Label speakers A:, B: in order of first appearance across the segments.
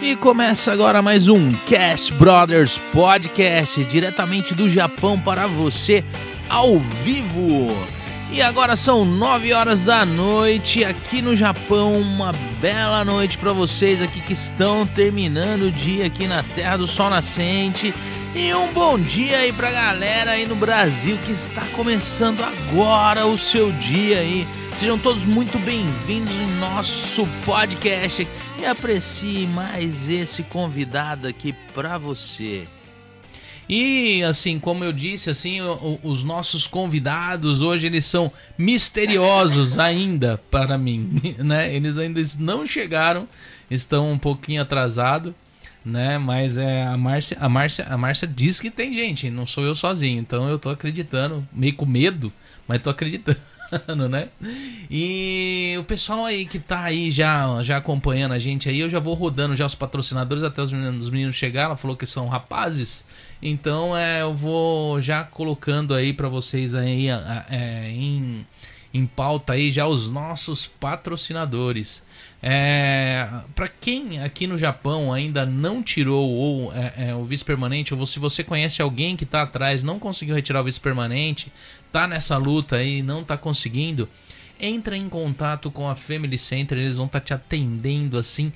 A: E começa agora mais um Cast Brothers Podcast, diretamente do Japão para você, ao vivo. E agora são 9 horas da noite aqui no Japão, uma bela noite para vocês aqui que estão terminando o dia aqui na Terra do Sol Nascente. E um bom dia aí pra galera aí no Brasil que está começando agora o seu dia aí. Sejam todos muito bem-vindos no nosso podcast e aprecie mais esse convidado aqui pra você. E assim, como eu disse, assim, o- o- os nossos convidados hoje eles são misteriosos ainda para mim, né? Eles ainda não chegaram, estão um pouquinho atrasados, né? Mas é a Márcia, a Márcia, a Márcia diz que tem gente, não sou eu sozinho, então eu tô acreditando, meio com medo, mas tô acreditando. né? E o pessoal aí que tá aí já, já acompanhando a gente aí, eu já vou rodando já os patrocinadores até os meninos, os meninos chegaram, ela falou que são rapazes. Então é, eu vou já colocando aí pra vocês aí a- a- é, em, em pauta aí já os nossos patrocinadores. É, para quem aqui no Japão ainda não tirou ou, é, é, o vice-permanente, ou se você conhece alguém que tá atrás, não conseguiu retirar o vice-permanente, tá nessa luta aí, não tá conseguindo, entra em contato com a Family Center, eles vão estar te atendendo assim,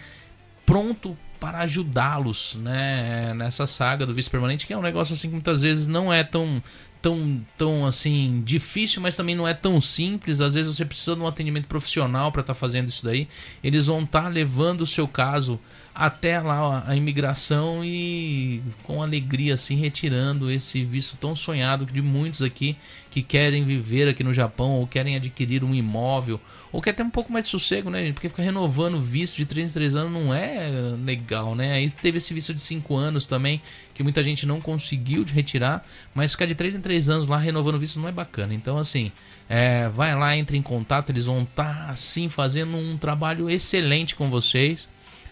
A: pronto para ajudá-los, né, nessa saga do vice-permanente, que é um negócio assim que muitas vezes não é tão tão tão assim difícil, mas também não é tão simples. Às vezes você precisa de um atendimento profissional para estar fazendo isso daí. Eles vão estar levando o seu caso até lá a imigração e com alegria assim retirando esse visto tão sonhado de muitos aqui que querem viver aqui no Japão ou querem adquirir um imóvel ou quer ter um pouco mais de sossego, né, gente? Porque ficar renovando o visto de 3 em 3 anos não é legal, né? Aí teve esse visto de 5 anos também, que muita gente não conseguiu de retirar, mas ficar de 3 em 3 anos lá renovando o visto não é bacana. Então, assim, é, vai lá, entre em contato, eles vão estar, assim, fazendo um trabalho excelente com vocês,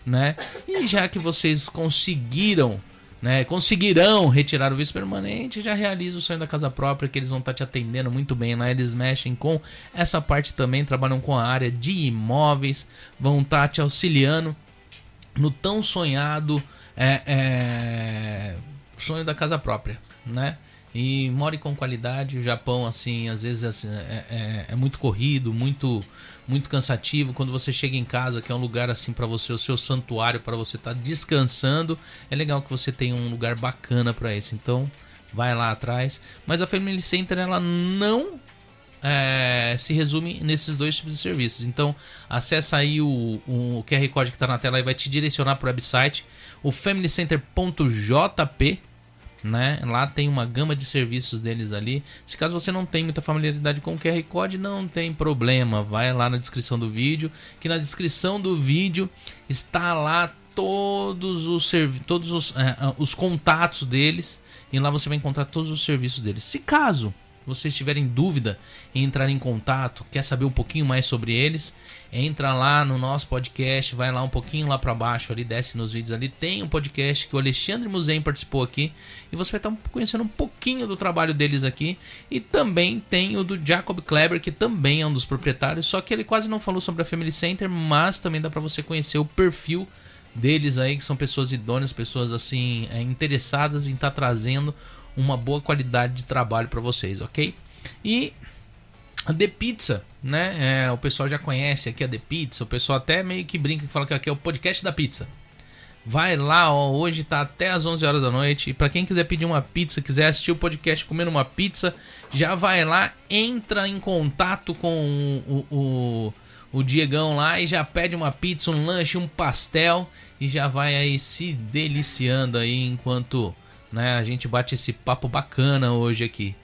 A: né? E já que vocês conseguiram né, conseguirão retirar o visto permanente, já realiza o sonho da casa própria, que eles vão estar te atendendo muito bem lá. Eles mexem com essa parte também, trabalham com a área de imóveis, vão estar te auxiliando no tão sonhado é, é, sonho da casa própria, né? E more com qualidade. O Japão, assim, às vezes assim, é, é- é muito corrido, muito muito cansativo. Quando você chega em casa, que é um lugar assim para você, o seu santuário para você estar descansando, é legal que você tenha um lugar bacana para isso. Então, vai lá atrás. Mas a Family Center ela não é, se resume nesses dois tipos de serviços. Então, acessa aí o, o QR Code que está na tela e vai te direcionar para o website, o familycenter.jp, né? Lá tem uma gama de serviços deles ali. Se caso você não tem muita familiaridade com o QR Code, não tem problema. Vai lá na descrição do vídeo, que na descrição do vídeo está lá todos os servi todos os, é, ah, os contatos deles e lá você vai encontrar todos os serviços deles. Se caso vocês tiverem dúvida em entrar em contato, quer saber um pouquinho mais sobre eles, entra lá no nosso podcast, vai lá um pouquinho lá para baixo ali, desce nos vídeos ali, tem um podcast que o Alexandre Muzen participou aqui e você vai estar conhecendo um pouquinho do trabalho deles aqui e também tem o do Jacob Kleber, que também é um dos proprietários, só que ele quase não falou sobre a Family Center, mas também dá para você conhecer o perfil deles aí, que são pessoas idôneas, pessoas assim, é, interessadas em estar trazendo uma boa qualidade de trabalho para vocês, ok? E a The Pizza, né? É, o pessoal já conhece aqui a The Pizza, o pessoal até meio que brinca que fala que aqui é o podcast da pizza. Vai lá, ó, hoje tá até as 11 horas da noite. E pra quem quiser pedir uma pizza, quiser assistir o podcast comendo uma pizza, já vai lá, entra em contato com o, o, o, o Diegão lá e já pede uma pizza, um lanche, um pastel e já vai aí se deliciando aí enquanto né, a gente bate esse papo bacana hoje aqui.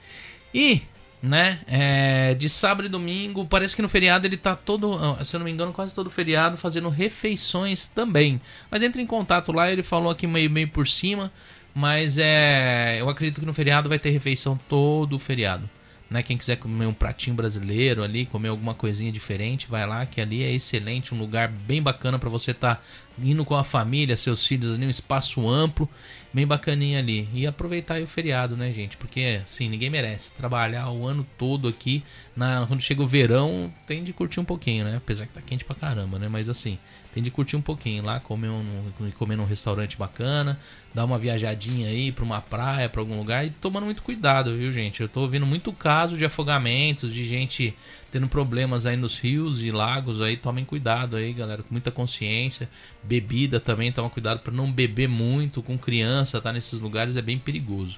A: E, né, é, de sábado e domingo, parece que no feriado ele tá todo, se eu não me engano, quase todo feriado fazendo refeições também. Mas entre em contato lá, ele falou aqui meio, meio por cima, mas é, eu acredito que no feriado vai ter refeição todo o feriado. Né, quem quiser comer um pratinho brasileiro ali, comer alguma coisinha diferente, vai lá que ali é excelente, um lugar bem bacana para você estar indo com a família, seus filhos ali, um espaço amplo, bem bacaninha ali. E aproveitar aí o feriado, né, gente? Porque assim, ninguém merece trabalhar o ano todo aqui, na quando chega o verão, tem de curtir um pouquinho, né? Apesar que tá quente pra caramba, né? Mas assim, tem de curtir um pouquinho lá, comer um, comer num restaurante bacana, dar uma viajadinha aí pra uma praia, pra algum lugar e tomando muito cuidado, viu, gente? Eu tô ouvindo muito caso de afogamentos, de gente tendo problemas aí nos rios e lagos aí, tomem cuidado aí, galera, com muita consciência. Bebida também, toma cuidado para não beber muito com criança, tá? Nesses lugares é bem perigoso,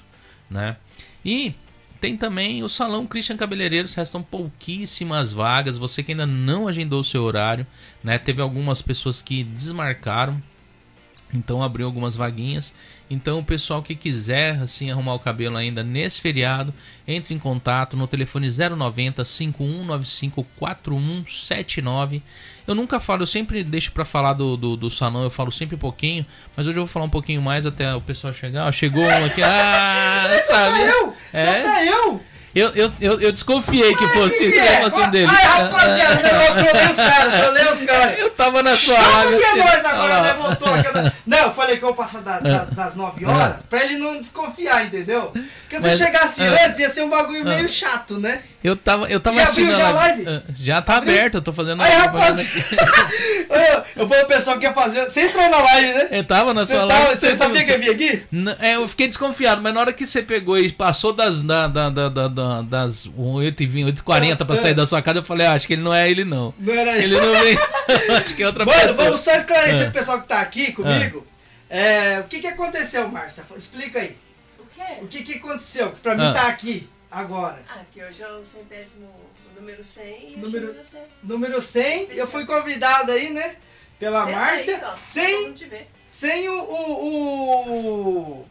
A: né? E tem também o Salão Christian Cabeleireiros, restam pouquíssimas vagas. Você que ainda não agendou o seu horário, né? Teve algumas pessoas que desmarcaram, então abriu algumas vaguinhas. Então o pessoal que quiser assim arrumar o cabelo ainda nesse feriado, entre em contato no telefone 090 5195 4179. Eu nunca falo, eu sempre deixo para falar do, do, do, salão, eu falo sempre um pouquinho, mas hoje eu vou falar um pouquinho mais até o pessoal chegar. Ó, chegou um aqui. Ah,
B: Essa sabe? Tá eu! É? Só tá eu!
A: Eu, eu, eu, eu, desconfiei que fosse isso. É?
B: Fosse um dele. Ai, rapaziada, eu trolei os caras, trolei os caras.
A: Eu tava na sua
B: área. que nós agora né? levantou aquela... Não, eu falei que eu passar da, da, das 9 horas pra ele não desconfiar, entendeu? Porque se É. Mas, eu chegasse uh, antes ia ser um bagulho uh, meio chato, né?
A: Eu tava, eu tava
B: assistindo. Já, live?
A: já tá Abriu? aberto, eu tô fazendo.
B: Aí, rapaziada. eu, eu falei, o pessoal que ia fazer. Você entrou na live, né?
A: Eu tava na sua você live.
B: Tava, você sabia que eu vim aqui?
A: Não, é, eu fiquei desconfiado, mas na hora que você pegou e passou das, da, da, da, da das 8h20, 8h40 ah, pra sair é. da sua casa, eu falei, ah, acho que ele não é ele, não.
B: Não era
A: ele. Ele não vem. acho que é outra
B: Mano,
A: pessoa.
B: vamos só esclarecer ah. o pessoal que tá aqui comigo. Ah. É, o que que aconteceu, Márcia? Explica aí.
C: O quê?
B: O que que aconteceu? Que pra ah. mim tá aqui, agora.
C: Ah, que hoje é o centésimo, o número 100 e
B: número, número 100. Número 100, eu fui convidado aí, né? Pela Senta Márcia. Aí, então.
C: Então,
B: sem, sem o... o, o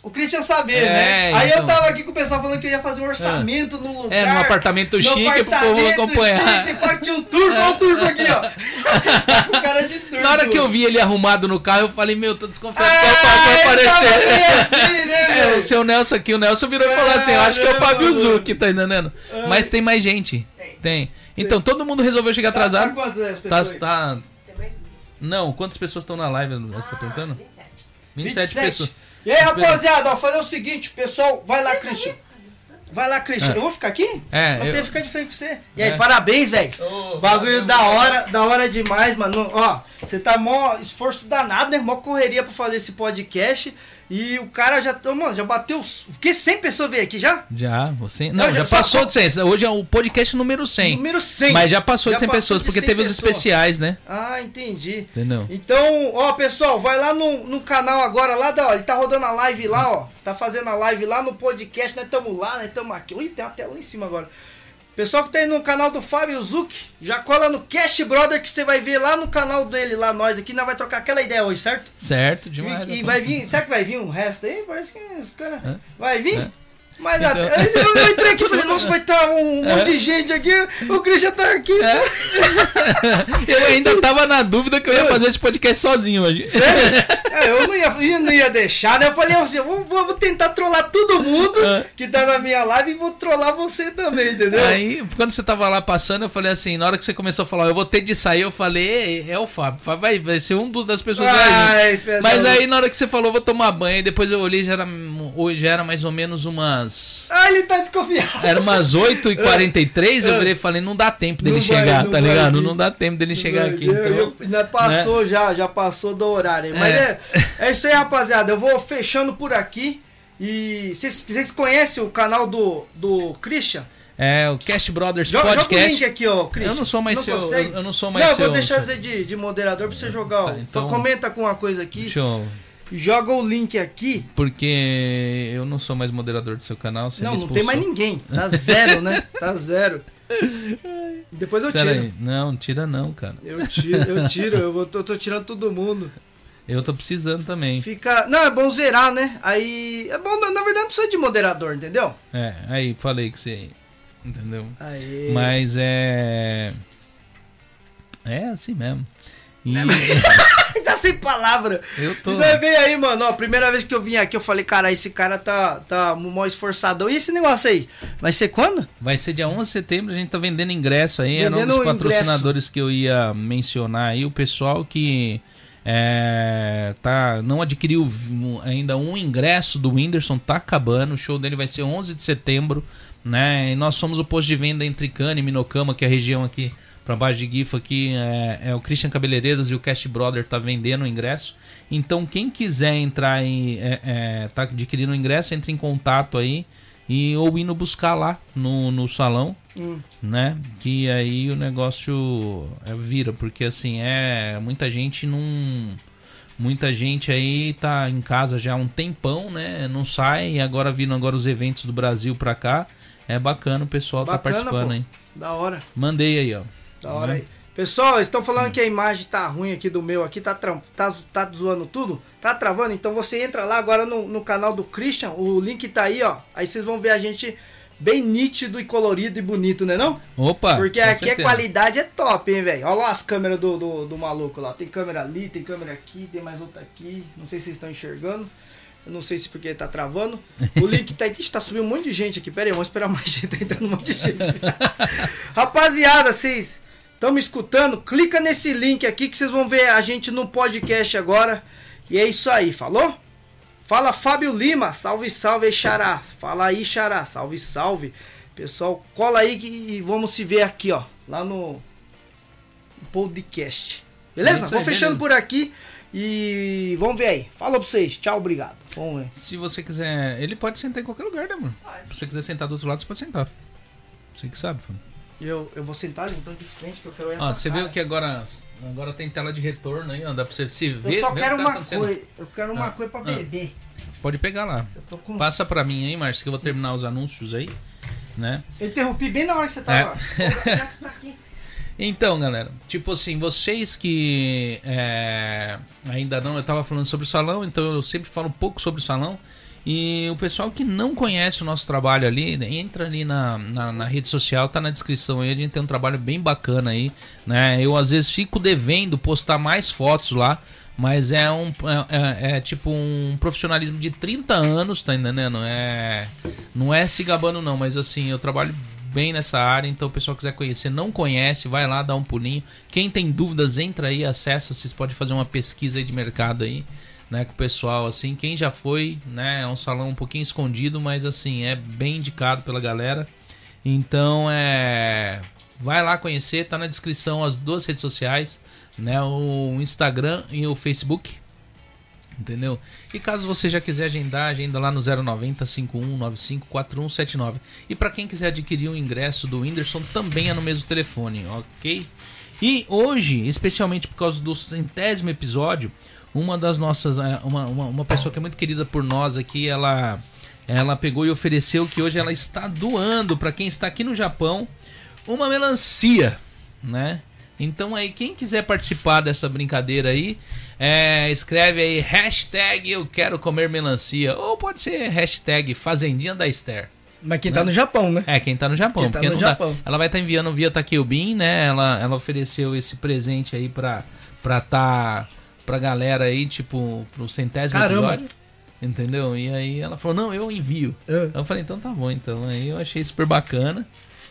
B: o Christian saber, é, né? Aí então... eu tava aqui com o pessoal falando que eu ia fazer um orçamento é. no lugar.
A: Ah. É, num apartamento no chique apartamento pro povo acompanhar.
B: Chique, pá, tinha um turco, olha o turco aqui, ó. com cara de turco. Ah,
A: Na hora que eu vi ele arrumado no carro, eu falei, meu, tô desconfiando que é o Fábio vai aparecer. Assim, né, é, o seu Nelson aqui, o Nelson virou e falou assim, eu acho que é o Fábio Zucchi, tá entendendo?
B: É.
A: Mas tem mais gente. Tem. tem. Então, todo mundo resolveu chegar
B: tá,
A: atrasado.
B: Tá quantas as pessoas?
A: Tá, tá... Tem mais
C: um.
A: Não, quantas pessoas estão na live? Você ah, tá perguntando?
C: 27.
A: 27, 27 pessoas.
B: E aí, rapaziada, ó, fazer o seguinte, pessoal, vai lá, Christian. Vai lá, Christian. É. Eu vou ficar aqui?
A: É.
B: Eu, eu... queria ficar de frente com você. E aí, é. parabéns, velho. Oh, Bagulho da hora, da hora demais, mano. Ó, você tá mó esforço danado, né? Mó correria pra fazer esse podcast. E o cara já, mano, já bateu. O que 100 pessoas veio aqui já?
A: Já, você. Não, não já, já passou de 100. Hoje é o podcast número 100.
B: Número 100.
A: Mas já passou já de 100 passou pessoas, de 100 porque 100 teve pessoas. os especiais, né?
B: Ah, entendi.
A: Entendeu?
B: Então, ó, pessoal, vai lá no, no canal agora, lá da. Ó, ele tá rodando a live lá, ó. Tá fazendo a live lá no podcast, nós né? tamo lá, nós né? tamo aqui. Ui, tem uma tela lá em cima agora. Pessoal que tá aí no canal do Fábio Zuc, já cola no Cash Brother que você vai ver lá no canal dele, lá nós aqui, nós vai trocar aquela ideia hoje, certo?
A: Certo, demais.
B: E, e vai vir, será que vai vir um resto aí? Parece que os caras. É? Vai vir? É. Mas então... até, eu, eu, entrei aqui e falei, nossa, vai estar tá um, um é. monte de gente aqui, o Christian tá aqui. É.
A: eu ainda tava na dúvida que eu ia fazer esse podcast sozinho hoje.
B: Sério? É, eu não ia, eu não ia deixar, né? Eu falei assim, vou, vou tentar trollar todo mundo que tá na minha live e vou trollar você também, entendeu?
A: É. Aí, quando você tava lá passando, eu falei assim, na hora que você começou a falar, eu vou ter de sair, eu falei, é o Fábio, vai, vai ser um das pessoas
B: Ah,
A: Ai,
B: é,
A: da Mas aí, na hora que você falou, vou tomar banho, depois eu olhei, já era, hum, já era mais ou menos umas
B: ah, ele tá desconfiado.
A: Era umas 8h43, eu virei e falei, não dá tempo dele não chegar, vai, tá ligado? Vir. Não dá tempo dele não chegar aqui. Então, eu,
B: eu, passou né? já, já passou do horário. Mas é. É, é. isso aí, rapaziada. Eu vou fechando por aqui. E vocês, vocês conhecem o canal do, do Christian?
A: É, o Cast Brothers joga, Podcast. Joga
B: o link aqui, ó, Christian.
A: Eu não sou mais não seu. Eu, eu, não sou mais
B: Não,
A: seu,
B: eu vou deixar você de, de moderador pra você jogar. Tá, então, comenta com uma coisa aqui.
A: Deixa eu
B: joga o link aqui.
A: Porque eu não sou mais moderador do seu canal.
B: não, não tem mais ninguém. Tá zero, né? Tá zero. Depois eu Pera tiro. Aí.
A: Não, tira não, cara.
B: Eu tiro, eu tiro, eu vou, tô, tô, tirando todo mundo.
A: Eu tô precisando também.
B: Fica. Não, é bom zerar, né? Aí. É bom, na verdade, não precisa de moderador, entendeu?
A: É, aí falei que você. Entendeu?
B: Aê.
A: Mas é. É assim mesmo.
B: E... tá sem palavra.
A: Eu tô.
B: Né, E vem aí, mano. Ó, primeira vez que eu vim aqui, eu falei, cara, esse cara tá, tá mó esforçadão. E esse negócio aí? Vai ser quando?
A: Vai ser dia 11 de setembro, a gente tá vendendo ingresso aí. Vendendo Era um dos patrocinadores ingresso. que eu ia mencionar aí. O pessoal que. É, tá, não adquiriu ainda um ingresso do Whindersson, tá acabando. O show dele vai ser 11 de setembro, né? E nós somos o posto de venda entre Cana e Minocama, que é a região aqui pra baixo de GIF aqui. É, é o Christian Cabeleireiros e o Cast Brother tá vendendo o ingresso. Então, quem quiser entrar e é, é, tá adquirindo o ingresso, entre em contato aí. E, ou indo buscar lá no, no salão,
B: Hum.
A: né? Que aí o negócio é, vira, porque assim, é. Muita gente não. Muita gente aí tá em casa já há um tempão, né? Não sai, e agora vindo agora os eventos do Brasil pra cá. É bacana, o pessoal tá
B: Bacana,
A: participando
B: pô.
A: aí.
B: Da hora,
A: Mandei aí, ó.
B: da hora aí. Pessoal, estão falando que a imagem tá ruim aqui do meu aqui, tá, tram- tá, zo- tá zoando tudo, tá travando. Então você entra lá agora no, no canal do Christian, o link tá aí, ó. Aí vocês vão ver a gente bem nítido e colorido e bonito, né não?
A: Opa!
B: Porque
A: com
B: aqui a
A: certeza.
B: qualidade é top, hein, velho. Olha lá as câmeras do, do, do maluco lá. Tem câmera ali, tem câmera aqui, tem mais outra aqui. Não sei se vocês estão enxergando. Eu não sei se porque tá travando. O link tá aí. Ixi, tá subindo um monte de gente aqui. Pera aí, vamos esperar mais gente. Tá entrando um monte de gente. Rapaziada, vocês estão me escutando? Clica nesse link aqui que vocês vão ver a gente no podcast agora. E é isso aí, falou? Fala Fábio Lima, salve, salve aí, Xará. Fala aí, Xará, salve, salve. Pessoal, cola aí que, e vamos se ver aqui, ó, lá no podcast.
A: É
B: Beleza?
A: isso
B: Vou
A: aí,
B: fechando
A: beleza.
B: por aqui e vamos ver aí. Fala pra vocês, tchau, obrigado. Vamos ver.
A: Se você quiser. Ele pode sentar em qualquer lugar, né, mano?
C: Pode.
A: Se você quiser sentar do outro lado, você pode sentar. Você que sabe, filho.
B: Eu, eu vou sentar então de frente que eu quero olhar
A: Ó,
B: pra
A: Ah, você
B: cara.
A: viu que agora. Agora tem tela de retorno aí, ó. Dá pra você se ver.
B: Eu só
A: ver o
B: quero
A: que tá
B: uma
A: acontecendo.
B: coisa, eu quero uma
A: Ah,
B: coisa pra
A: ah.
B: beber.
A: Pode pegar lá.
B: Eu tô com
A: Passa pra mim aí, Márcio, que eu vou terminar os anúncios aí, né?
B: Eu interrompi bem na hora que você tava.
A: É.
B: O gato tá aqui.
A: Então, galera, tipo assim, vocês que é, ainda não, eu tava falando sobre o salão, então eu sempre falo um pouco sobre o salão. E o pessoal que não conhece o nosso trabalho ali, né, entra ali na, na, na rede social, tá na descrição aí, a gente tem um trabalho bem bacana aí, né? Eu às vezes fico devendo postar mais fotos lá, mas é um é, é- é tipo um profissionalismo de 30 anos, tá entendendo? É, não é se gabando não, mas assim, eu trabalho bem nessa área, então o pessoal quiser conhecer, não conhece, vai lá, dá um pulinho. Quem tem dúvidas, entra aí, acessa, vocês podem fazer uma pesquisa aí de mercado aí, né, com o pessoal, assim, quem já foi, né, é um salão um pouquinho escondido, mas assim, é bem indicado pela galera. Então, é... Vai lá conhecer, tá na descrição as duas redes sociais, né, o Instagram e o Facebook. Entendeu? E caso você já quiser agendar, agenda lá no 090 5195 4179. E para quem quiser adquirir o ingresso do Whindersson, também é no mesmo telefone, ok? E hoje, especialmente por causa do centésimo episódio, uma das nossas. eh, Uma, uma, uma pessoa que é muito querida por nós aqui, ela, ela pegou e ofereceu que hoje ela está doando para quem está aqui no Japão uma melancia, né? Então aí, quem quiser participar dessa brincadeira aí, é, escreve aí hashtag eu quero comer melancia. Ou pode ser hashtag Fazendinha da Esther.
B: Mas quem tá no Japão, né?
A: É, quem tá no Japão.
B: Quem tá
A: porque
B: no
A: não dá-
B: Japão.
A: Ela vai estar enviando via Takeubin, né? Ela, ela ofereceu esse presente aí pra, pra tá. pra galera aí, tipo, pro centésimo
B: Caramba.
A: episódio. Entendeu? E aí ela falou, não, eu envio.
B: É.
A: Eu falei, então tá bom, então. Aí eu achei super bacana.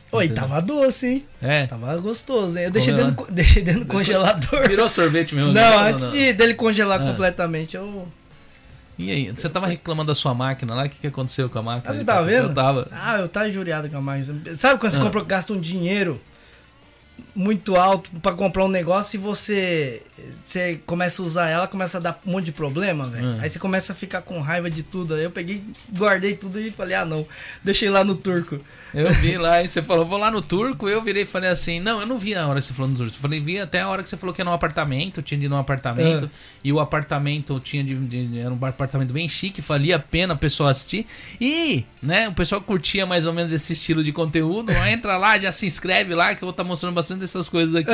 D: Oi, tava doce, hein?
A: É.
D: Tava gostoso, hein? Eu deixei
A: Comeu,
D: dentro, do co- deixei dentro do congelador.
A: Virou sorvete mesmo.
D: Não, É.
A: né?
D: antes de- dele congelar
A: Ah.
D: completamente, eu.
A: E aí, você tava reclamando da sua máquina lá? O que, que aconteceu com a máquina?
D: Ah, você tava vendo?
A: Eu tava.
D: Ah, eu tava injuriado com a máquina. Sabe quando você
A: Ah.
D: compra, gasta um dinheiro muito alto pra comprar um negócio e você. Você começa a usar ela, começa a dar um monte de problema, velho.
A: Ah.
D: Aí você começa a ficar com raiva de tudo. Aí eu peguei, guardei tudo e falei, ah não, deixei lá no turco.
A: Eu vi lá e você falou, vou lá no turco. Eu virei e falei assim: não, eu não vi a hora que você falou no turco. Eu falei, vi até a hora que você falou que era um apartamento. Tinha de ir num apartamento.
D: É.
A: E o apartamento tinha de, de- Era um apartamento bem chique, valia a pena o pessoal assistir. E, né, o pessoal curtia mais ou menos esse estilo de conteúdo. Ó, entra lá, já se inscreve lá, que eu vou estar mostrando bastante dessas coisas aqui.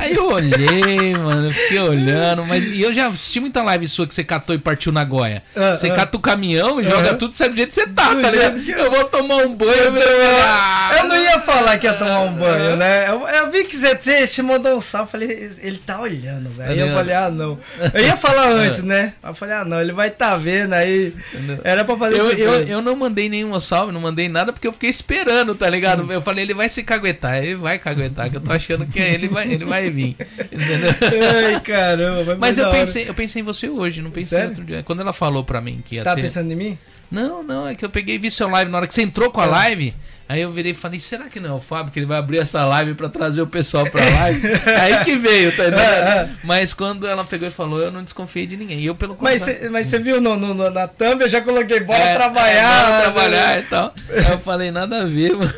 A: Aí eu olhei, mano, eu fiquei olhando, mas e eu já assisti muita live sua que você catou e partiu na goia.
D: Ah,
A: você
D: ah.
A: cata o caminhão e joga tudo, sai do jeito que você tá,
D: Do
A: tá ligado?
D: jeito que
A: Eu vou tomar um banho, eu, vou- Ah,
D: Eu não ia falar que ia tomar um banho, né? Eu, eu vi que você, você te mandou um salve, falei, ele tá olhando, velho. Aí eu
A: Olhando.
D: falei, ah, não. Eu ia falar antes, né? Mas eu falei, ah, não, ele vai tá vendo aí.
A: Entendeu?
D: Era pra fazer
A: Eu,
D: isso.
A: eu, eu não mandei nenhuma salve, não mandei nada, porque eu fiquei esperando, tá ligado? Eu falei, ele vai se caguetar, ele vai caguetar, que eu tô achando que é ele vai, ele vai vir. Entendeu?
D: Ai, caramba.
A: Mas
D: foi da
A: eu
D: hora.
A: pensei, eu pensei em você hoje, não pensei
D: Sério?
A: no outro dia. Quando ela falou pra mim que
D: Você
A: ia
D: tá
A: ter.
D: pensando em mim?
A: Não, não, é que eu peguei e vi seu live. Na hora que você entrou
D: É.
A: com a live, aí eu virei e falei, será que não é o Fábio que ele vai abrir essa live pra trazer o pessoal pra live? aí que veio, tá
D: É,
A: ligado? Mas quando ela pegou e falou, eu não desconfiei de ninguém. E eu, pelo
B: Mas
A: contrário-
B: você mas você viu no, no- no- na thumb, eu já coloquei bora
A: É,
D: né,
B: trabalhar. né?
A: é, bora trabalhar e tal. Aí eu falei, nada a ver, mano.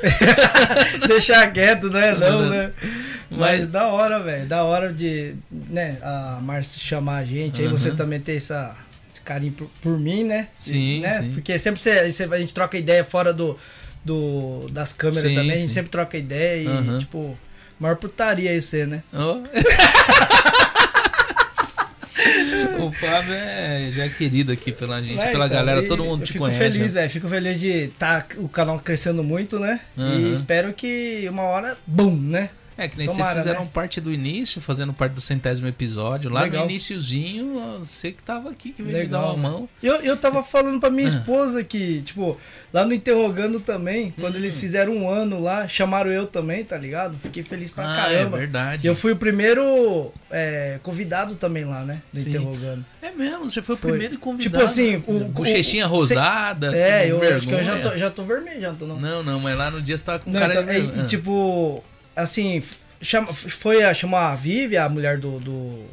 B: Deixar quieto, né? Não,
A: Não,
B: né? Mas,
A: Mas,
B: da hora, velho. Da hora de, né, a Márcia chamar a gente. Aí você
A: Uhum.
B: também ter essa, esse carinho por, por mim, né?
A: Sim,
B: né?
A: sim.
B: Porque sempre você, você- a gente troca ideia fora do, do, das câmeras
A: Sim,
B: também. A gente
A: sim.
B: sempre troca ideia e,
A: Uhum.
B: tipo, maior putaria isso aí, né?
A: Ô. o Fábio é já querido aqui pela gente,
B: É,
A: pela
B: então,
A: galera,
B: e
A: todo mundo te
B: fico
A: conhece. né?
B: Feliz, né? velho. Fico feliz de estar o canal crescendo muito, né?
A: Uhum.
B: E espero que uma hora, bum, né?
A: É, que nem
B: Tomara,
A: vocês fizeram
B: né?
A: parte do início, fazendo parte do centésimo episódio. Lá
B: Legal.
A: no iniciozinho, você que tava aqui, que veio
B: Legal,
A: me dar uma mão.
B: Eu, eu tava falando pra minha
A: Ah.
B: esposa que, tipo, lá no Interrogando também, quando
A: Hum.
B: eles fizeram um ano lá, chamaram eu também, tá ligado? Fiquei feliz pra
A: ah, é
B: caramba.
A: verdade.
B: E eu fui o primeiro é, convidado também lá, né? No
A: Sim.
B: Interrogando.
A: É mesmo, você foi o
B: Foi.
A: primeiro convidado.
B: Tipo assim, o-
A: o,
B: o-
A: bochechinha
B: o-
A: rosada.
B: É,
A: com
B: eu acho que eu já
A: vergonha.
B: tô, já tô vermelho, já não tô não.
A: Não, não, ah. mas lá no dia você tava com
B: Não,
A: cara
B: então,
A: de.
B: e, e, tipo, assim, f- chama, foi a, chamou a Vivi, a mulher do. do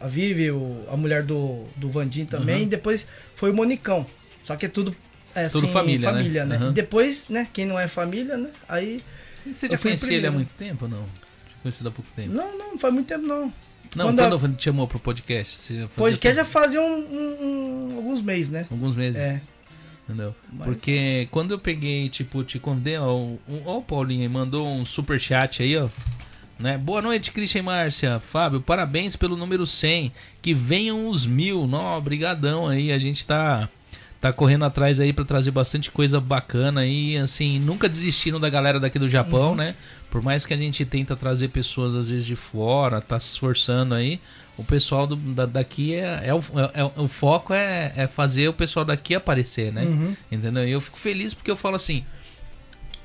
B: a Vivi, o- a mulher do, do Vandim também,
A: Uhum.
B: e depois foi o Monicão. Só que é tudo. É,
A: Tudo
B: assim,
A: família, né? Uhum.
B: E Depois, né? Quem não é família, né? Aí.
A: Você
B: eu
A: já
B: fui o
A: conhecia ele há
B: primeiro.
A: muito tempo ou não? Te Conhecido há pouco tempo.
B: Não, não, não faz muito tempo não.
A: Não,
B: Quando
A: quando,
B: a-
A: eu te chamou pro podcast, você já fazia
B: Podcast já
A: tempo?
B: fazia um, um- um- alguns meses, né?
A: Alguns meses,
B: É.
A: entendeu?
B: mas-
A: Porque quando eu peguei, tipo, te convidei, ó, um, ó o Paulinho, mandou um super chat aí, ó. Né? Boa noite, Christian e Márcia. Fábio, parabéns pelo número 100. Que venham os mil. Não, brigadão aí. A gente tá, tá correndo atrás aí pra trazer bastante coisa bacana aí. Assim, nunca desistindo da galera daqui do Japão, né? Por mais que a gente tenta trazer pessoas às vezes de fora, tá se esforçando aí. O pessoal do- da- daqui é, é o, é- é o foco é, é fazer o pessoal daqui aparecer, né?
B: Uhum.
A: Entendeu? E eu fico feliz porque eu falo assim.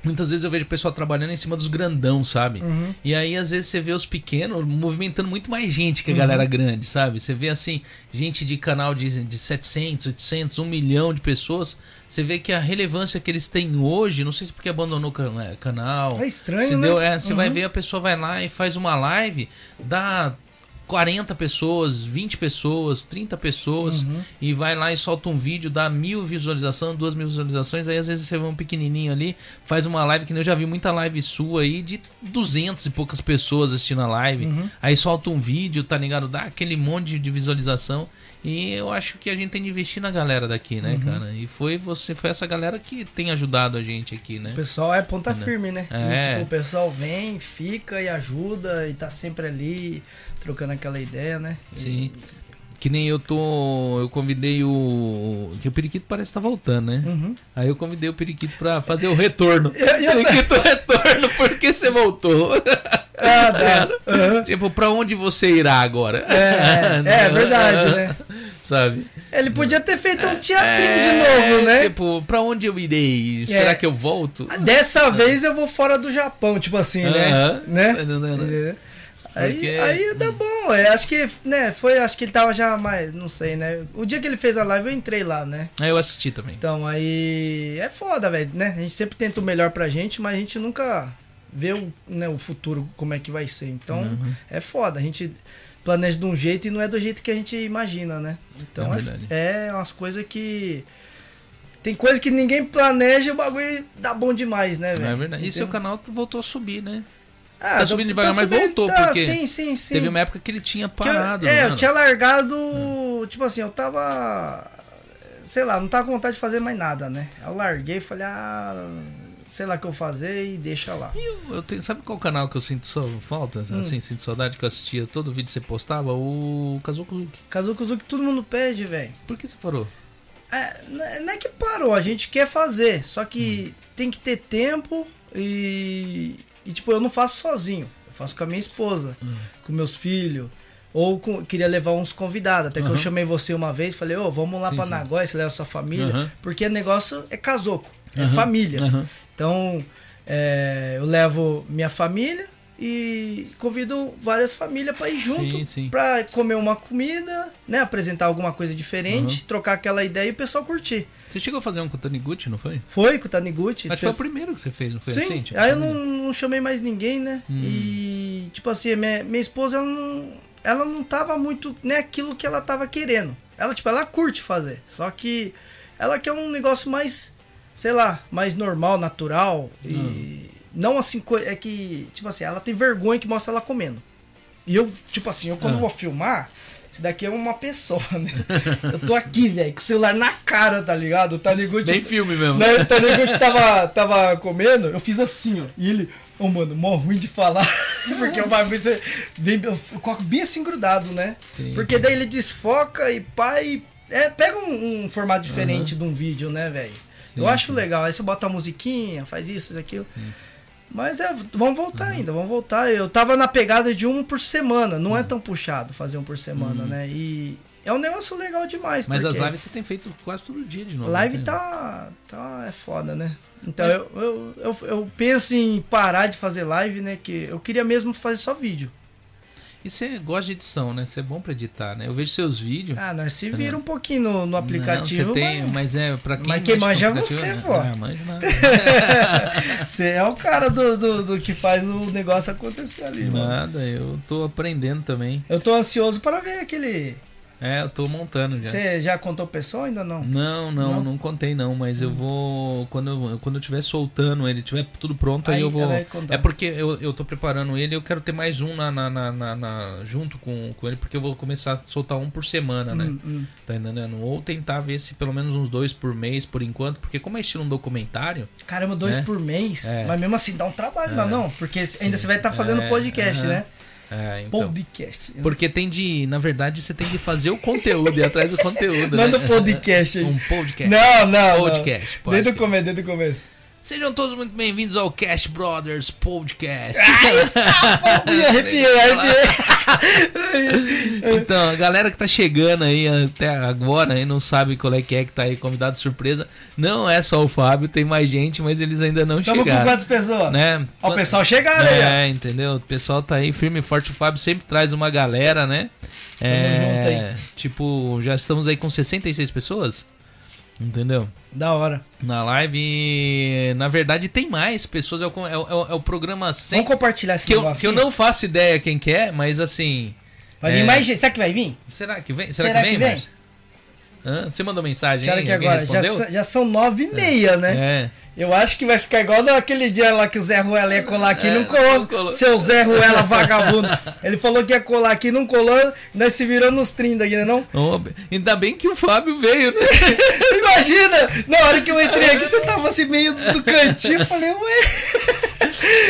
A: Muitas vezes eu vejo o pessoal trabalhando em cima dos grandão, sabe?
B: Uhum.
A: E aí, às vezes, você vê os pequenos movimentando muito mais gente que a
B: Uhum.
A: galera grande, sabe? Você vê, assim, gente de canal de, de 700, 800, 1 milhão de pessoas. Você vê que a relevância que eles têm hoje, não sei se porque abandonou o can- eh, canal.
B: É estranho,
A: se
B: né?
A: deu- é, você vai ver, a pessoa vai lá e faz uma live, dá 40 pessoas, 20 pessoas, 30 pessoas,
B: Uhum.
A: e vai lá e solta um vídeo, dá mil visualizações, duas mil visualizações, aí às vezes você vê um pequenininho ali, faz uma live, que nem eu já vi muita live sua aí, de 200 e poucas pessoas assistindo a live,
B: Uhum.
A: aí solta um vídeo, tá ligado? Dá aquele monte de visualização, e eu acho que a gente tem de investir na galera daqui,
B: Uhum.
A: né, cara? E foi você, foi essa galera que tem ajudado a gente aqui, né?
B: O pessoal é ponta
A: Entendeu?
B: firme, né?
A: É.
B: E, tipo, o pessoal vem, fica e ajuda e tá sempre ali trocando aquela ideia, né? E-
A: Sim. Que nem eu tô. Eu convidei o. Que o Periquito parece que tá voltando, né?
B: Uhum.
A: Aí eu convidei o Periquito pra fazer o retorno.
B: Eu- eu-
A: Periquito retorno, por que você voltou?
B: Ah, dá. Aham.
A: tipo, pra onde você irá agora?
B: É, é, é verdade, né?
A: Sabe?
B: Ele podia ter feito um teatrinho
A: É,
B: de novo, né?
A: Tipo, pra onde eu irei?
B: É.
A: Será que eu volto?
B: Dessa vez eu vou fora do Japão, tipo assim,
A: Aham. É,
B: né?
A: Não, não, não.
B: né? Aí,
A: Porque- hum.
B: aí dá bom, é, acho que, né, foi, acho que ele tava já mais, não sei, né? O dia que ele fez a live eu entrei lá, né?
A: Aí É, eu assisti também.
B: Então aí é foda, velho, né? A gente sempre tenta o melhor pra gente, mas a gente nunca vê o, né, o futuro como é que vai ser. Então
A: Uhum.
B: é foda, a gente planeja de um jeito e não é do jeito que a gente imagina, né? Então
A: É
B: é,
A: verdade.
B: é umas coisas que tem coisa que ninguém planeja e o bagulho dá bom demais, né,
A: Não
B: velho?
A: é verdade. E seu
B: Entendeu?
A: canal voltou a subir, né?
B: Ah,
A: tá subindo devagar, mas voltou,
B: tá,
A: porque
B: sim, sim, sim.
A: Teve uma época que ele tinha
B: Que eu-
A: parado.
B: é,
A: né?
B: eu tinha largado.
A: É.
B: Tipo assim, eu tava. Sei lá, não tava com vontade de fazer mais nada, né? Eu larguei e falei, ah, sei lá o que eu fazer e deixa lá.
A: Eu- eu tenho- sabe qual canal que eu sinto só falta?
B: Hum.
A: Assim, sinto saudade que eu assistia todo vídeo que você postava? O Kazokuzuki.
B: Kazukuzuki todo mundo pede, velho.
A: Por que você parou?
B: É, n- não é que parou, a gente quer fazer, só
A: Uhum.
B: que tem que ter tempo e, e, tipo, eu não faço sozinho, eu faço com a minha esposa,
A: Uhum.
B: com meus filhos, ou com- queria levar uns convidados, até que
A: Uhum.
B: eu chamei você uma vez, falei, ô, vamos lá
A: Sim,
B: pra
A: sim.
B: Nagoya, você leva sua família,
A: Uhum.
B: porque o negócio é casoco, é
A: Uhum.
B: família,
A: Aham.
B: então, é, eu levo minha família e convido várias famílias para ir
A: Sim, sim.
B: junto para comer uma comida, né, apresentar alguma coisa
A: Uhum.
B: diferente, trocar aquela ideia e o pessoal curtir.
A: Você chegou a fazer um com o Tony Gucci, não foi?
B: Foi com o Taniguchi.
A: Acho que foi o
B: pes-
A: primeiro que você fez, não foi Hum.
B: Sim,
A: assim? Tipo,
B: aí eu não, não chamei mais ninguém, né? E, tipo assim, minha, minha esposa, ela não, ela não tava muito, né, aquilo que ela tava querendo. Ela, tipo, ela curte fazer, só que ela quer um negócio mais, sei lá, mais normal, natural.
A: Hum.
B: E não assim, coi- é que, tipo assim, ela tem vergonha que mostra ela comendo. E eu, tipo assim, eu quando
A: Ah.
B: vou filmar, isso daqui é uma pessoa, né? Eu tô aqui, velho, com o celular na cara, tá ligado? Tá ligado?
A: Bem filme mesmo.
B: Na época também que tá a gente tava, tava comendo, eu fiz assim, ó. E ele, ô mano, mó ruim de falar. Porque o bagulho você. Vem, eu coloco bem assim grudado, né?
A: Sim.
B: Porque daí ele desfoca e pai. É, pega um, um formato diferente de um vídeo, né, velho? Eu
A: Sim,
B: acho legal. Aí você bota a musiquinha, faz isso, isso, aquilo. Mas é, vamos voltar ainda, vamos voltar. Eu tava na pegada de um por semana. Não
A: Uhum.
B: é tão puxado fazer um por semana, né? E é um negócio legal demais.
A: Mas as
B: porque-
A: lives você tem feito quase todo dia de novo.
B: Live
A: né?
B: tá, tá. É foda, né? Então eu, eu, eu, eu penso em parar de fazer live, né? Que eu queria mesmo fazer só vídeo.
A: E você gosta de edição, né? Você é bom pra editar, né? Eu vejo seus vídeos.
B: Ah, nós se vira um pouquinho no, no aplicativo.
A: Não, você tem,
B: mas
A: mas é pra quem.
B: mas quem
A: mexe com
B: manja é você,
A: aplicativo,
B: pô.
A: Ah, manja nada.
B: Você é o cara do, do, do que faz o negócio acontecer ali, mano.
A: nada, eu tô aprendendo também.
B: Eu tô ansioso para ver aquele.
A: É, eu tô montando já.
B: Você já contou o pessoal ainda não?
A: Não, não, não,
B: Não? Hum.
A: contei não, mas eu vou. Quando eu, quando eu tiver soltando ele, tiver tudo pronto, aí,
B: Aí
A: eu vou.
B: vai contar.
A: É porque eu, eu tô preparando ele eu quero ter mais um na, na- na- na- na- junto com, com ele, porque eu vou começar a soltar um por semana, né?
B: Hum, hum.
A: Tá entendendo? Ou tentar ver se pelo menos uns dois por mês, por enquanto, porque como é estilo um documentário.
B: Caramba, dois
A: É.
B: por mês.
A: É.
B: Mas mesmo assim dá um trabalho, não, não? Porque ainda você vai estar fazendo
A: É,
B: podcast,
A: aham.
B: né?
A: É, então.
B: Podcast.
A: Porque tem de. Na verdade, você tem de fazer o conteúdo e atrás do conteúdo.
B: Manda
A: né?
B: podcast aí.
A: Um podcast.
B: Não, não.
A: Podcast,
B: não.
A: podcast.
B: Desde o começo, desde o começo.
A: Sejam todos muito bem-vindos ao Cash Brothers Podcast.
B: Me arrepiei, arrepiei.
A: Então, a galera que tá chegando aí até agora e não sabe qual é que é que tá aí, convidado surpresa. Não é só o Fábio, tem mais gente, mas eles ainda não
B: Tamo com
A: chegaram.
B: quantas pessoas?
A: Né?
B: Ó, o pessoal chegaram aí,
A: É, entendeu? O pessoal tá aí firme e forte. O Fábio sempre traz uma galera, né? É, Tipo, já estamos aí com 66 pessoas, entendeu?
B: ó. Da hora.
A: Na live, e, na verdade, tem mais pessoas. É o, é o- é o programa 100
B: Vamos compartilhar esse
A: que eu,
B: negócio
A: que eu
B: aqui?
A: não faço ideia quem que é, mas assim.
B: Vai
A: é.
B: vir mais gente. Será que vai vir?
A: Será que vem? Será,
B: Será
A: que vem,
B: que vem?
A: Márcio? Hã? Você mandou mensagem
B: Que hora
A: aí?
B: que
A: Alguém
B: agora? Já,
A: respondeu?
B: são- já são nove e meia, né?
A: É.
B: Eu acho que vai ficar igual naquele dia lá que o Zé Ruela ia colar aqui e
A: É,
B: não
A: não
B: colou.
A: colou.
B: Seu Zé Ruela vagabundo. Ele falou que ia colar aqui e não colou. Nós se virou nos 30 aqui, né não?
A: Ô, ainda bem que o Fábio veio, né?
B: Imagina! Na hora que eu entrei aqui, você tava assim meio do cantinho. Eu falei, ué...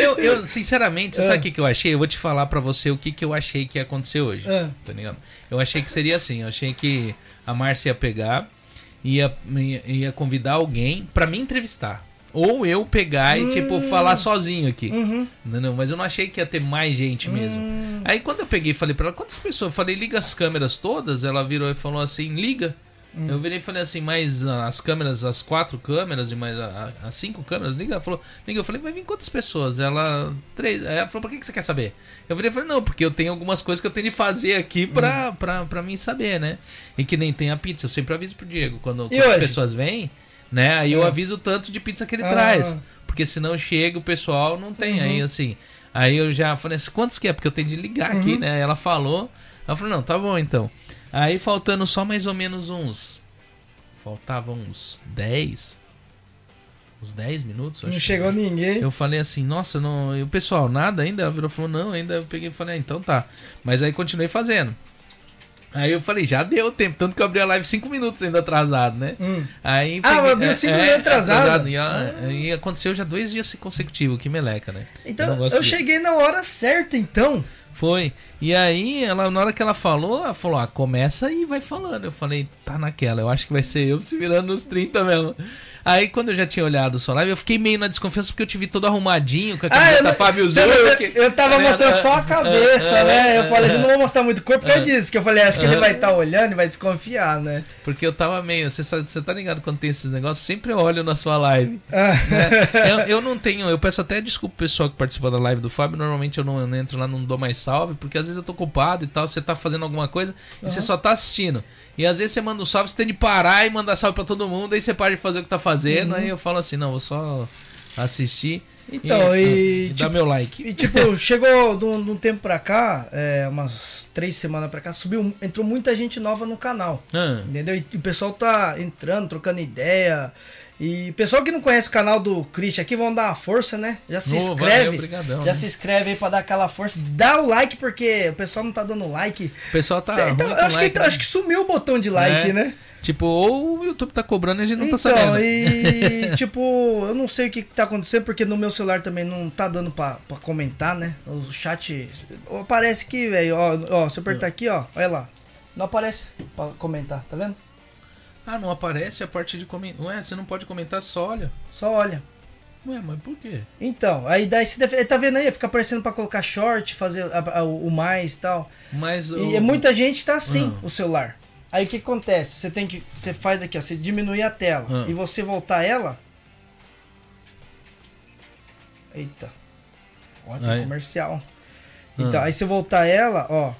A: Eu, eu, sinceramente, você
B: Ah.
A: sabe o que, que eu achei? Eu vou te falar pra você o que, que eu achei que ia acontecer hoje.
B: Ah.
A: Tá ligado? Eu achei que seria assim. Eu achei que a Márcia ia pegar, ia, ia, ia convidar alguém pra me entrevistar. Ou eu pegar e,
B: Hum.
A: tipo, falar sozinho aqui.
B: Uhum.
A: Não, não, mas eu não achei que ia ter mais gente mesmo.
B: Hum.
A: Aí quando eu peguei e falei pra ela, quantas pessoas? Eu falei, liga as câmeras todas. Ela virou e falou assim, liga. Eu virei e falei assim, mas ah, as câmeras, as quatro câmeras e mais a- a- as cinco câmeras, liga, ela falou, liga, eu falei, vai vir quantas pessoas? Ela, três, Aí ela falou, pra que, que você quer saber? Eu virei e falei, não, porque eu tenho algumas coisas que eu tenho de fazer aqui
B: Hum.
A: pra, pra, pra mim saber, né? E que nem tem a pizza, eu sempre aviso pro Diego, quando,
B: E
A: quando as
B: hoje? É.
A: pessoas vêm, né, aí eu aviso o tanto de pizza que ele
B: Ah. Uhum.
A: traz, porque senão chega o pessoal, não tem, aí assim, aí eu já falei assim, quantos que é? Porque eu tenho de ligar aqui,
B: Uhum.
A: né? Ela falou, ela falou, não, tá bom então. Aí faltando só mais ou menos uns. Faltavam uns 10. Uns 10 minutos, acho.
B: Não
A: que
B: chegou ninguém.
A: Eu falei assim, nossa, não. E o pessoal, nada ainda? Ela virou e falou, não, ainda. Eu peguei e falei, ah, então tá. Mas aí continuei fazendo. Aí eu falei, já deu tempo. Tanto que eu abri a live 5 minutos ainda atrasado, né?
B: Hum.
A: Aí. é,
B: Ah, abriu cinco minutos atrasado? Ah.
A: E, ó, e aconteceu já dois dias consecutivos, que meleca, né? não
B: Então, eu,
A: gosto disso.
B: cheguei na hora certa, então.
A: Foi. E aí, ela, na hora que ela falou, ela falou: ah, começa e vai falando. Eu falei, tá naquela, eu acho que vai ser eu se virando nos 30 mesmo. Aí quando eu já tinha olhado sua live, eu fiquei meio na desconfiança porque eu te vi todo arrumadinho, com a
B: Ah,
A: camiseta
B: eu, não-
A: Fábio
B: eu, eu- É,
A: Zucchi.
B: eu tava
A: né?
B: mostrando só a cabeça,
A: ah,
B: né?
A: ah,
B: Eu falei, eu não vou mostrar muito o corpo porque eu disse que eu falei, acho que ele
A: ah.
B: vai estar olhando e vai desconfiar, né?
A: Porque eu tava meio. Você sabe- você tá ligado quando tem esses negócios? Sempre eu olho na sua live.
B: Ah.
A: né? eu, eu não tenho. Eu peço até desculpa pro pessoal que participa da live do Fábio. Normalmente eu não, eu não entro lá, não dou mais salve. Porque às vezes eu tô ocupado e tal. Você tá fazendo alguma coisa e você só tá assistindo. E às vezes você manda um salve, você tem de parar e mandar salve pra todo mundo. Aí você para de fazer o que tá
B: Uhum.
A: fazendo. Aí eu falo assim: não, vou só assistir. ah,
B: Então, e,
A: dá
B: tipo,
A: meu like.
B: E tipo, chegou de um, de um tempo pra cá, é, umas três semanas pra cá, subiu, entrou muita gente nova no canal.
A: Ah,
B: Entendeu? E, o pessoal tá entrando, trocando ideia. E pessoal que não conhece o canal do Christian aqui, vão dar uma força, né? Já se
A: Ô,
B: inscreve.
A: valeu, brigadão,
B: já
A: né?
B: se inscreve aí pra dar aquela força. Dá o like, porque o pessoal não tá dando like.
A: o pessoal tá.
B: Então,
A: ruim
B: eu
A: com
B: acho,
A: like,
B: que,
A: né?
B: acho que sumiu o botão de like, né?
A: Tipo, ou o YouTube tá cobrando e a gente não
B: então,
A: tá sabendo.
B: e tipo, eu não sei o que, que tá acontecendo, porque no meu celular também não tá dando pra, pra comentar, né? O chat. ó, Aparece aqui, velho. Ó, ó, se eu apertar
A: Hum.
B: aqui, ó, olha lá. Não aparece pra comentar, tá vendo?
A: Ah, não aparece a parte de comentar. Ué, você não pode comentar só, olha.
B: Só olha.
A: Ué, mas por quê?
B: Então, aí daí se def... tá vendo aí? Fica aparecendo pra colocar short, fazer a- a- o mais e tal.
A: Mas
B: E é muita gente tá assim,
A: Ah.
B: o celular. Aí o que acontece? Você tem que. Você faz aqui, ó. Você diminui a tela
A: Ah.
B: e você voltar ela. Eita. Ó, tem
A: Aí.
B: comercial.
A: Ah.
B: Então, aí você voltar ela, ó.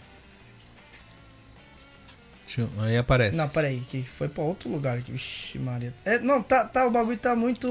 A: Deixa eu- Aí aparece.
B: Não, peraí, que foi pra outro lugar aqui. Vixe, Maria. É, não, tá, tá, o bagulho tá muito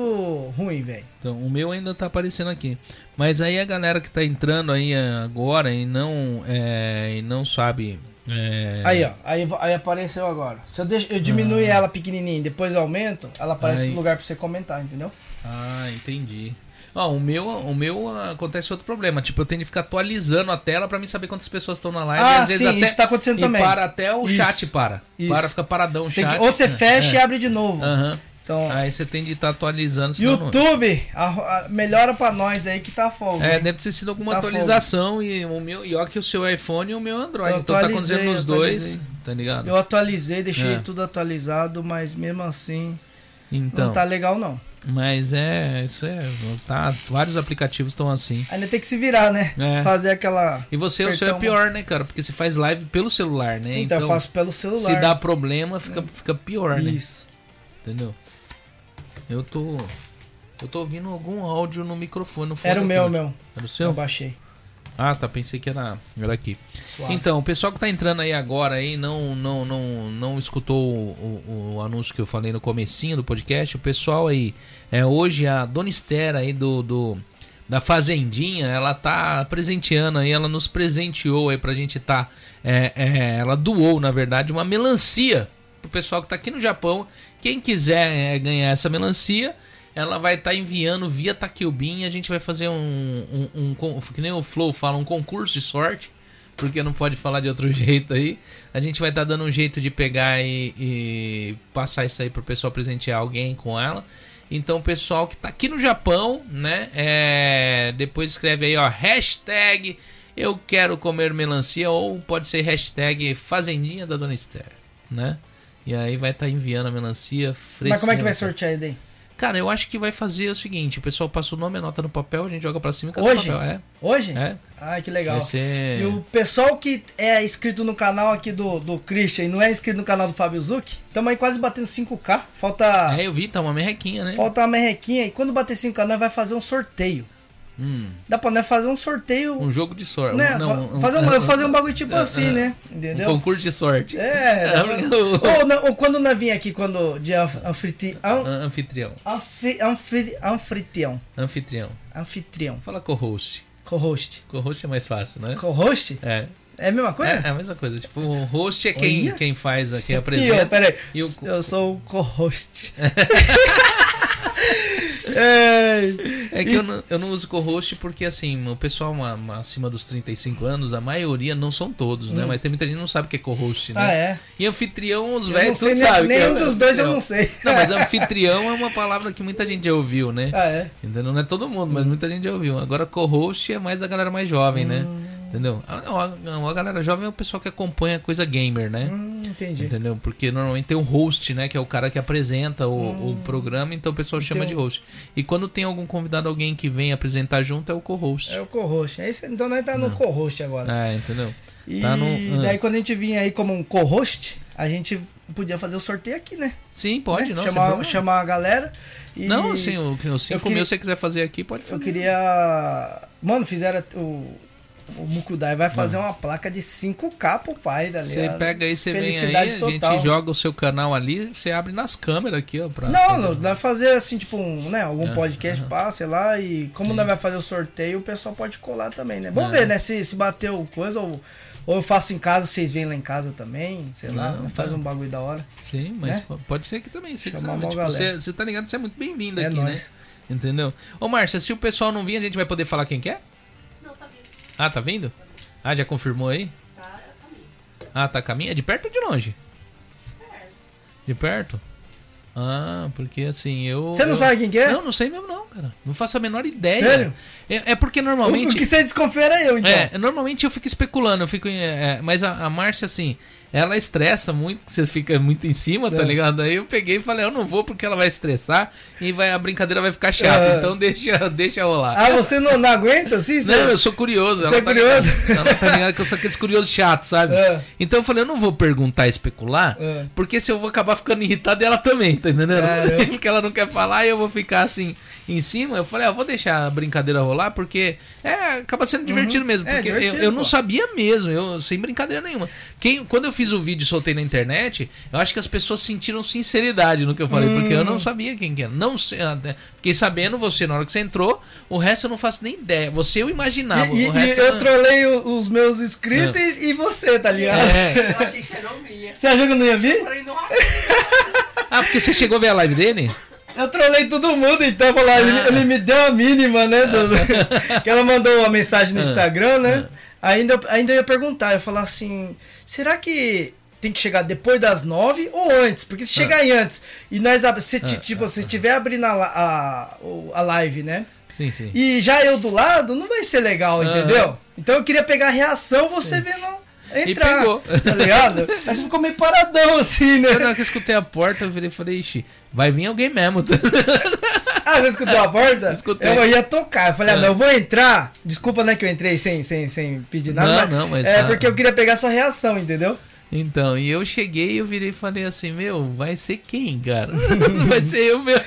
B: ruim, velho.
A: Então, o meu ainda tá aparecendo aqui. Mas aí a galera que tá entrando aí é, agora e não, é, e não sabe. é, Ah.
B: Aí, ó. Aí, vo- aí apareceu agora. Se eu, deixo, eu diminuir ela pequenininha e depois eu aumento, ela aparece
A: Aí.
B: no lugar pra você comentar, entendeu?
A: Ah, entendi. Ó, o meu, o meu ah, acontece outro problema. Tipo, eu tenho que ficar atualizando a tela pra mim saber quantas pessoas estão na live. e
B: ah,
A: às vezes
B: sim,
A: até...
B: isso tá acontecendo
A: e
B: também.
A: para até o
B: Isso.
A: chat para.
B: Isso.
A: Para, fica paradão o
B: Você tem
A: chat.
B: que- ou você
A: É. Ah.
B: fecha e abre de novo.
A: Aham.
B: Então,
A: Aí você tem de estar atualizando. senão não-
B: YouTube, a- a- melhora pra nós aí que tá fogo.
A: É,
B: hein?
A: deve ter sido alguma
B: Tá
A: atualização e o meu, e ó que o seu iPhone e o meu Android.
B: Eu
A: então tá
B: atualizei,
A: acontecendo nos
B: eu
A: dois,
B: atualizei.
A: tá ligado?
B: Eu atualizei, deixei
A: É.
B: tudo atualizado, mas mesmo assim
A: Então,
B: não tá legal não.
A: mas é, isso é, tá, vários aplicativos estão assim.
B: Ainda tem que se virar, né?
A: É.
B: Fazer aquela.
A: E você, o seu é
B: Apertar uma-
A: pior, né, cara? Porque você faz live pelo celular, né?
B: então, eu faço pelo celular. É.
A: se dá problema, fica, fica pior, né?
B: Isso.
A: Entendeu? Eu tô eu tô ouvindo algum áudio no microfone, no fone
B: Era o
A: aqui,
B: meu,
A: né?
B: meu.
A: Era o
B: Eu
A: seu?
B: baixei.
A: Ah, tá, pensei que era, era aqui.
B: Suave.
A: Então, o pessoal que tá entrando aí agora aí não não não não escutou o, o- o anúncio que eu falei no comecinho do podcast, o pessoal aí é hoje a Dona Esther aí do, do da fazendinha, ela tá presenteando aí, ela nos presenteou aí pra gente tá é, é, ela doou, na verdade, uma melancia pro pessoal que tá aqui no Japão. Quem quiser é, ganhar essa melancia, ela vai estar enviando via Takilbin. A gente vai fazer um, um, um con- que nem o Flow fala, um concurso de sorte, porque não pode falar de outro jeito aí. A gente vai estar dando um jeito de pegar e, e passar isso aí pro pessoal presentear alguém com ela. Então, o pessoal que tá aqui no Japão, né? é, depois escreve aí, ó, hashtag eu quero comer melancia ou pode ser hashtag fazendinha da Dona Esther, né? E aí vai estar enviando a melancia fresca.
B: Mas como é que vai sortear aí daí?
A: Cara, eu acho que vai fazer o seguinte: o pessoal passa o nome, anota no papel, a gente joga pra cima e
B: Hoje?
A: no papel.
B: Hoje?
A: É, é.
B: Ai, que legal.
A: Vai ser.
B: E o pessoal que é inscrito no canal aqui do, do Christian e não é inscrito no canal do Fábio Zucchi, tamo aí quase batendo 5K. Falta,
A: É, eu vi, tá uma merrequinha, né?
B: falta uma merrequinha e quando bater 5K nós vai fazer um sorteio.
A: Hum,
B: Dá pra nós fazer um sorteio,
A: um jogo de sorte.
B: né?
A: Um- não,
B: Fa-
A: um-
B: fazer, um, fazer um bagulho tipo
A: ah,
B: assim,
A: ah,
B: né?
A: um
B: Entendeu?
A: concurso de sorte.
B: É, dá pra-
A: o-
B: ou, não- ou quando nós vim aqui, quando de anf- anfriti- an-
A: Anfitrião.
B: anfi- anfri- anfitrião,
A: Anfitrião.
B: anfitrião,
A: Fala co-host.
B: co-host.
A: Co-host é mais fácil, né?
B: Co-host?
A: É.
B: É a mesma coisa?
A: É, é a mesma coisa. Tipo, o host é quem,
B: Olha.
A: quem faz, quem
B: E eu,
A: apresenta.
B: peraí,
A: E o co-
B: eu sou o co-host. É,
A: É que eu, não, eu não uso co-host porque, assim, o pessoal ma- ma- acima dos 35 anos, a maioria, não são todos, né? Mas tem muita gente que não sabe o que é co-host, né?
B: Hum. ah, é?
A: E anfitrião, os
B: Eu não
A: velhos
B: sei
A: tudo
B: nem,
A: sabem. que
B: nenhum
A: é-
B: dos dois, eu não
A: é-
B: sei.
A: Não, mas anfitrião é uma palavra que muita gente já ouviu, né?
B: Ah, é? Uhum.
A: Entendeu? Não é todo mundo, mas muita gente já ouviu. Agora co-host é mais da galera mais jovem, né? Entendeu? Ah, não, a, não, a galera jovem é o pessoal que acompanha a coisa gamer, né?
B: Hum, entendi.
A: Entendeu? Porque normalmente tem um host, né? Que é o cara que apresenta o, o programa, então o pessoal chama de
B: Hum. Então-
A: host. E quando tem algum convidado, alguém que vem apresentar junto, é o co-host.
B: É o co-host. É isso- Então nós tá no co-host agora.
A: Ah, entendeu?
B: E
A: Tá no- ah.
B: daí quando a gente vinha aí como um co-host, a gente podia fazer o sorteio aqui, né?
A: Sim, pode,
B: Né?
A: não. sem
B: chamar,
A: problema.
B: chamar a galera. E
A: Não, sim, o, o cinco
B: queria-
A: mil, se você quiser fazer aqui, pode
B: Eu
A: fazer.
B: queria. Mano, fizeram o. O Mukudai vai fazer uma placa de 5K pro pai, tá
A: Você
B: ligado?
A: pega aí, você vem aí,
B: Felicidade
A: a
B: total.
A: gente joga o seu canal ali, você abre nas câmeras aqui, ó. Pra,
B: Não,
A: pra-
B: não, nós vai fazer assim, tipo, um, né? Algum
A: Ah,
B: podcast, pá, sei lá, e como nós vai fazer o sorteio, o pessoal pode colar também, né?
A: É.
B: Vamos ver, né? Se, se bater o coisa, ou, ou eu faço em casa, vocês vêm lá em casa também, sei lá,
A: Não,
B: né? faz
A: tá.
B: um bagulho da hora.
A: Sim, mas
B: né?
A: po- pode ser aqui também, você que
B: Chamar
A: sabe.
B: uma
A: Tipo,
B: galera.
A: você, você tá ligado, você é muito bem-vindo
B: É
A: aqui,
B: nóis.
A: né? Entendeu? Ô, Márcia, se o pessoal não vir, a gente vai poder falar quem que é?
C: Não, tá vindo.
A: Ah, tá vindo? Ah, já confirmou aí?
C: Tá, tá vindo.
A: Ah, tá a caminho? É de perto ou de longe?
C: Certo.
A: De perto? Ah, porque assim, eu.
B: Você não
A: eu-
B: sabe quem que é?
A: Não, não sei mesmo, não, cara. Não faço a menor ideia.
B: Sério?
A: É, é porque
B: O, o
A: normalmente.
B: que você desconfia era eu, então.
A: É, normalmente eu fico especulando, eu fico. é, é, mas a, a Márcia, assim, ela estressa muito, que você fica muito em cima, tá
B: É.
A: ligado? Aí eu peguei e falei, eu não vou porque ela vai estressar e vai, a brincadeira vai ficar chata.
B: É.
A: Então deixa, deixa rolar.
B: Ah, você não, não aguenta assim?
A: Não,
B: Você...
A: eu sou curioso.
B: Você
A: ela
B: é
A: Tá ligado, ela tá ligada que eu sou aqueles curiosos chatos, sabe?
B: É.
A: Então eu falei, eu não vou perguntar e especular,
B: É.
A: porque se eu vou acabar ficando irritado, ela também, tá entendendo?
B: Caramba.
A: porque ela não quer falar e eu vou ficar assim em cima. Eu falei, ah, eu vou deixar a brincadeira rolar, porque é, acaba sendo divertido mesmo.
B: É,
A: Porque eu- eu,
B: divertido,
A: não
B: pô.
A: sabia mesmo, eu sem brincadeira nenhuma. Quem, quando eu fiz o vídeo e soltei na internet, eu acho que as pessoas sentiram sinceridade no que eu
B: Hum.
A: falei, porque eu não sabia quem que era. Não, sei, até- fiquei sabendo você na hora que você entrou, o resto eu não faço nem ideia. Você eu imaginava,
B: e, e-
A: o resto
B: e eu
A: não-
B: trolei o- os meus inscritos
A: É.
B: e, e você, tá ligado?
A: É.
C: Eu achei que você não via.
B: Você achou que eu não ia
C: Eu
B: vir?
C: falei, nossa,
A: Ah, porque você chegou a ver a live dele?
B: Eu trolei todo mundo, então falou, ele, ele me deu a mínima, né? do- que ela mandou uma mensagem no Instagram, né? Ainda, eu- ainda eu ia perguntar, eu ia falar assim, será que tem que chegar depois das nove ou antes? Porque se chegar aí antes e nós ab- se ti- tipo, se tiver abrindo a, la- a, o- a live, né?
A: Sim, sim.
B: E já eu do lado, não vai ser legal,
A: Aham.
B: entendeu? Então eu queria pegar a reação, você vendo entrar,
A: pegou.
B: tá ligado? Aí você ficou meio paradão assim, né?
A: Eu, na hora que eu escutei a porta, eu virei e falei, ixi, vai vir alguém mesmo.
B: Ah, você escutou a porta?
A: Escutei.
B: Eu ia tocar. Eu falei, ah,
A: Ah.
B: não, eu vou entrar. Desculpa, né, que eu entrei sem, sem, sem pedir nada.
A: Não, não, mas
B: É
A: tá.
B: porque eu queria pegar sua reação, entendeu?
A: então, e eu cheguei eu virei e falei assim, meu, vai ser quem, cara? Não vai ser eu mesmo.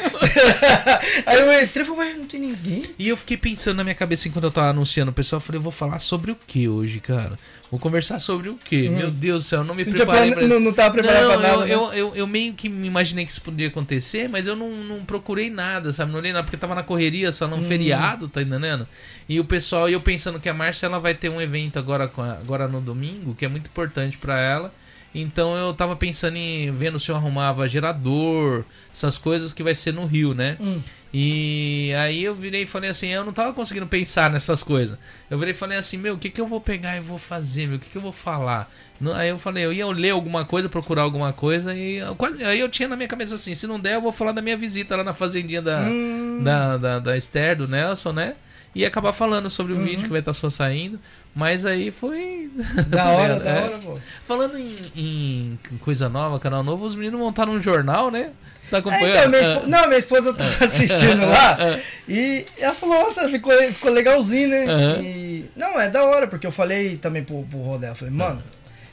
B: Aí eu entrei e falei, mas não tem ninguém.
A: E eu fiquei pensando na minha cabeça enquanto eu tava anunciando o pessoal, eu falei, eu vou falar sobre o que hoje, cara? Vou conversar sobre o que? Meu Deus do céu, eu não me
B: Hum. Você não, tinha
A: preparei
B: plane-
A: pra isso.
B: não, não tava preparado
A: Não,
B: pra nada. né?
A: eu, eu, eu, eu meio que me imaginei que isso podia acontecer, mas eu não, não procurei nada, sabe? Não olhei nada, porque tava na correria, só num
B: Hum.
A: feriado, tá entendendo? E o pessoal, e eu pensando que a Márcia ela vai ter um evento agora, com a- agora no domingo, que é muito importante pra ela. Então eu tava pensando em vendo se eu arrumava gerador, essas coisas que vai ser no Rio, né?
B: Hum.
A: E aí eu virei e falei assim, eu não tava conseguindo pensar nessas coisas. Eu virei e falei assim, meu, o que que eu vou pegar e vou fazer, meu? O que que eu vou falar? Não- Aí eu falei, eu ia ler alguma coisa, procurar alguma coisa e eu quase- aí eu tinha na minha cabeça assim, se não der eu vou falar da minha visita lá na fazendinha da, Ah,
B: Hum.
A: da, da, da Esther, do Nelson, né? E acabar falando sobre o
B: Uhum.
A: vídeo que vai estar só saindo. Mas aí foi...
B: Da hora, da
A: É.
B: hora, pô.
A: Falando em, em coisa nova, canal novo, os meninos montaram um jornal, né? Você tá
B: É,
A: acompanhando?
B: então, minha
A: Ah.
B: esposa, não, minha esposa
A: É.
B: tava assistindo lá e ela falou, nossa, ficou, ficou legalzinho, né?
A: Aham.
B: E- não, é da hora, porque eu falei também pro, pro Rodel, eu
A: É.
B: falei, mano,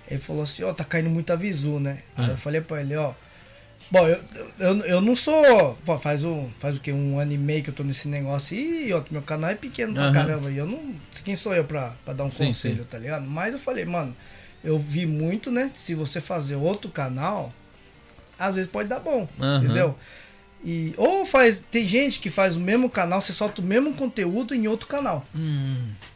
B: ele falou assim, ó, tá caindo muita visu, né? Aí eu falei pra ele, ó, bom, eu, eu, eu não sou, fa- faz, um, faz o que, um ano e meio que eu tô nesse negócio e ó, meu canal é pequeno pra
A: Aham.
B: caramba e eu não, quem sou eu pra, pra dar um
A: Sim,
B: conselho,
A: sim.
B: tá ligado? Mas eu falei, mano, eu vi muito, né, se você fazer outro canal às vezes pode dar bom,
A: Aham.
B: entendeu? E, ou faz. Tem gente que faz o mesmo canal, você solta o mesmo conteúdo em outro canal.
A: Hum.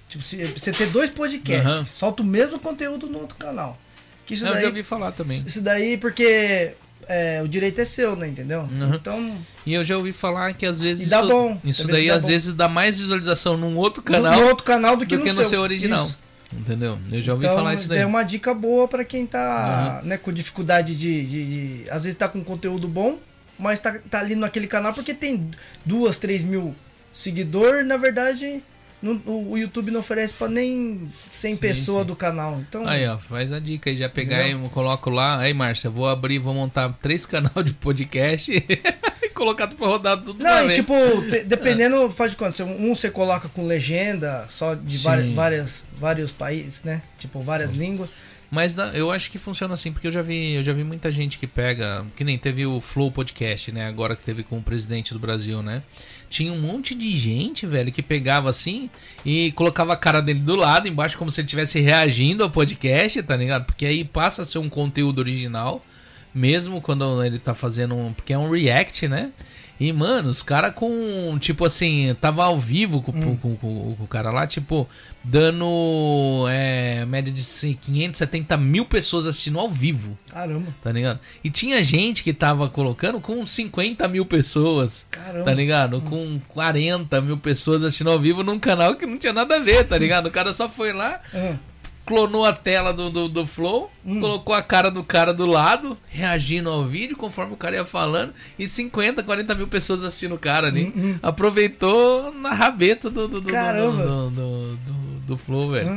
B: Tipo, se- você tem dois podcasts,
A: Aham.
B: solta o mesmo conteúdo no outro canal. Que isso
A: Eu já ouvi
B: daí.
A: falar também.
B: Isso daí porque é, o direito é seu, né? Entendeu?
A: Uhum.
B: Então.
A: E eu já ouvi falar que às vezes
B: E dá
A: isso,
B: bom.
A: isso
B: Às vezes
A: daí
B: dá
A: às
B: bom.
A: vezes dá mais visualização num outro
B: no, no
A: canal
B: um outro canal
A: do
B: do que, no, seu.
A: original.
B: Isso.
A: Entendeu? Eu já ouvi
B: Então,
A: falar isso daí.
B: é uma dica boa pra quem tá né, com dificuldade de, de- de- Às vezes tá com conteúdo bom, mas tá, tá ali naquele canal porque tem duas, três mil seguidores, na verdade. não- o, o YouTube não oferece pra nem 100
A: Sim,
B: pessoas
A: sim.
B: do canal. Então,
A: Aí, ó, faz a dica aí, já pegar aí, eu coloco lá. Aí, Márcia, vou abrir, vou montar três canal de podcast e colocar tudo pra rodar tudo de uma
B: Não, e
A: vez.
B: tipo, te- dependendo, faz de conta. se Um você coloca com legenda, só de
A: Sim.
B: várias, várias, vários países, né? Tipo, várias línguas.
A: Mas na- eu acho que funciona assim, porque eu já vi, eu já vi muita gente que pega, que nem teve o Flow Podcast, né? Agora que teve com o presidente do Brasil, né? Tinha um monte de gente, velho, que pegava assim e colocava a cara dele do lado, embaixo, como se ele estivesse reagindo ao podcast, tá ligado? Porque aí passa a ser um conteúdo original, mesmo quando ele tá fazendo um. Porque é um react, né? E, mano, os caras com. Tipo assim, tava ao vivo com, com- com- com o cara lá, tipo, dando. É, média de assim, 570 mil pessoas assistindo ao vivo,
B: Caramba,
A: tá ligado? E tinha gente que tava colocando com 50 mil pessoas.
B: caramba.
A: Tá ligado? Com 40 mil pessoas assistindo ao vivo num canal que não tinha nada a ver, tá ligado? O cara só foi lá,
B: Ah,
A: clonou a tela do, do, do Flow, colocou a cara do cara do lado, reagindo ao vídeo conforme o cara ia falando, e 50, 40 mil pessoas assistindo o cara ali. Aproveitou na rabeta do, do, do, do,
B: Caramba. Ah.
A: do, do, do- do Flow, velho.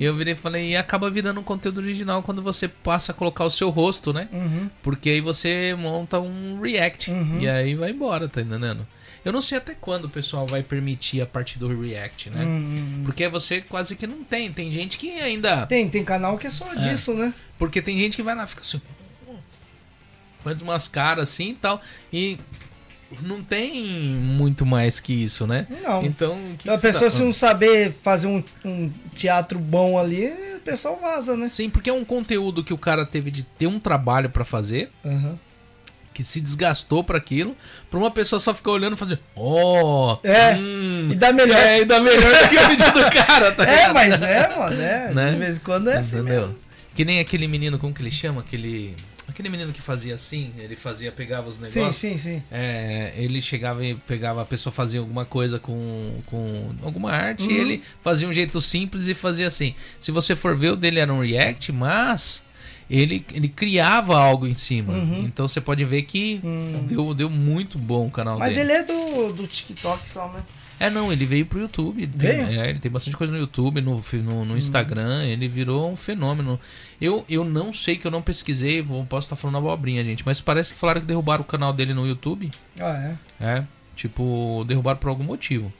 A: E eu virei e falei, e acaba virando um conteúdo original quando você passa a colocar o seu rosto, né?
B: uhum.
A: Porque aí você monta um react e aí vai embora, tá entendendo? Eu não sei até quando o pessoal vai permitir a parte do react,
B: uhum,
A: né?
B: Hum.
A: Porque você quase que não tem. Tem gente que ainda.
B: Tem, tem canal que é só disso, né?
A: Porque tem gente que vai lá, fica assim. Faz umas caras assim e tal. E não tem muito mais que isso, né?
B: Não.
A: Então. o que
B: Então, a
A: que você tá
B: pessoa, se
A: falando?
B: não saber fazer um, um teatro bom ali, o pessoal vaza, né?
A: Sim, porque é um conteúdo que o cara teve de ter um trabalho pra fazer.
B: Aham.
A: que se desgastou pra aquilo, pra uma pessoa só ficar olhando e fazer, ó, oh,
B: É, e dá melhor.
A: É, e dá melhor do que o vídeo do cara, tá
B: É,
A: ligado?
B: mas é, mano, é.
A: Né?
B: De vez em quando é assim
A: Entendeu?
B: mesmo.
A: Que nem aquele menino, como que ele chama? Aquele aquele menino que fazia assim, ele fazia, pegava os negócios.
B: Sim, sim, sim.
A: É, ele chegava e pegava a pessoa fazia alguma coisa com, com alguma arte,
B: Uhum.
A: e ele fazia um jeito simples e fazia assim. Se você for ver, o dele era um react, mas ele, ele criava algo em cima.
B: Uhum.
A: Então você pode ver que deu, deu muito bom o canal
B: Mas
A: dele.
B: ele é do, do TikTok e tal, né?
A: É, não, ele veio pro YouTube. Ele
B: Veio? Uhum.
A: Tem, é, ele tem bastante coisa no YouTube, no, fi- no, no Instagram, ele virou um fenômeno. Eu, eu não sei que eu não pesquisei, vou- posso estar falando abobrinha, gente, mas parece que falaram que derrubaram o canal dele no YouTube.
B: Ah, é.
A: É, tipo, derrubaram por algum motivo.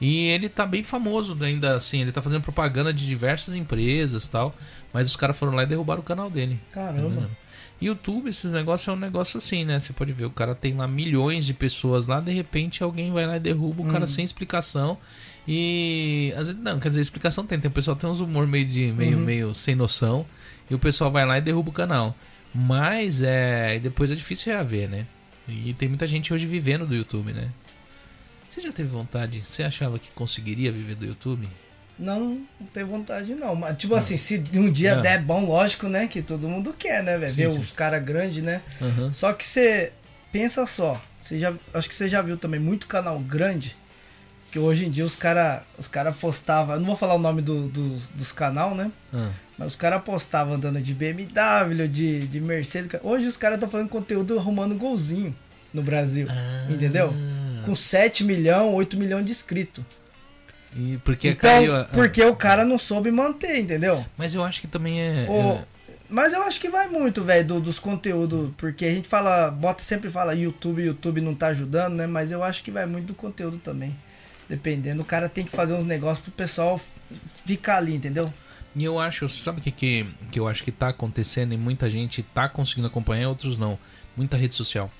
A: E ele tá bem famoso ainda assim, ele tá fazendo propaganda de diversas empresas e tal, mas os caras foram lá e derrubaram o canal dele.
B: Caramba.
A: Uhum. YouTube, esses negócios é um negócio assim, né? Você pode ver, o cara tem lá milhões de pessoas lá, de repente alguém vai lá e derruba o
B: Uhum.
A: cara sem explicação. E. às vezes- Não, quer dizer, explicação tem, tem. O pessoal tem uns humor meio de. meio,
B: Uhum.
A: meio sem noção. E o pessoal vai lá e derruba o canal. Mas é. e Depois é difícil reaver, né? E tem muita gente hoje vivendo do YouTube, né? Você já teve vontade? Você achava que conseguiria viver do YouTube?
B: Não, não tem vontade não. Mas, tipo assim, se um dia
A: Ah.
B: der bom, lógico, né? Que todo mundo quer, né, velho?
A: Sim,
B: Ver
A: sim.
B: os caras grandes, né?
A: Aham.
B: Só que você. Pensa só. Você já, acho que você já viu também muito canal grande. Que hoje em dia os caras os cara postavam. Não vou falar o nome do, do- dos canal, né?
A: Ah,
B: Mas os caras postavam andando de BMW, de, de Mercedes. Hoje os caras estão fazendo conteúdo arrumando golzinho no Brasil.
A: Ah.
B: Entendeu? Com 7 milhão, 8 milhões de inscritos.
A: E porque
B: então,
A: caiu a- ah,
B: porque o cara não soube manter, entendeu?
A: Mas eu acho que também é.
B: O-
A: é-
B: Mas eu acho que vai muito, velho, do- dos conteúdos. Porque a gente fala, bota sempre fala YouTube, YouTube não tá ajudando, né? Mas eu acho que vai muito do conteúdo também. Dependendo, o cara tem que fazer uns negócios pro pessoal f- ficar ali, entendeu?
A: E eu acho, sabe o que, que, que eu acho que tá acontecendo e muita gente tá conseguindo acompanhar, outros não? Muita rede social.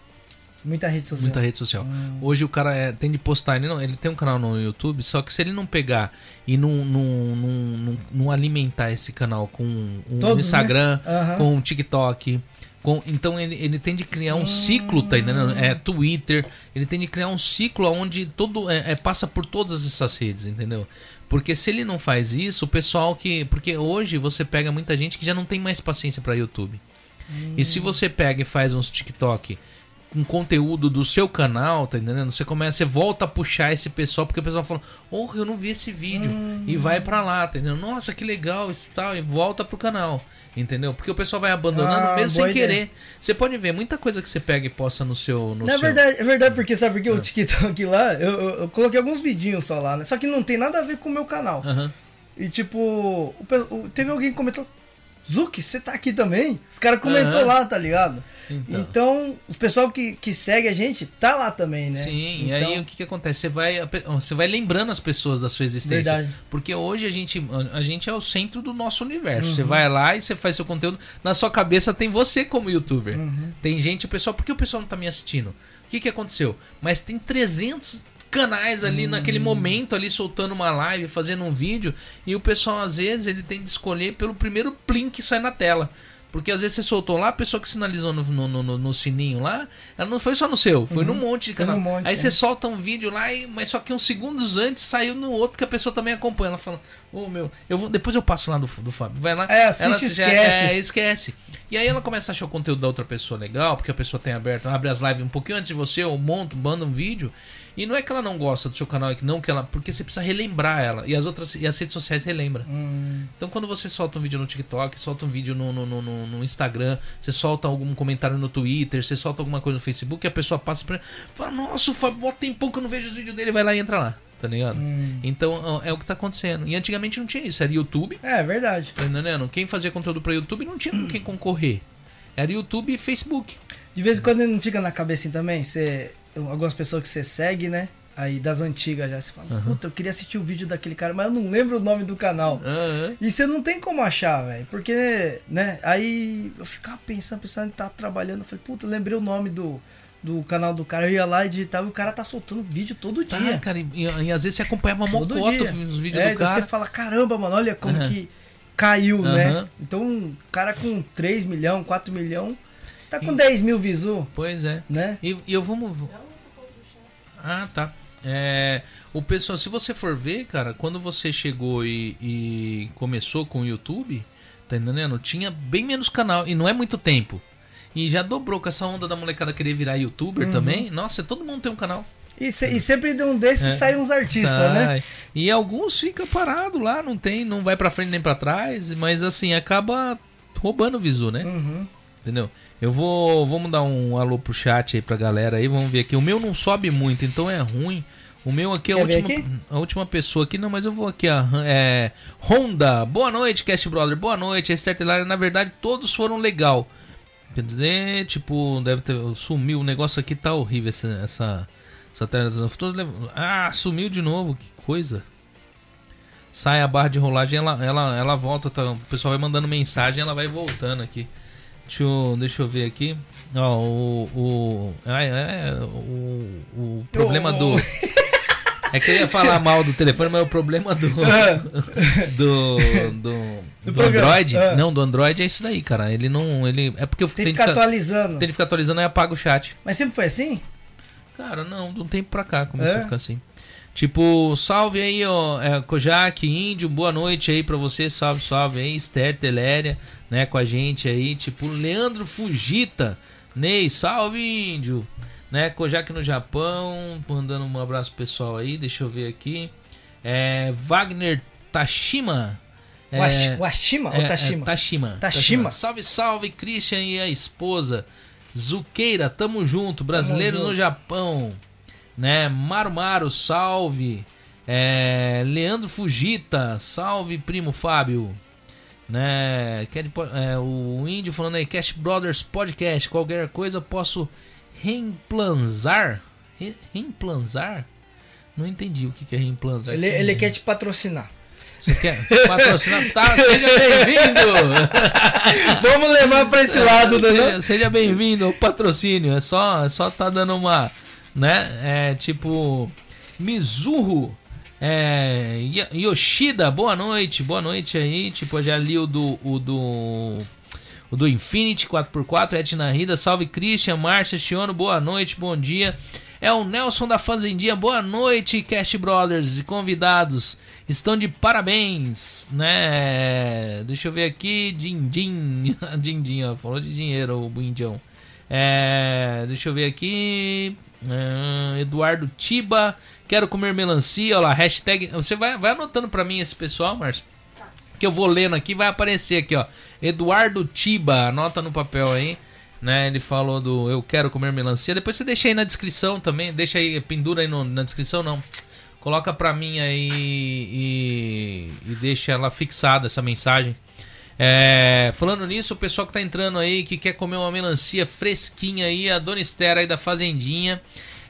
B: Muita rede social.
A: Muita rede social.
B: Hum.
A: Hoje o cara é, tem de postar, ele, não, ele tem um canal no YouTube, só que se ele não pegar e não, não, não, não, não alimentar esse canal com um
B: Todos, né?
A: Instagram,
B: Aham.
A: com um TikTok. Com, então ele, ele tem de criar um ciclo, tá entendendo? É Twitter, ele tem de criar um ciclo onde todo é, é, passa por todas essas redes, entendeu? Porque se ele não faz isso, o pessoal que. Porque hoje você pega muita gente que já não tem mais paciência pra YouTube. E se você pega e faz uns TikTok um conteúdo do seu canal, tá entendendo? Você começa, você volta a puxar esse pessoal, porque o pessoal fala, oh, eu não vi esse vídeo. E
B: Uhum.
A: vai pra lá, tá entendendo? Nossa, que legal, isso e tal, e volta pro canal. Entendeu? Porque o pessoal vai abandonando
B: Ah,
A: mesmo sem
B: boa ideia.
A: querer. Você pode ver, muita coisa que você pega e posta no seu. No
B: Na
A: seu...
B: verdade, é verdade, porque sabe por que o TikTok lá, eu, eu- eu coloquei alguns vidinhos só lá, né? Só que não tem nada a ver com o meu canal.
A: Aham.
B: E tipo, o pe- o- teve alguém que comentou, Zuki, você tá aqui também? Os caras comentou
A: Aham.
B: lá, tá ligado?
A: Então.
B: Então, os pessoal que, que segue a gente tá lá também, né?
A: Sim, e
B: Então,
A: aí o que, que acontece? Você vai, você vai lembrando as pessoas da sua existência.
B: Verdade.
A: Porque hoje a gente, a gente é o centro do nosso universo.
B: Uhum.
A: Você vai lá e você faz seu conteúdo. Na sua cabeça tem você como youtuber.
B: Uhum.
A: Tem gente, o pessoal, por que o pessoal não tá me assistindo? O que, que aconteceu? Mas tem 300 canais ali naquele
B: Uhum.
A: momento ali soltando uma live, fazendo um vídeo, e o pessoal às vezes ele tem de escolher pelo primeiro plim que sai na tela. Porque às vezes você soltou lá, a pessoa que sinalizou no, no, no- no sininho lá, ela não foi só no seu, foi
B: Uhum.
A: num monte de
B: Foi
A: canal.
B: num monte,
A: Aí
B: é.
A: você solta um vídeo lá, e, mas só que uns segundos antes saiu no outro que a pessoa também acompanha. Ela fala, ô meu, eu vou, depois eu passo lá do, do Fábio. Vai lá.
B: É, assiste
A: ela
B: e
A: já-
B: esquece.
A: é, esquece. E aí ela começa a achar o conteúdo da outra pessoa legal, porque a pessoa tem aberto, abre as lives um pouquinho antes de você, ou monta, manda um vídeo. E não é que ela não gosta do seu canal, é que não que ela. Porque você precisa relembrar ela. E as outras. E as redes sociais relembram.
B: Hum.
A: Então quando você solta um vídeo no TikTok, solta um vídeo no, no, no- no- no Instagram, você solta algum comentário no Twitter, você solta alguma coisa no Facebook, a pessoa passa pra. Fala, nossa, o Fábio, mó tempão que eu não vejo os vídeos dele, vai lá e entra lá. Tá ligado?
B: hum,
A: Então ó, é o que tá acontecendo. E antigamente não tinha isso, era YouTube.
B: É, verdade.
A: Tá entendendo? Quem fazia conteúdo pra YouTube não tinha com quem concorrer. Era YouTube e Facebook.
B: De vez em quando não fica na cabeça assim, também, você. Algumas pessoas que você segue, né? Aí das antigas já, você fala, puta, eu queria assistir o vídeo daquele cara, mas eu não lembro o nome do canal.
A: Aham.
B: E você não tem como achar, velho. Porque, né? Aí eu ficava pensando, pensando, ele tava trabalhando. Eu falei, puta, lembrei o nome do, do canal do cara. Eu ia lá e digitava e o cara tá soltando vídeo todo
A: Tá,
B: dia.
A: cara, e, e- e às vezes você acompanhava
B: todo
A: mocota
B: dia.
A: os vídeos
B: é,
A: do
B: então
A: cara.
B: você fala, caramba, mano, olha como
A: Aham.
B: que caiu,
A: Aham.
B: né? Então, um cara com 3 milhão, 4 milhão, tá com 10 mil visu,
A: Pois é.
B: né?
A: E, e eu vamos. Ah, tá. É, o pessoal, se você for ver, cara, quando você chegou e, e começou com o YouTube, tá entendendo? Tinha bem menos canal e não é muito tempo. E já dobrou com essa onda da molecada querer virar
B: Uhum.
A: youtuber também. Nossa, todo mundo tem um canal.
B: E, se- e sempre de um desses
A: É.
B: saem uns artistas, né?
A: Sai. E alguns ficam parados lá, não tem, não vai pra frente nem pra trás, mas assim, acaba roubando o visu, né?
B: Uhum.
A: Entendeu? Eu vou, vamos dar um alô pro chat aí pra galera aí, vamos ver aqui. O meu não sobe muito, então é ruim. O meu aqui é a
B: Quer ver
A: última,
B: aqui?
A: a última pessoa aqui, não, mas eu vou aqui, a Han- é, Honda, boa noite, Cast Brother, boa noite, a Esther Telara, na verdade todos foram legal. Quer dizer, tipo, deve ter. Sumiu o negócio aqui, tá horrível essa. Essa, essa tela do futuro. Lev- Ah, sumiu de novo, que coisa. Sai a barra de rolagem, ela, ela, ela volta. tá? o pessoal vai mandando mensagem, ela vai voltando aqui. Deixa eu, deixa eu ver aqui. Ó, o. O, ah, é, o, o problema do. É que eu ia falar mal do telefone, mas é o problema do. Do. Do, do,
B: Ah. programa.
A: Android.
B: Ah.
A: Não, do Android é isso daí, cara. Ele não. Ele, é porque eu tenho
B: Tem que ficar
A: que ficar-
B: atualizando.
A: tem de ficar atualizando aí apaga o chat.
B: Mas sempre foi assim?
A: Cara, não, de um tempo pra cá começou
B: É?
A: a ficar assim. Tipo, salve aí, ó, é, Kojak, Índio, boa noite aí pra você, salve, salve aí, Esther Teléria, né, com a gente aí, tipo, Leandro Fugita, Ney, salve, Índio, né, Kojak no Japão, mandando um abraço pro pessoal aí, deixa eu ver aqui, é, Wagner Tashima, é,
B: Washi- Washima
A: é,
B: ou Tashima?
A: é, Tashima.
B: Tashima.
A: Salve, salve, Christian e a esposa. Zuqueira, tamo junto. Brasileiro
B: Tamo
A: no
B: junto.
A: Japão. Né? Maru Maru, salve. É, Leandro Fugita, salve, primo Fábio. Né? Quer de po- é, o índio falando aí, Cash Brothers Podcast. Qualquer coisa posso reemplanzar? Re- reemplanzar? Não entendi o que que é reemplanzar.
B: Ele, ele quer te patrocinar.
A: Você quer patrocinar? Tá, seja bem-vindo! Ah.
B: Vamos levar pra esse lado, né? não?
A: É, Seja, seja bem-vindo ao patrocínio. É só, é só tá dando uma, né? É tipo Mizuho é, Ya- Yoshida, boa noite, boa noite aí. Tipo, eu já li o do o do o do Infinity 4x4, Etna Rida, salve Christian, Márcia, Chiono, boa noite, bom dia. É o Nelson da Fazendinha, boa noite, Cast Brothers e convidados. Estão de parabéns, né? Deixa eu ver aqui, Dindim. Dindim, ó, falou de dinheiro o Indião. É, deixa eu ver aqui. Ah, Eduardo Tiba. Quero comer melancia. Olha lá, hashtag. Você vai, vai anotando pra mim esse pessoal, Márcio. Que eu vou lendo aqui, vai aparecer aqui, ó. Eduardo Tiba, anota no papel aí. Né, ele falou do eu quero comer melancia. Depois você deixa aí na descrição também. Deixa aí, pendura aí no- na descrição, não. Coloca pra mim aí e, e deixa ela fixada essa mensagem. É, falando nisso, o pessoal que tá entrando aí, que quer comer uma melancia fresquinha aí, a Dona Esther aí da Fazendinha,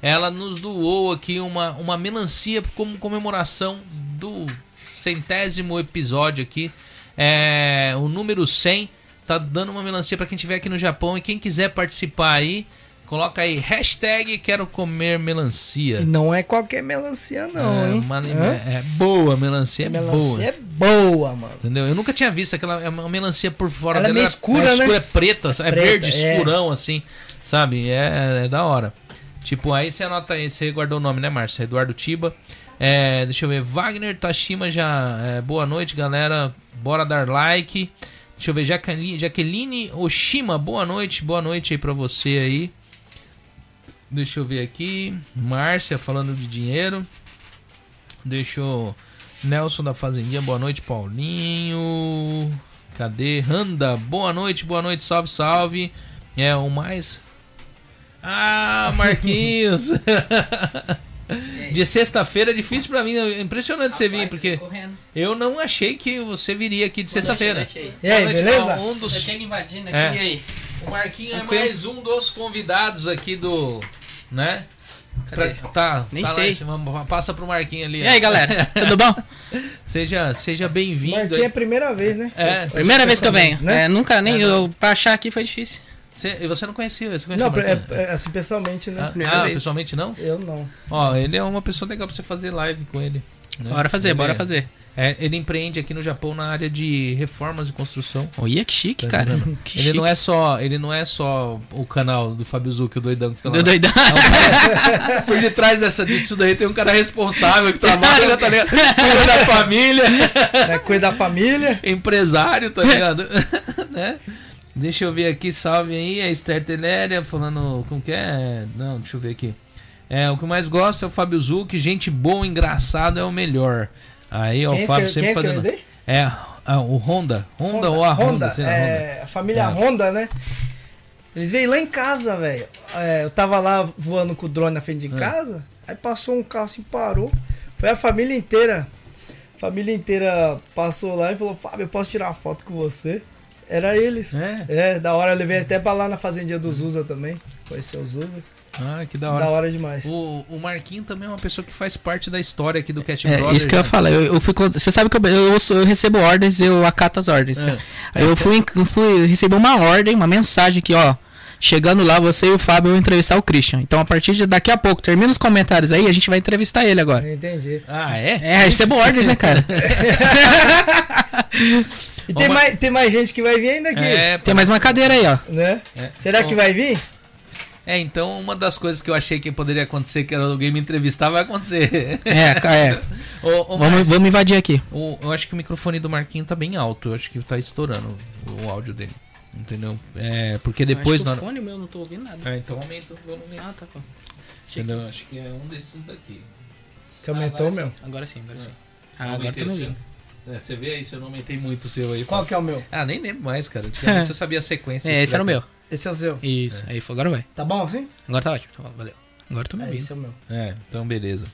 A: ela nos doou aqui uma, uma melancia como comemoração do centésimo episódio aqui. É, o número 100 tá dando uma melancia pra quem tiver aqui no Japão e quem quiser participar aí, coloca aí hashtag quero comer melancia.
B: E não é qualquer melancia, não,
A: É,
B: hein?
A: uma lime-
B: Hã?
A: é boa, a melancia é boa.
B: melancia é boa, mano.
A: Entendeu? Eu nunca tinha visto aquela é uma melancia por fora
B: Ela é
A: dela.
B: meio escura, né?
A: escura, é preta, é,
B: preta,
A: verde
B: é.
A: escurão, assim, sabe? É, é da hora. Tipo, aí você anota aí, você guardou o nome, né, Márcio? Eduardo Tiba. É, deixa eu ver, Wagner Tashima já. é, boa noite, galera. Bora dar like. Deixa eu ver, Jaqueline, Jaqueline Oshima, boa noite, boa noite aí pra você aí. Deixa eu ver aqui. Márcia falando de dinheiro. Deixa eu. Nelson da Fazendinha, boa noite, Paulinho. Cadê? Randa, boa noite, boa noite, salve, salve. É, o mais. Ah, Marquinhos! de sexta-feira é difícil pra mim, é impressionante você vir,
E: Rapaz, eu
A: porque
E: tô correndo.
A: eu não achei que você viria aqui de
E: Boa noite,
A: sexta-feira.
E: boa noite
B: E aí, beleza?
A: Um
E: aí. Tá
A: dos
E: chega invadindo aqui,
A: É.
E: e aí?
A: o Marquinho é
E: Tranquilo.
A: mais um dos convidados aqui do. Né?
E: Cadê?
A: Pra- tá,
E: Nem
A: tá lá
E: sei.
A: em cima, passa pro Marquinho ali.
E: E aí, galera? Tudo bom?
A: Seja, seja bem-vindo.
B: Marquinhos é a
A: aí.
B: primeira vez, né?
A: É,
E: Primeira vez que eu venho.
B: Né?
E: É, nunca nem.
A: É,
E: eu, pra achar aqui foi difícil.
A: cê- e você não conhecia, você conhecia
B: Não,
A: o
B: é,
A: Marquinhos?
B: é, assim, pessoalmente, né?
A: ah,
E: primeira
A: ah,
E: vez.
A: pessoalmente não?
B: Eu não.
A: Ó, ele é uma pessoa legal pra você fazer live com ele. né?
E: Bora fazer,
A: Ele
E: bora
A: é-
E: fazer.
A: é, ele empreende aqui no Japão na área de reformas e construção.
E: Olha que chique,
A: Tá
E: cara.
A: entendendo?
E: Que
A: Ele
E: chique.
A: não é só, ele não é só o canal do Fábio Zucchi, o doidão que tá lá.
E: Deu doidão.
A: Por detrás dessa disso daí tem um cara responsável que trabalha, tá ligado? Cuida da família,
B: É coisa da família.
A: empresário, tá ligado? né? Deixa eu ver aqui, salve aí, é a Esther Teléria falando como que é. Não, deixa eu ver aqui. É, o que eu mais gosto é o Fábio Zucchi, gente boa, engraçado é o melhor. Aí, ó,
B: Quem
A: o um Fábio
B: escreve- quem
A: sempre
B: escreveu
A: fazendo.
B: daí?
A: É, ah, o Honda. Honda, ou a Honda, sei lá, Honda.
B: é, a família
A: É.
B: Honda, né? Eles veio lá em casa, velho. É, eu tava lá voando com o drone na frente
A: Ah.
B: de casa, aí passou um carro assim, parou. Foi a família inteira. A família inteira passou lá e falou: Fábio, eu posso tirar uma foto com você? Era eles.
A: É.
B: É, da hora. Eu levei até pra lá na fazendinha do Zuza também. Conheceu o Zuza.
A: Ah, que da
B: Da
A: hora.
B: hora, demais.
A: O, o Marquinho também é uma pessoa que faz parte da história aqui do Cat
E: É,
A: Brothers,
E: isso que eu ia
A: né?
E: falar. Eu, eu fui, con- você sabe que eu, eu, ouço- eu recebo ordens, eu acato as ordens. tá?
A: É.
E: Aí eu fui, eu fui receber uma ordem, uma mensagem aqui, ó. Chegando lá, você e o Fábio vão entrevistar o Christian. Então, a partir de daqui a pouco, termina os comentários aí, a gente vai entrevistar ele agora.
B: Entendi.
A: Ah, é?
E: É, recebo ordens, né, cara?
B: E tem
A: Ô,
B: mais, tem mais gente que vai vir ainda aqui,
A: É,
E: Tem mais uma cadeira aí, ó.
B: né?
A: É.
B: Será que
A: Ô.
B: vai vir?
A: é, então uma das coisas que eu achei que poderia acontecer, que era alguém me entrevistar, vai acontecer.
E: É, ca- é.
A: Ô, ô,
E: Vamos,
A: Marcos,
E: vamos invadir aqui.
A: o- eu acho que o microfone do Marquinho tá bem alto. Eu acho que tá estourando o, o áudio dele. Entendeu? É, porque depois. Na... hora-
E: fone meu, não tô ouvindo nada.
A: É, então aumenta o volume.
E: Ah, tá, pô.
A: Entendeu? Eu Acho que é um desses daqui.
B: Você aumentou, meu?
E: Agora sim, agora sim.
A: Eu
E: Ah, agora
A: É. aumentei
E: tô me
A: o seu.
E: ouvindo.
A: É, você vê aí se eu não aumentei muito o seu aí.
B: Qual que é o meu?
A: Ah, nem lembro mais, cara. Antigamente eu sabia a sequência.
E: É, esse era o meu.
B: Esse é o seu.
E: Isso. Aí, agora vai.
B: Tá bom assim?
E: Agora tá ótimo. Tá bom, valeu. Agora tô me
B: É,
E: ouvindo.
B: esse é o meu.
A: É, então beleza.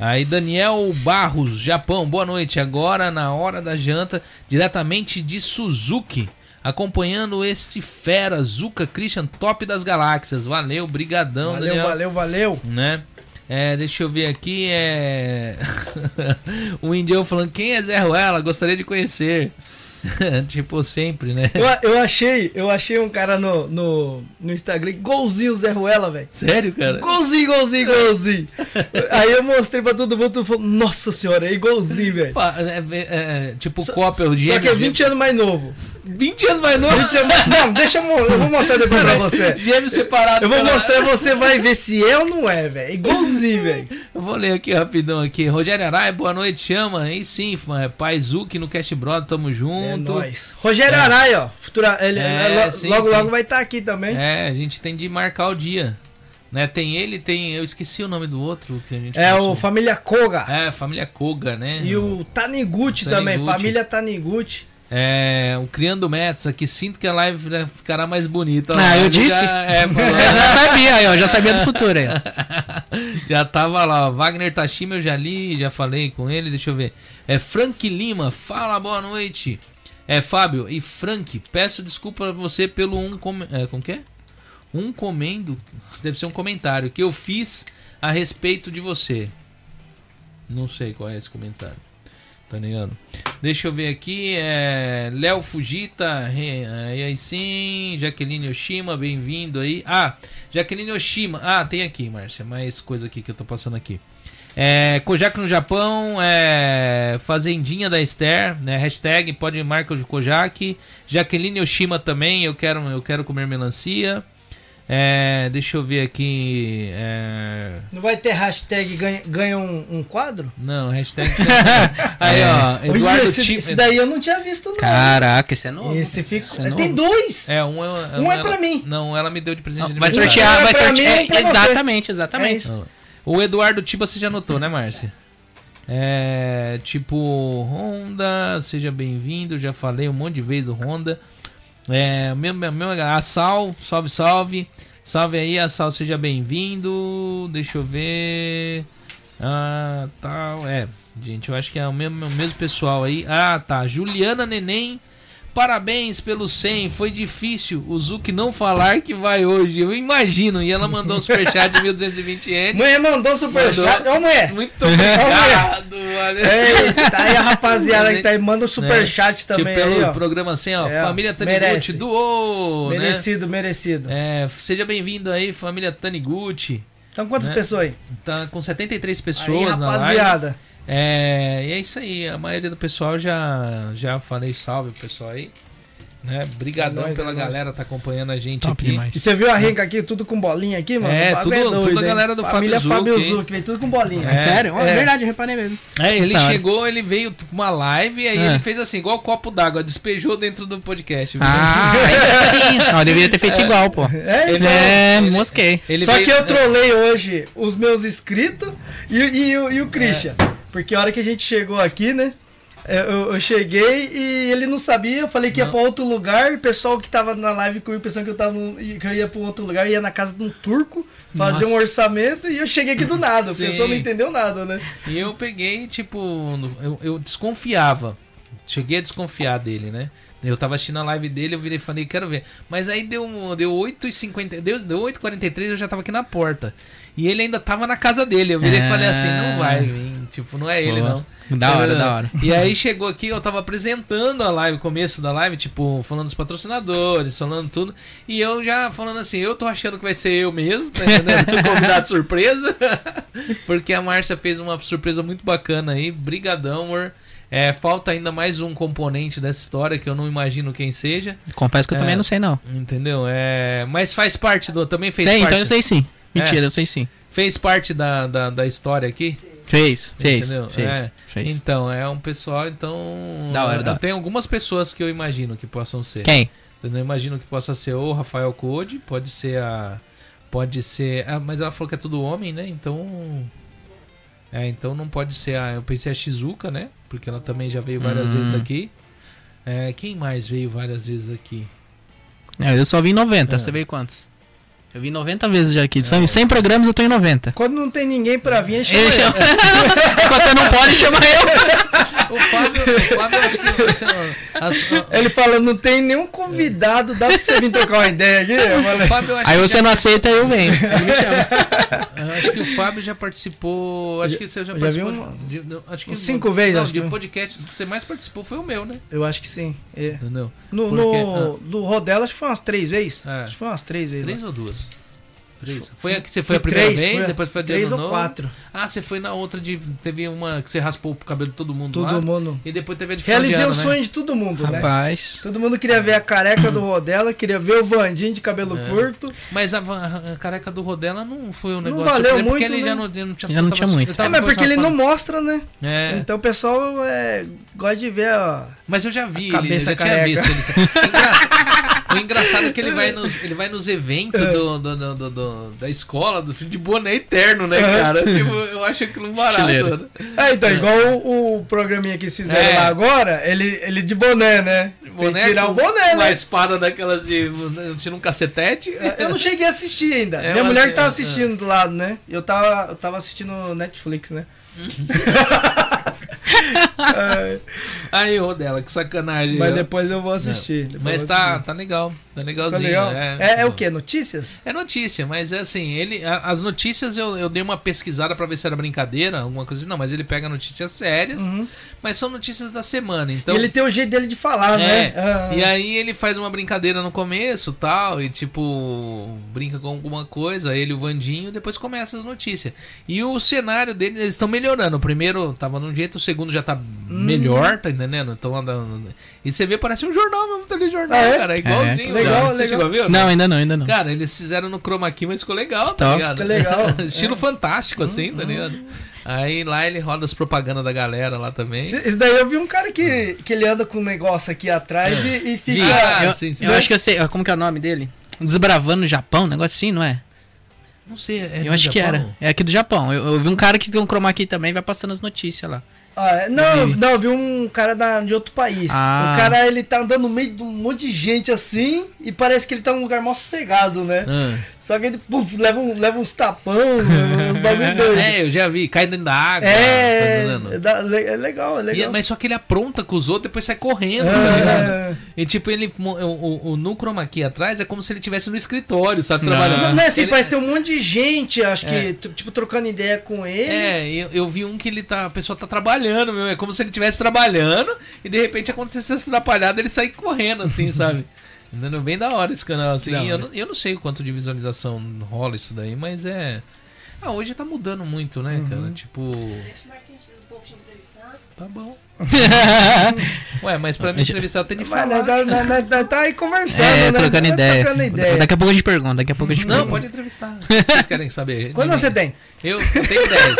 A: Aí, Daniel Barros, Japão, boa noite. Agora, na hora da janta, diretamente de Suzuki, acompanhando esse fera, Zuka Christian, top das galáxias. Valeu, brigadão,
B: valeu,
A: Então, Daniel.
B: valeu, valeu.
A: Né? É, deixa eu ver aqui, é... o Indião falando, quem é Zé Ruela? Gostaria de conhecer. tipo, sempre, né?
B: Eu, eu achei, eu achei um cara no, no, no Instagram, igualzinho o Zé Ruela, velho.
A: Sério, cara?
B: Golzinho, golzinho, golzinho. Aí eu mostrei pra todo mundo, todo mundo falou, nossa senhora, é igualzinho, velho.
A: Pá, é, é, é, tipo,
B: Só-
A: cópia, o
B: Só que é 20 anos mais novo.
A: 20 anos mais novo.
B: Não, deixa eu, mo- eu vou mostrar depois pra você. é.
A: Gêmeo separado.
B: Eu vou
A: Né? cara.
B: mostrar e você vai ver se é ou não é, velho. Igualzinho, velho.
A: Eu vou ler aqui rapidão aqui. Rogério Araia, boa noite, chama. Aí sim, fã. É Paizuki no Cast Brother, tamo
B: É
A: junto.
B: nóis. Rogério Araia, ó. Futura, ele,
A: É,
B: lo-
A: sim,
B: logo,
A: sim.
B: logo vai estar aqui também. É,
A: É, a gente tem de marcar o dia. Né? Tem ele, tem. Eu esqueci o nome do outro que a gente
B: É o
A: conversou.
B: Família Koga.
A: É, família Koga, né?
B: E o Taniguchi também,
A: Taniguchi.
B: família Taniguchi.
A: É, o Criando Metas aqui, sinto que a live né, ficará mais bonita.
E: Ah, eu
A: Ele
E: disse.
A: Já, é,
E: Eu
A: falou,
E: já sabia aí, ó. Já sabia do futuro aí, ó.
A: já tava lá, ó. Wagner Tashima eu já li, já falei com ele, deixa eu ver. É Frank Lima, fala boa noite. É Fábio e Frank, peço desculpa a você pelo um com... é, como que é? Um comendo, deve ser um comentário que eu fiz a respeito de você. Não sei qual é esse comentário. Tá ligado? Deixa eu ver aqui. É... Léo Fujita. re- Aí, aí sim. Jaqueline Oshima, bem-vindo aí. Ah, Jaqueline Oshima. Ah, tem aqui, Márcia. Mais coisa aqui que eu tô passando aqui. É, Kojak no Japão, é, Fazendinha da Esther, né? Hashtag pode marca de Kojak. Jaqueline Oshima também, eu quero, eu quero comer melancia. É, deixa eu ver aqui. é,
B: Não vai ter hashtag ganha, ganha um, um quadro?
A: Não, hashtag. Aí, ó.
B: Olha,
A: Eduardo
B: esse,
A: Tim-
B: esse daí eu não tinha visto, não.
E: Caraca, esse é novo.
B: esse fica.
E: é
B: Tem dois!
A: É, um é,
B: Um é
A: ela-
B: pra mim.
A: Não, ela me deu de presente de
E: Vai
A: aniversário.
E: sortear,
B: Um
E: vai
B: pra
E: sortear.
B: mim, um pra você.
E: exatamente, exatamente.
B: É
A: O Eduardo Tiba você já notou, né, Márcia? É, tipo, Honda, seja bem-vindo, já falei um monte de vezes do Honda. É, meu, meu, meu, a Sal, salve, salve. Salve aí, a Sal, seja bem-vindo. Deixa eu ver. Ah, tal, é. Gente, eu acho que é o mesmo, o mesmo pessoal aí. Ah, tá. Juliana Neném. Parabéns pelo 100, foi difícil o Zuki não falar que vai hoje, eu imagino. E ela mandou um superchat de 1220 N.
B: Mulher mandou superchat.
A: Mandou.
B: Ô, mulher!
A: Muito obrigado, valeu.
B: Eita, aí a rapaziada que tá aí, manda um superchat
A: É. Que
B: também
A: pelo
B: aí, ó.
A: programa assim, ó,
B: É, ó,
A: família Taniguchi
B: merece.
A: doou, né?
B: Merecido, merecido.
A: É, seja bem-vindo aí, família Taniguchi.
B: Então quantas
A: Né?
B: pessoas aí?
A: Tá com 73
B: aí,
A: pessoas na live.
B: rapaziada.
A: É, e é isso aí, a maioria do pessoal já já falei salve pro pessoal aí. Né? Brigadão
B: É nóis,
A: pela
B: é nóis.
A: galera tá acompanhando a gente
E: Top
A: aqui.
E: demais.
B: E você viu a renca aqui, tudo com bolinha aqui, mano?
A: É,
B: O bagulho
A: tudo- tudo a
B: hein?
A: galera do
B: Família
A: Fábio
B: Fábio
A: Zucchi, hein?
B: Zucchi, vem tudo com bolinha.
A: É.
E: Sério? Ó,
B: É.
E: verdade, eu reparei mesmo.
A: É, ele
E: Tá.
A: chegou, ele veio com uma live, aí
E: É.
A: ele fez assim, igual copo d'água, despejou dentro do podcast. viu?
E: Ah, aí sim. Não, eu deveria ter feito igual, pô.
B: É,
A: Ele-
E: É,
A: ele-
E: mosquei.
A: Ele
B: Só
A: veio-
B: que eu trolei hoje os meus inscritos e, e, o- e o
A: É.
B: Christian. Porque a hora que a gente chegou aqui, né? Eu, eu- eu cheguei e ele não sabia, eu falei que ia pra outro lugar, o pessoal que tava na live comigo pensando que eu, tava num- que eu ia pra um outro lugar, ia na casa de um turco, fazer um orçamento e eu cheguei aqui do nada, o
A: Sim.
B: pessoal não entendeu nada, né?
A: E eu peguei, tipo, no- eu, eu desconfiava. Cheguei a desconfiar dele, né? Eu tava assistindo a live dele, eu virei e falei, quero ver. Mas aí deu, um- deu 8h50, deu, deu 8h43, eu já tava aqui na porta. E ele ainda tava na casa dele. Eu virei e falei assim, não vai vir, tipo, não é ele,
E: Boa.
A: não.
E: Da hora, da hora.
A: E aí chegou aqui, eu tava apresentando a live, começo da live, tipo, falando dos patrocinadores, falando tudo. E eu já falando assim, eu tô achando que vai ser eu mesmo, tá entendendo? Convidado surpresa. Porque a Márcia fez uma surpresa muito bacana aí. Brigadão, amor. É, falta ainda mais um componente dessa história que eu não imagino quem seja.
E: Confesso que eu
A: É.
E: também não sei, não.
A: Entendeu? É, mas faz parte do. Também fez
E: Sei,
A: parte. É.
E: então eu sei sim. Mentira, eu sei sim.
A: Fez parte da, da, da história aqui.
E: Fez, fez,
A: Entendeu?
E: fez,
A: É.
E: fez.
A: Então, é um pessoal, então.
E: Da hora, da hora.
A: Tem algumas pessoas que eu imagino que possam ser. Então,
E: Quem?
A: Eu não imagino que possa ser o Rafael Code, pode ser a. Pode ser. Ah, mas ela falou que é tudo homem, né? Então. É, então não pode ser a. Eu pensei a Shizuka, né? Porque ela também já veio várias
E: Hum.
A: vezes aqui. É, quem mais veio várias vezes aqui?
E: Não, Ah, eu só vi 90,
A: É.
E: você veio quantos? Eu vi 90 vezes já
A: Ah.
E: aqui. São 100 programas, eu tô em 90.
B: Quando não tem ninguém pra vir, a gente é.
E: Ele chama... Quando você não pode, chama eu.
A: O Fábio, o Fábio acho que. assim, ó, as- ó,
B: Ele fala, não tem nenhum convidado, dá pra você vir trocar uma ideia aqui? Eu
A: o
B: falei,
A: Fábio, eu acho
E: Aí
A: que
E: você não aceita, eu venho. Ele me chama.
A: Eu acho que o Fábio já participou. Acho que você já
B: já
A: participou.
B: vi um-
A: de- não, acho que
B: uns cinco vezes,
A: Não,
B: É acho
A: de
B: que-
A: podcasts que você mais participou foi o meu, né?
B: Eu acho que sim. é.
A: Entendeu?
B: No,
A: Porque-
B: no, do Rodela, acho que foi umas três vezes.
A: É.
B: Acho que foi umas ah. três vezes.
A: Três ou duas? Três. Foi a que você foi a primeira
B: Três,
A: vez,
B: foi a-
A: depois foi a de
B: Três
A: ano novo.
B: ou quatro.
A: Ah, você foi na outra de. Teve uma que você raspou o cabelo de todo mundo
B: Todo
A: lá.
B: mundo.
A: E depois teve a de final de
B: Realizei
A: ano,
B: o
A: né?
B: sonho é? de todo mundo, né?
E: Rapaz.
B: Todo mundo queria ver a careca do Rodela, queria ver o Vandinho de cabelo curto.
A: Mas a, va- a careca do Rodela não foi um negócio.
B: valeu
A: porque
B: muito,
A: ele
B: né?
A: já não, ele não tinha,
E: Já não
A: tava-
E: tinha muito.
A: ele
B: É,
A: tava
B: mas porque ele não
A: conversando-
B: mostra, né?
A: É,
B: Então o pessoal é, gosta de ver a.
A: mas eu já vi
B: A
A: ele, eu já
B: cabeça
A: tinha visto
B: careca.
A: ele. Engra- O engraçado é que ele vai nos, ele vai nos eventos
B: É.
A: do, do- do- do- do- da escola, do filho de boné eterno, né, cara? Tipo, eu acho aquilo um barato.
E: Estileiro.
A: né?
B: É, então, igual o, o programinha que eles fizeram
A: É.
B: lá agora, ele, ele de boné, né? Tem que tirar
A: com
B: o boné,
A: uma
B: né?
A: espada daquelas de. Tira um cacetete.
B: É, Eu não cheguei a assistir ainda.
A: É,
B: Minha
A: eu
B: mulher que
A: achei-
B: tava
A: é.
B: assistindo do lado, né? Eu tava, eu tava assistindo Netflix, né?
A: Uhum.
B: É,
A: Aí, Rodela, que sacanagem.
B: mas
A: Eu-
B: depois eu vou assistir. depois
A: Mas
B: eu vou
A: tá,
B: assistir.
A: tá legal. Tá
B: Tá
A: legalzinho.
B: legal?
A: né?
B: É, é o quê? Notícias?
A: É notícia, mas é assim, ele. a- as notícias eu, eu dei uma pesquisada pra ver se era brincadeira, alguma coisa assim. Não, mas ele pega notícias sérias, mas são notícias da semana. Então.
B: Uhum. ele tem o jeito dele de falar,
A: É,
B: né? Ah,
A: E aí ele faz uma brincadeira no começo tal, e tipo, brinca com alguma coisa, ele e o Vandinho, depois começa as notícias. E o cenário dele, eles estão melhorando. O primeiro tava num jeito, o segundo já tá
B: Uhum.
A: melhor, tá entendendo? Então andando. E você vê, parece um jornal mesmo, telejornal,
B: Ah, é?
A: cara. É igualzinho.
E: que
A: cara. Você
B: legal, legal. então.
A: chegou a ver? ou
E: Não, ainda não, ainda não.
A: Cara, eles fizeram no chroma key, mas ficou legal, tá
E: Top.
A: ligado?
B: Ficou legal. É. Uhum.
A: Estilo fantástico, assim, tá ligado? Aí lá ele roda as propagandas da galera lá também.
B: Isso daí eu vi um cara que, que ele anda com um negócio aqui
A: É.
B: atrás e, e fica.
A: Ah,
E: eu,
A: sim, sim.
E: eu acho que eu sei. Como que é o nome dele? Desbravando o Japão, um negócio assim, não é?
A: Não sei, é do
E: eu acho que
A: Japão?
E: era. É aqui do Japão. Eu, eu vi um cara que tem um chroma key também, vai passando as notícias lá.
B: Ah, é, não, não, eu vi um cara da- de outro país.
E: Ah.
B: O cara, ele tá andando no meio de um monte de gente assim e parece que ele tá num lugar mó sossegado, né?
A: Ah.
B: Só que ele puf, leva, um- leva uns tapão, uns bagulho doido. É,
A: É, eu já vi, cai dentro da água.
B: é,
A: tá entendendo?
B: da- le- é legal, é
A: E-
B: legal.
A: mas só que ele apronta com os outros depois sai correndo, tá ligado?
B: É,
A: E tipo, ele. O, o, o no chroma key atrás é como se ele estivesse no escritório, sabe?
E: Não.
A: Trabalhando.
B: não, não é assim,
A: Ele-
B: parece que tem um monte de gente, acho que, t- tipo, trocando ideia com ele.
A: É, eu, eu vi um que ele tá. A pessoa tá trabalhando, meu. É como se ele estivesse trabalhando e de repente acontecesse essa atrapalhada ele sai correndo, assim, sabe? Entendeu? Bem da hora esse canal, assim.
E: Da
A: E Eu
E: hora.
A: não, eu não sei o quanto de visualização rola isso daí, mas é. Ah, hoje tá mudando muito, né,
B: Uhum.
A: cara? Tipo.
C: Deixa o Marquinhos do povo te entrevistar.
A: Tá bom. Ué, mas pra me entrevistar eu tenho que
B: Mas nós,
A: falar.
B: nós- nós- nós- nós tá aí conversando,
E: é,
B: né?
E: trocando
B: Nós
E: ideia.
B: Trocando ideia.
E: Daqui a pouco a gente pergunta, daqui a pouco a gente
A: Tá Não,
E: pergunta.
A: pode entrevistar. Vocês querem saber?
B: Quantos anos um você tem?
A: Eu, eu tenho 10.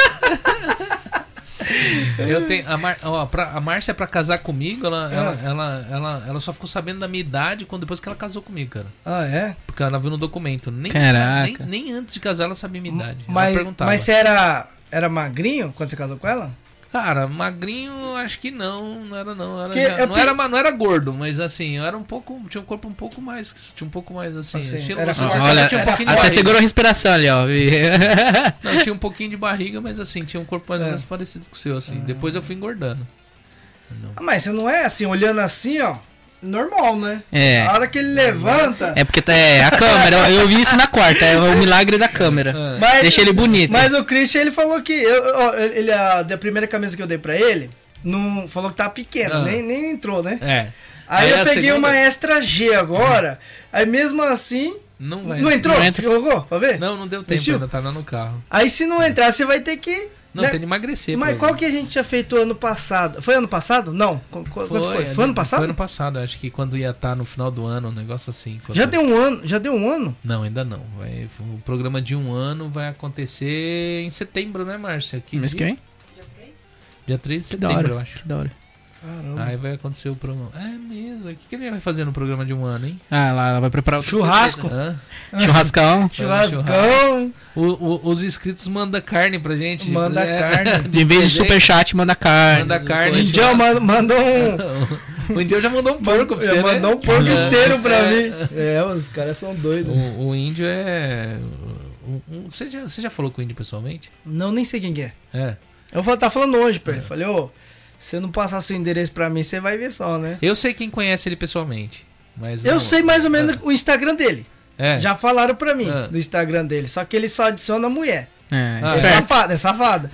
A: Eu tenho, a, Mar, ó, pra- a Márcia, pra casar comigo,
B: É.
A: ela, ela, ela, ela, ela só ficou sabendo da minha idade quando, depois que ela casou comigo, cara.
B: Ah, é?
A: Porque ela viu no documento. Nem,
E: Caraca.
A: nem, nem antes de casar ela sabia minha idade. ela
B: Mas,
A: perguntava.
B: mas você era, era magrinho quando você casou com ela?
A: Cara, magrinho, acho que não, não era não. Era,
B: Que
A: já-
B: eu
A: não,
B: pe-
A: era, ma- não era gordo, mas assim, eu era um pouco. Tinha um corpo um pouco mais. Tinha um pouco mais assim.
B: Assim,
A: estilo
B: era
A: Marcelo,
E: Ó,
B: forte,
A: ela
E: Ah, Olha,
A: tinha um pouquinho de
E: até
A: barriga.
E: segurou a respiração ali, ó.
A: Não, tinha um pouquinho de barriga, mas assim, tinha um corpo mais ou
B: É.
A: menos parecido com o seu, assim. Depois eu fui engordando.
B: Ah, Mas você não é assim, olhando assim, ó, normal, né?
E: É.
B: A hora que ele levanta.
E: É porque tá, é, a câmera, eu, eu vi isso na quarta, é o milagre da câmera.
A: É,
B: Mas,
E: Deixa ele bonito.
B: Mas o Christian, ele falou que. eu- ó, ele, a, da primeira camisa que eu dei pra ele, não, falou que tava pequena,
A: Ah.
B: nem, nem entrou, né?
A: É.
B: Aí,
A: a
B: eu peguei
A: segunda-
B: uma extra G agora, aí mesmo assim.
A: Não vai.
B: Não entrou?
E: Não
B: Você
E: entra.
B: colocou? Pra ver?
A: Não, não deu tempo,
B: Vestiu?
A: ainda tá lá no carro.
B: Aí se não entrar, você vai ter que.
A: Não,
B: né?
A: tem de emagrecer.
B: Mas
A: pô.
B: qual que a gente tinha feito ano passado? Foi ano passado? Não. Qu- qu- Quanto foi? Foi, ano passado?
A: Foi ano passado, acho que quando ia estar no final do ano, um negócio assim. quando-
B: Já deu um ano? Já deu um ano?
A: Não, ainda não. Vai, o programa de um ano vai acontecer em setembro, né, Márcia? Que
E: Mas
A: dia?
E: quem?
A: Dia 3 de
E: Que da
A: setembro, eu
E: hora.
A: acho.
E: Que da hora.
B: Caramba.
A: Aí vai acontecer o programa. É mesmo, o que, que ele vai fazer no programa de um ano, hein?
E: Ah, lá, ela vai preparar o
B: Churrasco.
A: Hã?
E: Churrascão.
B: Churrascão.
A: O- o- os inscritos mandam carne pra gente.
B: Manda
A: É,
B: carne.
E: Em vez de
A: presente.
E: superchat, manda carne.
A: Manda carne.
B: Indião manda, manda um.
A: O índio já mandou um porco pra você, né?
B: mandou um porco
A: É.
B: inteiro pra mim. É, os caras são doidos.
A: O, o índio é. um- um- você, já, você já falou com o índio pessoalmente?
B: Não, nem sei quem que é.
A: É.
B: Eu vou tá falando hoje pra ele. Falei, ô, se você não passar seu endereço pra mim, você vai ver só, né?
A: Eu sei quem conhece ele pessoalmente. Mas
B: Eu
A: não-
B: sei mais ou menos o Instagram dele.
A: É.
B: Já falaram pra mim
A: Ah.
B: do Instagram dele. Só que ele só adiciona mulher.
E: É,
A: Ah,
B: É
E: esperto.
B: safado, é safado.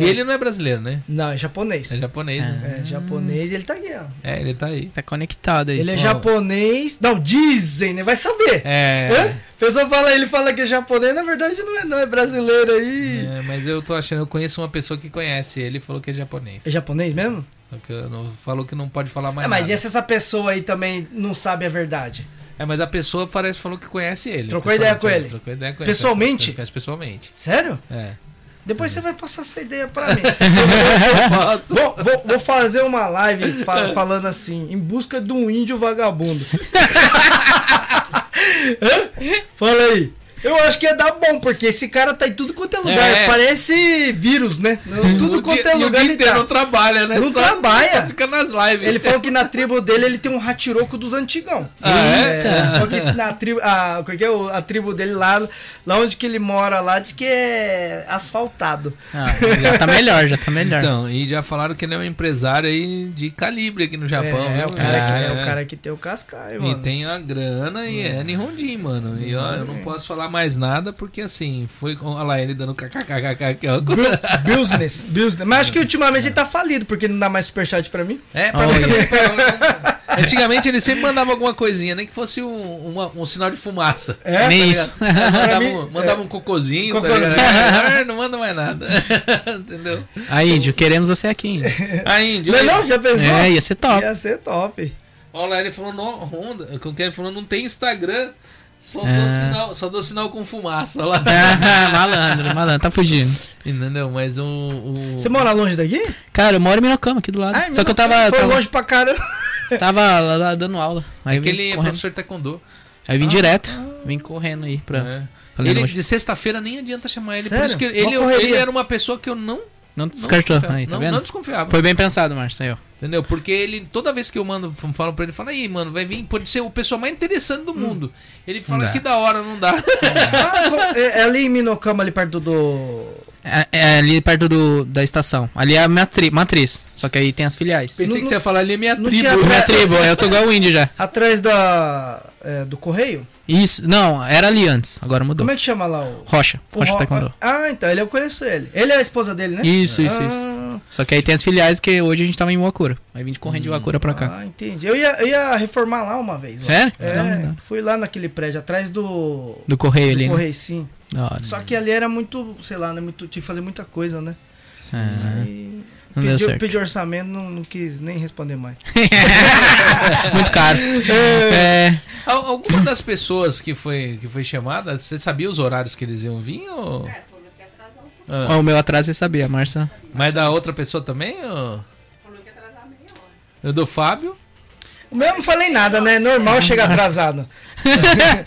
A: E ele não é brasileiro, né?
B: Não, é japonês.
A: É japonês, né?
B: É japonês, ele tá aqui, ó.
A: É, ele tá aí.
E: Tá conectado aí.
B: Ele é
A: Ó.
B: japonês. Não, dizem, né? Vai saber.
A: É.
B: Hã? A pessoa fala, ele fala que é japonês, na verdade não é, não. É brasileiro aí.
A: É, mas eu tô achando, eu conheço uma pessoa que conhece ele e falou que é japonês.
B: É japonês mesmo?
A: Só que eu não- falou que não pode falar mais.
B: é, mas
A: nada.
B: e se essa pessoa aí também não sabe a verdade?
A: É, mas a pessoa parece falou que conhece ele.
B: Trocou ideia com ele?
A: Trocou ideia com
B: Pessoalmente?
A: ele. Pessoalmente? Pessoalmente.
B: Sério?
A: É.
B: Depois você vai passar essa ideia pra mim. É.
A: Posso?
B: vou, vou- vou fazer uma live fa- falando assim, em busca de um índio vagabundo. Hã? Fala aí. Eu acho que ia dar bom, porque esse cara tá em tudo quanto é lugar.
A: É. Hum.
B: Parece vírus, né? Tudo quanto
A: E
B: é
A: o dia
B: lugar ele
A: inteiro não
B: tá.
A: trabalha, né?
B: Não
A: Só-
B: trabalha.
A: só Fica nas lives.
B: Ele falou que na tribo dele ele tem um ratiroco dos antigão.
A: Ah, é?
E: Tá.
B: ele falou que na tribo, a, qual que é o- a tribo dele lá, lá onde que ele mora lá, diz que é asfaltado.
E: Ah, já tá melhor, já tá melhor.
A: Então, e já falaram que ele é um empresário aí de calibre aqui no
E: Tá
A: Japão.
B: é,
A: viu?
B: o cara, que,
A: Ah,
B: é o cara que tem o cascaio,
A: E
B: mano.
A: tem a grana e é Nihondin, mano. E ó,
B: É.
A: eu não posso falar mais nada porque assim, foi com. Olha lá, ele dando kkkk aqui, ó.
B: Business, business. Mas acho que ultimamente ele tá falido, porque não dá mais superchat pra mim.
A: É, pra
E: Olha.
A: mim, pra- Antigamente ele sempre mandava alguma coisinha, nem que fosse um, uma- um sinal de fumaça.
B: É,
E: Nem
B: tá
E: isso.
B: ligado?
A: mandava,
B: mim, é.
A: um, mandava um cocôzinho, tá
B: Cocôzinho.
A: ligado? Ah, não manda mais nada. Entendeu?
E: Aí, Ah, Índio, queremos você aqui, Índio.
A: Aí, Índio.
B: Não, é não? já pensou?
E: É, ia ser top.
B: Ia ser top.
A: Olha lá, ele falou, no, Honda, com quem ele falou, não tem Instagram, só, dou
E: Ah.
A: sinal, só dou sinal com fumaça lá.
E: Ah, malandro, malandro, tá fugindo.
A: Entendeu? Mas o. o...
B: Você mora longe daqui?
E: Cara, eu moro em Minocama, aqui do lado.
B: Ah,
E: Só que eu tava,
B: Foi
E: tava,
B: longe pra caramba.
E: tava lá, lá dando aula. Aí eu vim
A: Aquele é
E: correndo.
A: professor taekwondo.
E: Aí eu
B: Ah.
E: vim direto, vim correndo aí pra.
A: É.
E: Falei,
A: ele
E: não,
A: de sexta-feira nem adianta chamar ele. Por
B: Sério?
A: isso que
B: Uma
A: ele,
B: correria.
A: ele era uma pessoa que eu não, não
E: não descartou.
A: desconfiava.
E: Aí, tá
A: não,
E: vendo?
A: não desconfiava.
E: Foi bem pensado, Márcio. Aí, ó.
A: Entendeu? Porque ele, toda vez que eu mando, falo pra ele, fala aí, mano, vai vir, pode ser o pessoal mais interessante do mundo. Ele fala
E: Hum. Não dá.
A: que da hora, não dá.
B: Ah, co- é, é ali em Minocama, ali perto do.
E: É, é ali perto do, da estação. Ali é a matri matriz. Só que aí tem as filiais.
A: Pensei que você ia falar ali, é minha
B: não
A: tribo.
B: tinha-
E: Minha tribo, eu tô igual o índio já.
B: Atrás da. é, do correio?
E: Isso, não, era ali antes, agora mudou.
B: Como é que chama lá o.
E: Rocha,
B: o
E: Rocha
B: Ro-
E: Taekwondo.
B: Ah, então, ele eu conheço ele. Ele é a esposa dele, né?
E: tá Isso, isso, isso.
B: Ah,
E: Só que aí tem as filiais que hoje a gente tava em Wakura. Aí vim de correndo de Wakura pra cá.
B: Ah, entendi. Eu ia, eu ia reformar lá uma vez. ó.
E: Sério?
B: É,
E: Não, não.
B: fui lá naquele prédio, atrás do.
E: Do correio
B: do
E: ali, né?
B: correio, sim.
E: Da hora.
B: Só que ali era muito, sei lá, né? Muito, tinha que fazer muita coisa, né?
E: Ah,
B: E
E: não deu
B: pediu,
E: certo.
B: pediu orçamento, não, não quis nem responder mais.
E: Muito caro. É,
A: Al- Alguma das pessoas que foi, que foi chamada, você sabia os horários que eles iam vir? Ou...
F: É, falou que ia atrasar um pouco.
A: Ah,
E: ó, o meu atraso você sabia, Márcia.
A: mas da outra pessoa também? Ou...
F: Falou que ia atrasar meia hora.
A: Eu do Fábio?
B: O meu eu não falei nada, né? Normal chegar atrasado.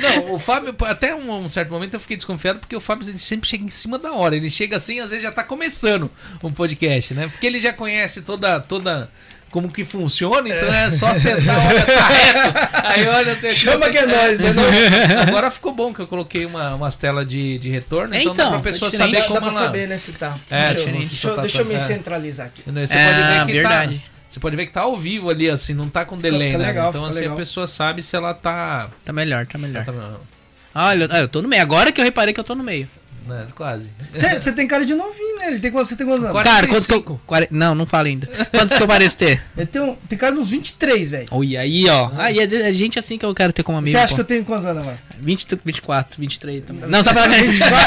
A: Não, o Fábio, até um, um certo momento eu fiquei desconfiado porque o Fábio ele sempre chega em cima da hora. Ele chega assim, às vezes já tá começando um podcast, né? Porque ele já conhece toda. toda como que funciona, então é só sentar, olha, tá reto. Aí olha, você
B: Chama que é nóis, né?
A: assim, Agora ficou bom que eu coloquei uma, umas telas de, de retorno,
E: É,
A: então, dá pra
E: então,
A: pessoa
E: tá diferente.
A: saber como
B: Dá, dá
A: ela.
B: pra saber, né, se tá.
A: É,
B: deixa, eu,
A: diferente,
B: deixa,
A: tá,
B: eu-
A: tá,
B: deixa eu me
A: tá.
B: centralizar aqui.
A: Entendeu? Você
E: É,
A: pode ver que
E: verdade.
A: tá. Você pode ver que tá ao vivo ali, assim, não tá com delay,
B: fica
A: né?
B: legal,
A: então
B: fica
A: assim a
B: legal. É.
A: pessoa sabe se ela tá.
E: Tá melhor, tá melhor.
A: tá no-
E: Olha, ah, eu tô no meio. Agora que eu reparei que eu tô no meio.
A: né, Quase.
B: Você você tem cara de novinho, né? Ele tem, quantos- você tem quantos anos?
A: Quarenta.
E: Cara, quanto que eu.
A: 45?
E: quare- Não, não falo ainda. Quantos que eu pareço ter?
B: Ele tem, um, tem cara de uns 23, velho.
E: Oi, aí, ó. Aí é de- é gente assim que eu quero ter como amigo.
B: Você acha
E: pô.
B: que eu tenho quantos anos, mano?
E: 20, 24, 23 também. Não, sabe lá que
B: 24,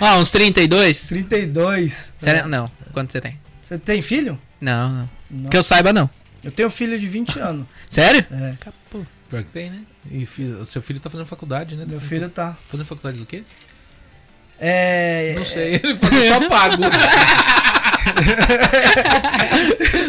E: Ó, uns 32?
B: 32.
E: Sério? Não. Quanto você tem?
B: É. Você tem filho?
E: Não, não.
B: Não.
E: Que eu saiba, não.
B: Eu tenho um filho de 20 anos.
E: Sério?
B: É,
A: Pior que tem, né? E fi- o seu filho tá fazendo faculdade, né?
B: meu filho tá.
A: Fazendo faculdade do quê?
B: É.
A: Não sei, ele falou só pago.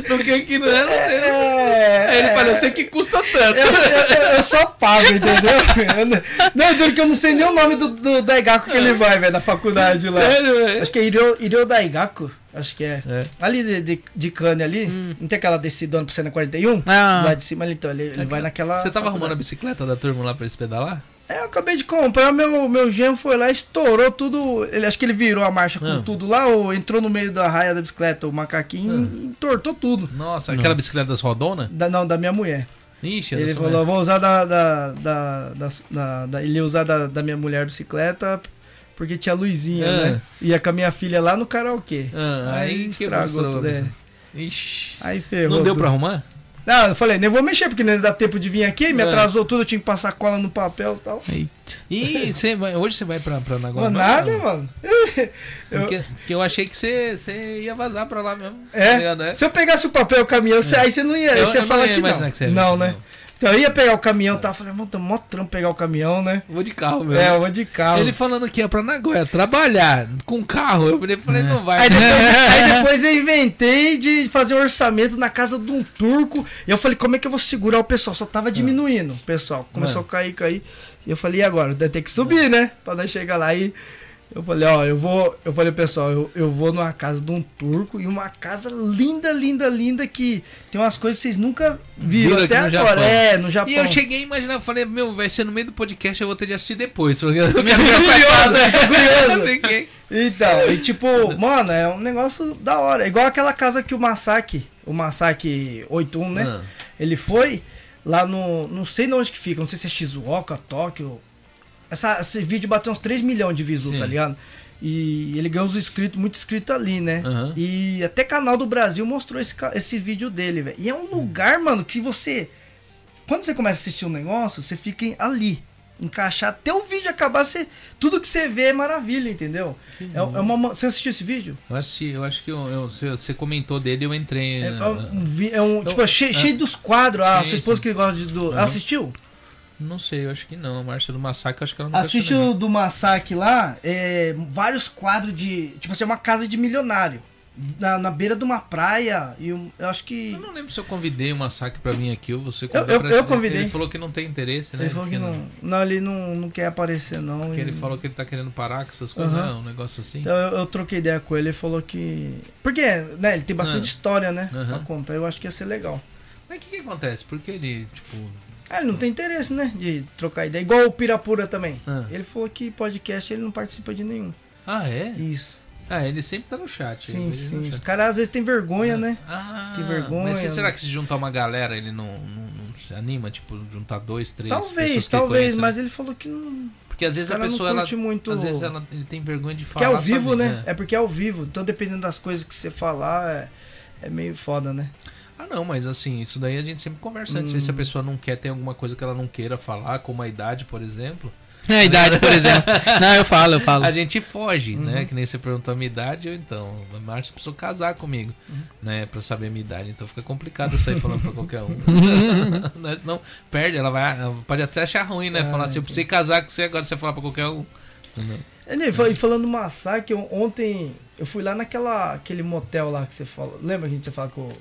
A: do que É que não era? Aí
B: É.
A: ele falou, eu sei que custa tanto.
B: Eu, eu- eu só pago, entendeu? Eu não- Não, é duro que eu não sei nem o nome do, do Daigaku que
A: É.
B: ele vai, velho, da faculdade lá.
A: Sério, velho?
B: Acho que é Ireu, Ireu Daigaku, acho que é.
A: É.
B: Ali de, de, de Cane ali,
A: Hum.
B: não tem aquela descidona pra você na 41?
E: Hum. Ah.
B: Lá de cima ali, então, ele, ele vai naquela...
A: Você tava arrumando a
B: faculdade.
A: bicicleta da turma lá pra eles pedalar?
B: É, eu acabei de comprar, meu, meu genro foi lá, estourou tudo, ele, acho que ele virou a marcha com
A: Ah.
B: tudo lá, ou entrou no meio da raia da bicicleta, o macaquinho,
A: Ah.
B: e entortou tudo.
A: Nossa, aquela bicicleta das rodonas?
B: Da- não, da minha mulher.
A: Ixi, eu
B: Ele
A: sou
B: falou, vou usar da, da, da, da- da- da- Ele ia usar da, da minha mulher a bicicleta Porque tinha a luzinha,
A: Ah.
B: né? Ia com a minha filha lá no karaokê.
A: Ah, aí que
B: estragou
A: mostrou,
B: tudo. é.
A: você. Ixi,
B: Aí ferrou
A: não deu
B: tudo.
A: pra arrumar?
B: Não, eu falei, nem vou mexer, porque nem dá tempo de vir aqui, me
A: É.
B: atrasou tudo, eu tinha que passar cola no papel e tal.
E: Eita.
A: E você vai, hoje você vai pra, pra Naguará?
B: Mano, nada, mano. Eu-
A: Porque, porque eu achei que você, você ia vazar pra lá mesmo.
B: É?
A: tá ligado, né?
B: Se eu pegasse o papel e o caminhão, você- aí você não ia. Aí
A: É. Eu-
B: você
A: eu não
B: fala
A: ia
B: que
A: imaginar
B: não.
A: que você ia
B: não,
A: vir,
B: né? Então eu ia pegar o caminhão, tá? Eu Falei, mano, tá mó trampo pegar o caminhão, né?
A: Vou de carro mesmo.
B: É, eu vou de carro.
A: Ele falando que ia pra Nagoya trabalhar com carro. Eu falei, falei, não vai.
B: É.
A: né?"
B: Aí depois, aí depois eu inventei de fazer um orçamento na casa de um turco. E eu falei, como é que eu vou segurar o pessoal? Só tava diminuindo o pessoal.
A: É.
B: Começou a cair, cair. E eu falei, e agora? Deve ter que subir, né? Pra nós chegar lá. E eu falei, ó, eu vou. Eu falei, pessoal, eu, eu vou numa casa de um turco e uma casa linda, linda, linda que tem umas coisas que vocês nunca viram
A: Viram aqui
B: até
A: no
B: agora.
A: Japão.
B: É, no Japão.
A: E eu cheguei a imaginar, eu falei, meu, vai ser no meio do podcast, eu vou ter de assistir depois. Porque eu
B: Tô curioso, tô
A: Eu
B: curioso.
A: fiquei.
B: Então, e tipo, mano, é um negócio da hora. É Igual aquela casa que o Masaki, o Masaki 81, né?
A: Ah.
B: Ele foi lá no. Não sei de onde que fica, não sei se é Shizuoka, Tóquio. Essa, esse vídeo bateu uns 3 milhões de views,
A: Sim.
B: tá ligado? E ele ganhou uns inscritos, muito inscrito ali, né?
A: Aham.
B: E até canal do Brasil mostrou esse, ca- esse vídeo dele, velho. E é um
A: Hum.
B: lugar, mano, que você. Quando você começa a assistir um negócio, você fica em- ali. Encaixar até o vídeo acabar, você, tudo que você vê é maravilha, entendeu? É, é uma, ma- você assistiu esse vídeo?
A: Eu assisti, eu acho que eu, eu- você, você comentou dele, eu entrei.
B: É,
A: né?
B: um, vi- é um- tipo, é cheio, cheio dos quadros. Ah,
A: Então, Sim,
B: sua esposa
A: sim.
B: que gosta de, do.
A: Aham.
B: Assistiu?
A: Não sei, eu acho que não. A Márcia do Massacre, eu acho que ela não né?
B: Assiste o do Massacre lá, é, vários quadros de. Tipo assim, uma casa de milionário. Na, na beira de uma praia. E um- eu acho que.
A: Eu não lembro se eu convidei o Massacre pra vir aqui ou você
B: eu-
A: pra
B: eu
A: ele.
B: convidei.
A: Ele falou que não tem interesse, né?
B: Ele falou que
A: Porque
B: não. Não, ele não, não quer aparecer, não.
A: Porque ele
B: e-
A: falou que ele tá querendo parar com essas coisas,
B: Aham.
A: né? um negócio assim.
B: Então eu, eu troquei ideia com ele, ele falou que. Porque, né, ele tem bastante
A: Ah.
B: história, né?
A: Aham.
B: Pra contar, eu acho que ia ser legal.
A: Mas o que, que acontece? Porque ele, tipo.
B: Ah, ele não tem interesse, né? De trocar ideia. Igual o Pirapura também.
A: Ah.
B: Ele falou que podcast ele não participa de nenhum.
A: Ah, é?
B: Isso.
A: Ah, ele sempre tá no chat.
B: Sim,
A: ele-
B: sim.
A: ele no
B: Os
A: chat.
B: caras às vezes têm vergonha, né?
A: Ah,
B: Tem vergonha,
A: Mas se- será
B: né?
A: que se juntar uma galera, ele não, não, não se anima? Tipo, juntar dois, três pessoas
B: Talvez,
A: que
B: talvez,
A: conhecem? né?
B: mas ele falou que não.
A: Porque às vezes a
B: cara não
A: pessoa, ela,
B: curte muito-
A: às vezes ela, ele tem vergonha de
B: Que
A: falar
B: é ao vivo,
A: sozinho,
B: né? É porque é ao vivo. Então, dependendo das coisas que você falar, é, é meio foda, né?
A: Ah, não, mas assim, isso daí a gente sempre conversa antes. Ver
B: Hum.
A: se a pessoa não quer, tem alguma coisa que ela não queira falar, como a idade, por exemplo.
E: É a idade, por exemplo. Não, eu falo, eu falo.
A: A gente foge,
B: Uhum.
A: né? Que nem você perguntou a minha idade, eu então. A Márcia precisou casar comigo,
B: Uhum.
A: né? Pra saber a minha idade. Então fica complicado eu sair falando pra qualquer um. Né, Senão perde, ela vai. ela Pode até achar ruim,
B: Ah,
A: né? Falar assim, eu precisei casar com você, agora você fala pra qualquer um. Entendeu?
B: É, né, E fal- e falando do massacre, eu- ontem eu fui lá naquela aquele motel lá que você falou. Lembra que a gente tinha falado com o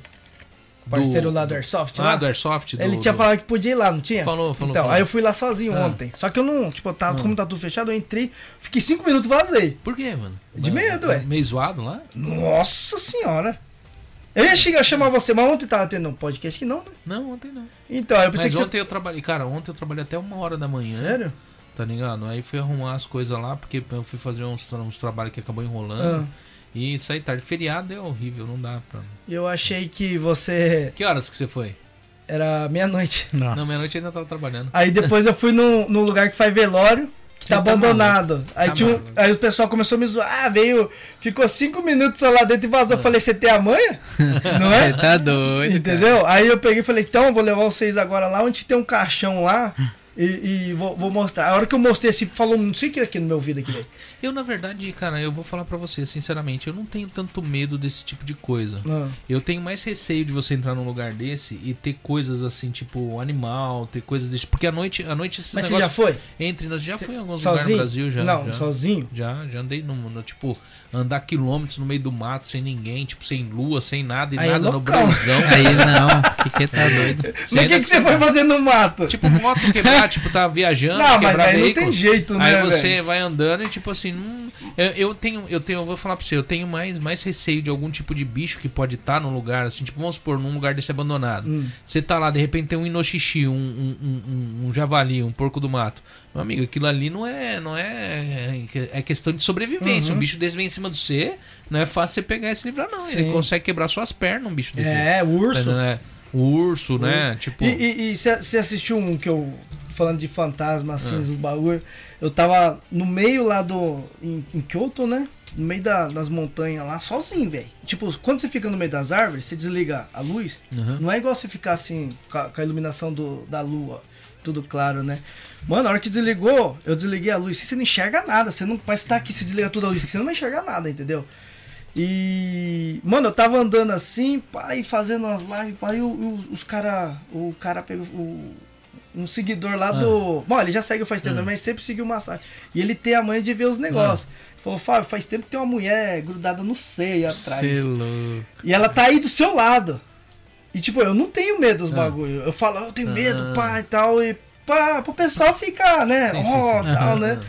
B: parceiro
A: Do-
B: lá do Airsoft? lá?
A: Ah, do Airsoft? do-
B: Ele tinha
A: do-
B: falado que podia ir lá, não tinha?
A: Falou, falou,
B: Então,
A: falou.
B: aí eu fui lá sozinho
A: Ah.
B: ontem. Só que eu não, tipo, tava, como tá tudo fechado, eu entrei, fiquei cinco minutos e vazei.
A: Por quê, mano?
B: De medo,
A: é.
B: ué.
A: Meio zoado lá?
B: Nossa senhora! Eu ia chegar a chamar você, mas ontem tava tendo um podcast que não, né?
A: Não, ontem não.
B: Então, eu pensei
A: Mas
B: que
A: ontem eu trabalhei, cara, ontem eu trabalhei até uma hora da manhã.
B: você. Sério?
A: Tá ligado? Aí fui arrumar as coisas lá, porque eu fui fazer uns, uns trabalhos que acabou enrolando.
B: Ah,
A: E saí tarde. Feriado é horrível, não dá pra.
B: eu achei que você
A: Que horas que você foi?
B: era meia-noite.
E: Nossa.
A: Não, meia-noite eu ainda tava trabalhando.
B: Aí depois eu fui num, num lugar que faz velório, que
A: Você
B: tá
A: tá
B: abandonado. aí,
A: Tá
B: tinha um-
A: maluco.
B: aí o pessoal começou a me zoar. Ah, veio, ficou cinco minutos lá dentro e vazou. Eu falei, você tem a manha? Não é?
E: Você tá doido. cara.
B: Entendeu? Aí eu peguei e falei, então eu vou levar vocês agora lá onde tem um caixão lá e, e vou, vou mostrar. A hora que eu mostrei assim, falou não sei o que aqui no meu ouvido
A: Ah.
B: aqui, velho.
A: Eu, na verdade, cara, eu vou falar pra você, sinceramente, eu não tenho tanto medo desse tipo de coisa.
B: Ah,
A: Eu tenho mais receio de você entrar num lugar desse e ter coisas assim, tipo animal, ter coisas desse. Porque à noite, à noite esses
B: Mas você já
A: negócios.
B: foi?
A: Entre nós, já fui em alguns lugares no
B: Sozinho?
A: Brasil, já.
B: não,
A: já.
B: sozinho.
A: Já, já andei no, no, tipo, andar quilômetros no meio do mato, sem ninguém, tipo, sem lua, sem nada e
B: Aí é
A: nada no
B: loucão.
A: Brasil.
E: Aí não, que que tá doido?
B: Mas o que, que você foi fazer no mato?
A: tá Tipo, moto quebrar, tipo, tá viajando,
B: não, mas
A: quebrar
B: aí não
A: veículo.
B: tem jeito, né,
A: Aí
B: velho?
A: você vai andando e tipo assim, hum, eu, eu tenho, eu tenho, eu vou falar pra você, eu tenho mais, mais receio de algum tipo de bicho que pode estar num lugar, assim, tipo, vamos supor, num lugar desse abandonado.
B: Hum.
A: Você tá lá, de repente tem um inoxixi, um, um, um- um- um javali, um porco do mato. Meu amigo, aquilo ali não é, não é, é questão de sobrevivência.
B: Uhum.
A: Um bicho desse vem em cima de você, não é fácil você pegar e se livrar não. Ele
B: Sim.
A: consegue quebrar suas pernas, um bicho desse.
B: É,
A: Tá
B: urso.
A: entendendo, né? O urso, né? Tipo,
B: E- E você assistiu um que eu falando de fantasma, assim, os bagulho. Eu tava no meio lá do. Em, em Kyoto, né? No meio da- das montanhas lá, sozinho, velho. Tipo, quando você fica no meio das árvores, você desliga a luz.
A: Uhum.
B: Não é igual você ficar assim, com a, com a iluminação do, da lua, tudo claro, né? Mano, a hora que desligou, eu desliguei a luz. Você não enxerga nada. Você não. Parece que tá aqui, se desliga toda a luz, você não vai enxergar nada, entendeu? E, mano, eu tava andando assim, pai, fazendo umas lives, pai, o- o- os cara, o cara pegou o- um seguidor lá do... Bom, ele já segue faz tempo, mas sempre seguiu o massagem. E ele tem a mãe de ver os negócios. Falou, Fábio, faz tempo que tem uma mulher grudada no seio atrás.
E: Cê é louco.
B: E ela tá aí do seu lado. E, tipo, eu não tenho medo
A: Ah.
B: dos bagulho. Eu falo, "Ah, eu tenho medo, pá, e tal, e pá, pro pessoal ficar, né?
A: Sim, sim,
B: Ó,
A: sim.
B: tal,
A: Aham,
B: né?
A: aham.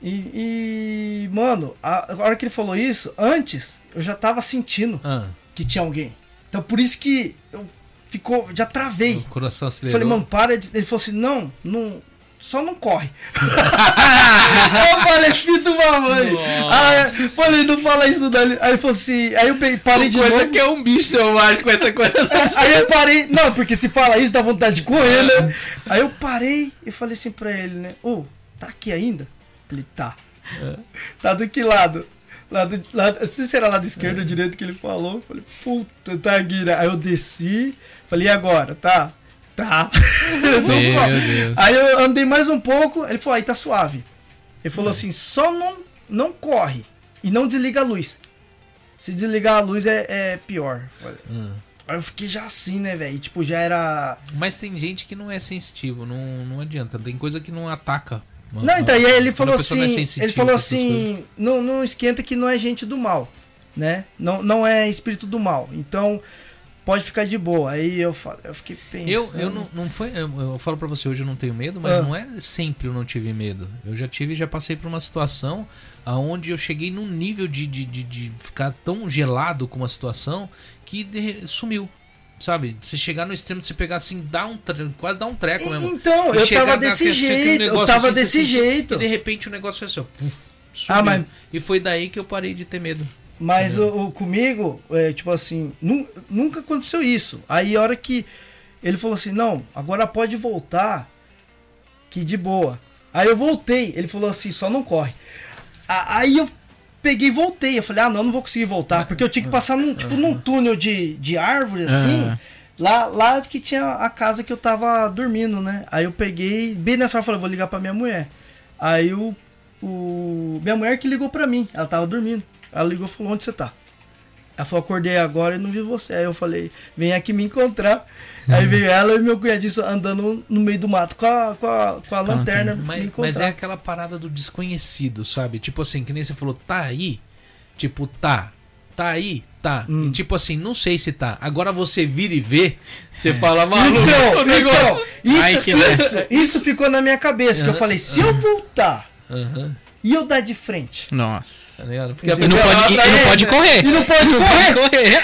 B: E, e, mano, a, a hora que ele falou isso, antes eu já tava sentindo
A: Ah,
B: que tinha alguém. Então por isso que eu ficou, já travei.
A: o coração acelerou.
B: Falei, mano, para de. Ele falou assim: não, não. Só não corre. eu falei, filho de uma mãe. Aí, eu falei, não fala isso dali. Aí ele falou assim. Aí eu pe- parei de
A: coisa
B: novo.
A: que é um bicho selvagem com essa coisa.
B: Aí eu parei. Não, porque se fala isso, dá vontade de correr, né? Aí eu parei e falei assim pra ele, né? Ô, tá aqui ainda? Ele tá. Tá do que lado? Lado, lado, se será lado esquerdo ou direito que ele falou, eu falei, puta, tá aqui, né? Aí eu desci, falei, e agora? Tá? Tá.
A: Meu Deus.
B: Aí eu andei mais um pouco, ele falou, aí tá suave. Ele falou
A: Tá.
B: assim, só não, não corre e não desliga a luz. Se desligar a luz é, é pior. Eu falei,
A: Ah.
B: Aí eu fiquei já assim, né, velho? Tipo, já era.
A: Mas tem gente que não é sensitivo, não, não adianta. Tem coisa que não ataca.
B: Não, então, e aí ele
A: Quando
B: falou
A: a pessoa não é
B: assim.
A: sensitiva
B: ele falou
A: com essas
B: assim. Não, não esquenta que não é gente do mal. Né? Não, não é espírito do mal. Então, pode ficar de boa. Aí eu, fa- eu fiquei pensando.
A: Eu, eu não, não foi. Eu, eu falo pra você, hoje eu não tenho medo, mas
B: Ah.
A: não é sempre eu não tive medo. Eu já tive, já passei por uma situação aonde eu cheguei num nível de, de, de, de ficar tão gelado com uma situação que de- sumiu. Sabe? Você chegar no extremo, você pegar assim, dá um tre- quase dá um treco
B: E-
A: mesmo.
B: Então,
A: E
B: eu
A: chegar
B: tava
A: na-
B: desse
A: que- que aquele
B: jeito. Eu
A: negócio
B: tava
A: assim, você
B: desse
A: sente-
B: jeito.
A: E de repente o negócio foi assim, ó. puf,
B: Então. Ah,
A: sumiu.
B: mas-
A: E foi daí que eu parei de ter medo.
B: Mas o, o comigo, é, tipo assim, nu- nunca aconteceu isso. Aí a hora que ele falou assim, não, agora pode voltar, que de boa. Aí eu voltei, ele falou assim, só não corre. A- Aí eu peguei e voltei. Eu falei, ah, não, não vou conseguir voltar. Porque eu tinha que passar num, tipo, num túnel de, de árvore, assim.
E: Ah.
B: Lá, lá que tinha a casa que eu tava dormindo, né? Aí eu peguei, bem nessa hora eu falei, vou ligar pra minha mulher. Aí o, o- Minha mulher que ligou pra mim, ela tava dormindo. Ela ligou e falou, onde você tá? Ela falou, acordei agora e não vi você. Aí eu falei, vem aqui me encontrar. Aí veio ela e meu cunhadinho só andando no meio do mato com a, com a, com a lanterna. me
A: Mas,
B: encontrar.
A: mas é aquela parada do desconhecido, sabe? Tipo assim, que nem você falou, tá aí? Tipo, tá. Tá aí? Tá.
B: Hum.
A: E tipo assim, não sei se tá. Agora você vira e vê,
B: É.
A: você fala, maluco,
B: Então,
A: o negócio.
B: então, isso,
E: Ai, que
B: isso, isso ficou na minha cabeça. Que eu
A: Aham,
B: falei, se eu voltar
A: Aham,
B: e eu dar de frente.
A: tá
E: Nossa.
A: ligado? Porque a
E: E não
A: pessoa-
E: pode, e, e não pode correr.
B: E não pode correr.
E: correr.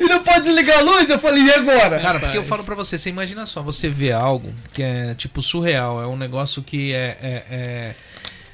B: E não pode desligar a luz? Eu falei, e agora?
A: Cara, porque eu falo pra você, você imagina só, você vê algo que é tipo surreal, é um negócio que é. é- é-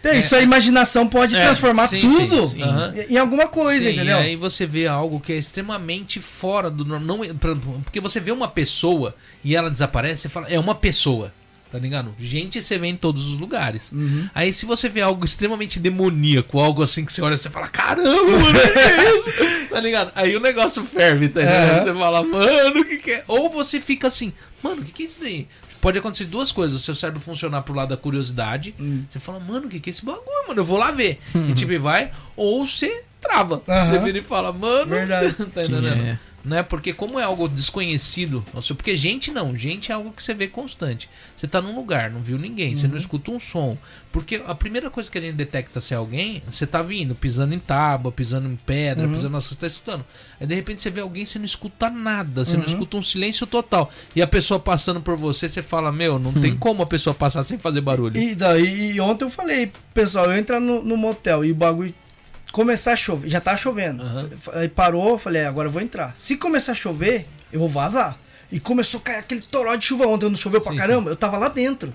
B: Então, isso a imaginação pode
A: É,
B: transformar
A: sim,
B: tudo
A: sim, sim. Aham.
B: em alguma coisa,
A: Sim,
B: entendeu?
A: E aí você vê algo que é extremamente fora do normal. não é- pra- Porque você vê uma pessoa e ela desaparece, você fala, é uma pessoa. Tá ligado? Gente, você vê em todos os lugares.
B: Uhum.
A: Uhum. Aí se você vê algo extremamente demoníaco, algo assim que você olha e você fala, caramba, mano, que é isso? tá ligado? Aí o negócio ferve, tá
B: É.
A: ligado? Você fala, mano, o que, que é? Ou você fica assim, mano, o que, que é isso daí? Pode acontecer duas coisas, o seu cérebro funcionar pro lado da curiosidade,
B: Hum.
A: você fala, mano, o que, que é esse bagulho, mano? Eu vou lá ver. E tipo, e vai, ou você trava. Você
B: Uhum. Aham.
A: vira e fala, mano,
B: Verdade.
A: tá entendendo?
E: é.
A: Né? Porque como é algo desconhecido, ao seu- porque gente não, gente é algo que você vê constante. Você tá num lugar, não viu ninguém, você não
B: Uhum.
A: escuta um som. Porque a primeira coisa que a gente detecta se é alguém, você tá vindo, pisando em tábua, pisando em pedra,
B: Uhum.
A: pisando na você tá escutando. Aí de repente você vê alguém, você não escuta nada, você não
B: Uhum.
A: escuta um silêncio total. E a pessoa passando por você, você fala, meu, não tem como a pessoa passar sem fazer barulho.
B: Uhum. E, daí, e ontem eu falei, pessoal, eu entrar no, no motel e o bagulho começar a chover, já tá chovendo.
A: Aham.
B: F- Aí parou, eu falei, "É, agora eu vou entrar. Se começar a chover, eu vou vazar. E começou a cair aquele toró de chuva ontem, não choveu pra
A: Sim,
B: caramba, eu tava lá dentro.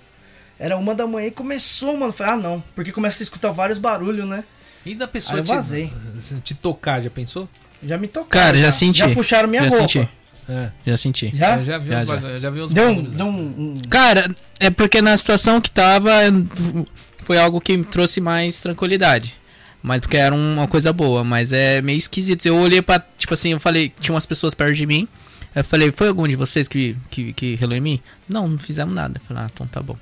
B: Era uma da manhã e começou, mano. Eu Falei, ah não, porque começa a escutar vários barulhos, né?
A: E da pessoa
B: Aí eu vazei.
A: te tocar, já pensou?
B: Já me tocaram.
E: Cara, já senti.
B: Já puxaram minha
E: Já
B: roupa.
E: senti.
A: É.
E: Já senti.
B: Já?
A: Eu já vi
E: Já,
A: uns
E: já.
A: bagulho, eu já né? vi uns
B: Deu um.
A: bagulhos.
B: Deu um, um-
E: Cara, é porque na situação que tava eu- foi algo que me trouxe mais tranquilidade. Mas porque era um, uma coisa boa, mas é meio esquisito. Eu olhei pra, tipo assim, eu falei, tinha umas pessoas perto de mim. Eu falei, foi algum de vocês que, que, que relou em mim? Não, não fizemos nada. Eu falei, ah, então tá bom.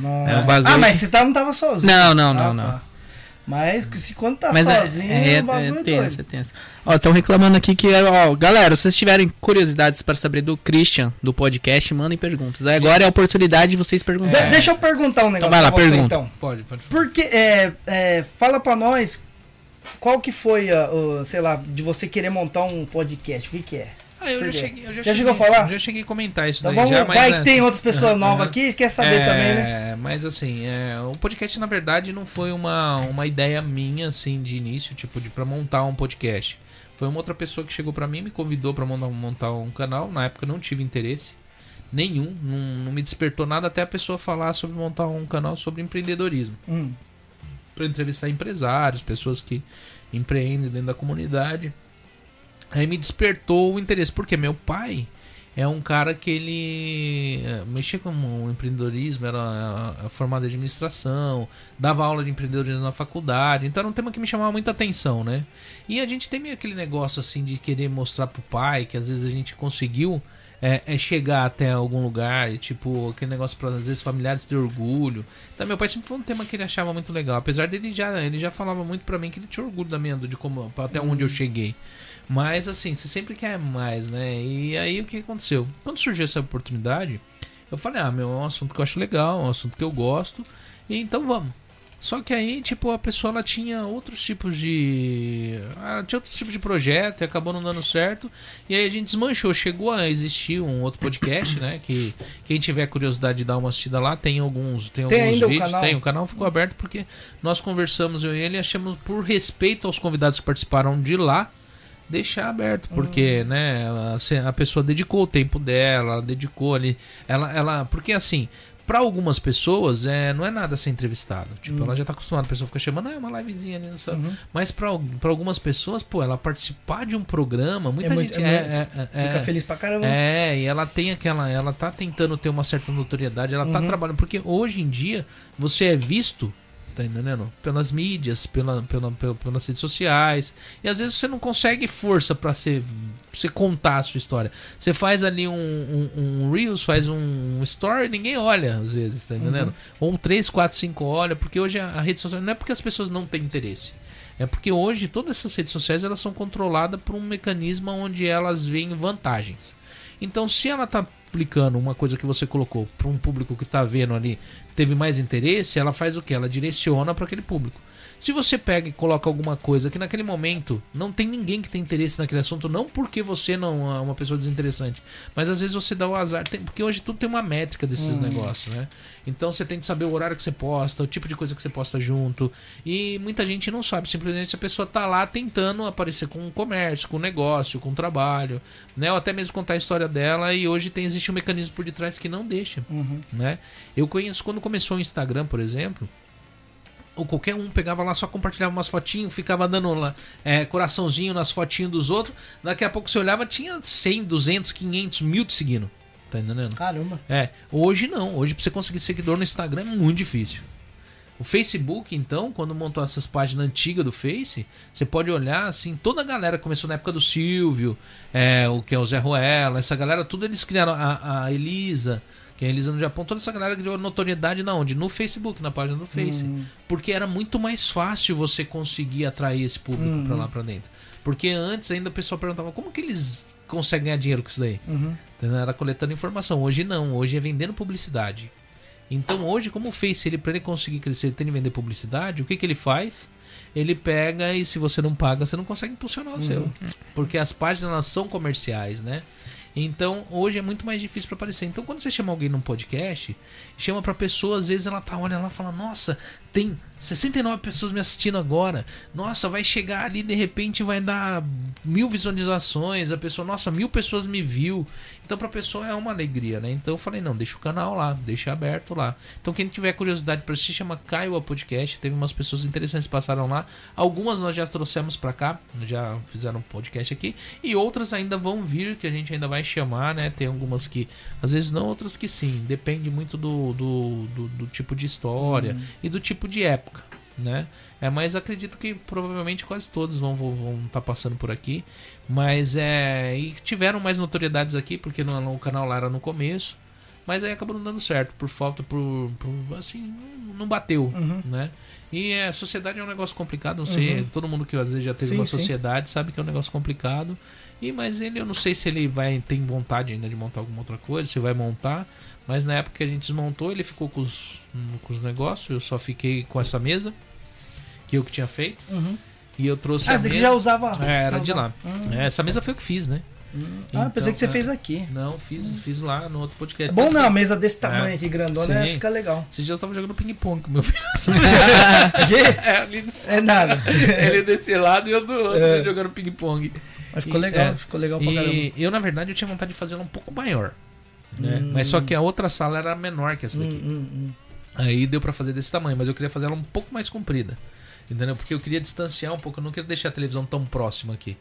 B: Nossa.
E: É um bagulho
B: Ah, mas você tá, não tava sozinho.
E: Não, não, não,
B: Ah,
E: não.
B: tá. Mas que se quando tá
E: Mas é-
B: sozinho,
E: é,
B: o bagulho
E: é
B: é doido.
E: tenso, é tenso. Ó, estão reclamando aqui que, ó, galera, se vocês tiverem curiosidades para saber do Christian, do podcast, mandem perguntas. Aí Agora é a oportunidade de vocês
B: De-
E: perguntarem.
B: Deixa eu perguntar um negócio
E: é. vai lá,
B: pra você,
E: pergunta.
B: então.
A: Pode, pode.
B: Porque, é, é, fala pra nós, qual que foi, a- o, sei lá, de você querer montar um podcast? O que que é?
A: Ah, eu já
B: Por quê?
A: cheguei. Eu já,
B: Já chegou
A: cheguei-
B: a falar?
A: Já cheguei a comentar isso
B: Então
A: daí.
B: vamos,
A: já, mas, é,
B: vai que tem outras pessoas
A: aham,
B: novas
A: aham.
B: aqui, quer saber
A: é,
B: também, né?
A: Mas assim, é, o podcast na verdade não foi uma, uma ideia minha assim de início, tipo de para montar um podcast. Foi uma outra pessoa que chegou pra mim me convidou para montar, montar um canal. Na época eu não tive interesse nenhum, não, não me despertou nada até a pessoa falar sobre montar um canal sobre empreendedorismo.
B: Hum.
A: Pra entrevistar empresários, pessoas que empreendem dentro da comunidade. Aí me despertou o interesse, porque meu pai é um cara que ele eh, mexia com o empreendedorismo, era eh, formado em administração, dava aula de empreendedorismo na faculdade, então era um tema que me chamava muita atenção, né? E a gente tem meio aquele negócio assim de querer mostrar pro pai que às vezes a gente conseguiu é, é chegar até algum lugar e tipo aquele negócio para às vezes familiares ter orgulho. Então meu pai sempre foi um tema que ele achava muito legal, apesar dele já ele já falava muito pra mim que ele tinha orgulho da minha de como até onde eu cheguei. Mas assim, você sempre quer mais, né? E aí o que aconteceu? Quando surgiu essa oportunidade, eu falei, ah, meu, é um assunto que eu acho legal, é um assunto que eu gosto, e então vamos. Só que aí, tipo, a pessoa ela tinha outros tipos de. Ela tinha outros tipos de projeto e acabou não dando certo. E aí a gente desmanchou. Chegou a existir um outro podcast, né? Que quem tiver curiosidade de dar uma assistida lá, tem alguns, tem,
B: Tem
A: alguns
B: ainda o
A: vídeos.
B: canal?
A: Tem, o canal ficou aberto porque nós conversamos eu e ele e achamos, por respeito aos convidados que participaram de lá, deixar aberto,
B: Uhum.
A: porque, né, a, se- a pessoa dedicou o tempo dela, ela dedicou ali, ela, ela, porque assim, pra algumas pessoas, é, não é nada ser entrevistado, tipo,
B: Uhum.
A: ela já tá acostumada, a pessoa fica chamando, ah, é uma livezinha ali, não sei. mas pra, al- pra algumas pessoas, pô, ela participar de um programa, muita
B: É muito-
A: gente
B: é
A: é-
B: muito-
A: é- é-
B: Fica
A: é.
B: feliz pra caramba.
A: É, e ela tem aquela. Ela tá tentando ter uma certa notoriedade, ela tá trabalhando. Porque hoje em dia você é visto, tá entendendo? Pelas mídias, pela, pela, pela- pelas redes sociais. E às vezes você não consegue força pra ser. pra Você contar a sua história. Você faz ali um, um, um Reels, faz um Story, ninguém olha, às vezes, tá entendendo? Ou um 3, 4, 5 olha, porque hoje a, a rede social. Não é porque as pessoas não têm interesse. É porque hoje todas essas redes sociais elas são controladas por um mecanismo onde elas veem vantagens. Então, se ela tá aplicando uma coisa que você colocou para um público que tá vendo ali, teve mais interesse, ela faz o que? Ela direciona para aquele público. Se você pega e coloca alguma coisa que naquele momento não tem ninguém que tem interesse naquele assunto, não porque você não é uma pessoa desinteressante, mas às vezes você dá o azar, tem- porque hoje tudo tem uma métrica desses negócios, né? Então você tem que saber o horário que você posta, o tipo de coisa que você posta junto, e muita gente não sabe, simplesmente a pessoa tá lá tentando aparecer com o comércio, com o negócio, com o trabalho, né? Ou até mesmo contar a história dela e hoje tem existe um mecanismo por detrás que não deixa, né? Eu conheço quando começou o Instagram, por exemplo, ou qualquer um pegava lá, só compartilhava umas fotinhos, ficava dando lá, é, coraçãozinho nas fotinhas dos outros. Daqui a pouco você olhava, tinha 100, 200, 500, mil te seguindo. Tá entendendo?
B: Caramba.
A: É, hoje não. Hoje pra você conseguir seguidor no Instagram é muito difícil. O Facebook, então, quando montou essas páginas antigas do Face, você pode olhar assim, toda a galera começou na época do Silvio, é, o que é o Zé Ruela, essa galera, tudo eles criaram a, a Elisa, que é a Elisa no Japão, toda essa galera criou notoriedade na onde? No Facebook, na página do Face.
B: Hum.
A: Porque era muito mais fácil você conseguir atrair esse público pra lá pra dentro. Porque antes ainda o pessoal perguntava como que eles conseguem ganhar dinheiro com isso daí?
B: uhum.
A: Entendeu? Então, Era coletando informação. Hoje não, hoje é vendendo publicidade. Então hoje, como o Face, ele, para ele conseguir crescer, ele tem que vender publicidade, o que, que ele faz? Ele pega e se você não paga, você não consegue impulsionar o seu. Porque as páginas elas são comerciais, né? Então hoje é muito mais difícil para aparecer. Então quando você chama alguém num podcast, chama pra pessoa, às vezes ela tá olha lá e fala: Nossa, tem 69 pessoas me assistindo agora. Nossa, vai chegar ali de repente vai dar mil visualizações, a pessoa, nossa, mil pessoas me viu. Então pra pessoa é uma alegria, né? Então eu falei, não, deixa o canal lá, deixa aberto lá. Então quem tiver curiosidade pra assistir, chama Caio a Podcast. Teve umas pessoas interessantes que passaram lá. Algumas nós já trouxemos pra cá, já fizeram um podcast aqui. E outras ainda vão vir, que a gente ainda vai chamar, né? Tem algumas que, às vezes não, outras que sim. Depende muito do, do, do, do tipo de história
B: Uhum.
A: e do tipo de época, né? É, mas acredito que provavelmente quase todos vão estar vão, vão tá passando por aqui. Mas é. E tiveram mais notoriedades aqui, porque no, no- o canal lá era no começo. Mas aí acabou não dando certo, por falta, por. por, assim, não bateu,
B: Uhum.
A: né? E é, sociedade é um negócio complicado, não sei. Todo mundo que às vezes já teve
B: Sim,
A: uma
B: sim.
A: sociedade sabe que é um negócio complicado. E mas ele, eu não sei se ele vai tem vontade ainda de montar alguma outra coisa, se vai montar. Mas na época que a gente desmontou, ele ficou com os, hum, com os negócios. Eu só fiquei com essa mesa que eu que tinha feito.
B: Uhum.
A: E eu trouxe a
B: Ah, esse daqui
A: mesa.
B: já usava.
A: É, era de lá.
B: Hum.
A: É, essa mesa foi o que fiz, né?
B: Ah, pensei
A: Então,
B: que você
A: é.
B: fez aqui.
A: Não, fiz, fiz lá no outro podcast.
B: É bom não, uma mesa desse tamanho
A: É.
B: aqui, grandona,
A: Sim.
B: fica legal.
A: Esses dias eu tava jogando ping-pong com meu filho.
B: Quê?
A: É, ali-
B: É nada.
A: ele desse lado e eu do outro
B: É.
A: jogando ping-pong.
B: Mas ficou
A: E-
B: legal,
A: é.
B: ficou legal pra caramba.
A: E eu, na verdade, eu tinha vontade de fazer ela um pouco maior. Né?
B: Hum.
A: Mas só que a outra sala era menor que essa daqui.
B: Hum, hum, hum.
A: Aí deu pra fazer desse tamanho, mas eu queria fazer ela um pouco mais comprida. Entendeu? Porque eu queria distanciar um pouco, eu não queria deixar a televisão tão próxima aqui.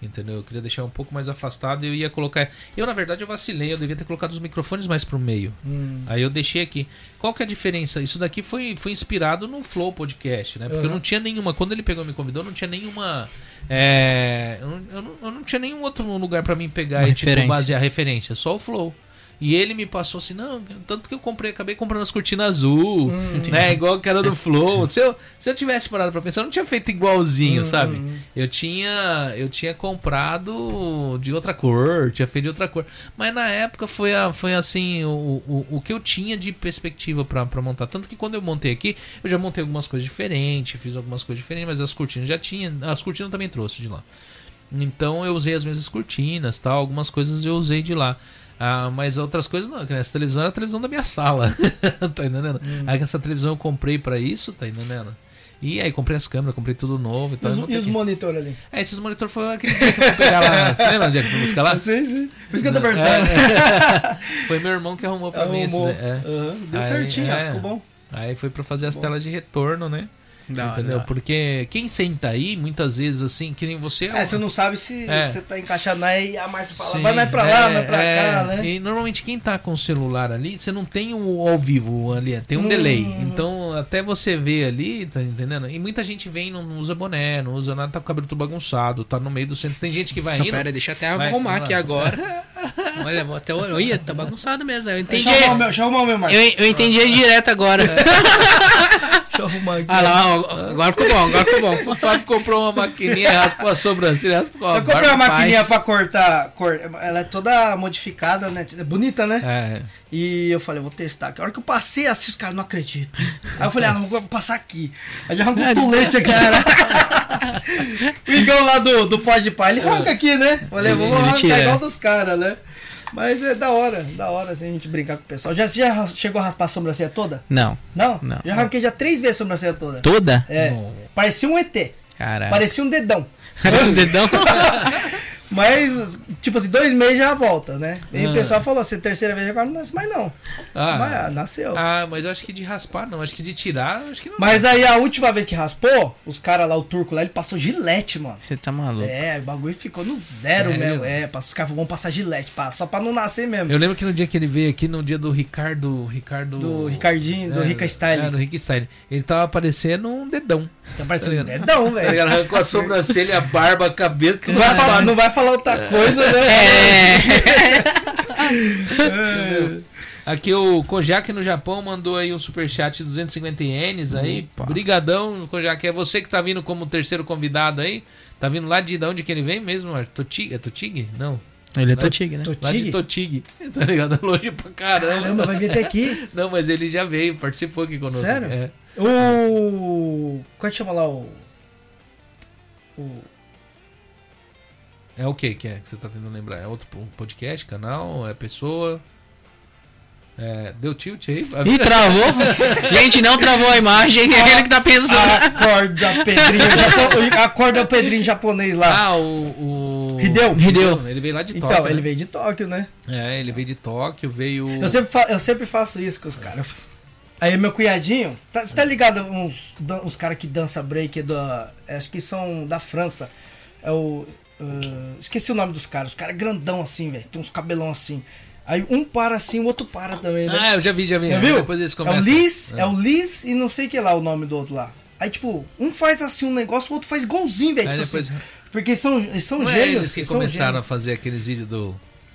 A: Entendeu? Eu queria deixar um pouco mais afastado e eu ia colocar. Eu, na verdade, eu vacilei, eu devia ter colocado os microfones mais pro meio.
B: Hum.
A: Aí eu deixei aqui. Qual que é a diferença? Isso daqui foi, foi inspirado no Flow Podcast, né? Porque eu
B: Uhum.
A: não tinha nenhuma. Quando ele pegou e me convidou, eu não tinha nenhuma. é, eu, não, eu não- eu não tinha nenhum outro lugar pra mim pegar
E: Uma
A: e tipo,
E: referência.
A: basear a referência, só o Flow. E ele me passou assim, não, tanto que eu comprei, acabei comprando as cortinas azul,
B: Hum.
A: né? Igual que era do Flow. Se eu, se eu tivesse parado pra pensar, eu não tinha feito igualzinho,
B: Hum,
A: sabe? Eu tinha, eu tinha comprado de outra cor, tinha feito de outra cor. Mas na época foi, a, foi assim, o, o, o que eu tinha de perspectiva pra pra montar. Tanto que quando eu montei aqui, eu já montei algumas coisas diferentes, fiz algumas coisas diferentes, mas as cortinas já tinha. As cortinas eu também trouxe de lá. Então eu usei as mesmas cortinas tal, algumas coisas eu usei de lá. Ah, mas outras coisas não, que essa televisão era a televisão da minha sala. tá entendendo?
B: Hum.
A: Aí essa televisão eu comprei pra isso, tá entendendo? E aí comprei as câmeras, comprei tudo novo e
B: E
A: tal. eu
B: os,
A: montei
B: e os
A: aqui.
B: monitores ali?
A: É, esses monitores foi aquele dia que eu fui pegar lá. Você lembra onde é que eu fui buscar lá?
B: Sim, sim. Por isso que eu tô perguntando.
A: É. Foi meu irmão que arrumou pra mim esse,
B: Arrumou.
A: né? É.
B: Aham, Deu
A: Aí,
B: certinho,
A: é.
B: ó, ficou bom.
A: Aí foi pra fazer as telas de retorno, né?
B: Ah,
E: Da hora,
A: Entendeu?
E: da hora.
A: Porque quem senta aí, muitas vezes, assim, que nem você.
B: É, você não sabe se
A: É.
B: você tá encaixado na e a Márcia fala,
A: Sim,
B: vai mais pra lá,
A: é,
B: vai pra
A: é.
B: cá, né?
A: E normalmente quem tá com o celular ali, você não tem o ao vivo ali, tem um
B: Hum.
A: delay. Então até você ver ali, tá entendendo? E muita gente vem e não não usa boné, não usa nada, tá com o cabelo tudo bagunçado, tá no meio do centro. Tem gente que vai
B: Tá
E: Então,
A: indo.
E: pera, deixa eu até
A: Vai,
E: arrumar
A: vamos lá.
E: aqui agora. Olha, vou até olhar. Ih, tá bagunçado mesmo. Eu entendi.
B: Deixa eu arrumar o meu, deixa eu arrumar o meu, Márcia.
E: Eu, eu entendi direto agora.
B: Deixa eu arrumar aqui.
E: Ah lá, ó, agora ficou bom, agora ficou bom.
A: O Fábio comprou uma maquininha, raspou a sobrancelha, raspou a
B: Eu comprei uma
A: barba,
B: maquininha
A: faz.
B: pra cortar. cor- Ela é toda modificada, né? É bonita, né?
A: É,
B: E eu falei, eu vou testar aqui. A hora que eu passei assim, os caras não acreditam. Aí eu falei, ah, não vou passar aqui. Aí já arrancou
E: É,
B: um tulete aqui. né? o Igão lá do, do pó de pá, ele arranca aqui, né? Eu falei,
E: É. Sim,
B: vou
E: ele
B: arrancar
E: tira. é.
B: igual dos caras, né? Mas é da hora, da hora assim a gente brincar com o pessoal. Já, você já ras- chegou a raspar a sobrancelha toda?
E: Não,
B: Não?
E: Não.
B: Já arranquei já três vezes a sobrancelha toda.
E: toda?
B: É.
A: Não.
B: Parecia um ET.
E: Caralho.
B: Parecia um dedão.
E: Parece um dedão.
B: Mas, tipo assim, dois meses já volta, né? E
A: Ah.
B: o pessoal
E: é.
B: falou assim, terceira vez agora não nasce mais não.
A: Ah,
B: Mas, nasceu.
A: ah, mas eu acho que de raspar não, acho que de tirar, eu acho que não.
B: Mas aí a última vez que raspou, os caras lá, o turco lá, ele passou gilete, mano.
E: Você tá maluco.
B: É, o bagulho ficou no zero
A: Sério?
B: mesmo. É, passa- os caras vão passar gilete, pá, só pra não nascer mesmo.
A: Eu lembro que no dia que ele veio aqui, no dia do Ricardo. Ricardo.
B: Do Ricardinho, do Rica Style.
A: É, do Rica Style. Ele tava parecendo um dedão.
B: Tá parecendo
A: Tá
B: um
A: ligado? Tá
B: dedão,
A: Ele
B: velho.
A: arrancou a sobrancelha, a barba, a cabelo, tudo
B: Não vai, falar,
A: raspado.
B: não vai falar
A: É.
B: outra coisa, né?
E: É.
B: É.
A: Aqui o Kojak no Japão mandou aí um superchat de 250 ienes aí.
E: Opa.
A: Brigadão, Kojak. É você que tá vindo como terceiro convidado aí. Tá vindo lá de, de onde que ele vem mesmo? Mar- Totig? É Totig? Não.
E: Ele é totiga, né?
A: Lá de né?
B: Totig?
A: Totig. Tá ligado? Longe pra caramba.
B: Caramba, vai vir até aqui.
A: Não, mas ele já veio, participou aqui conosco.
B: Sério?
A: É.
B: O. Qual é que chama lá o. O.
A: um É o que que é que você tá tentando lembrar? É outro po- podcast, canal? É pessoa? É, deu tilt aí?
E: Ih, travou? Gente, não travou a imagem, é ele que tá
A: Ah,
E: pensando.
B: Acorda, Pedrinho. japo- Acorda o Pedrinho japonês lá.
A: Ah, o. o...
B: Hideo.
A: Hideo. Ele veio lá de
B: então,
A: Tóquio.
B: ele
A: né?
B: veio de Tóquio, né?
A: É, ele veio de Tóquio, veio.
B: Eu sempre, fa- eu sempre faço isso com os caras. Eu fa- Aí meu cunhadinho, tá,
A: Uhum.
B: você tá ligado uns, dan- uns caras que dança break da. Acho que são da França. É o. ah, esqueci o nome dos caras. Os caras grandão assim, velho. Tem uns cabelão assim. Aí um para assim, o outro para também, né?
A: Ah, eu já vi, já vi.
B: Já viu?
A: Depois eles
B: é o
A: começam.
B: Liz,
A: É.
B: é. o Liz e não sei o que lá o nome do outro lá. Aí, tipo, um faz assim um negócio, o outro faz igualzinho, velho.
A: Aí
B: Tipo
A: depois-
B: assim, porque eles são, eles são
A: Não é
B: gênios.
A: eles que
B: eles são
A: começaram a
B: gênios.
A: fazer aqueles vídeos do.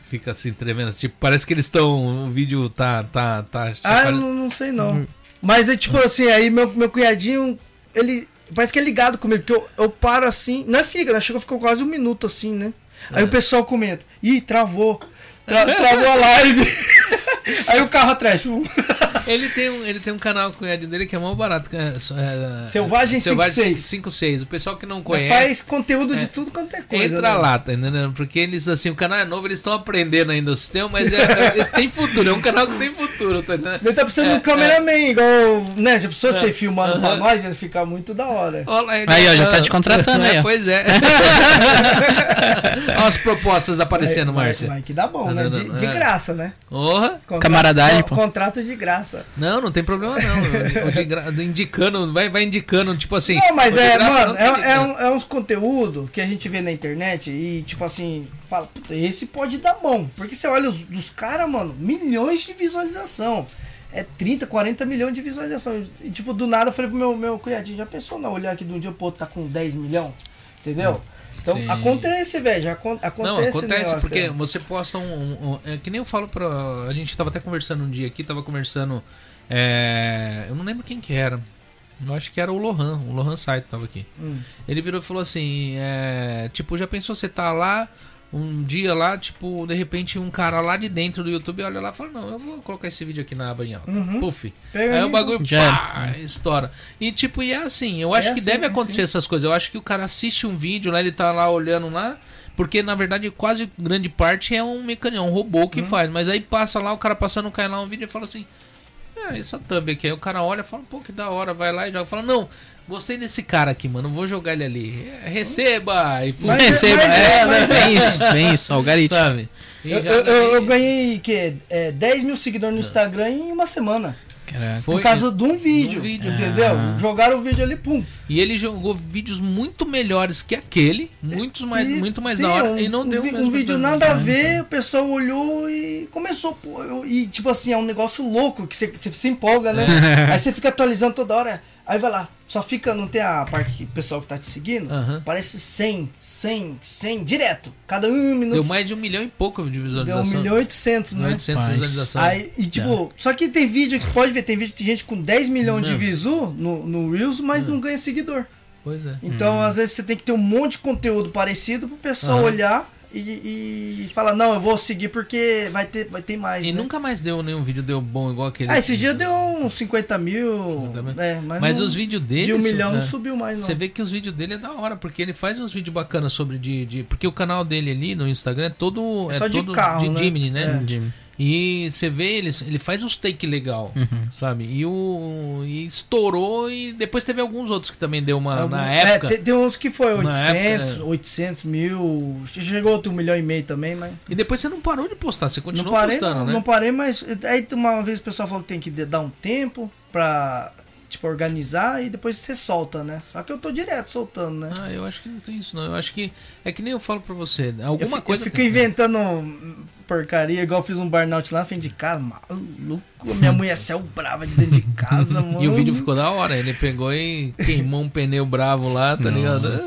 A: Fica assim tremendo. Tipo, parece que eles estão. O vídeo tá. tá, tá
B: Ah, eu não, não sei
A: Uhum.
B: não. Mas é tipo assim, aí meu, meu cunhadinho, ele. Parece que é ligado comigo, porque eu, eu paro assim. Não é fica, né? Chega, ficou quase um minuto assim, né? Aí o
A: É.
B: pessoal comenta, ih, travou. Tra- travou a live. aí o carro atrás. tipo,
A: Ele tem um, ele tem um canal cunhadinho dele que é mó barato. que é- é-
B: Selvagem
A: Selvagem
B: 56.
A: 56. O pessoal que não conhece.
B: Faz conteúdo de
A: É.
B: tudo quanto é coisa.
A: Entra
B: né?
A: lá, tá entendendo? Porque eles, assim, o canal é novo, eles estão aprendendo ainda o sistema, mas é, é- eles têm futuro, é um canal que tem futuro, tá entendendo?
B: Ele tá precisando
A: É,
B: de um cameraman, igual. Né? Já precisou ser filmando pra
A: Aham.
B: nós, ia ficar muito da hora.
A: Olha lá, ele-
E: Aí, ó, já tá te contratando
A: É,
E: aí, ó.
A: Pois é. Olha as propostas aparecendo,
B: Vai-
A: Márcia.
B: Vai, vai que dá bom,
A: Não,
B: né?
A: não,
B: de,
A: não,
B: de
A: é.
B: graça, né?
A: Porra.
B: Contra-
E: Camaradagem,
B: con-
E: pô.
B: Contrato de graça.
A: Não, não tem problema não. O de gra- do Indicando, vai, vai indicando, tipo assim.
B: não, mas
A: o de
B: é,
A: graça
B: mano,
A: não tem
B: é, é
A: limite.
B: um- é uns conteúdos que a gente vê na internet e, tipo assim, fala, puta, esse pode dar bom. Porque você olha os, dos caras, mano, milhões de visualização. É 30, 40 milhões de visualização. E, tipo, do nada eu falei pro meu, meu cunhadinho, já pensou não olhar aqui de um dia pro outro tá com 10 milhões? Entendeu? Então,
A: Sim.
B: acontece, velho. já acon-
A: Não,
B: Acontece, esse
A: acontece,
B: negócio,
A: porque
B: né?
A: você posta um, um- um- É que nem eu falo pra. A gente tava até conversando um dia aqui, tava conversando. é, eu não lembro quem que era. Eu acho que era o Lohan, o Lohan Saito tava aqui.
B: Hum.
A: Ele virou e falou assim: é, Tipo, já pensou você tá lá, um dia lá, tipo, de repente um cara lá de dentro do YouTube olha lá e fala: Não, eu vou colocar esse vídeo aqui na aba em alta.
B: Uhum.
A: Puf.
B: Pega
A: Aí o
B: aí,
A: é um bagulho
E: Já
A: pá, estoura. E tipo, e é assim, eu acho que
B: assim,
A: deve
B: é
A: acontecer essas coisas. Eu acho que o cara assiste um vídeo lá, ele tá lá olhando lá, porque na verdade quase grande parte é um mecânico, um robô
B: Uhum.
A: que faz. Mas aí passa lá, o cara passando, cai lá um vídeo e fala assim: É, essa thumb aqui. Aí o cara olha e fala: Pô, que da hora, vai lá e joga. Fala: Não, gostei desse cara aqui, mano, vou jogar ele ali. É, receba! E pô,
B: Mas-
E: Receba,
B: mas
E: é,
B: é, mas
E: é isso, bem isso, algoritmo.
A: sabe? E
B: Eu,
A: já-
B: eu- eu- eu ganhei que, é, 10 mil seguidores no Instagram em uma semana.
E: Caraca.
A: Foi-
B: por causa de um vídeo.
A: um vídeo.
B: Entendeu?
E: Ah.
B: Jogaram o vídeo ali, pum.
A: E ele jogou vídeos muito melhores que aquele, muitos mais,
B: E-
A: muito mais
B: sim,
A: da hora,
B: um-
A: e não
B: um
A: deu o
B: vi- Um
A: mesmo
B: vídeo
A: dano.
B: nada a
A: então.
B: ver, o pessoal olhou e começou. pô, eu- e tipo assim, é um negócio louco que você você se empolga, né?
A: É.
B: Aí você fica atualizando toda hora. Aí vai lá, só fica, não tem a parte que o pessoal que tá te seguindo?
A: Aham.
B: Parece 100, 100, 100, direto. Cada um minuto.
A: Deu mais de um milhão e pouco de
B: deu
A: visualização. é.
B: 1 milhão e 800, né?
A: 800
E: Rapaz.
A: visualizações.
B: Aí, e tipo, só que tem vídeo que você pode ver, tem vídeo que tem gente com 10 milhões de
A: Não.
B: visu no, no Reels, mas
A: É.
B: não ganha seguidor.
A: Pois é.
B: Então, às vezes, você tem que ter um monte de conteúdo parecido pro pessoal
A: Aham.
B: olhar e, e falar, não, eu vou seguir porque vai ter, vai ter mais.
A: E
B: né?
A: nunca mais deu nenhum vídeo deu bom igual aquele.
B: Ah, esse dia deu uns 50 mil.
A: 50 mil.
B: é, mas
A: Mas
B: não-
A: os vídeos dele.
B: de um milhão
A: é.
B: não subiu mais, não.
A: Você vê que os vídeos dele é da hora, porque ele faz uns vídeos bacanas sobre de, de- Porque o canal dele ali no Instagram é todo.
B: É só de
A: todo
B: carro,
A: de
B: né?
A: Jimny, né?
E: Jimmy.
A: E você vê, ele, ele faz uns take legal,
B: Uhum.
A: sabe? E o. E estourou e depois teve alguns outros que também deu uma.
B: Algum-
A: Na
B: é,
A: época.
B: tem, tem uns que foi
A: Na
B: 800,
A: época-
B: 800 mil. Chegou outro um milhão e meio também, mas.
A: E depois você não parou de postar, você
B: Não
A: continuou
B: parei,
A: postando,
B: não,
A: né?
B: não parei, mas aí uma vez o pessoal falou que tem que de- dar um tempo pra, tipo, organizar e depois você solta, né? Só que eu tô direto soltando, né?
A: Ah, eu acho que não tem isso, não. Eu acho que. É que nem eu falo pra você.
B: Eu
A: Alguma
B: fi- eu,
A: coisa. né?
B: fico
A: tem que-
B: inventando porcaria, igual eu fiz um burnout lá na frente de casa, maluco. Minha mulher saiu brava de dentro de casa, mano.
A: E o vídeo ficou da hora. Ele pegou e queimou um pneu bravo lá, tá ligado?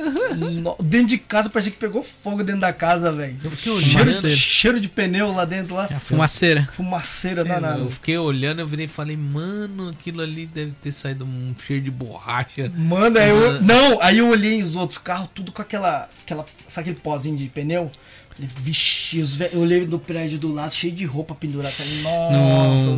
B: No- Dentro de casa parecia que pegou fogo dentro da casa, velho.
A: Eu fiquei
B: Cheiro,
A: olhando.
E: Fumaceira.
B: cheiro de pneu lá dentro, lá.
E: A fumaceira.
B: Fumaceira danada.
A: Eu fiquei olhando, eu virei e falei, mano, aquilo ali deve ter saído um cheiro de borracha.
B: Mano,
A: Uhum.
B: aí eu. Não, aí eu olhei os outros carros, tudo com aquela. aquela sabe aquele pozinho de pneu? Falei, Vixe, os ve- eu lembro do prédio do lado, cheio de roupa pendurada. Falei, nossa,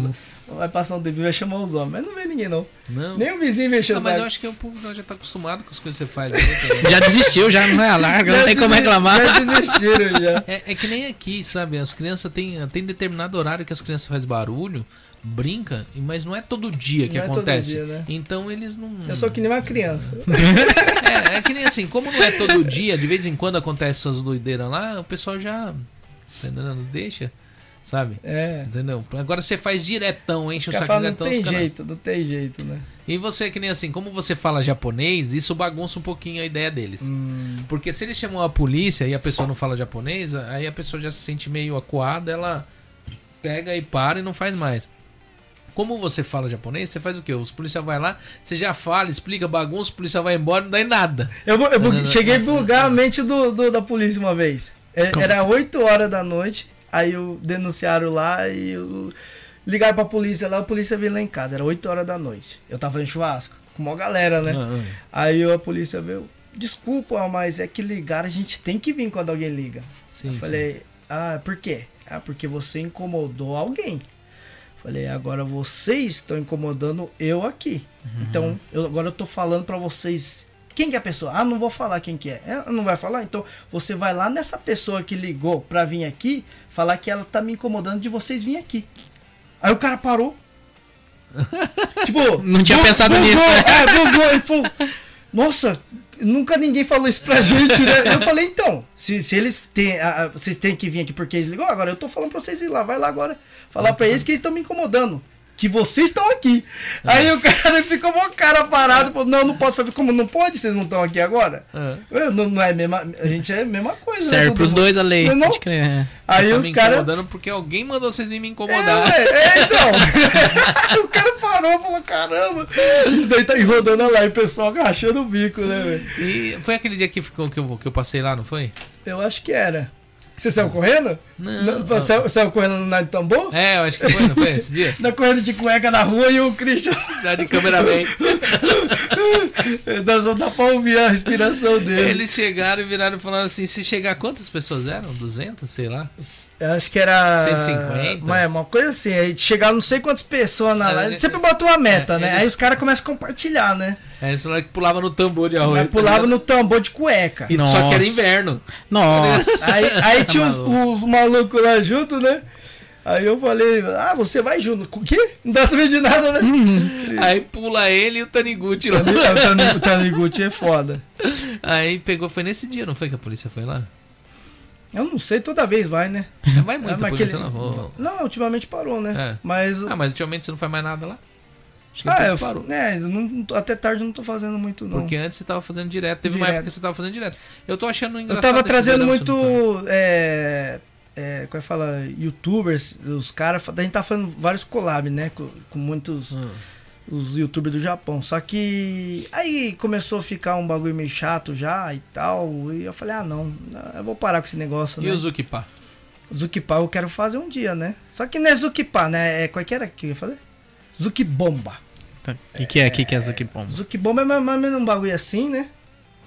B: vai passar um tempo vai chamar os homens. Mas não vê ninguém, não.
A: Não.
B: Nem o vizinho mexeu,
A: Ah, mas eu
B: sabe?
A: acho que o público já tá acostumado com as coisas que você faz. né, cara?
E: Já desistiu, já não é alarga, não
B: Já
E: tem como
B: desi-
E: reclamar.
B: Já desistiram, já.
A: É, é que nem aqui, sabe? As crianças têm tem determinado horário que as crianças fazem barulho, brinca, e- mas não é todo dia que
B: Não é todo
A: acontece.
B: dia, né?
A: Então eles não.
B: Eu sou que nem uma criança.
A: É, é que nem assim, como não é todo dia, de vez em quando acontece essas doideiras lá, o pessoal já. Tá entendendo? Deixa, sabe?
B: É.
A: Entendeu? Agora você faz diretão, enche o
B: Os caras
A: saco
B: falam, não
A: diretão.
B: tem
A: os caras-
B: jeito, não tem jeito, né?
A: E você, que nem assim, como você fala japonês, isso bagunça um pouquinho a ideia deles.
B: Hum.
A: Porque se eles chamam a polícia e a pessoa não fala japonês, aí a pessoa já se sente meio acuada, ela pega e para e não faz mais. Como você fala japonês, você faz o quê? Os policiais vai lá, você já fala, explica bagunça, o policial vai embora, não dá em nada.
B: Eu, bu- eu bu-
A: Não, não, não.
B: cheguei a bugar a mente do, do- da polícia uma vez. É, Era 8 horas da noite, aí eu denunciaram lá e eu- ligaram pra polícia lá, a polícia veio lá em casa. Era 8 horas da noite. Eu tava em churrasco, com uma galera,
A: Ah,
B: né? Aí eu- a polícia veio. Desculpa, mas é que ligaram, a gente tem que vir quando alguém liga.
A: Sim,
B: eu falei, ah, por quê? Ah, porque você incomodou alguém. Falei, agora vocês estão incomodando eu aqui. Então, eu- agora eu tô falando pra vocês. Quem que é a pessoa? Ah, não vou falar quem que é. É, não vai falar? Então, você vai lá nessa pessoa que ligou pra vir aqui, falar que ela tá me incomodando de vocês virem aqui. Aí o cara parou. tipo,
E: Não tinha pensado
B: bugou,
E: nisso, né?
B: É, bugou. Ele falou, nossa, nunca ninguém falou isso pra gente, né? Eu falei, então, se, se eles têm, a- a- vocês têm que vir aqui porque eles ligam, agora eu tô falando pra vocês ir lá, vai lá agora. Falar pra eles que eles estão me incomodando. Que vocês estão aqui. Aí o cara ficou mó cara parado. Falou: Não, não posso. Falei: Como não pode? Vocês não estão aqui agora?
A: Ah.
B: Eu, não, não é a mesma. A gente é a mesma coisa. né?
E: Serve
B: Todo
E: pros
B: mundo.
E: dois a lei.
B: Não, não.
E: Pode crer. é.
B: Aí
A: tá
B: os
A: me
B: caras.
A: incomodando porque alguém mandou vocês virem me
B: É,
A: incomodar.
B: ué, é, então. o cara parou e falou: Caramba, isso daí tá enrodando lá. E o pessoal rachando o bico, né, velho?
A: E foi aquele dia que, ficou, que, eu, que eu passei lá, não foi?
B: Eu acho que era. Você saiu correndo?
A: Não.
B: Saiu, saiu correndo na de tambor?
A: É, eu acho que foi, não foi esse dia?
B: Na correndo de cueca na rua e o Christian
A: Tá de cameraman.
B: Nós não dá pra ouvir a respiração dele.
A: Eles chegaram e viraram e falaram assim: se chegar, quantas pessoas eram? 200, sei lá.
B: Eu Acho que era.
A: 150?
B: Mas é uma coisa assim, aí chegar não sei quantas pessoas na
A: É,
B: live.
A: ele-
B: Sempre botou uma meta,
A: é,
B: né?
A: ele-
B: Aí os caras começam a compartilhar, né?
A: Aí eles falaram que É, pulava no tambor de arroz. tá
B: Aí pulava no tambor de cueca.
A: E Só que
E: Nossa.
A: era inverno.
E: Nossa.
B: Aí,
A: Tá
B: aí tinha os,
E: maluco.
B: os malucos lá junto, né? Aí eu falei, ah, você vai junto. Com o quê? Não dá saber de nada, né?
A: Aí pula ele e o Taniguchi lá.
B: O Tani- o Taniguchi é foda.
A: Aí pegou, foi nesse dia, não foi que a polícia foi lá?
B: Eu não sei, toda vez vai, né?
A: Vai muito
B: Ah,
A: a
B: mas
A: polícia,
B: aquele-
A: não. vou-
B: Não, ultimamente parou, né?
A: É.
B: Mas.
A: Ah, mas ultimamente você não faz mais nada lá? Acho que a
B: Ah,
A: polícia
B: eu,
A: parou.
B: né, eu não- até tarde eu não tô fazendo muito, não.
A: Porque antes você tava fazendo direto. Teve uma
B: Direto.
A: época que você tava fazendo direto. Eu tô achando
B: eu
A: engraçado.
B: tava
A: esse
B: trazendo
A: verão, se
B: muito.
A: não tá.
B: É, é, como é que fala? Youtubers, os caras. A gente tá fazendo vários collabs, né? Com, com muitos. Os youtubers do Japão. Só que. Aí começou a ficar um bagulho meio chato já e tal. E eu falei, ah, não. Eu vou parar com esse negócio,
A: E
B: né?
A: o Zukipa?
B: Zukipa eu quero fazer um dia, né? Só que não é Zukipa, né? É, qual que era que eu ia fazer? Zukibomba.
E: O que, que é? O que, que é Zukipom?
B: Zukibomba é mais mais ou menos um bagulho assim, né?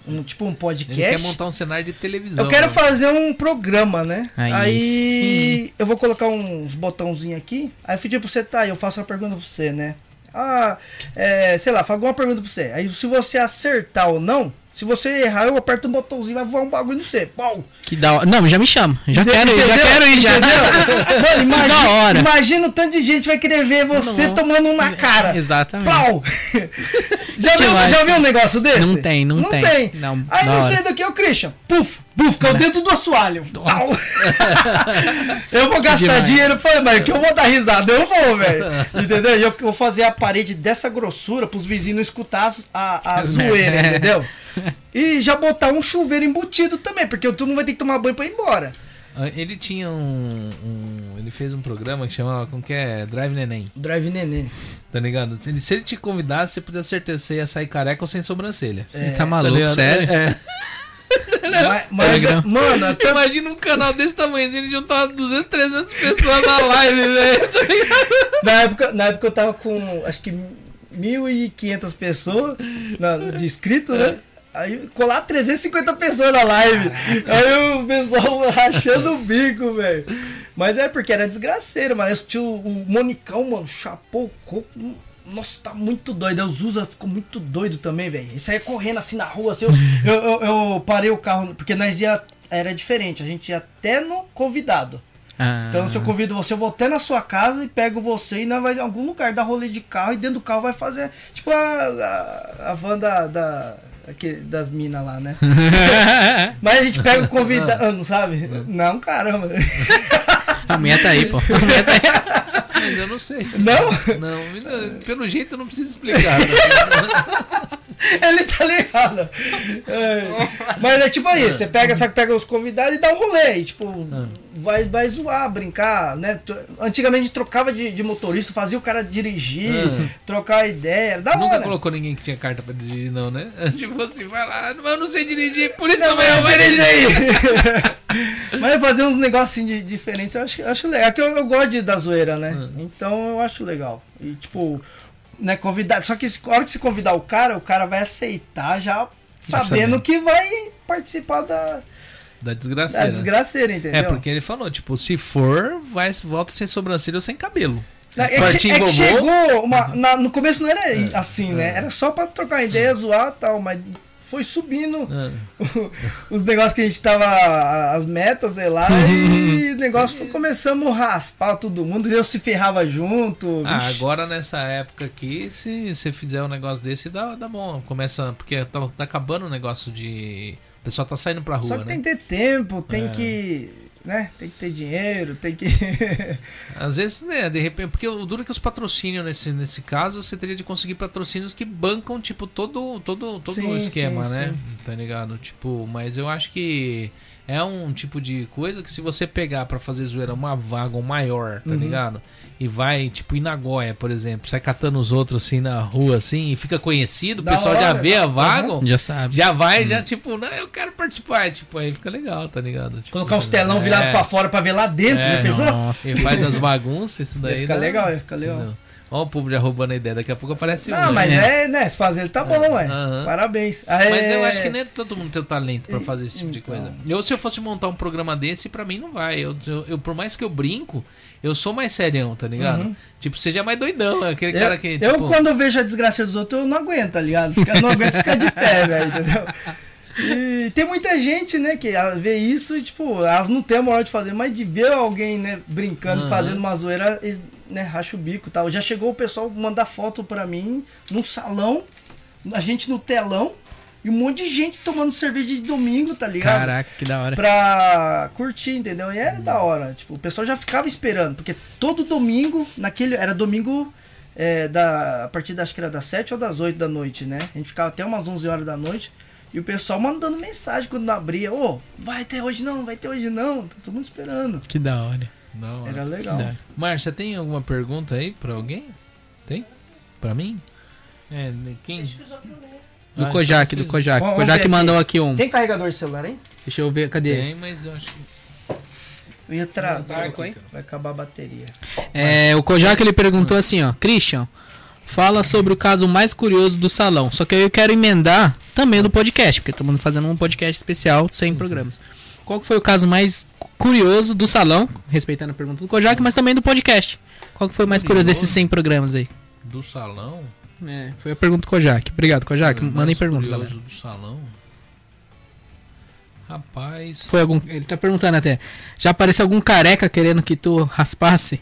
B: Um, tipo um
A: Ele
B: podcast.
A: quer montar um cenário de televisão.
B: eu quero
A: né?
B: fazer um programa, né?
E: Aí
B: Aí, eu vou colocar uns botãozinhos aqui. Aí eu pedi pra você, tá? Eu faço uma pergunta pra você, né? Ah, é, sei lá, faço alguma pergunta pra você. Aí se você acertar ou não, se você errar, eu aperto um botãozinho e vai voar um bagulho no você. Pau!
E: Que da hora. Não, já me chama. Já quero ir, já
B: Entendeu?
E: quero ir já.
B: Entendeu? Mano,
E: Da
B: imagina,
E: hora.
B: imagina o tanto de gente vai querer ver você
E: Não.
B: tomando uma cara.
E: Exatamente.
B: Pau! já,
E: Tio,
B: viu,
E: acho
B: já viu um negócio desse?
E: Hum. Não tem, não tem.
B: tem.
E: Não,
B: Aí
E: da
B: não
E: hora. Né?
B: sei daqui, é o Christian. Puf, puf, caiu dentro do assoalho. Pau. eu vou gastar
E: Demais.
B: dinheiro, foi, mas que eu vou dar risada, eu vou, velho. Entendeu? E eu vou fazer a parede dessa grossura pros vizinhos não escutar as- a, a
E: As merda.
B: zoeira, entendeu? E já botar um chuveiro embutido também, porque tu não vai ter que tomar banho pra ir embora.
A: Ah, Ele tinha um, um- Ele fez um programa que chamava. Como que é? Drive Neném.
B: Drive neném.
A: Tá ligado? Se ele, se ele te convidasse, você podia certeza se ia sair careca ou sem sobrancelha.
E: Você tá
A: Tá
E: maluco,
A: ligado?
E: sério?
A: É.
B: Mas,
E: Telegram.
B: mas mano, até
A: Imagina um canal desse tamanho, ele tá juntava 200, 300 pessoas na live, velho. Tá ligado?
B: na época, na época eu tava com acho que 1.500 pessoas na, de inscrito, né? Aí colar 350 pessoas na live. Aí o pessoal rachando o bico, velho. Mas é porque era desgraceiro, mas tio, o Monicão, mano, chapou o coco. Nossa, tá muito doido. Aí O Zuza ficou muito doido também, velho. Isso aí correndo assim na rua, assim. Eu, eu, eu- eu parei o carro, porque nós ia. Era diferente, a gente ia até no convidado.
E: Ah,
B: Então, se eu convido você, eu vou até na sua casa e pego você e nós vai em algum lugar dar rolê de carro e dentro do carro vai fazer. Tipo a, a, a van da. da aquele- das minas lá, né? Mas a gente pega o convidado, sabe? Não, caramba.
E: a minha tá aí, pô. A minha tá aí.
A: Mas eu não sei.
B: Não?
A: Não, pelo jeito eu não preciso explicar. né?
B: Ele tá ligado. É. Mas é tipo aí, você pega, só que pega os convidados e dá um rolê. E, tipo,
A: É.
B: vai, vai zoar, brincar, né? Tu- Antigamente trocava de, de motorista, fazia o cara dirigir, trocar ideia. era Da
A: É. Nunca
B: hora.
A: colocou ninguém que tinha carta pra dirigir, não, né? Tipo assim, vai lá, mas eu não sei dirigir, por isso
B: Não,
A: eu
B: mas é
A: vou
B: eu
A: dirigir.
B: aí. mas fazer uns negocinhos de, diferentes eu acho, eu acho legal. É que eu, eu gosto de, da zoeira, né? Então eu acho legal. E tipo, né, convidar. Só que se- a hora que você convidar o cara, o cara vai aceitar já sabendo
A: sabendo.
B: que vai participar da,
A: Da
B: da
A: desgraceira.
B: desgraceira, entendeu?
A: É, porque ele falou, tipo, se for, vai, volta sem sobrancelha ou sem cabelo.
B: Não, é, que, che-
A: Partiu
B: é que
A: vovô.
B: chegou uma- na- no começo não era assim, né? Era só pra trocar ideia, zoar e tal, mas foi subindo
A: Ah.
B: os negócios que a gente tava. As metas, sei lá, e o
A: Uhum.
B: negócio foi, começamos a raspar todo mundo, e eu se ferrava junto.
A: Ah,
B: vixe.
A: agora nessa época aqui, se você fizer um negócio desse, dá, dá bom. Começa, porque tá, tá acabando o negócio de... O pessoal tá saindo pra rua,
B: Só que
A: né?
B: tem que ter tempo, tem
A: É.
B: que. né? Tem que ter dinheiro, tem que.
A: Às vezes, né, de repente, porque o duro é que os patrocínios nesse, nesse caso, você teria de conseguir patrocínios que bancam, tipo, todo, todo, todo
B: Sim,
A: o esquema,
B: sim,
A: né?
B: sim.
A: Tá ligado? Tipo, mas eu acho que é um tipo de coisa que se você pegar pra fazer zoeira uma vaga ou maior,
B: Uhum.
A: tá ligado? E vai, tipo, em Nagoya, por exemplo, sai catando os outros assim na rua, assim, e fica conhecido, o
B: Da
A: pessoal já
B: hora,
A: vê
B: da-
A: a vaga.
E: Já sabe.
A: Já vai, já tipo, não, eu quero participar. Tipo, aí fica legal, tá ligado? Tipo,
B: Colocar uns telão
A: é.
B: virado pra fora pra ver lá dentro,
A: É,
B: né? Pensou?
E: Nossa.
A: E faz as bagunças, isso daí.
B: Ia ficar
A: dá-
B: legal, ia ficar legal.
A: Entendeu? Ó, o povo já roubando a ideia, daqui a pouco aparece um.
B: Não,
A: né?
B: mas é, né? Se fazer ele tá bom, ué.
A: Aham.
B: Parabéns. é,
A: Mas eu
B: Aê.
A: acho que nem todo mundo tem o talento pra fazer esse tipo de
B: Então.
A: coisa. Eu, se eu fosse montar um programa desse, pra mim não vai. Eu, eu- eu- por mais que eu brinco, eu sou mais serião, tá ligado? Tipo, seja mais doidão, é aquele
B: Uhum. Eu,
A: cara que.
B: eu,
A: tipo,
B: quando eu vejo a desgraça dos outros, eu não aguento, tá ligado? Fica- não aguento ficar de pé, velho, entendeu? E tem muita gente, né, que ah, vê isso e, tipo, elas não têm a moral de fazer, mas de ver alguém, né, brincando,
A: Aham.
B: fazendo uma zoeira, eles, né, racha o bico e tal. Já chegou o pessoal mandar foto pra mim num salão, a gente no telão, e um monte de gente tomando cerveja de domingo, tá ligado?
E: Caraca, que
A: Né?
E: da hora.
B: pra curtir, entendeu? E era da hora. Tipo, o pessoal já ficava esperando, porque todo domingo, naquele. Era domingo é, da, a partir das, acho que era das 7 ou das 8 da noite, né? A gente ficava até umas 11 horas da noite. E o pessoal mandando mensagem quando abria: Ô, vai ter hoje não, vai ter hoje não. Tá todo mundo esperando.
E: Que da hora.
A: Não,
B: Era
A: né?
B: legal.
E: Que da hora.
A: Márcia, tem alguma pergunta aí pra alguém? Tem? Pra mim? É, quem?
E: Do
A: Ah,
E: Kojak, do Kojak.
B: Vamos ver
E: Kojak
B: aqui.
E: mandou aqui um.
B: Tem carregador de celular, hein?
E: Deixa eu ver, cadê?
A: Tem, mas eu Tá acho que.
B: Eu ia trazer.
E: colocou aí?
B: Vai acabar a bateria.
E: É, o Kojak ele perguntou assim, ó. Christian, fala sobre o caso mais curioso do salão. Só que eu quero emendar também do podcast, porque estamos fazendo um podcast especial sem programas. Qual que foi o caso mais cu- curioso do salão, respeitando a pergunta do Kojak, mas também do podcast? Qual que foi o mais curioso desses 100 programas aí?
A: Do salão?
E: É, foi a pergunta do Kojak. Obrigado, Kojak.
A: Foi o
E: Mandem
A: mais
E: pergunta,
A: curioso
E: galera.
A: do salão. Rapaz.
E: Foi algum. Ele tá perguntando até. Já apareceu algum careca querendo que tu raspasse?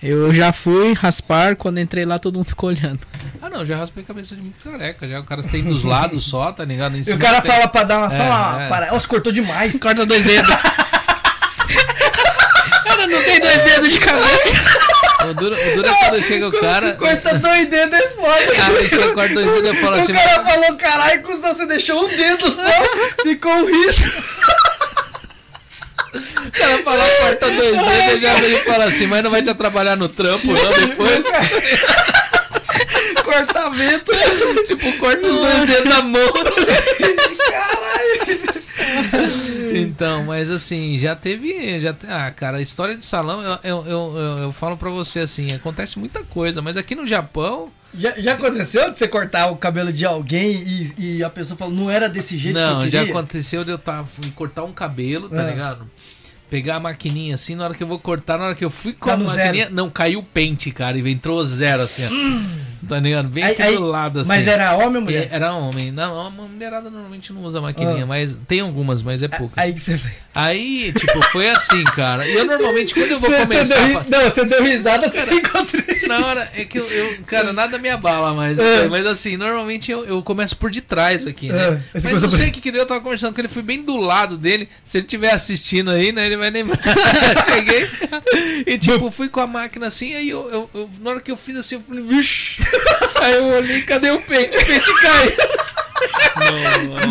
E: Eu já fui raspar, quando entrei lá todo mundo ficou olhando.
A: Ah não, já raspei a cabeça de muito careca. Já o cara tem dos lados só, tá ligado? Em
B: E o
A: cima
B: cara
A: tem-
B: fala pra dar uma. só
A: É,
B: uma.
A: é.
B: para- Ó, se cortou demais.
E: Corta dois dedos. cara, não tem dois dedos de cabelo.
A: O duro, o duro é quando chega o cara.
B: Corta dois dedos é foda.
A: Cara, ele chega, corta dois dedos e fala assim.
B: o cara falou, caralho, cuzão, você deixou um dedo só, ficou um risco.
A: O cara fala, corta dois dedos e já ele fala assim, mas não vai te atrapalhar no trampo, não, depois.
B: Cortamento.
A: tipo, corta os dois dedos na mão. Então, mas assim, já teve. Já te- ah, cara, a história de salão, eu, eu, eu, eu, eu falo pra você assim, acontece muita coisa, mas aqui no Japão.
B: Já, já aconteceu de você cortar o cabelo de alguém e, e a pessoa fala, não era desse jeito que
A: Não,
B: eu queria?
A: já aconteceu de eu tá, fui cortar um cabelo, tá
B: Ah.
A: ligado? Pegar a maquininha assim, na hora que eu vou cortar, na hora que eu fui com
B: Tá
A: a
B: no
A: maquininha,
B: zero.
A: não, caiu o pente, cara, e entrou zero assim, ó. tá ligado? Bem
B: Hum. Aí-
A: aqui
B: aí-
A: do lado assim.
B: Mas era homem ou
A: E
B: mulher?
A: Era homem. Não, a mulherada normalmente não usa maquininha,
B: Ah.
A: mas tem algumas, mas é poucas.
B: Aí
A: Aí,
B: que você vai.
A: tipo, foi assim, cara. E eu normalmente, quando eu vou
B: Você- é você
A: começar.
B: deu
A: a
B: ri-
A: fa-
B: Não, você deu risada, você encontrei.
A: Na hora, é que eu, eu- cara, nada me abala mais.
B: É.
A: Mas assim, normalmente eu, eu começo por de trás aqui,
B: É,
A: né?
B: aí
A: Mas
B: você
A: não
B: começa por-
A: sei o que, que deu, eu tava conversando com ele, fui bem do lado dele. Se ele estiver assistindo aí, né, ele vai lembrar. Peguei e tipo, fui com a máquina assim, aí eu, eu- eu- na hora que eu fiz assim, eu falei, vixi. Aí eu olhei, cadê o pente? O pente caiu.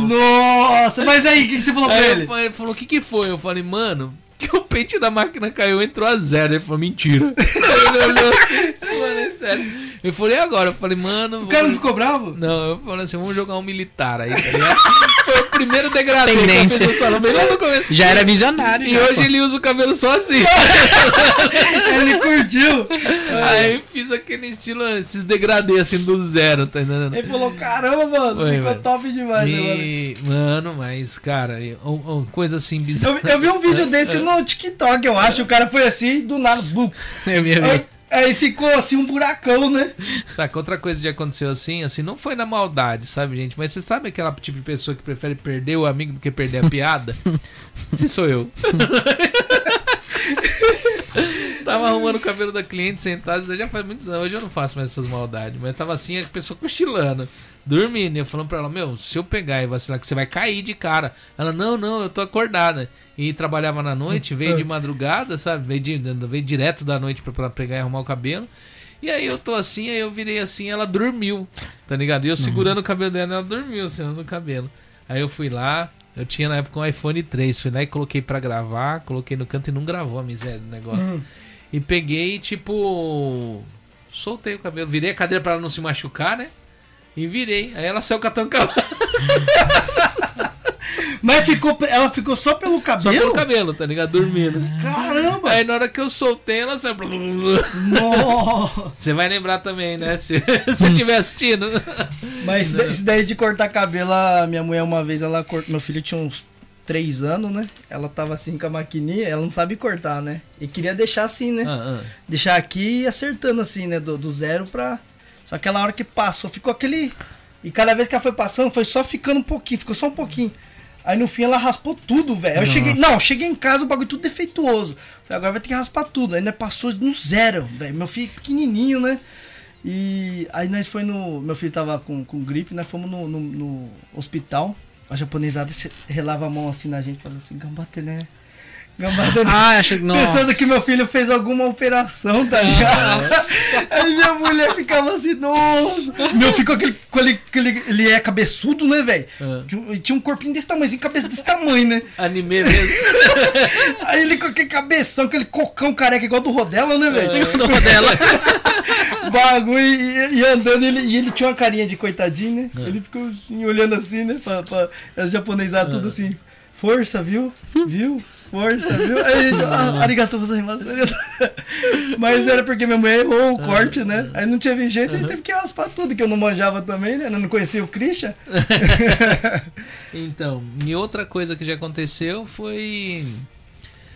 B: Nossa, mas aí, o que, que você falou pra
A: Aí eu
B: ele?
A: falei- ele falou, o que que foi? Eu falei, mano, que o pente da máquina caiu, entrou a zero. Ele falou, mentira. Aí ele olhou assim, mano, é sério. Ele falou, e agora? Eu falei, mano...
B: O cara não ficou bravo?
A: Não, eu falei assim, vamos jogar um militar aí, tá ligado? Foi o primeiro degradê
E: Tendência.
A: que eu fiz no salão, bem lá no começo.
E: Já era visionário.
A: E
E: já,
A: hoje
E: pô.
A: ele usa o cabelo só assim.
B: Ele curtiu.
E: É.
A: aí eu fiz aquele estilo, esses degradê assim do zero, tá entendendo?
B: Ele falou, caramba, mano,
A: Oi,
B: ficou
A: velho.
B: top demais, né, mano?
A: Me- Mano, mas, cara, eu- um- uma coisa assim bizarra.
B: Eu, eu vi um vídeo desse no TikTok, eu acho. O cara foi assim, do nada. bum.
E: Eu ia ver.
B: Aí, aí ficou assim um buracão, né?
E: Então-
A: Saca, outra coisa que aconteceu assim, assim, não foi na maldade, sabe, gente? Mas você sabe aquela tipo de pessoa que prefere perder o amigo do que perder a piada? Se sou eu. tava arrumando o cabelo da cliente sentado, isso já faz muitos anos, hoje eu não faço mais essas maldades, mas tava assim, a pessoa cochilando, dormindo, e eu falando pra ela, meu, se eu pegar e vacilar, que você vai cair de cara. Ela, não, não, eu tô acordada. E trabalhava na noite, veio de madrugada, sabe, veio, de- veio direto da noite pra, pra pegar e arrumar o cabelo. E aí eu tô assim, aí eu virei assim, ela dormiu, tá ligado? E eu segurando o cabelo dela, ela dormiu assim, no cabelo. Aí eu fui lá, eu tinha na época um iPhone 3, fui lá e coloquei pra gravar, coloquei no canto e não gravou a miséria do negócio. E peguei, tipo, soltei o cabelo, virei a cadeira pra ela não se machucar, né? E virei. Aí ela saiu catando cabelo,
B: Mas ficou, ela ficou só pelo
A: só
B: cabelo? Hum. É.
A: pelo cabelo, tá ligado? Dormindo.
B: Caramba!
A: Aí na hora que eu soltei, ela saiu.
B: Nossa!
A: Você vai lembrar também, né? Se se
B: Hum.
A: você estiver assistindo.
B: Mas isso da- isso daí de cortar cabelo, a minha mulher uma vez, ela cort... meu filho tinha uns 3 anos, né? Ela tava assim com a maquininha, ela não sabe cortar, né? E queria deixar assim, né?
A: Ah, ah.
B: Deixar aqui e acertando assim, né? Do, do zero pra... Só que aquela hora que passou, ficou aquele... E cada vez que ela foi passando, foi só ficando um pouquinho, ficou só um pouquinho. Aí no fim ela raspou tudo, velho. Eu cheguei. Não, eu cheguei em casa, o bagulho tudo defeituoso. Falei, agora vai ter que raspar tudo. Ainda passou no zero, velho. Meu filho pequenininho, né? E aí nós foi no. Meu filho tava com, com gripe, nós fomos no, no, no hospital. A japonesada se- relava a mão assim na gente, falando assim, gambate, né? Gambate, né?
E: Ah, acho que. Nossa.
B: Pensando que meu filho fez alguma operação, tá ligado? Aí minha mulher ficava assim, nossa. Meu ficou aquele, com ele, com ele, ele é cabeçudo, né, velho? Tinha- Tinha um corpinho desse tamanho, cabeça desse tamanho, né?
A: Anime mesmo.
B: Aí ele com aquele cabeção, aquele cocão careca igual do Rodela, né, velho?
E: Do dela.
B: bagulho e, e andando, ele, e ele tinha uma carinha de coitadinho, né? Ele ficou assim, olhando assim, né? Pra, pra as japonesadas, tudo assim, força, viu? Viu? Força, viu? Aí ele, ah, arigato, você rimasu, arigato." Mas era porque minha mulher errou o corte, né? Aí não tinha jeito, ele teve que raspar tudo, que eu não manjava também, né? Eu não conhecia o Christian.
A: Então, e outra coisa que já aconteceu foi.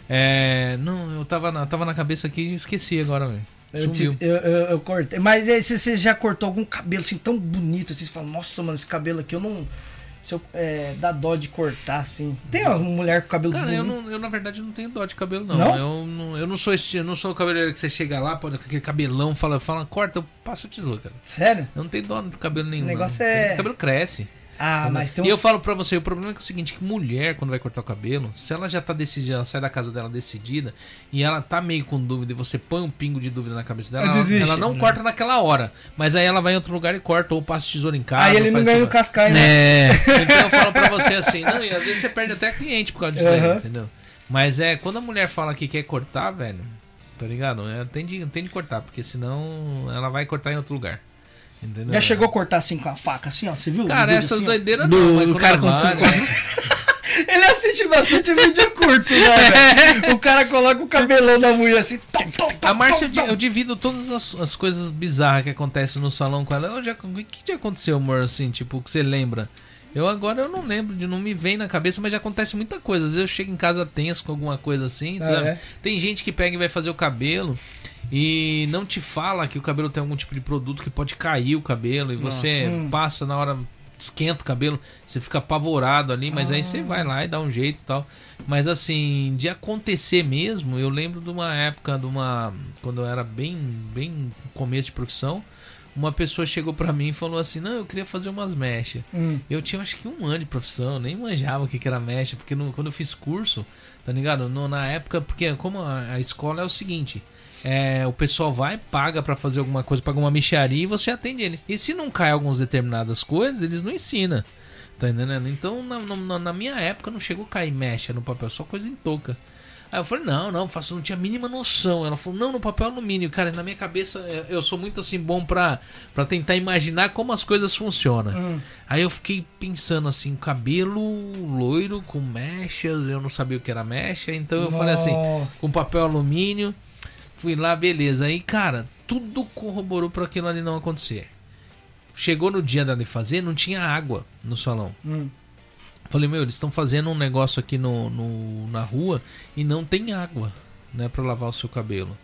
A: É. Não, eu tava na, tava na cabeça aqui e esqueci agora, velho.
B: Eu, te-
A: Sumiu.
B: eu- eu- eu cortei. Mas aí, você, você já cortou algum cabelo assim tão bonito assim? Você fala, nossa, mano, esse cabelo aqui eu não. Se eu, é, dá dó de cortar assim. Tem uma mulher com cabelo
A: Cara,
B: bonito.
A: eu, não, eu na verdade não tenho dó de cabelo, não.
B: Uhum. Não?
A: Eu, não eu não sou esse, eu não sou o cabeleireiro que você chega lá, pode, com aquele cabelão, fala, fala, corta, eu passo a tesoura, cara.
B: Sério?
A: Eu não tenho dó de cabelo nenhum.
B: O negócio
A: não.
B: é-
A: O cabelo cresce.
B: Ah, mas tem
A: E eu
B: um.
A: falo pra você, o problema é, que é o seguinte, que mulher, quando vai cortar o cabelo, se ela já tá decidida, ela sai da casa dela decidida, e ela tá meio com dúvida, e você põe um pingo de dúvida na cabeça dela,
B: Ela
A: ela,
B: desiste.
A: ela não corta naquela hora. Mas aí ela vai em outro lugar e corta, ou passa tesoura em casa.
B: Aí
A: ou
B: ele não
A: faz
B: ganha
A: tudo.
B: o cascaio, né?
E: É.
A: Então eu falo pra você assim, não, e às vezes você perde até cliente por causa disso daí,
B: Aham.
A: entendeu? Mas é, quando a mulher fala que quer cortar, velho, tá ligado? É, tem, de, tem de cortar, porque senão ela vai cortar em outro lugar. Entendeu?
B: Já chegou a cortar assim com a faca, assim, ó. Você viu?
A: É. Cara,
B: Vídeo
A: essas
B: assim, ó.
A: doideiras
E: Do-
A: não, mas
E: o
A: quando
E: cara com-
A: ela vai,
E: com-
A: né?
B: Ele assiste bastante vídeo curto, né? velho? O cara coloca o cabelão da mulher assim. Tom, tom, tom,
A: A Márcia, eu,
B: tom,
A: di- eu divido todas as, as coisas bizarras que acontecem no salão com ela. Eu já, o que te aconteceu, amor, assim, tipo, que você lembra? Eu agora eu não lembro, de não me vem na cabeça, mas já acontece muita coisa. Às vezes eu chego em casa tenso com alguma coisa assim,
B: Ah,
A: sabe?
B: é?
A: Tem gente que pega e vai fazer o cabelo e não te fala que o cabelo tem algum tipo de produto que pode cair o cabelo e você passa na hora esquenta o cabelo, você fica apavorado ali, mas aí você vai lá e dá um jeito e tal. Mas assim, de acontecer mesmo, eu lembro de uma época de uma quando eu era bem bem começo de profissão, uma pessoa chegou pra mim e falou assim: "Não, eu queria fazer umas mechas".
B: Hum.
A: Eu tinha acho que um ano de profissão, nem manjava o que, que era mecha, porque no- quando eu fiz curso, tá ligado? No- na época, porque como a, a escola é o seguinte, é, o pessoal vai, paga pra fazer alguma coisa, paga uma micharia e você atende ele. E se não cai algumas determinadas coisas, eles não ensinam. Tá entendendo? Então, na, na- na minha época, não chegou a cair mecha no papel, só coisa em touca. Aí eu falei, não, não, faço, não tinha a mínima noção. Ela falou, não, no papel alumínio. Cara, na minha cabeça, eu- eu sou muito assim, bom pra, pra tentar imaginar como as coisas funcionam. Aí eu fiquei pensando assim, cabelo loiro com mechas, eu não sabia o que era mecha, então eu falei assim,
B: Nossa.
A: com papel alumínio. Fui lá, beleza. Aí, cara, tudo corroborou pra aquilo ali não acontecer. Chegou no dia dela fazer, não tinha água no salão.
B: Hum.
A: Falei, meu, eles estão fazendo um negócio aqui no, no- na rua e não tem água, né, pra lavar o seu cabelo.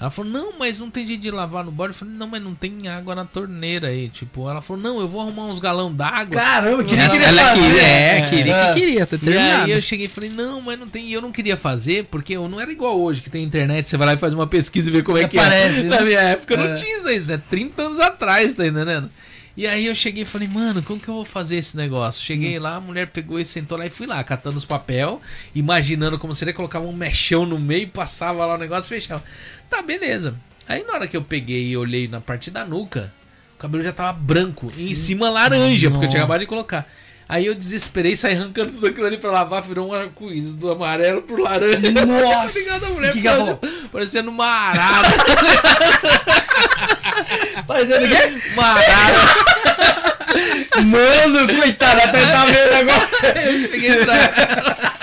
A: Ela falou, não, mas não tem jeito de lavar no bode. Eu falei, não, mas não tem água na torneira aí. Tipo, ela falou, não, eu vou arrumar uns galão d'água.
B: Caramba, que
E: Né, Ela,
B: queria
E: ela
B: fazer.
E: queria, é, queria
B: É.
E: que queria, tá
A: né? E aí
E: terminado.
A: eu cheguei e falei, não, mas não tem. E eu não queria fazer, porque eu não era igual hoje, que tem internet, você vai lá e faz uma pesquisa e vê como é que
B: Parece,
A: é.
B: né?
A: Na minha época
B: É.
A: não tinha isso aí, né? 30 anos atrás, tá entendendo? E aí eu cheguei e falei, mano, como que eu vou fazer esse negócio?
B: Hum.
A: Cheguei lá, a mulher pegou e sentou lá e fui lá, catando os papel, imaginando como seria, colocava um mexão no meio, passava lá o negócio e fechava. Tá, beleza. Aí na hora que eu peguei e olhei na parte da nuca, o cabelo já tava branco e
B: Hum.
A: em cima laranja, porque eu tinha acabado de colocar. Aí eu desesperei, saí arrancando tudo aquilo ali pra lavar, virou um arco-íris do amarelo pro laranja.
B: Nossa,
A: Obrigado, a mulher
B: que que ela
A: ficou parecendo uma arara. é.
B: Fazendo o quê?
A: Uma arara.
B: Mano, coitado, até tá vendo agora.
A: Aí eu cheguei pra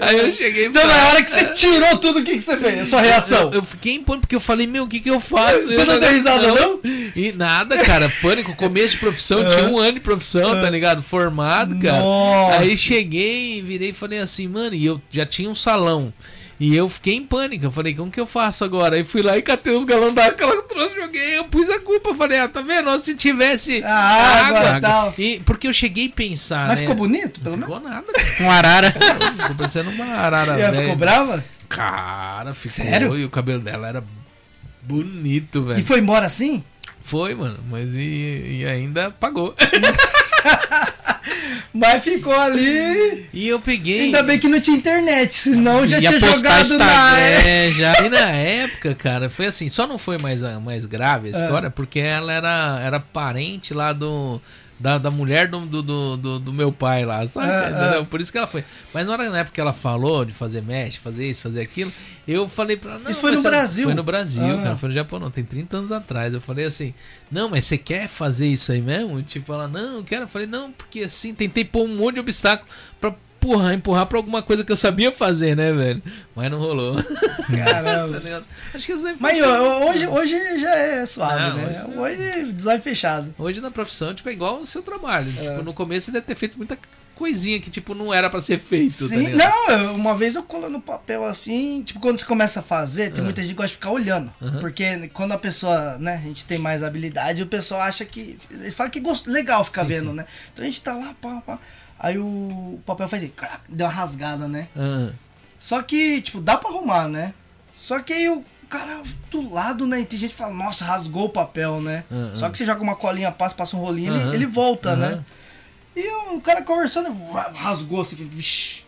A: Aí eu cheguei pra
B: Não, mas a hora que você tirou tudo, o que, que você fez? A sua reação?
A: Eu, eu fiquei em pânico porque eu falei, meu, o que que eu faço?
B: Você
A: Eu
B: não deu risada, não?
A: E nada, cara. Pânico, começo de profissão, tinha um ano de profissão, tá ligado? Formado, cara.
B: Nossa.
A: Aí cheguei, virei e falei assim, mano, e eu já tinha um salão. E eu fiquei em pânico, eu falei, como que eu faço agora? Aí fui lá e catei os galão da água que ela trouxe, joguei, eu pus a culpa, falei, ah, tá vendo? Se tivesse
B: A água e tal.
A: E, porque eu cheguei a pensar,
B: mas
A: né?
B: ficou bonito, pelo
A: Não
B: menos?
A: ficou nada, cara.
E: Um arara.
A: ficou parecendo uma arara,
B: E ela
A: velha.
B: ficou brava?
A: Cara, ficou.
B: Sério?
A: E o cabelo dela era bonito,
B: E
A: velho.
B: foi embora assim?
A: Foi, mano. Mas e, e ainda pagou.
B: Mas ficou ali.
A: E eu peguei.
B: Ainda bem que não tinha internet, senão já
E: Ia
B: tinha
E: postar
B: jogado na.
E: Instagram.
A: É, já. E na época, cara, foi assim. Só não foi mais, a- mais grave a
B: É.
A: história, porque ela era, era parente lá do. Da, da mulher do, do, do, do- do meu pai lá, sabe?
B: Ah,
A: Entendeu? Por isso que ela foi. Mas na hora na época que ela falou de fazer mesh, fazer isso, fazer aquilo, eu falei pra ela. "Não,
B: Isso foi
A: mas
B: no
A: você não-"
B: Brasil?
A: Foi no Brasil,
B: Ah.
A: cara. Foi no Japão, não. Tem 30 anos atrás. Eu falei assim: Não, mas você quer fazer isso aí mesmo? Tipo, ela, não, eu quero. Eu falei, não, porque assim, tentei pôr um monte de obstáculo pra empurrar, empurrar pra alguma coisa que eu sabia fazer, né, velho? Mas não rolou. Tá
B: Caramba.
A: ligado? Acho que isso aí foi-
B: Mas ó, hoje, hoje já é suave,
A: Não,
B: né? Hoje, é design fechado.
A: Hoje na profissão, tipo, é igual o seu trabalho.
B: É.
A: Tipo, no começo você deve ter feito muita coisinha que, tipo, não era pra ser feito, tá
B: Sim,
A: ligado?
B: não, eu- uma vez eu colo no papel assim, tipo, quando você começa a fazer, tem muita gente que gosta de ficar olhando. Porque quando a pessoa, né, a gente tem mais habilidade, o pessoal acha que. Eles falam que gost... legal ficar vendo, né? Então a gente tá lá, pá, pá. Aí o papel faz assim, crac, deu uma rasgada, né?
A: Ah,
B: Só que, tipo, dá pra arrumar, né? Só que aí o cara do lado, né? Tem gente que fala, nossa, rasgou o papel, né?
A: Aham.
B: Só que você joga uma colinha, passa, passa um rolinho,
A: Aham.
B: ele, ele volta, né?
A: Aham.
B: E o cara conversando, ra- rasgou assim, falei, vixi.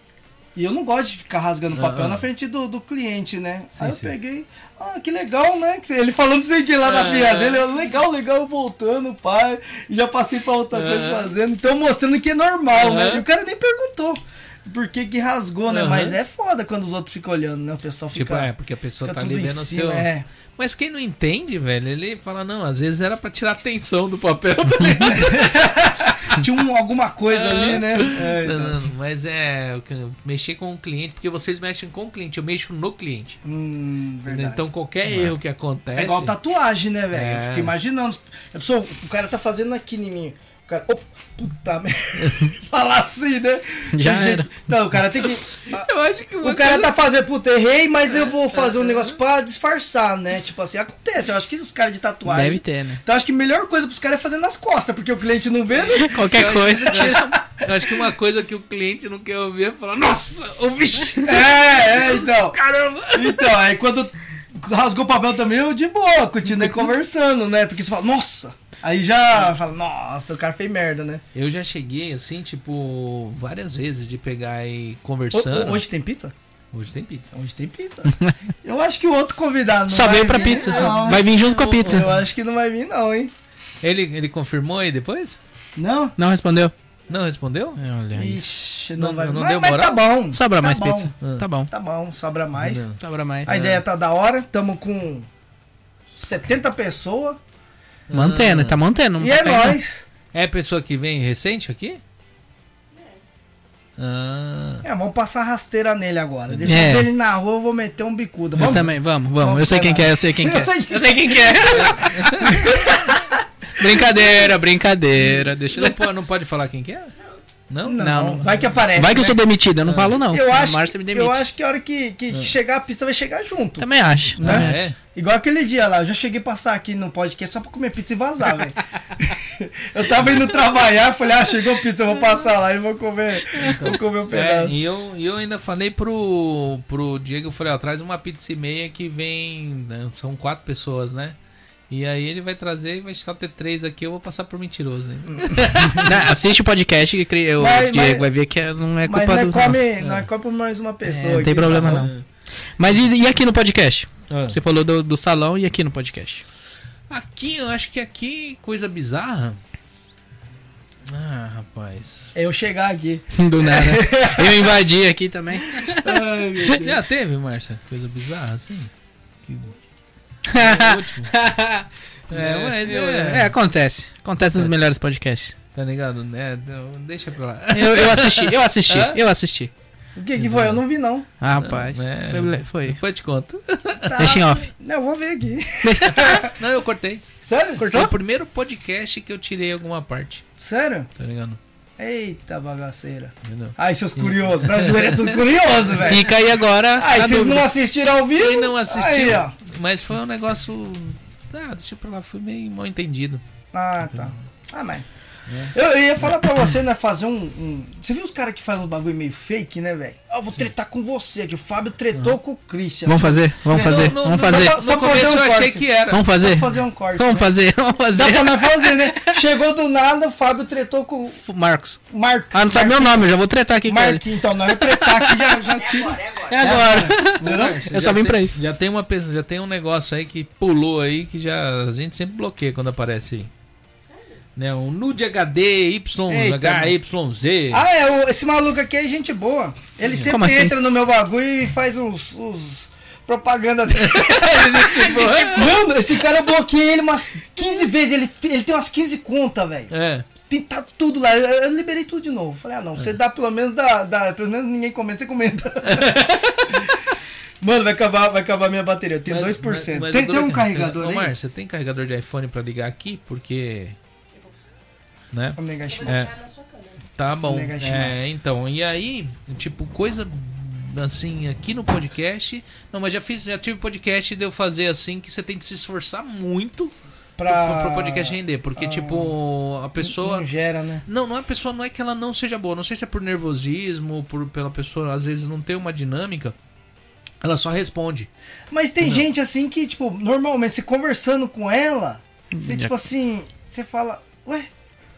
B: E eu não gosto de ficar rasgando papel
A: Aham.
B: na frente do, do cliente, né? aí eu
A: sim.
B: peguei, ah, que legal, né? Que você- Ele falando isso aqui lá na
A: Aham.
B: filha dele, eu, legal, legal, voltando, pai. E já passei pra outra coisa
A: Aham.
B: fazendo. Então mostrando que é normal, né?
A: É. Aham.
B: E o cara nem perguntou por que que rasgou, né?
A: Aham.
B: Mas é foda quando os outros ficam olhando, né? O pessoal fica,
A: tipo, é, porque a pessoa
B: fica
A: tá
B: tudo
A: ali
B: em
A: vendo o
B: cima,
A: seu.
B: é.
A: Mas quem não entende, velho, ele fala, não, às vezes era pra tirar a atenção do papel, tá ligado?
B: Tinha um, alguma coisa ali, né? É, então.
A: Não, não, mas é. o que- Mexer com o cliente, porque vocês mexem com o cliente, eu mexo no cliente. né?
B: Hum, verdade.
A: Então qualquer erro que acontece.
B: É igual tatuagem, né, velho?
A: É.
B: Eu fico imaginando. A pessoa, o cara tá fazendo aqui em mim. O cara. Opa, puta merda. Falar assim, né? De
E: Já era.
B: Não, o cara tem que.
A: Eu acho que
B: O cara tá fazendo, puta, errei, mas
A: É.
B: eu vou fazer um negócio pra disfarçar, né? Tipo assim, acontece. Eu acho que os caras de tatuagem.
E: Deve ter, né?
B: Então eu acho que a melhor coisa pros caras é fazer nas costas, porque o cliente não vê, né?
E: Qualquer coisa.
A: Eu acho que uma coisa que o cliente não quer ouvir é falar, nossa, o bicho.
B: É, é, então.
A: Caramba!
B: Então, aí quando rasgou o papel também, eu de boa, continuei conversando, né? Porque você fala, nossa! Aí já fala, nossa, o cara fez merda, né?
A: Eu já cheguei assim, tipo, várias vezes de pegar e
B: Ho-
A: conversando.
B: hoje tem pizza?
A: Hoje tem pizza.
B: Hoje tem pizza. Eu acho que o outro convidado não
E: Só
B: vai
E: veio pra
B: vir,
E: pizza. né?
B: Não.
E: Vai vir junto com a pizza.
B: Eu acho que não vai vir, não, hein?
A: Ele, ele confirmou aí depois?
B: Não?
E: Não respondeu?
A: Não respondeu?
E: Olha aí.
B: Ixi, não,
A: Não-
B: vai vir.
A: não
B: Mas,
A: deu
B: mas tá
A: moral?
B: bom.
E: Sobra
B: tá
E: mais
B: bom.
E: pizza. É. Tá bom.
B: Tá bom, sobra mais.
E: Sobra mais.
B: A ideia tá da hora, tamo com 70 pessoas.
E: Mantendo, tá mantendo. não
B: e
E: tá
B: é
E: caindo.
B: nóis.
A: É pessoa que vem recente aqui? Ah.
B: É, vamos passar rasteira nele agora. Deixa
E: É.
B: eu ver ele na rua, eu vou meter um bicudo.
E: Eu
B: Vamos?
E: também, vamos, vamos.
B: Vamos
E: eu sei
B: pra
E: quem
B: lá.
E: quer, eu sei quem quer.
B: sei quem-
E: quem quer. brincadeira, brincadeira. Deixa
A: Não,
E: eu...
A: po- não pode falar quem que é? Não?
B: Não,
E: Não, não.
B: vai que aparece.
E: Vai que eu
B: né?
E: sou demitido, eu não falo não.
B: Eu
E: A
B: acho,
E: Márcia me demite.
B: eu acho que a hora que, que
E: Ah.
B: chegar a pizza vai chegar junto.
E: Também acho.
B: Né?
E: também
A: Ah,
E: acho.
A: é?
B: Igual aquele dia lá, eu já cheguei a passar aqui no podcast só pra comer pizza e vazar, velho. eu tava indo trabalhar, falei, ah, chegou pizza, eu vou passar lá e vou comer, vou comer um
A: É,
B: pedaço.
A: e eu, e eu ainda falei pro, pro Diego, eu falei, ó, traz uma pizza e meia que vem. né, São quatro pessoas, né? E aí ele vai trazer e vai só ter três aqui, eu vou passar pro mentiroso ainda.
E: Não, Né, assiste o podcast que cri- eu-
B: Mas-
E: o Diego
B: mas-
E: vai ver que não é
B: Mas
E: culpa
B: nós
E: do.
B: come, nós come mais uma
E: É,
B: pessoa.
E: não tem
B: aqui,
E: problema
B: tá bom?
E: não. Mas e, e aqui no podcast?
A: Ah.
E: Você falou do, do salão e aqui no podcast.
A: Aqui, eu acho que aqui, coisa bizarra. Ah, rapaz.
B: É Eu chegar aqui.
E: Do nada. Eu invadi aqui também.
B: Ai, meu Deus.
A: Já teve, Márcia? Coisa bizarra, assim? Que... o último. É, mas eu-
E: É, acontece. Acontece nos melhores podcasts.
A: Tá ligado? É, não, deixa pra lá.
E: Eu, eu assisti, eu assisti, eu assisti.
B: O que que
E: Uhum.
B: foi? Eu não vi não.
E: Ah, rapaz.
A: é.
E: Foi- Foi.
A: Depois eu te conto.
B: Tá.
E: Deixa em off.
B: Não, eu vou ver aqui.
A: Não, eu cortei.
B: Sério?
A: Foi o primeiro podcast que eu tirei alguma parte,
B: Sério?
A: tá ligado?
B: Eita bagaceira.
A: Entendeu?
B: Ai, seus curiosos. Brasileiro é tudo curioso, velho.
E: Fica aí agora.
B: Ai,
E: a
B: Ah, vocês
E: dúvida.
B: não assistiram ao vivo?
A: Quem não assistiu,
B: Aí, ó.
A: mas foi um negócio. Ah, deixa pra lá, fui meio mal entendido.
B: Ah, tá. Ah, mas. Eu, eu ia falar pra você, né? Fazer um. um- Você viu os caras que fazem um bagulho meio fake, né, velho? Ah, eu vou tretar com você aqui. O Fábio tretou com o Christian.
E: Vamos fazer, vamos fazer,
A: No- no-
E: vamos
A: no-
E: fazer.
A: No,
B: Só pra
A: começo
B: fazer um
A: eu achei
B: corte.
A: que era.
E: Vamos
B: Só
E: fazer.
B: fazer um corte.
E: Vamos
B: né?
E: fazer, vamos
B: Dá pra
E: fazer.
B: nós fazer, né? Chegou do nada, o Fábio tretou com o
E: Marcos.
B: Marcos.
E: Ah, não sabe meu nome, eu já vou tretar aqui com ele.
B: Marquinhos, então, nós vamos tretar aqui já, já
C: É
B: tira.
C: agora, é agora.
E: É agora.
A: Márcio,
E: Eu
A: já
E: só vim
A: tem-
E: pra isso.
A: Já tem uma pessoa, já tem um negócio aí que pulou aí que já a gente sempre bloqueia quando aparece aí. Né, um nude HD,
E: Eita,
A: YHYZ.
B: Ah, é, o- esse maluco aqui é gente boa. Ele sempre
E: assim?
B: entra no meu bagulho e faz uns. uns propaganda dele.
A: é
B: é gente boa. Mano, esse cara eu bloqueei ele umas 15 vezes. Ele, fi- ele tem umas 15 contas, velho.
A: É.
B: Tem, tá tudo lá. Eu, eu liberei tudo de novo. Falei, ah, não, você dá pelo menos dá, dá- pelo menos ninguém comenta, você comenta. Mano, vai acabar, vai acabar minha bateria. Eu tenho 2%. tem, tem um carregador
A: Ô,
B: aí?
A: Márcio, tem carregador de iPhone pra ligar aqui? Porque. Né?
B: Ô, nega Shimasu.
A: É. Tá bom.
B: Negativas.
A: É, então, e aí, tipo, coisa assim, aqui no podcast. Não, mas já fiz, já tive podcast de eu fazer assim, que você tem que se esforçar muito pro, pro podcast render. Porque,
B: ah,
A: tipo, a pessoa.
B: Não gera, né?
A: Não, não é a pessoa, não é que ela não seja boa. Não sei se é por nervosismo, por pela pessoa às vezes não ter uma dinâmica. Ela só responde.
B: Mas tem gente assim que, tipo, normalmente, você conversando com ela, você,
E: Já-
B: tipo assim, você fala, ué,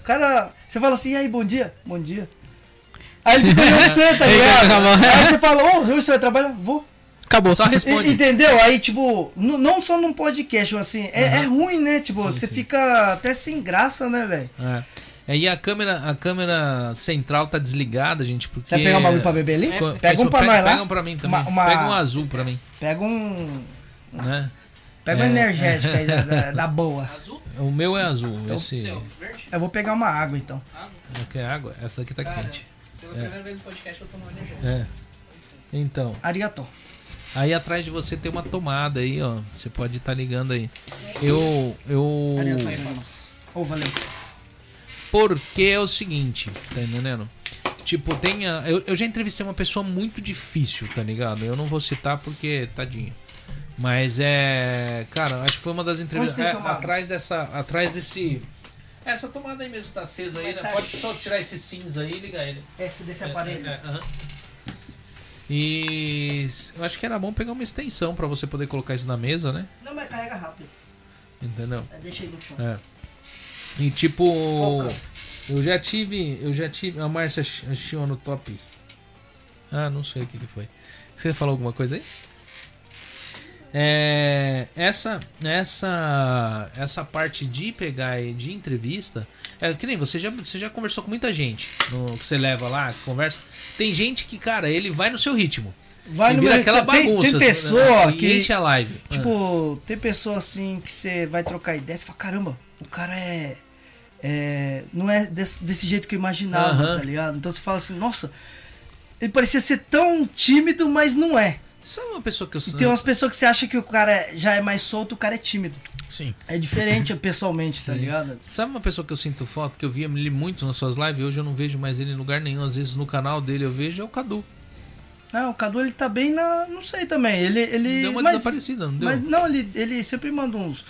B: o cara. Você fala assim, e aí, bom dia? Bom dia. Aí ele fica olhando você, tá
E: Ele fica
B: ligado?
E: com a mão.
B: Aí você fala, ô, hoje você vai trabalhar? Vou.
E: Acabou.
A: Só
B: E-
A: responde.
B: Entendeu? Aí, tipo, n- não só num podcast, mas assim, é, é ruim, né? Tipo, você fica até sem graça, né, velho?
A: É. É, e a câmera, a câmera central tá desligada, gente, porque...
B: Quer pegar um bagulho pra beber ali?
A: Co-
B: Pega um pra
A: pega,
B: nós lá.
A: Pega um pra mim também.
B: Uma- uma-
A: Pega um azul pra mim,
B: Pega um.
A: né?
B: Pega uma energética aí da, da- da boa.
E: Azul?
A: O meu é azul. esse
E: Seu, verde?
B: Eu vou pegar uma água então.
A: aqui é água. Essa aqui tá
E: Cara,
A: quente.
E: Pela primeira vez no podcast eu tomo uma energia.
A: É. Então,
B: Arigatô.
A: aí atrás de você tem uma tomada aí, ó. Você pode estar ligando aí. Eu. Eu.
B: Arigatô, irmãos. Ô, valeu.
A: Porque é o seguinte, tá entendendo? Tipo, tem a, eu, eu já entrevistei uma pessoa muito difícil, tá ligado? Eu não vou citar porque, tadinho. Mas é. Cara, acho que foi uma das entrevistas.
B: tem
A: é,
B: tomada?
A: atrás dessa. Atrás desse. Essa tomada aí mesmo tá acesa aí, né?
B: Vai tá
A: Pode só tirar esse cinza aí e ligar ele.
B: Esse desse
A: É,
B: aparelho.
A: é, é, aham. E s- eu acho que era bom pegar uma extensão pra você poder colocar isso na mesa, né?
B: Não, mas carrega rápido.
A: Entendeu?
B: É, Deixa aí no chão.
A: É. E tipo, eu já tive, eu já tive a Márcia Sh- Shion no top. Ah, não sei o que que foi. Você falou alguma coisa aí? É, essa essa essa parte de pegar e de entrevista, é que nem você já você já conversou com muita gente, no, que você leva lá, conversa. Tem gente que, cara, ele vai no seu ritmo.
B: Vai
A: e
B: no
A: vira
B: meu-
A: aquela
B: tem-
A: bagunça. assim, né?
B: Tem pessoa
A: e
B: que.
A: enche a live. É.
B: Tipo, tem pessoa assim que você vai trocar ideia e fala: caramba, o cara é. é, não é desse, desse jeito que eu imaginava,
A: Aham.
B: tá ligado? Então você fala assim: nossa, ele parecia ser tão tímido, mas não é.
A: Ah, sabe uma pessoa que eu
B: E
A: sou?
B: tem umas pessoas que você acha que o cara já é mais solto, o cara é tímido.
E: Sim.
B: É diferente pessoalmente, tá ligado?
A: Sabe uma pessoa que eu sinto falta, que eu via ele muito nas suas lives, hoje eu não vejo mais ele em lugar nenhum, às vezes no canal dele eu vejo, é o Cadu.
B: Não, o Cadu ele tá bem na. Não sei também. Ele. ele
A: deu uma
B: mas,
A: desaparecida, não deu?
B: mas não, ele, ele sempre manda uns.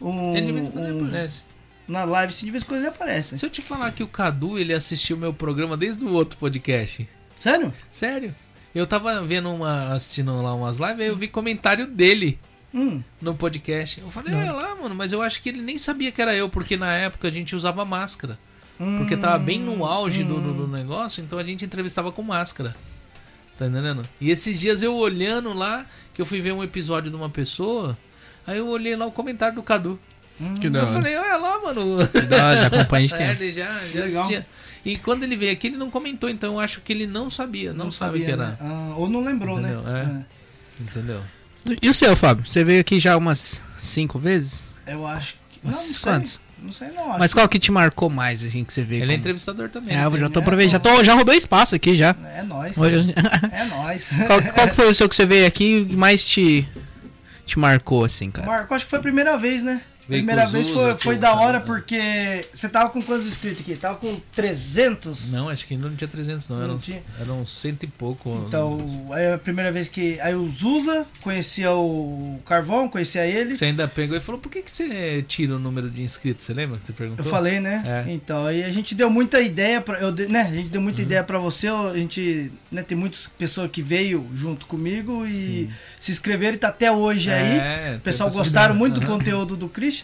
B: Um,
A: ele de vez em quando ele
B: um-
A: aparece.
B: na live, assim, de vez em quando ele aparece.
A: Se eu te falar que o Cadu, ele assistiu meu programa desde o outro podcast.
B: Sério?
A: Sério. Eu tava vendo uma. assistindo lá umas lives, aí eu vi comentário dele
B: Hum.
A: no podcast. Eu falei, olha lá, mano, mas eu acho que ele nem sabia que era eu, porque na época a gente usava máscara.
B: Hum.
A: Porque tava bem no auge do, do- do negócio, então a gente entrevistava com máscara. Tá entendendo? E esses dias eu olhando lá, que eu fui ver um episódio de uma pessoa, aí eu olhei lá o comentário do Cadu.
E: Que da
A: Eu
E: hora.
A: falei, olha lá, mano.
E: Que da hora, já acompanha de
A: É,
E: tempo.
A: ele já, já
B: Legal.
A: assistia. E quando ele veio aqui, ele não comentou, então eu acho que ele não sabia, não, sabe
B: sabia,
A: que era.
B: né? Ah, ou não lembrou,
A: Entendeu? É.
B: né?
A: Entendeu?
E: E o seu, Fábio? Você veio aqui já umas cinco vezes?
B: É, Eu acho que. Não,
E: Mas
B: não sei.
E: quantos?
B: Não sei, não. Acho.
E: Mas qual que te marcou mais, assim, que você veio?
A: Ele é
E: como-
A: entrevistador também.
E: É, eu já tô
B: É,
E: aproveitando, já, tô, já roubei espaço aqui já.
B: É nóis.
A: né?
E: Olha-
B: É nóis.
E: Qual, qual que foi o seu que você veio aqui que mais te, te marcou, assim, cara?
B: Marco, acho que foi a primeira vez, né?
A: Veio
B: primeira
A: com
B: vez
A: Zuza,
B: foi,
A: com-
B: foi da hora porque você tava com quantos inscritos aqui? Tava com 300?
A: Não, acho que ainda não tinha 300, não.
B: Não
A: Eram,
B: tinha.
A: eram cento e pouco.
B: Então, aí a primeira vez que. Aí o Zuza conhecia o Carvão, conhecia ele.
A: Você ainda pegou e falou: por que, que você tira o número de inscritos? Você lembra que você perguntou?
B: Eu falei, né?
A: É. Uhum.
B: Então, aí a gente deu muita ideia para eu, dei- né? A gente deu muita ideia para você, ó, a gente, né, tem muitas pessoas que veio junto comigo e se inscreveram e tá até hoje
A: É,
B: aí. O pessoal
A: tem pessoas-
B: gostaram muito do
A: Aham.
B: conteúdo do Christian.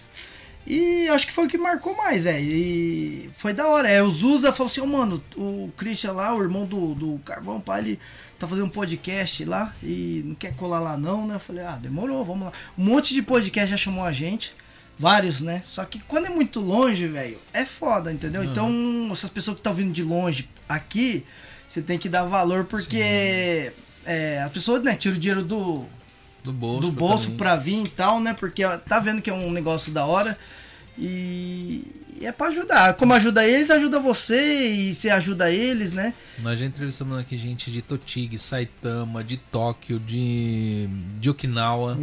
B: E acho que foi o que marcou mais, velho. E foi da hora. É, o Zuza falou assim, "Ô, mano, o Christian lá, o irmão do, do Carvão, pai, ele tá fazendo um podcast lá e não quer colar lá não, né? Eu falei, ah, demorou, vamos lá. Um monte de podcast já chamou a gente. Vários, né? Só que quando é muito longe, velho, é foda, entendeu? Então, essas pessoas que estão vindo de longe aqui, você tem que dar valor, porque é, as pessoas, né, tiram o dinheiro do,
A: Do bolso.
B: do bolso
A: também.
B: pra vir e tal, né? Porque ó, tá vendo que é um negócio da hora. E e é pra ajudar. Como ajuda eles, ajuda você e você ajuda eles, né?
A: Nós já entrevistamos aqui gente de Totig, Saitama, de Tóquio, de, de Okinawa.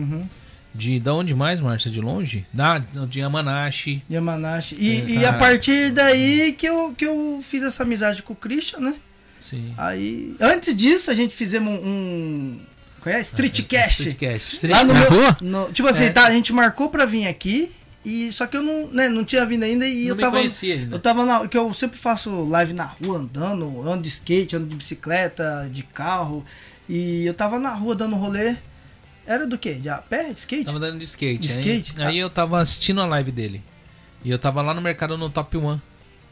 A: De, da onde mais, Márcia? De longe? Da, de Yamanashi.
B: Yamanashi. E,
A: É,
B: e a
A: tá.
B: partir daí que eu, que eu fiz essa amizade com o Christian, né?
A: Sim.
B: Aí, antes disso, a gente fizemos um. um qual é?
A: Ah,
B: Streetcast.
A: Streetcast.
B: Lá no
E: Na
B: meu-
E: rua?
B: no- tipo
A: É.
B: assim, tá, a gente marcou pra vir aqui. E, só que eu não, né, não tinha vindo ainda e
A: Não
B: eu
A: me
B: tava.
A: conhecia ainda.
B: Eu tava na. Que eu sempre faço live na rua, andando, ando de skate, ando de bicicleta, de carro. E eu tava na rua dando rolê. Era do quê? De a pé? De skate?
A: Tava dando de skate.
B: De
A: aí-
B: skate?
A: Aí, eu tava assistindo a live dele. E eu tava lá no mercado no Top One.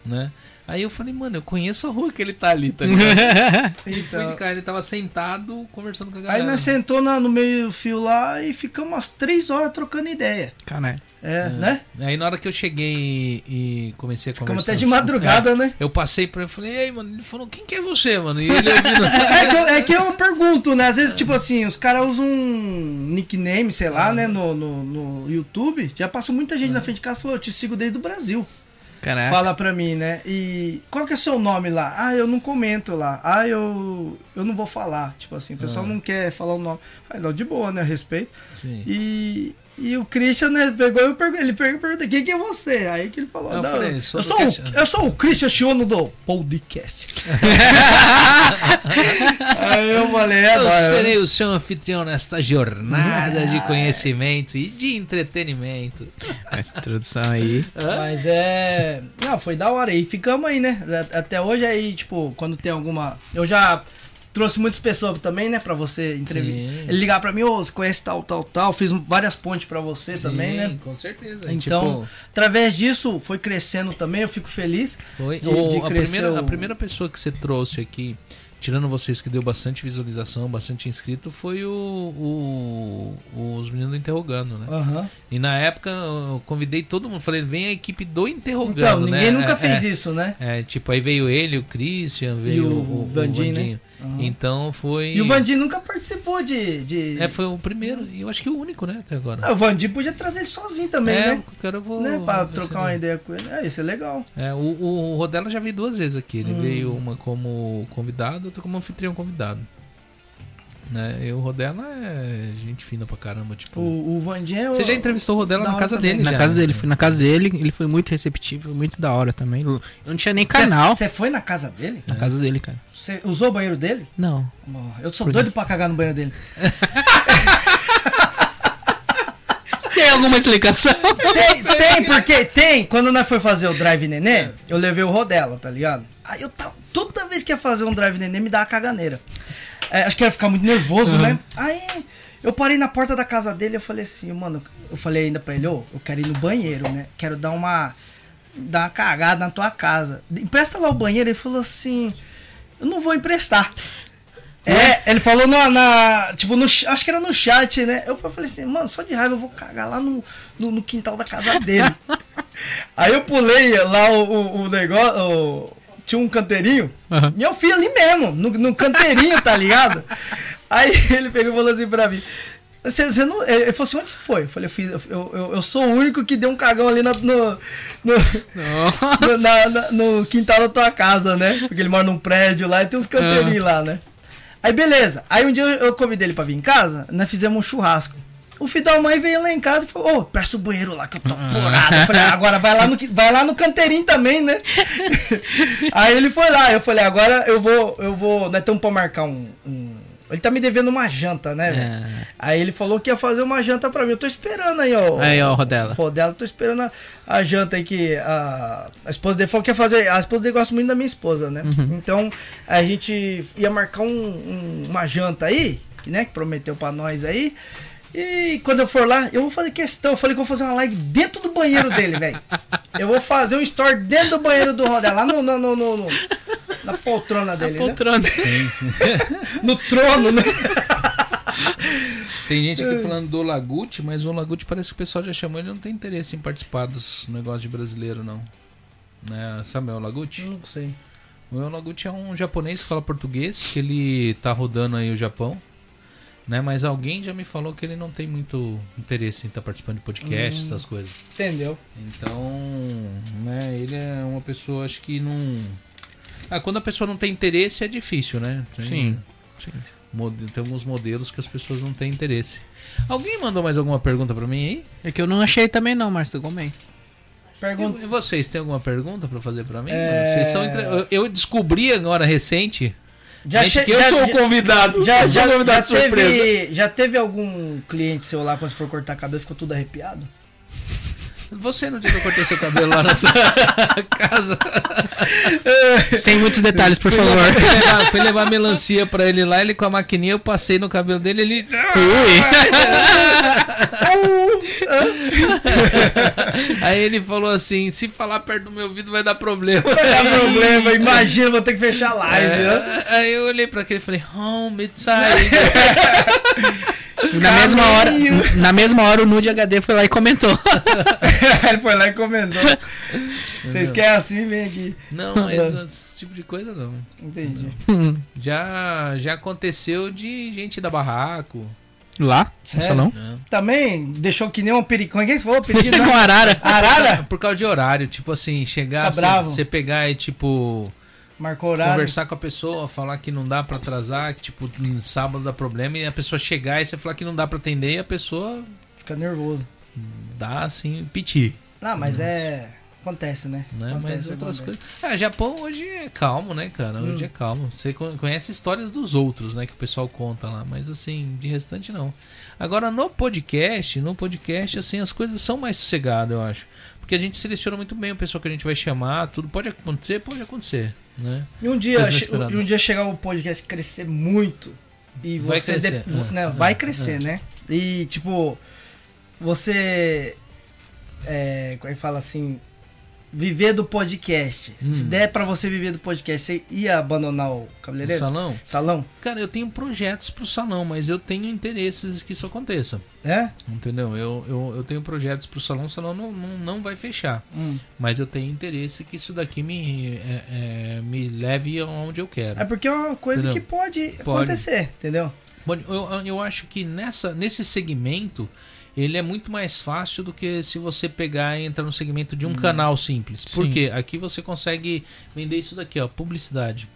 A: né? Aí eu falei, mano, eu conheço a rua que ele tá ali, tá ligado? ele foi de cara, ele tava sentado conversando com a galera.
B: Então, Aí nós sentou na- no meio do fio lá e ficamos umas três horas trocando ideia.
E: Caralho.
B: É, né?
A: Aí na hora que eu cheguei e comecei a conversar. é,
B: Ficamos até de madrugada, né?
A: Eu passei pra ele e falei, ei, mano, ele falou, quem que é você, mano? E ele ouvindo.
B: É que, eu, é que eu pergunto, né? Às vezes, tipo assim, os caras usam um nickname, sei lá, né? No, no, no YouTube. Já passou muita gente na frente de casa e falou, eu te sigo desde o Brasil.
A: É?
E: Caraca.
B: Fala pra mim, né? E qual que é o seu nome lá? Ah, eu não comento lá. Ah, eu, eu não vou falar. Tipo assim, o
A: Ah.
B: pessoal não quer falar o nome. Ah, não, de boa, né? Respeito.
A: Sim.
B: E, e o Christian, né, pegou eu pergu- ele pegou e perguntou, quem que é você? Aí que ele falou,
A: Eu
B: não,
A: falei,
B: eu,
A: sou
B: sou
A: do Christian."
B: o, eu sou o Christian Chiono do podcast. Aí eu falei, é,
A: Eu
B: vai,
A: serei o seu anfitrião nesta jornada de conhecimento e de entretenimento.
E: Essa introdução aí.
B: Mas é. Não, foi da hora. E ficamos aí, né? A- Até hoje aí, tipo, quando tem alguma. Eu já trouxe muitas pessoas também, né? Pra você entrevistar.
A: Sim.
B: Ele ligar pra mim, ô, você conhece tal, tal, tal. Fiz um, várias pontes pra você também,
A: Sim,
B: né?
A: Com certeza.
B: Então,
A: tipo,
B: através disso, foi crescendo também, eu fico feliz.
A: foi.
B: de-
A: o-
B: de
A: a,
B: crescer
A: primeira, a
B: o-
A: primeira pessoa que você trouxe aqui, tirando vocês que deu bastante visualização, bastante inscrito, foi o, o- os meninos do Interrogando, né?
B: Aham.
A: E na época eu convidei todo mundo, falei, vem a equipe do Interrogando.
B: Então,
A: né?
B: ninguém nunca
A: É,
B: fez
A: é.
B: isso, né?
A: É, tipo, aí veio ele, o Christian, veio
B: o
A: o, o
B: Vandinho, né?
A: Vandinho. Então foi.
B: E o Vandir nunca participou de. de...
A: É, foi o primeiro, e eu acho que o único, né, até agora.
B: Ah, o Vandir podia trazer ele sozinho também,
A: é,
B: né?
A: o cara eu vou.
B: né? Pra
A: vou
B: trocar
A: ver.
B: uma ideia com ele. É, isso é legal.
A: É, o, o o Rodela já veio duas vezes aqui.
B: Hum.
A: Ele veio uma como convidado, outra como anfitrião convidado. Né? E o Rodela é gente fina pra caramba, tipo.
B: O, o Vandir é o-
A: Você já entrevistou o Rodela
B: da
A: na
B: hora
A: casa
B: também.
A: dele,
E: Na
A: já,
E: casa
A: né?
E: dele, fui na casa dele, ele foi muito receptivo, muito da hora também. Eu não tinha nem canal
B: Você foi na casa dele?
E: na casa dele, cara.
B: Você usou o banheiro dele?
E: Não.
B: Não, Eu sou doido pra cagar no banheiro dele.
E: Tem alguma explicação?
B: Tem, tem, porque tem. Quando nós foi fazer o Drive Nenê, eu levei o Rodelo, tá ligado? Aí eu tava. Toda vez que ia fazer um Drive Nenê, me dá a caganeira. É, acho que eu ia ficar muito nervoso, né? Aí eu parei na porta da casa dele eu falei assim, mano. Eu falei ainda pra ele, ô, eu quero ir no banheiro, né? Quero dar uma. dar uma cagada na tua casa. Empresta lá o banheiro. Ele falou assim: eu não vou emprestar. É, ele falou na, na- tipo, no, ch- acho que era no chat, né? Eu falei assim, mano, só de raiva eu vou cagar lá no, no, no quintal da casa dele. Aí eu pulei lá o, o- o negócio, o- tinha um canteirinho,
E: Aham.
B: e eu fui ali mesmo, no, no canteirinho, tá ligado? Aí ele pegou e falou assim pra mim, você você não, ele falou assim, onde você foi? Eu falei, eu, fiz- eu, eu, eu sou o único que deu um cagão ali na- no- no, no, na- na- no quintal da tua casa, né? Porque ele mora num prédio lá e tem uns canteirinhos lá, né? Aí beleza. Aí um dia eu, eu convidei ele pra vir em casa, nós fizemos um churrasco. O filho da mãe veio lá em casa e falou: Ô, presta o banheiro lá que eu tô apurado. Eu falei: "Ah, agora vai lá, no, qui- vai lá no canteirinho também, né? Aí ele foi lá. Eu falei: agora eu vou, eu vou. Nós estamos pra marcar um. um- Ele tá me devendo uma janta,
E: É.
B: né? velho? Aí ele falou que ia fazer uma janta pra mim. Eu tô esperando aí, ó.
E: Aí, ó, Rodela.
B: Pô, dela, tô esperando a, a janta aí que a, a esposa dele falou que ia fazer. A esposa dele gosta muito da minha esposa, né?
A: Uhum.
B: Então a gente ia marcar um- um- uma janta aí, que, né? Que prometeu pra nós aí. E quando eu for lá, eu vou fazer questão. Eu falei que eu vou fazer uma live dentro do banheiro dele, velho. Eu vou fazer um story dentro do banheiro do Rodela, lá no, no, no- no- no- na poltrona dele, né?
E: Poltrona.
B: No trono, né?
A: Tem gente
B: É.
A: aqui falando do Lagute, mas o Lagute parece que o pessoal já chamou, ele não tem interesse em participar dos negócios de brasileiro, não. Né? Sabe o Lagute?
B: Não sei.
A: O El Noguchi é um japonês que fala português, que ele tá rodando aí o Japão, né? Mas alguém já me falou que ele não tem muito interesse em estar participando de podcast,
B: Hum.
A: essas coisas.
B: Entendeu?
A: Então, né, ele é uma pessoa, acho que não... Ah, quando a pessoa não tem interesse é difícil, né? Tem-
E: Sim. Sim.
A: mode- Tem alguns modelos que as pessoas não têm interesse. Alguém mandou mais alguma pergunta pra mim aí?
E: É que eu não achei também não, Márcio, como é?
B: Pergunta.
A: E e vocês, têm alguma pergunta pra fazer pra mim?
B: É.
A: Vocês são entre- eu- Eu descobri agora recente
B: Já
A: Gente,
B: che-
A: que eu
B: já-
A: sou o
B: já-
A: convidado.
B: Já,
A: Eu sou
B: já,
A: o
B: já,
A: convidado surpresa.
B: teve, já teve algum cliente seu lá, quando você for cortar cabelo, ficou tudo arrepiado?
A: Você no dia que eu cortei seu cabelo lá na sua casa.
E: Sem muitos detalhes, por favor.
A: Fui levar, fui levar melancia pra ele lá, ele com a maquininha, eu passei no cabelo dele, ele. Aí ele falou assim: se falar perto do meu ouvido vai dar problema.
B: Vai dar problema, imagina, vou ter que fechar a live, né?
A: É, Aí eu olhei pra aquele e falei, home, it's aí.
E: na, mesma hora, na mesma hora, o Nude HD foi lá e comentou.
B: Ele foi lá e comentou. Vocês querem assim, vem aqui.
A: Não, mas esse tipo de coisa não.
B: Entendi.
A: Já, já aconteceu de gente da barraco.
E: lá? No
B: Sério?
E: salão?
A: né?
B: Também deixou que nem um periquinho. Quem que você falou? Periquinho?
E: Com
B: não?
E: a Arara.
B: Arara?
A: Por causa de horário, tipo assim, chegar,
B: Tá bravo.
A: você pegar e tipo.
B: Marcou horário.
A: conversar com a pessoa, falar que não dá pra atrasar, que tipo, no sábado dá problema, e a pessoa chegar e você falar que não dá pra atender, e a pessoa
B: Fica nervoso.
A: dá assim, piti,
B: Não, mas é. Acontece, né?
A: né? Mas
B: Acontece
A: outras
B: acontece.
A: coisas. Ah, Japão hoje é calmo, né, cara? Hoje é calmo. Você con- conhece histórias dos outros, né, que o pessoal conta lá, mas assim, de restante não. Agora no podcast, no podcast assim, as coisas são mais sossegadas, eu acho. Porque a gente seleciona muito bem o pessoal que a gente vai chamar, tudo pode acontecer, pode acontecer, né?
B: E um dia,
A: Coisas
B: che-
A: inesperadas.
B: e um dia chegar o podcast crescer muito e
A: Vai
B: você
A: crescer,
B: de- vo-
A: é,
B: né,
A: é,
B: vai crescer, né? E tipo, você é, como é que fala assim, viver do podcast. Se
A: Hum.
B: der pra você viver do podcast, você ia abandonar o
A: No
B: cabeleireiro?
A: salão.
B: Salão?
A: Cara, eu tenho projetos pro salão, mas eu tenho interesses que isso aconteça.
B: É?
A: Entendeu? Eu, eu, eu tenho projetos pro salão, o salão não, não, não vai fechar.
B: Hum.
A: Mas eu tenho interesse que isso daqui me, é, é, me leve aonde eu quero.
B: É porque é uma coisa
A: Entendeu?
B: que pode,
A: Pode.
B: acontecer, entendeu?
A: Bom, eu, eu acho que nessa, nesse segmento ele é muito mais fácil do que se você pegar e entrar no segmento de um canal simples. Por
E: Sim.
A: quê? Aqui você consegue vender isso daqui, ó, publicidade.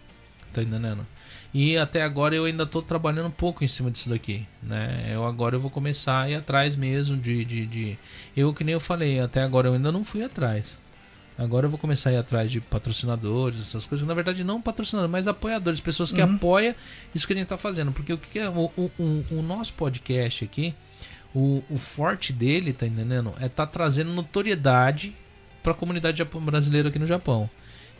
A: Tá entendendo? E até agora eu ainda tô trabalhando um pouco em cima disso daqui, né? Eu agora eu vou começar a ir atrás mesmo de, de, de... Eu, que nem eu falei, até agora eu ainda não fui atrás. Agora eu vou começar a ir atrás de patrocinadores, essas coisas. Na verdade, não patrocinadores, mas apoiadores, pessoas que apoiam isso que a gente tá fazendo. Porque o que, que é o, o, o- o nosso podcast aqui, o, o forte dele, tá entendendo? É tá trazendo notoriedade pra comunidade japo- brasileira aqui no Japão.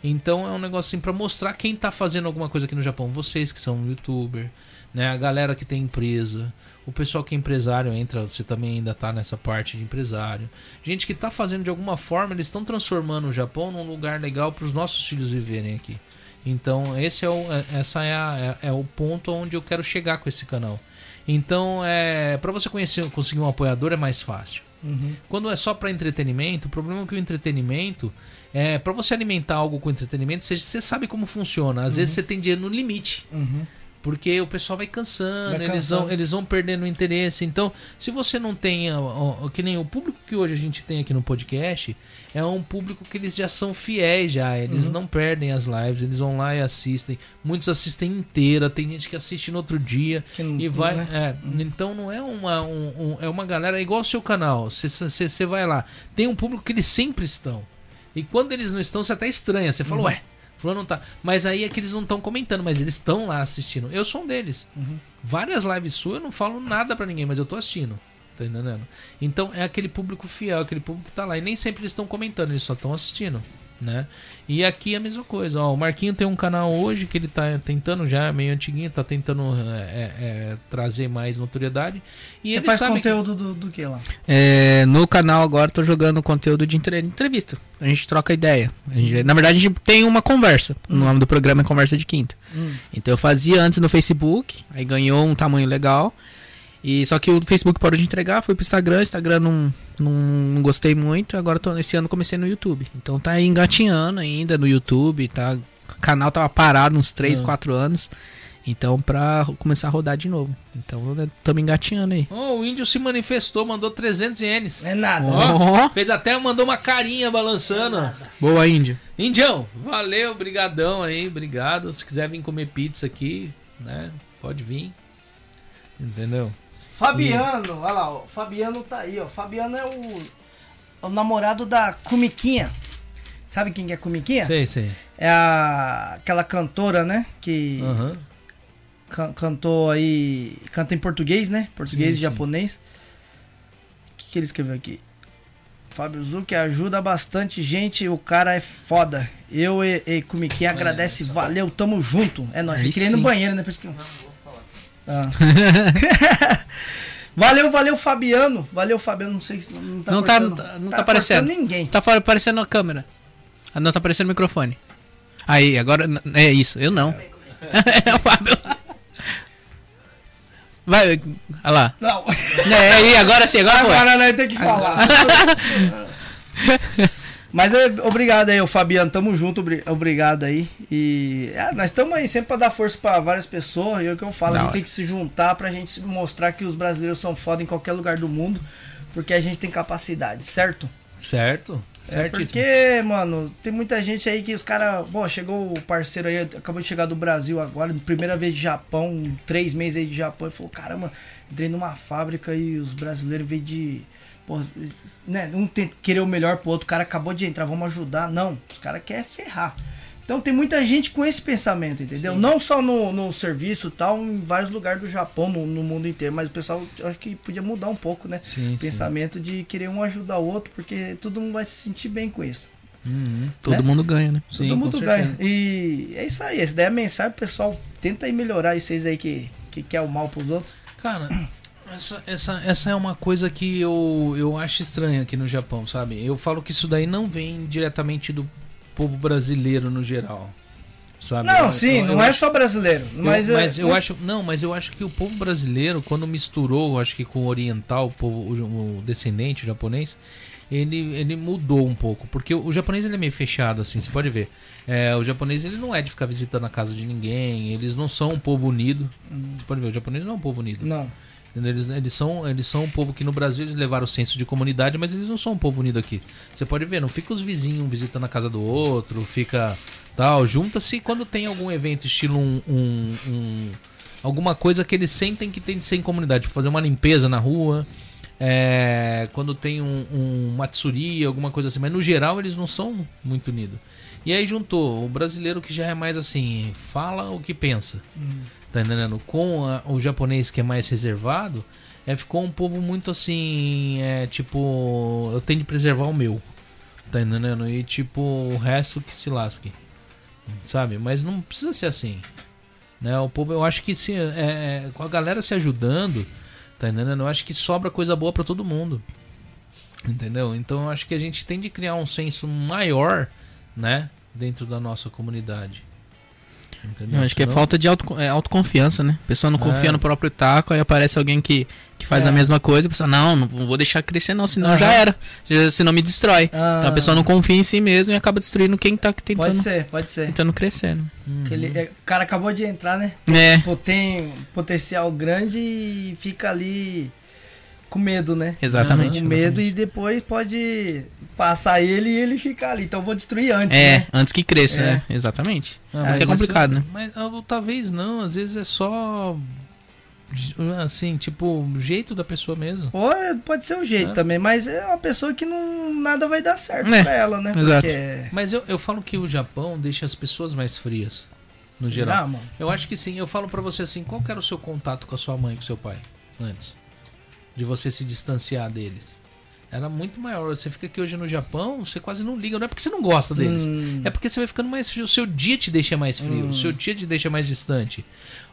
A: Então é um negócio assim pra mostrar quem tá fazendo alguma coisa aqui no Japão. Vocês que são youtuber, né? A galera que tem empresa, o pessoal que é empresário entra, você também ainda tá nessa parte de empresário. Gente que tá fazendo de alguma forma, eles estão transformando o Japão num lugar legal pros nossos filhos viverem aqui. Então esse é o, é- essa é, a- é- é o ponto onde eu quero chegar com esse canal. Então é para você conhecer, conseguir um apoiador é mais fácil.
B: Uhum,
A: Quando é só para entretenimento, o problema é que o entretenimento é para você alimentar algo com entretenimento, você, você sabe como funciona. Às vezes você tem dinheiro no limite.
B: uhum.
A: Porque o pessoal vai cansando,
B: Vai
A: Eles, vão,
B: cansando.
A: eles vão perdendo o interesse. Então, se você não tem. ó, ó, que nem o público que hoje a gente tem aqui no podcast, é um público que eles já são fiéis já. Eles
B: Uhum.
A: não perdem as lives, eles vão lá e assistem. Muitos assistem inteira, tem gente que assiste no outro dia.
B: Que não-
A: E vai.
B: não é.
A: é, Então não é uma. um- um- é uma galera é igual o seu canal. Você vai lá. Tem um público que eles sempre estão. E quando eles não estão, você até estranha. Você fala, ué, fulano não tá. Mas aí é que eles não estão comentando, mas eles estão lá assistindo. Eu sou um deles. Várias lives suas eu não falo nada pra ninguém, mas eu tô assistindo. Tá entendendo? Então é aquele público fiel, aquele público que tá lá. E nem sempre eles estão comentando, eles só estão assistindo. Né? E aqui é a mesma coisa. Ó, o Marquinho tem um canal hoje que ele tá tentando já, é meio antiguinho, tá tentando é, é, é, trazer mais notoriedade. E
B: Você
A: ele
B: faz
A: sabe
B: conteúdo do, do que lá?
E: É, no canal agora eu tô jogando conteúdo de entre- entrevista. A gente troca ideia. A gente- na verdade, a gente tem uma conversa. O nome do programa é Conversa de Quinta. Então eu fazia antes no Facebook, aí ganhou um tamanho legal. E só que o Facebook parou de entregar, foi pro Instagram, Instagram não, não, não gostei muito, agora eu tô esse ano comecei no YouTube. Então tá aí engatinhando ainda no YouTube, tá? O canal tava parado uns 3, 4 anos. Então pra ro- começar a rodar de novo. Então estamos engatinhando aí.
A: que- Ó, o índio se manifestou, mandou 300 ienes.
B: Não é nada. né?
E: Ó,
A: Fez até, mandou uma carinha balançando.
E: boa índio.
A: Indião, valeu, brigadão aí, obrigado. Se quiser vir comer pizza aqui, né? Pode vir. Entendeu?
B: Fabiano, olha lá, ó, Fabiano tá aí, ó. Fabiano é o, é o namorado da Cumiquinha. Sabe quem que é Cumiquinha?
A: Sei, sei.
B: É a, aquela cantora, né? Que
A: Aham.
B: can- cantou aí. Canta em português, né? Português
A: Sim,
B: e
A: sim.
B: japonês. O que, que ele escreveu aqui? Fábio Zuc ajuda bastante gente, o cara é foda. Eu e, e Kumiquim agradece, valeu, tamo junto. É nóis,
E: Aí
B: você queria ir no
E: sim.
B: banheiro, né? Por isso que... Ah. valeu, valeu, Fabiano. Valeu, Fabiano, não sei se não tá
E: Não tá-
B: cortando.
E: não tá- não tá aparecendo.
B: cortando ninguém.
E: Tá fa- aparecendo a câmera. Ah, não, tá aparecendo o microfone. Aí, agora. n- É isso, eu não. É o Fábio. Vai, olha lá.
B: Não,
E: É, aí, agora sim, agora foi.
B: agora nós temos que falar. Mas é, obrigado aí, ô Fabiano. Tamo junto, obri- obrigado aí. E é, nós estamos aí sempre pra dar força pra várias pessoas. E é o que eu falo,
E: Da
B: a gente
E: hora.
B: tem que se juntar pra gente se mostrar que os brasileiros são foda em qualquer lugar do mundo. Porque a gente tem capacidade, certo?
A: Certo?
B: É
A: Certíssimo.
B: porque, mano, tem muita gente aí que os caras. Bom, chegou o parceiro aí, acabou de chegar do Brasil agora, primeira vez de Japão, três meses aí de Japão, e falou: caramba, entrei numa fábrica e os brasileiros veio de. Pô, né, um tem que querer o melhor pro outro, o cara acabou de entrar, vamos ajudar. Não, os caras querem ferrar. Então tem muita gente com esse pensamento, entendeu? Não só no, no serviço e tal, em vários lugares do Japão, no, no mundo inteiro, mas o pessoal eu acho que podia mudar um pouco, né?
A: Sim, sim.
B: pensamento de querer um ajudar o outro, porque todo mundo vai se sentir bem com isso.
E: Todo mundo ganha, né?
A: Uhum. Sim,
B: todo
A: com
B: mundo
A: certeza.
B: ganha. E é isso aí, essa daí é a mensagem, pessoal. Tenta aí melhorar e vocês aí que, que quer o mal pros outros.
A: Cara, essa, essa, essa é uma coisa que eu, eu acho estranha aqui no Japão, sabe? Eu falo que isso daí não vem diretamente do povo brasileiro no geral. Sabe?
B: Não,
A: Eu-
B: sim,
A: Tá então, eu-
B: não
A: eu
B: é
A: acho-
B: só brasileiro.
A: eu-
B: mas é-
A: mas eu acho. Não, mas eu acho que o povo brasileiro, quando misturou, eu acho que com o oriental, o povo, o ja- o descendente japonês, ele, ele mudou um pouco. Porque o, o japonês ele é meio fechado, assim, você pode ver. É, o japonês ele não é de ficar visitando a casa de ninguém, eles não são um povo unido. Você pode ver, o japonês não é um povo unido.
B: Não.
A: Entendeu? Eles, eles, são, eles são um povo que no Brasil eles levaram o senso de comunidade, mas eles não são um povo unido aqui. Você pode ver, não fica os vizinhos um visitando a casa do outro, fica tal, junta-se quando tem algum evento estilo um, um- um- alguma coisa que eles sentem que tem de ser em comunidade, tipo, fazer uma limpeza na rua, é, quando tem um, um matsuri, alguma coisa assim, mas no geral eles não são muito unidos. E aí juntou o brasileiro que já é mais assim, fala o que pensa tá entendendo? Com a- o japonês que é mais reservado, é, ficou um povo muito assim, é, tipo, eu tenho de preservar o meu, tá entendendo? E tipo, o resto que se lasque, sabe? Mas não precisa ser assim, né? O povo, eu acho que se, é, é, com a galera se ajudando, tá entendendo? Eu acho que sobra coisa boa pra todo mundo, entendeu? Então eu acho que a gente tem de criar um senso maior, né? Dentro da nossa comunidade. Entendeu?
E: Eu acho que é
A: Senão-
E: falta de auto, é, autoconfiança, né? A pessoa não confia
A: É.
E: no próprio taco, aí aparece alguém que, que faz a mesma coisa, a pessoa, não, não vou deixar crescer não, senão já
B: É. Aham.
E: era. Já- senão me destrói.
B: Ah.
A: tá,
E: Então a pessoa não confia em si mesma e acaba destruindo quem tá
B: Pode
E: tentando,
B: ser, pode ser.
E: tentando crescer, né?
A: Uhum.
B: Aquele- é, o cara acabou de entrar, né?
E: É,
B: Pô, tem um potencial grande e fica ali com medo, né?
E: exatamente.
B: Com medo e depois pode passar ele e ele ficar ali. Então vou destruir antes,
E: É,
B: né?
E: antes que cresça,
B: É.
E: né? Exatamente.
A: Ah,
E: Isso
A: mas
E: que é complicado, né?
A: Mas ah, ou talvez não, às vezes é só assim, tipo, o jeito da pessoa mesmo.
B: Ou é- pode ser um jeito
A: É.
B: também, mas é uma pessoa que não nada vai dar certo
E: É,
B: pra ela, né?
E: exato.
B: Porque...
A: Mas eu, eu falo que o Japão deixa as pessoas mais frias, no geral.
B: Ah, mano.
A: Eu acho que sim. Eu falo pra você assim, qual que era o seu contato com a sua mãe, com o seu pai, antes de você se distanciar deles? Era muito maior. Você fica aqui hoje no Japão, você quase não liga. Não é porque você não gosta deles.
B: Hum.
A: É porque você vai ficando mais frio. O seu dia te deixa mais frio. O seu dia te deixa mais distante.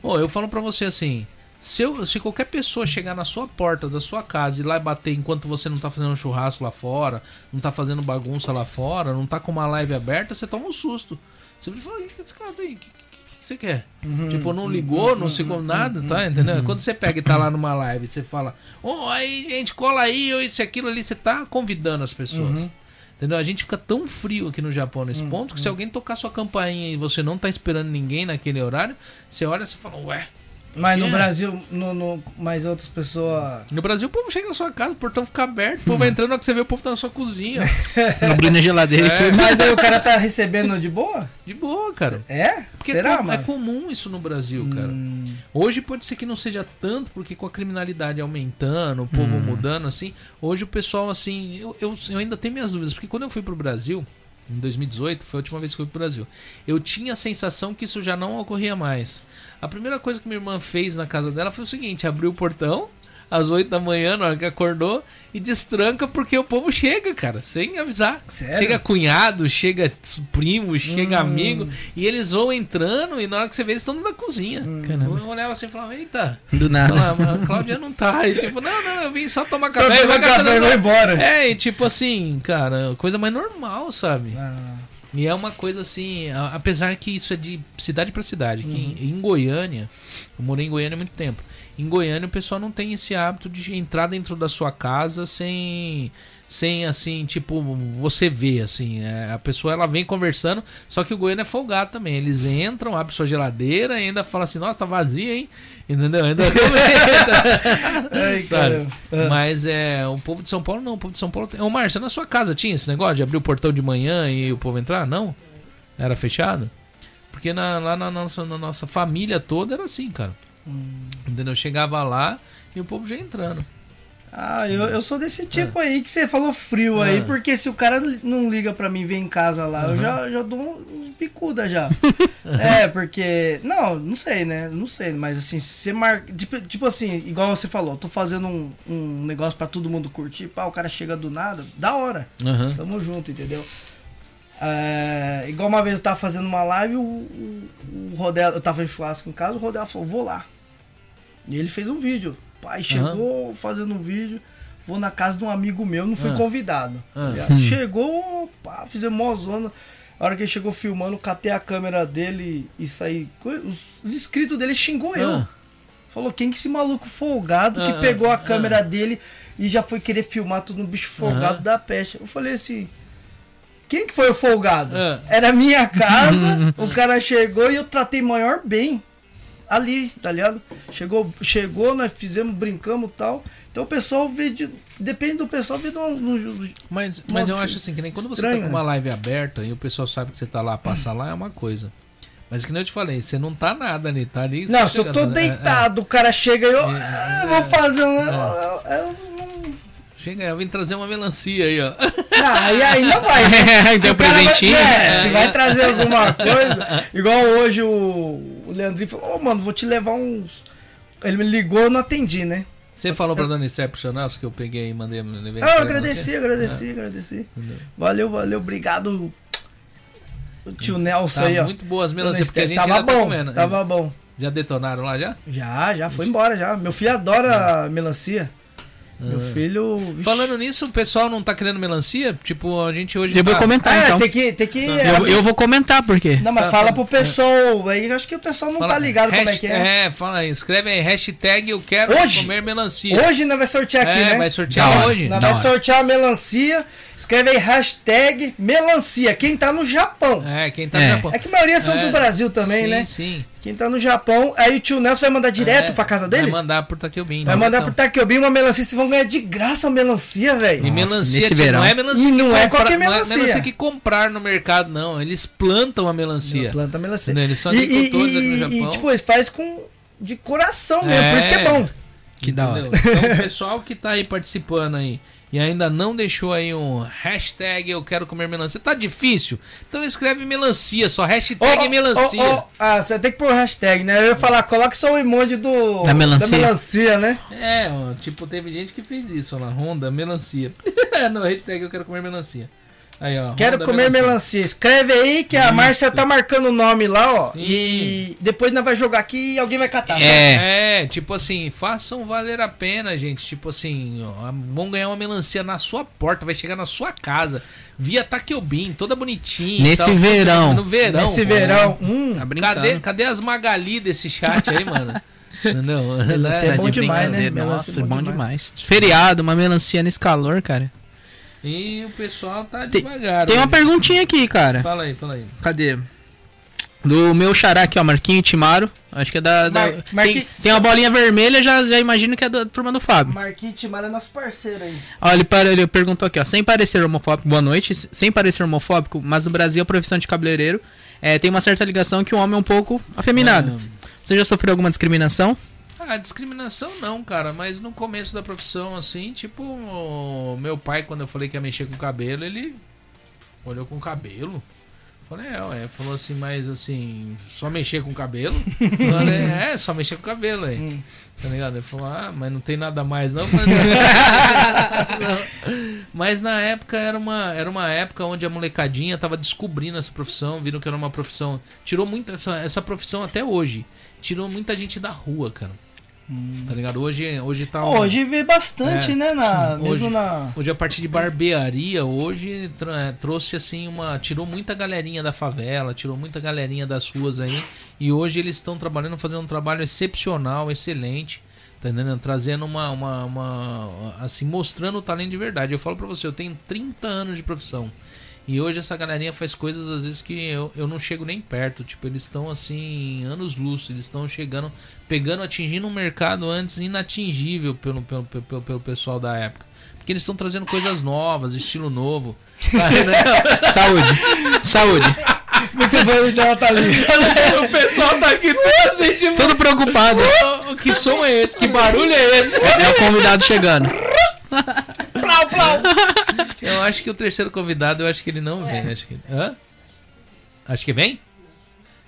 A: Ô, eu falo pra você assim. Se, eu- se qualquer pessoa chegar na sua porta da sua casa e lá bater enquanto você não tá fazendo churrasco lá fora, não tá fazendo bagunça lá fora, não tá com uma live aberta, você toma um susto. Você fala, o que que esse cara tem? O que, que- que você quer?
B: uhum. Hum,
A: tipo, não ligou, não se com nada, tá? Entendeu? Quando você pega e tá lá numa live, você fala, ô, aí, gente, cola aí, ou isso, e aquilo ali, você tá convidando as pessoas.
B: Uhum.
A: Entendeu? A gente fica tão frio aqui no Japão nesse
B: Hum,
A: ponto que se alguém tocar sua campainha e você não tá esperando ninguém naquele horário, você olha e você fala, ué.
B: Mas no
A: É.
B: Brasil, no, no, mas outras pessoas.
A: No Brasil o povo chega na sua casa, o portão fica aberto, o
B: Hum.
A: povo vai entrando, na hora que você vê o povo tá na sua cozinha.
E: Abrindo a geladeira
A: É.
E: e tudo.
B: Mas aí o cara tá recebendo de boa?
A: De boa, cara.
B: É?
A: Porque é,
B: Será,
A: com- é
B: mano?
A: comum isso no Brasil, cara.
B: Hum.
A: Hoje pode ser que não seja tanto, porque com a criminalidade aumentando, o povo mudando, assim, hoje o pessoal, assim, eu, eu, eu ainda tenho minhas dúvidas, porque quando eu fui pro Brasil, em 2018, foi a última vez que eu fui pro Brasil, eu tinha a sensação que isso já não ocorria mais. A primeira coisa que minha irmã fez na casa dela foi o seguinte: abriu o portão. às 8 da manhã, na hora que acordou, e destranca porque o povo chega, cara, sem avisar.
B: Sério?
A: Chega cunhado, chega primo, chega amigo, e eles vão entrando e na hora que você vê, eles estão na cozinha.
E: Caramba.
A: Eu olhava assim e falava, eita,
E: Do
A: ela,
E: nada.
A: a Cláudia não tá. E tipo, não, não, eu vim só tomar
B: Só
A: café.
B: pega
A: vai
B: o café e vai embora.
A: É, e tipo assim, cara, coisa mais normal, sabe?
B: Ah,
A: E é uma coisa assim, a- apesar que isso é de cidade pra cidade, que em, em Goiânia, eu morei em Goiânia há muito tempo. Em Goiânia o pessoal não tem esse hábito de entrar dentro da sua casa sem sem assim, tipo, você vê assim, é, a pessoa ela vem conversando, só que o Goiânia é folgado também. Eles entram, abrem sua geladeira e ainda fala assim: "Nossa, tá vazia, hein?" Entendeu? Ainda
B: Ai,
A: Sabe?
B: caramba. Ah.
A: Mas é, o povo de São Paulo não, o povo de São Paulo tem. Ô, Márcio, na sua casa tinha esse negócio de abrir o portão de manhã e o povo entrar? Não? Era fechado? Porque na- lá na nossa, na nossa família toda era assim, cara.
B: Hum.
A: Entendeu? Eu chegava lá e o povo já entrando.
B: Ah, eu, eu sou desse tipo aí que você falou frio
A: Ah.
B: aí, porque se o cara li- não liga pra mim e vem em casa lá, eu já, já dou uns bicuda já. é, porque. Não, não sei, né? Não sei, mas assim, se você marca. Tipo, tipo assim, igual você falou, tô fazendo um, um negócio pra todo mundo curtir, pá, o cara chega do nada, da hora.
A: Aham.
B: Tamo junto, entendeu? É, igual uma vez eu tava fazendo uma live, o, o, o Rodela, eu tava em churrasco em casa, o Rodela falou, vou lá. E ele fez um vídeo. Pai, chegou fazendo um vídeo, vou na casa de um amigo meu, não fui
A: Ah.
B: convidado. tá
A: Ah.
B: Ligado? Chegou, pá, fizemos mó zona. A hora que ele chegou filmando, catei a câmera dele e saí. co- Os, os inscritos dele xingou eu.
A: Ah.
B: Falou, quem que esse maluco folgado que
A: Ah,
B: pegou
A: ah,
B: a câmera dele e já foi querer filmar tudo no bicho folgado da peste. Eu falei assim, quem que foi o folgado?
A: Ah.
B: Era minha casa, o cara chegou e eu tratei maior bem. Ali, tá ligado? Chegou, chegou, nós fizemos, brincamos e tal. Então o pessoal vê de. Depende do pessoal ver de um. de um-
A: Mas, mas eu
B: Nossa,
A: acho assim, que nem quando você tá
B: estranho, né?
A: com uma live aberta e o pessoal sabe que você tá lá, passa lá, é uma coisa. Mas que nem eu te falei, você não tá nada ali, tá ali.
B: Não, se eu
A: chegando,
B: tô
A: né? É, é.
B: deitado, o cara chega e eu. "Ah, eu vou fazer um. eu- eu- eu-
A: Chega, eu vim trazer uma melancia aí, ó.
B: Não, ah, aí ainda vai. né? É.
E: Deu
A: um
B: Se o cara
E: presentinho.
B: Vai, é,
E: É,
B: se vai trazer alguma coisa. Igual hoje o, o Leandrinho falou: Ô, mano, vou te levar uns. Ele me ligou, eu não atendi, né?
A: Você falou pra Dona Esther pro Chanasco que eu peguei e mandei me levar.
B: Ah, eu agradeci,
A: Ah.
B: agradeci, agradeci. Valeu, valeu, obrigado. O tio Nelson
A: Tá
B: aí, ó.
A: muito boas melancias, porque a gente
B: tava
A: ainda tá
B: bom,
A: comendo.
B: tava bom.
A: Já detonaram lá já?
B: Já, já foi embora já. Meu filho adora melancia. Meu filho. vixe.
A: Ah. Falando nisso, o pessoal não tá querendo melancia? Tipo, a gente hoje.
E: Eu vou
A: tá-
E: comentar
B: é,
E: então.
B: tem que, tem que.
E: Eu, eu vou comentar por quê.
B: Não,
A: Tá,
B: mas fala pro pessoal. Aí eu acho que o pessoal não
A: É. fala-
B: tá ligado como é
A: hasht-
B: que é.
A: É, fala aí, escreve aí, hashtag eu quero
B: Hoje?
A: comer melancia.
B: Hoje nós vai sortear aqui,
A: é,
B: né?
A: vai sortear
E: Da hora.
A: hoje.
B: Nós
E: Da
B: vai
E: hora.
B: sortear a melancia. Escreve aí hashtag melancia. Quem tá no Japão.
A: É, quem tá
E: É.
A: no Japão.
B: É que a maioria são
A: É.
B: do Brasil também,
A: sim,
B: né?
A: Sim,
B: Quem tá no Japão. Aí o tio Nelson vai mandar direto
A: É,
B: pra casa deles?
A: Vai mandar então. por Taquiobim.
B: Vai mandar pro Tá Takeobi uma melancia. Vocês vão ganhar de graça uma melancia,
A: E
B: velho.
E: Nossa,
A: melancia,
E: nesse
A: tipo,
E: verão.
A: não é melancia
B: E
A: que
B: não é
A: compra-
B: qualquer
A: não
B: melancia.
A: que comprar no mercado, não. Eles plantam a melancia.
B: Planta a melancia.
A: Não, eles são
B: e, e,
A: agricultores aqui no
B: e-
A: Japão.
B: e, tipo, eles fazem com... De coração mesmo. Por isso que é
A: É.
B: bom.
E: Que da hora.
A: Entendeu? Então, o pessoal que tá aí participando aí e ainda não deixou aí um hashtag eu quero comer melancia, tá difícil? Então escreve melancia, só hashtag melancia.
B: oh, oh. Ah, você tem que pôr hashtag, né? Eu ia falar, coloca só o emoji do...
E: Da melancia.
B: melancia, né?
A: É, ó, tipo, teve gente que fez isso, ó, na Honda, melancia. não, hashtag eu quero comer melancia. Aí, ó.
B: Quero
A: Honda
B: comer melancia. Escreve aí que a Márcia tá marcando o nome lá, ó.
A: Sim.
B: E depois nós vai jogar aqui e alguém vai catar.
E: É.
A: É, tipo assim, façam valer a pena, gente. Tipo assim, ó, vão ganhar uma melancia na sua porta, vai chegar na sua casa, via Takeobin, toda bonitinha. e
E: Nesse
A: tal.
E: verão.
A: No verão.
B: Nesse
A: pô, né?
B: verão. Hum,
E: Tá brincando.
A: Cadê, cadê as Magali desse chat aí, mano? Não,
B: Melancia
A: né?
B: é bom
E: Tá de
B: demais, né?
E: brincadeira.
B: Melancia
E: Nossa, é bom demais. Feriado, uma melancia nesse calor, cara.
A: E o pessoal tá
E: Tem-
A: devagar.
E: Tem uma
A: hoje.
E: perguntinha aqui, cara.
A: Fala aí, fala aí.
E: Cadê? Do meu xará aqui, ó, Marquinho Timaro. Acho que é da. da-
B: Mar- Marquinho-
E: tem, tem uma bolinha vermelha, já, já imagino que é da turma do Fábio.
B: Marquinhos Timar é nosso parceiro aí.
E: Ó, ele, par- ele perguntou aqui, ó. Sem parecer homofóbico, boa noite. s- Sem parecer homofóbico, mas no Brasil a profissão de cabeleireiro é, tem uma certa ligação que o homem é um pouco afeminado. Você já sofreu alguma discriminação?
A: Ah, discriminação não, cara, mas no começo da profissão, assim, tipo, o meu pai, quando eu falei que ia mexer com cabelo, ele olhou com cabelo. Falei, é, ué. Falou assim, mas assim, só mexer com o cabelo? Falei, é, só mexer com o cabelo aí. Tá ligado? Ele falou, ah, mas não tem nada mais não. Falei, não. Mas na época era uma, era uma época onde a molecadinha tava descobrindo essa profissão, viram que era uma profissão. Tirou muita. Essa, essa profissão até hoje. Tirou muita gente da rua, cara. Tá ligado? Hoje, hoje tá. um-
B: Hum. Hoje vê bastante,
A: É,
B: né?
A: sim,
B: Na, mesmo
A: hoje.
B: na.
A: Hoje a parte de barbearia hoje tra- eh, trouxe assim uma. Tirou muita galerinha da favela, tirou muita galerinha das ruas aí. E hoje eles estão trabalhando, fazendo um trabalho excepcional, excelente. Tá entendendo? Trazendo uma, uma, uma- Assim, mostrando o talento de verdade. Eu falo pra você, eu tenho 30 anos de profissão. E hoje essa galerinha faz coisas às vezes que eu, eu não chego nem perto. Tipo, eles estão assim, anos luz, eles estão chegando, pegando, atingindo um mercado antes inatingível pelo, pelo, pelo, pelo pessoal da época. Porque eles estão trazendo coisas novas, estilo novo.
E: Saúde. Saúde.
B: Porque vai dar tá ali.
A: o pessoal tá aqui todo assim, tipo,
E: Todo preocupado.
A: "Oh, que som é esse? Que barulho é esse?
E: É, é o convidado chegando.
A: Eu acho que o terceiro convidado, eu acho que ele não
B: É.
A: vem. Acho que, hã? Acho que vem?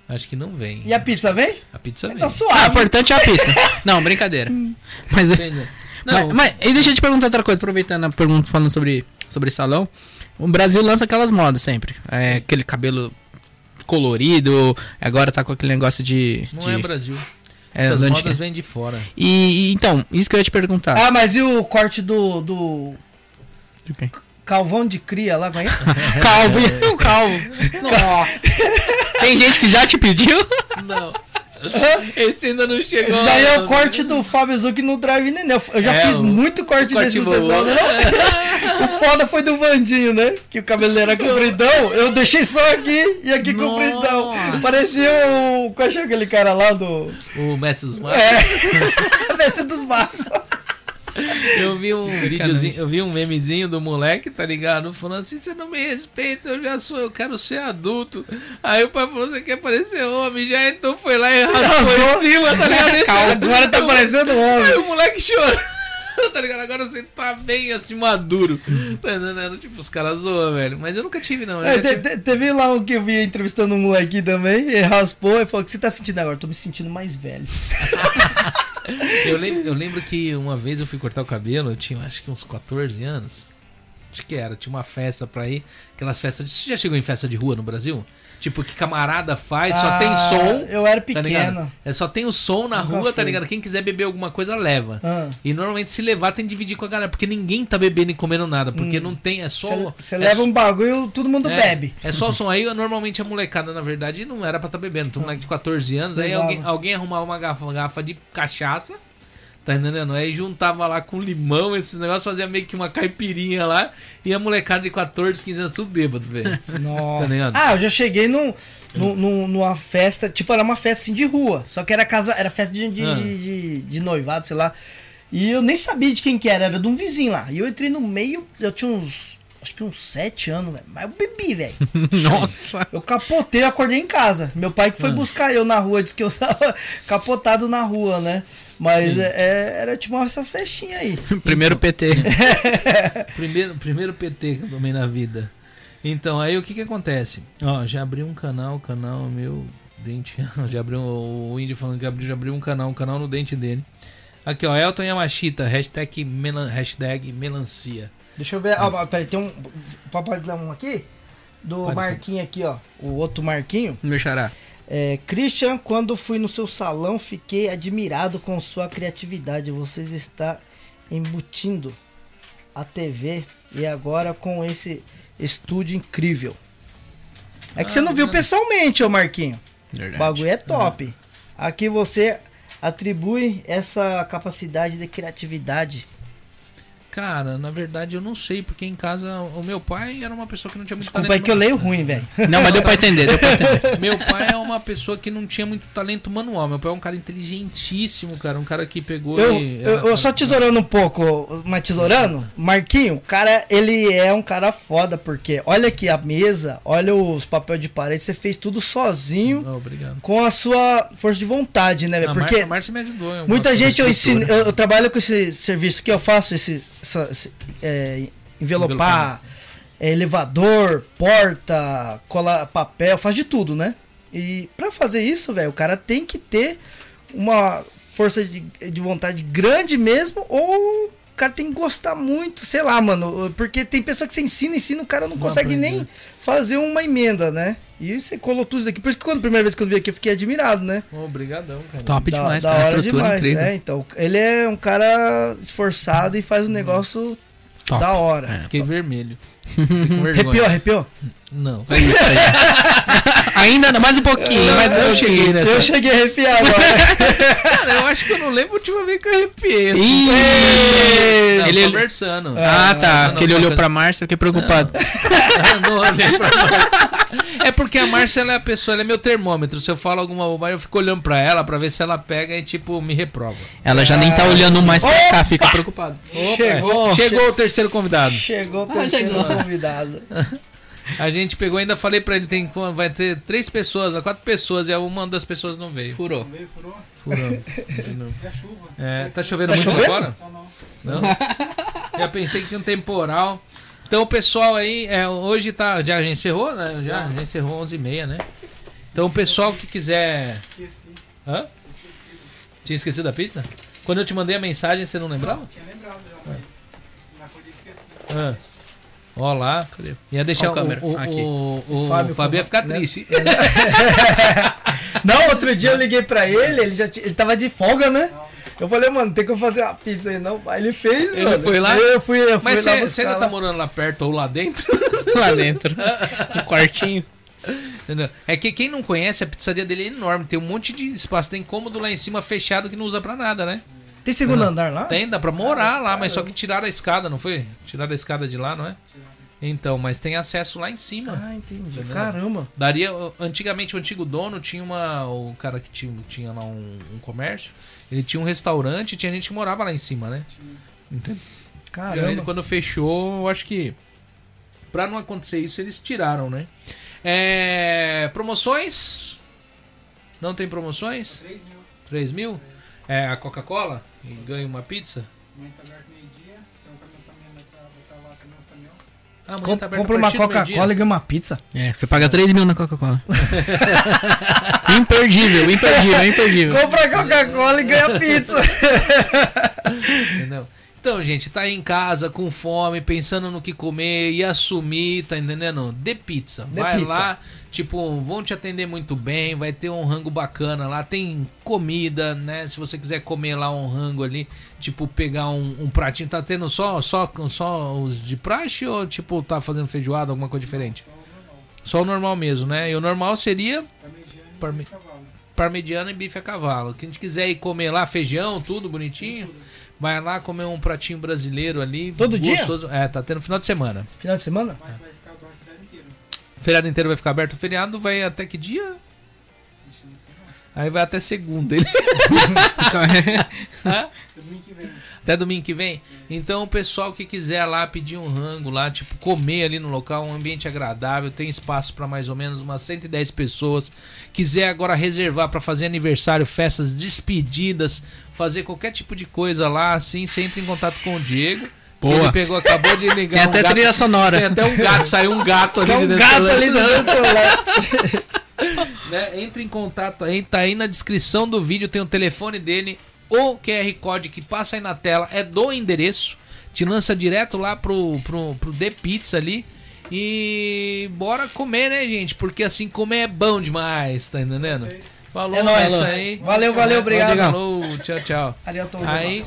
A: Acho que não vem.
B: E a pizza vem?
A: A pizza vem.
B: Tá
E: Ah, o
B: suave.
E: importante é a pizza. Não, brincadeira. Mas,
A: Entendeu?
E: mas,
A: né? Não,
E: mas- e deixa eu te perguntar outra coisa, aproveitando a pergunta falando sobre, sobre salão. O Brasil lança aquelas modas sempre. É, aquele cabelo colorido, agora tá com aquele negócio de.
A: não
E: de-
A: é Brasil.
E: é,
A: Essas
E: de onde
A: modas
E: que é.
A: vêm de fora.
E: E e, então, isso que eu ia te perguntar.
B: Ah, mas e o corte do. do
E: De quem?
B: Calvão de cria lá, vai?
E: Calvo, e o calvo.
A: Nossa,
E: É. Tem gente que já te pediu?
A: não. Esse ainda não chegou.
B: Esse daí é
A: lá,
B: o corte do Fábio Zucchi no Drive Nenê. Eu- Eu já
A: É,
B: fiz
A: o-
B: muito
A: corte
B: corte,
A: né?
B: desse no
A: bobão.
B: pessoal. né? O foda foi do Vandinho, né? Que o cabelo era compridão. Eu deixei só aqui e aqui compridão.
A: Nossa.
B: Parecia o. Qual é aquele cara lá do.
A: O Mestre dos Magos.
B: É. Vestido dos barcos.
A: Eu vi um videozinho, eu vi um memezinho do moleque, tá ligado? Falando assim, você não me respeita, eu já sou, eu quero ser adulto. Aí o pai falou, você quer parecer homem, já então foi lá e raspou em
B: Rasgou.
A: cima, tá ligado?
B: Agora tá parecendo um
A: Aí
B: homem.
A: o moleque chorando, tá ligado? Agora você tá bem assim, maduro. Tá entendendo? Tipo, os caras zoam, velho. Mas eu nunca tive, não. Eu
B: É,
A: já
B: te-
A: tive-
B: te- teve lá um que eu vi entrevistando um molequinho também, ele raspou e falou: O que você tá sentindo agora? Tô me sentindo mais velho.
A: Eu lembro, eu lembro que uma vez eu fui cortar o cabelo, eu tinha acho que uns 14 anos. Acho que era, tinha uma festa pra ir. Aquelas festas. De... Você já chegou em festa de rua no Brasil? Tipo, que camarada faz, só tem
B: Ah,
A: som.
B: Eu era
A: Tá
B: pequeno.
A: ligado? É, só tem o som na
B: Nunca
A: rua, tá
B: fui.
A: ligado? Quem quiser beber alguma coisa, leva.
B: Ah.
A: E normalmente se levar tem que dividir com a galera, porque ninguém tá bebendo e comendo nada, porque não tem, é só. o-
B: Você
A: é
B: Hum. leva um bagulho, todo mundo
A: é,
B: bebe.
A: É só o som. Aí normalmente a molecada, na verdade, não era pra estar bebendo. Um moleque de 14 anos, aí
B: Levava.
A: alguém, alguém arrumava uma garrafa, uma garrafa de cachaça. Tá entendendo? Aí juntava lá com limão, esses negócios, fazia meio que uma caipirinha lá. E a molecada de 14, 15 anos, tudo bêbado, velho.
B: Nossa.
A: Tá ligado?
B: ah, eu já cheguei num, num- num- numa festa, tipo, era uma festa assim, de rua. Só que era casa, era festa de, de,
A: Ah.
B: de- de noivado, sei lá. E eu nem sabia de quem que era, era de um vizinho lá. E eu entrei no meio, eu tinha uns. Acho que uns sete anos, velho. Mas eu bebi, velho.
E: Nossa.
B: Eu capotei, eu acordei em casa. Meu pai que
A: Ah.
B: foi buscar eu na rua, disse que eu tava capotado na rua, né? Mas é- é- era tipo essas festinhas aí.
E: Primeiro PT.
A: Primeiro, primeiro PT que eu tomei na vida. Então, aí o que que acontece? Ó, já abri um canal, o canal meu dente. já abriu o índio falando que abriu, já abriu um canal, um canal no dente dele. Aqui, ó, Elton Yamashita, hashtag, melan, hashtag melancia.
B: Deixa eu ver. Ah, mas peraí, tem um. Papai dar um aqui? Do
A: Pode,
B: Marquinho aqui, ó. O outro Marquinho.
E: Meu xará.
B: É, Christian, quando fui no seu salão, fiquei admirado com sua criatividade. Vocês está embutindo a TV e agora com esse estúdio incrível. É que você não viu pessoalmente, ô Marquinho. O bagulho é top. Aqui você atribui essa capacidade de criatividade.
A: Cara, na verdade eu não sei, porque em casa o meu pai era uma pessoa que não tinha muito
B: Desculpa aí que eu leio ruim, velho.
E: Não, mas deu pra entender, deu pra entender.
A: Meu pai é uma pessoa que não tinha muito talento manual. Meu pai é um cara inteligentíssimo, cara. Um cara que pegou
B: Eu,
A: e.
B: eu- eu só tesourando um pouco, mas tesourando, Marquinho, o cara, ele é um cara foda, porque olha aqui a mesa, olha os papéis de parede, você fez tudo sozinho,
A: Oh, obrigado.
B: com a sua força de vontade, né? velho?
A: A
B: Porque
A: Márcia- a Márcia me ajudou. em assim, algumas
B: muita
A: coisas.
B: gente, eu, ensino, eu, eu trabalho com esse serviço que eu faço, esse, essa- esse, é, envelopar,
A: Envelopar.
B: é, elevador, porta, cola papel, faz de tudo, né? E pra fazer isso, velho, o cara tem que ter uma força de, de vontade grande mesmo, ou o cara tem que gostar muito, sei lá, mano. Porque tem pessoa que você ensina, ensina, o cara não, né? consegue nem fazer uma emenda, né? E você colou tudo isso aqui. Por isso que quando a primeira vez que eu vi aqui, eu fiquei admirado, né?
A: Obrigadão, cara.
E: Top
B: Da-
E: demais,
B: da
E: cara.
B: hora
E: estrutura
B: demais,
E: incrível.
B: né? Então, ele é um cara esforçado e
A: Hum.
B: faz um negócio
E: Top.
B: da hora.
A: Fiquei vermelho. Fiquei com
B: Arrepiou,
A: É. vergonha.
B: arrepiou?
A: Não.
E: É isso aí. Ainda não, mais um pouquinho, mais um
A: É, eu cheguei né?
E: pouquinho.
A: nessa.
B: Eu cheguei a arrepiar agora.
A: Cara, eu acho que eu não lembro a última vez que eu arrepiei. assim.
E: Ih,
A: Não,
E: ele-
A: conversando.
E: Ah, tá.
A: É, não,
E: Porque ele
A: não,
E: olhou
A: não.
E: pra Márcia, eu fiquei preocupado.
A: Ah, não, olhei pra Márcia. É porque a Márcia ela é a pessoa, ela é meu termômetro. Se eu falo alguma bobagem, eu fico olhando pra ela pra ver se ela pega e, tipo, me reprova.
E: Ela já nem tá olhando mais pra cá, fica preocupada.
A: Opa,
B: Chegou.
A: chegou Ah, o terceiro convidado.
B: Chegou o terceiro convidado.
A: A gente pegou, ainda falei pra ele, tem, qu- vai ter três pessoas, quatro pessoas, e uma das pessoas não veio.
E: Furou.
A: Furou. É, tá chovendo
B: Tá
A: muito
B: chovendo?
A: agora? Não. Já pensei que tinha um temporal. Então, pessoal aí, é, hoje tá. Já, já encerrou, né? Já, já encerrou 11h30, né? Então, o pessoal que quiser. Esqueci. Hã? Tinha esquecido da pizza? Quando eu te mandei a mensagem, você não lembrava? Ah. tinha lembrado já, mas Ó lá,
E: Cadê?
A: ia deixar
E: Ó a
A: o,
E: câmera.
A: o,
E: Aqui.
A: o, o,
B: Fábio
A: Fábio, ia ficar
B: né?
A: triste.
B: Não, outro dia eu liguei pra ele, ele já ti- ele tava de folga, né? Eu falei, mano, tem que eu fazer uma pizza aí, não. Aí ele fez,
A: Ele
B: mano.
A: foi lá?
B: Eu fui, eu fui
A: Mas
B: lá
A: você você
B: buscar
A: ainda
B: lá.
A: tá morando lá perto ou lá dentro?
E: Lá dentro. No quartinho.
A: Entendeu? É que quem não conhece, a pizzaria dele é enorme, tem um monte de espaço, tem cômodo lá em cima fechado que não usa pra nada, né?
B: Tem segundo andar lá?
A: Tem, dá pra morar lá, mas só que tiraram a escada, não foi? Tiraram a escada de lá, não é? Então, mas tem acesso lá em cima.
B: Ah, entendi.
A: Entendeu?
B: Caramba.
A: Daria, antigamente o antigo dono tinha uma, o cara que tinha, tinha lá um, um comércio, ele tinha um restaurante, tinha gente que morava lá em cima, né? Entendeu? Ele,
B: Caramba.
A: quando fechou, eu acho que pra não acontecer isso, eles tiraram, né? É, promoções? Não tem promoções? 3 mil. 3 mil? É, a Coca-Cola? E ganha uma pizza? Ah, amanhã tá
B: Com-
A: aberto
B: Compra uma
A: a partir do meio-dia.
B: Coca-Cola e ganha uma pizza.
E: É, você paga 3 mil na Coca-Cola. imperdível, imperdível, imperdível.
B: Compra Coca-Cola e ganha pizza.
A: Entendeu? Então, gente, tá aí em casa com fome, pensando no que comer e assumir, tá entendendo? De pizza.
B: Dê
A: vai
B: pizza.
A: lá, tipo, vão te atender muito bem, vai ter um rango bacana lá, tem comida, né? Se você quiser comer lá um rango ali, tipo, pegar um, um pratinho, tá tendo só, só, só os de praxe ou, tipo, tá fazendo feijoada, alguma coisa diferente? Só o normal mesmo, né? E o normal seria. Parme- Parmegiana e bife a cavalo. Quem quiser ir comer lá, feijão, tudo bonitinho, vai lá comer um pratinho brasileiro ali.
B: Todo dia?
A: dia? É, tá tendo final de semana.
B: Final de semana?
A: Feriado inteiro vai ficar aberto. O feriado vai até que dia? Aí vai até segunda. Até domingo que vem? Então, o pessoal que quiser lá pedir um rango lá, tipo, comer ali no local, um ambiente agradável, tem espaço para mais ou menos umas 110 pessoas. Quiser agora reservar para fazer aniversário, festas, despedidas, fazer qualquer tipo de coisa lá, assim, sempre em contato com o Diego.
E: Boa.
A: Ele pegou, acabou de ligar. um
E: Tem até
A: gato-
E: trilha
A: Tem
E: sonora.
A: até um gato, saiu um gato ali
B: Só um
A: dentro do
B: gato
A: celular.
B: ali dentro do celular.
A: Né? Entre em contato aí, tá aí na descrição do vídeo, tem o telefone dele, o QR Code que passa aí na tela, é do endereço, te lança direto lá pro, pro, pro The Pizza ali. E bora comer, né, gente? Porque assim, comer é bom demais, tá entendendo? Falou,
B: É nóis.
A: isso aí.
B: Valeu, valeu, obrigado.
A: Falou, tchau, tchau.
B: Ali eu tô
A: Aí,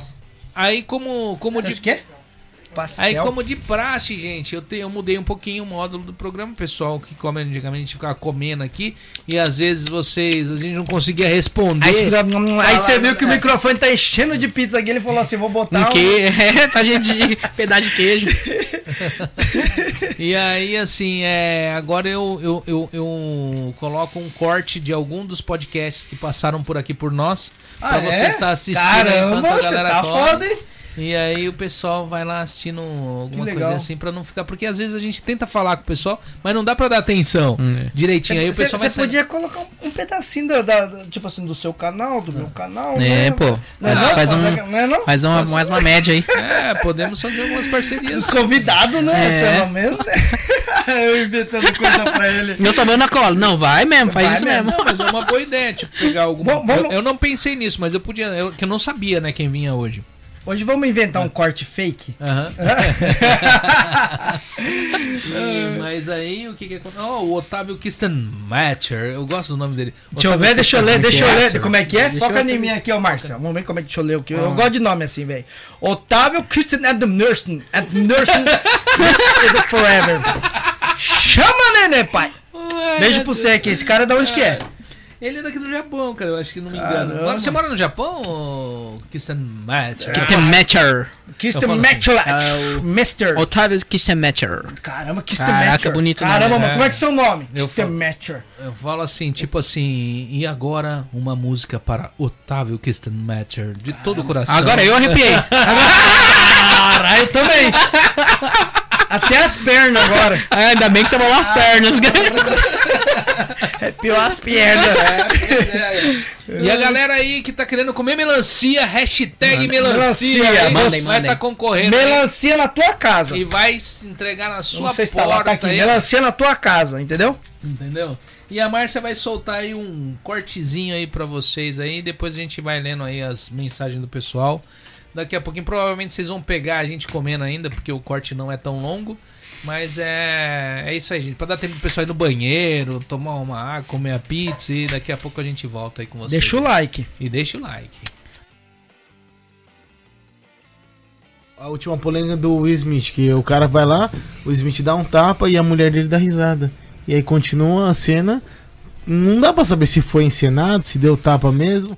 A: aí como, como
B: Acho
A: de
B: que é? Pastel.
A: Aí, como de praxe, gente, eu, te- eu mudei um pouquinho o módulo do programa, pessoal que come antigamente a gente ficava comendo aqui e às vezes vocês, a gente não conseguia responder.
B: Aí, você- aí você viu que o microfone tá enchendo de pizza aqui. Ele falou assim: vou botar
E: Um
B: um-
E: que? É, pra gente pedaço de queijo.
A: E aí, assim, é, agora eu, eu, eu, eu coloco um corte de algum dos podcasts que passaram por aqui por nós,
B: Ah,
A: pra você
B: é?
A: estar assistindo
B: Caramba,
A: enquanto a
B: você
A: galera
B: tá
A: come.
B: foda, hein?
A: E aí o pessoal vai lá assistindo alguma coisa
B: legal.
A: assim pra não ficar. Porque às vezes a gente tenta falar com o pessoal, mas não dá pra dar atenção direitinho. Aí o
B: Você
A: pessoal vai
B: você
A: saindo.
B: podia colocar um, um pedacinho da, da- da- tipo assim, do seu canal, do meu canal.
E: É,
B: né?
E: pô.
B: Não é
E: Faz,
B: não?
E: faz
B: Fazer
E: um,
B: que- não é não?
E: faz uma, mais uma média aí.
A: É, podemos fazer algumas parcerias.
B: Os convidados, né?
E: um É.
B: Pelo menos, né? Eu inventando coisa pra ele.
E: Eu só vou na cola. Não, vai mesmo, faz
B: Vai
E: isso
B: mesmo.
E: mesmo.
A: Não, mas é uma boa ideia, tipo, pegar alguma
B: Vamos- vamos-
A: Eu, eu não pensei nisso, mas eu podia. Eu, que eu não sabia, né, quem vinha hoje.
B: Hoje vamos inventar um corte fake.
A: Aham. E- mas aí o que que aconteceu? Oh, o Otávio Kistenmacher, eu gosto do nome dele.
B: Deixa eu
A: Otávio
B: ver, deixa eu ler, deixa eu ler. Como é que é?
A: né? Deixa
B: Foca
A: eu- Ah.
B: em mim aqui, ó, Marcelo. Vamos ver como é que deixa eu ler o que. Eu gosto de nome assim, velho. Otávio Christian at the Nursing. At the Nursing. Christian is forever. Chama, nenê, pai.
A: Ai,
B: Beijo
A: meu
B: pra
A: Deus.
B: você aqui. Esse cara é da onde que é?
A: Ele é daqui do Japão, cara, eu acho que não me
B: Caramba.
A: engano. Mora- Você mora no Japão, Kistenmacher?
E: Christian Matcher.
B: Christian
A: falo-
B: Matchelach.
E: Ah, o-
B: Mister.
E: Otávio Christian Matcher.
B: Caramba, Christian
E: Caraca,
B: Matcher.
E: bonito nome,
B: Caramba,
E: né?
B: mano, como é que é seu nome?
A: Eu
B: Christian
A: falo-
B: Matcher.
A: Eu falo assim, tipo assim, e agora uma música para Otávio Kistenmacher, de todo
B: Ah,
A: o coração.
E: Agora eu arrepiei.
B: Caralho, eu também. Até as pernas agora.
E: Ah, Ainda bem que você molou as pernas.
B: É pior as pernas.
A: É, E a galera aí que tá querendo comer melancia, hashtag melancia.
B: melancia,
A: aí,
E: mandem,
A: vai
E: mandem.
A: tá concorrendo aí
B: Melancia na tua casa.
A: e vai se entregar na
B: Não
A: sua
B: sei se tá lá,
A: porta
B: tá aqui.
A: aí,
B: Melancia na tua casa, entendeu?
A: entendeu? E a Márcia vai soltar aí um cortezinho aí pra vocês aí, depois a gente vai lendo aí as mensagens do pessoal. Daqui a pouquinho provavelmente vocês vão pegar a gente comendo ainda, porque o corte não é tão longo. Mas é, é isso aí, gente. Pra dar tempo pro pessoal ir no banheiro, tomar uma água, comer a pizza e daqui a pouco a gente volta aí com vocês.
B: Deixa o like.
A: E deixa o like.
G: A última polêmica do Will Smith, que o cara vai lá, o Smith dá um tapa e a mulher dele dá risada. E aí continua a cena. Não dá pra saber se foi encenado, se deu tapa mesmo.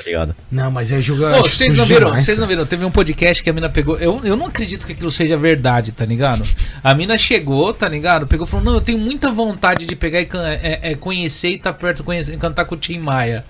H: Obrigado.
G: Não, mas é jogar.
A: Ô, vocês não viram, vocês não viram, teve um podcast que a mina pegou. Eu, eu não acredito que aquilo seja verdade, tá ligado? A mina chegou, tá ligado? Pegou e falou: Não, eu tenho muita vontade de pegar e can- é- é conhecer e tá perto, conhecer, cantar com o Tim Maia.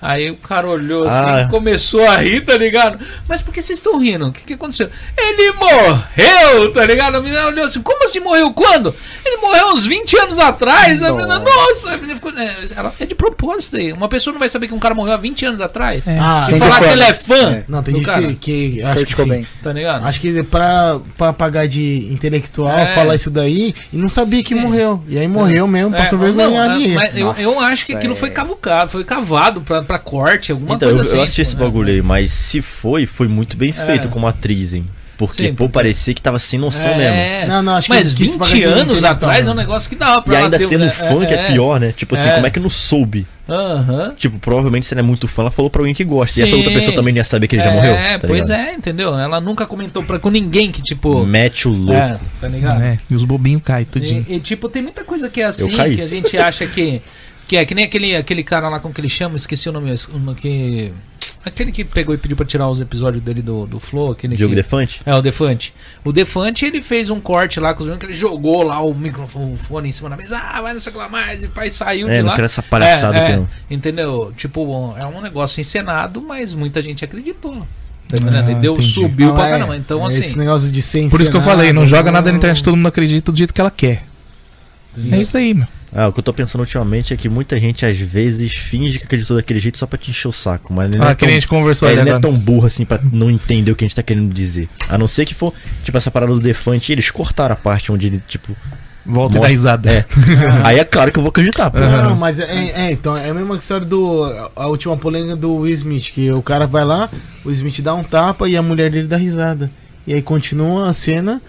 A: Aí o cara olhou
H: Ah.
A: assim, começou a rir, tá ligado? Mas por que vocês estão rindo? O que, que aconteceu? Ele morreu, tá ligado? A menina olhou assim: Como assim morreu quando? Ele morreu uns 20 anos atrás. A menina, nossa, a menina ficou. é, Ela, é de propósito aí. Uma pessoa não vai saber que um cara morreu há 20 anos atrás.
G: Ah,
A: E
G: tem
A: falar que
H: decorar.
A: ele é fã.
H: É.
G: Não, tem
A: do
G: gente
A: cara.
G: que, que acha que sim.
H: bem.
A: Tá ligado?
G: Acho que pra, pra pagar de intelectual,
A: É.
G: falar isso daí, e não sabia que
A: É.
G: morreu. E aí morreu mesmo,
A: É,
G: passou
A: não,
G: vergonha
A: não,
G: ali.
A: mas eu, eu
H: Nossa,
A: acho que aquilo foi
H: é.
A: cavucado, foi cavado pra, pra corte, alguma
H: então, eu,
A: coisa
H: eu
A: assim.
H: assisti esse
A: né? É.
H: bagulho aí, mas se foi, foi muito bem feito como atriz, hein? Porque,
A: Sim,
H: pô, parecia que tava sem noção mesmo.
A: É,
G: Não, não, acho que
A: mas
G: eu quis
A: 20
G: pagar de
A: anos
G: intelectual,
A: atrás é um
G: né?
A: negócio que dava pra
H: E
A: ela
H: ainda
A: ter- um
H: sendo fã, que é pior, né? Tipo assim,
A: É.
H: como é que não soube?
A: Aham.
H: Tipo, provavelmente você não é muito fã, ela falou pra alguém que gosta. E essa
A: Sim.
H: outra pessoa também não ia saber que ele já
A: é,
H: morreu. tá
A: pois é, entendeu? Ela nunca comentou pra, com ninguém que, tipo.
H: Mete o louco.
A: é, tá ligado?
E: e os bobinhos caem tudinho.
A: E, e, tipo, tem muita coisa que é assim,
H: Eu caí.
A: que a gente acha que. Que é que nem aquele, aquele cara lá, como que ele chama? Esqueci o nome. es- um Que, aquele que pegou e pediu pra tirar os episódios dele do, do Flow. Aquele
H: Diogo
A: que,
H: Defante?
A: É, o Defante. O Defante, ele fez um corte lá com os meninos, que ele jogou lá o microfone em cima da mesa. Ah, vai não sei o que lá mais. E o pai saiu
H: É,
A: de
H: não
A: lá.
H: quero essa palhaçada
A: É, é,
H: que eu-
A: Entendeu? Tipo, é um negócio encenado, mas muita gente acreditou. Tá entendendo? Ele deu,
E: Ah, entendi.
A: subiu
G: Ah,
A: pra
G: é.
A: caramba. Então,
G: É,
A: assim.
G: Esse negócio de né? ser
E: Por isso que eu
G: encenado,
E: falei, não joga nada na
G: não.
E: internet, todo mundo acredita do jeito que ela quer. É isso aí, meu.
H: Ah, o que eu tô pensando ultimamente é que muita gente às vezes finge que acreditou daquele jeito só pra te encher o saco, mas ele não,
E: Ah,
H: é,
E: que
H: tão,
E: nem a gente conversou
H: é,
E: ali
H: ele não é
E: agora.
H: tão burro assim pra não entender o que a gente tá querendo dizer. A não ser que for, tipo, essa parada do Defante, eles cortaram a parte onde ele, tipo.
E: Volta e dá
H: Mostra-
E: risada.
H: É. Aí é claro que eu vou acreditar, pô.
G: Não,
E: né?
G: não, mas é, é, então, é a mesma história do. A última polêmica do Will Smith, que o cara vai lá, o Smith dá um tapa e a mulher dele dá risada. E aí continua a cena.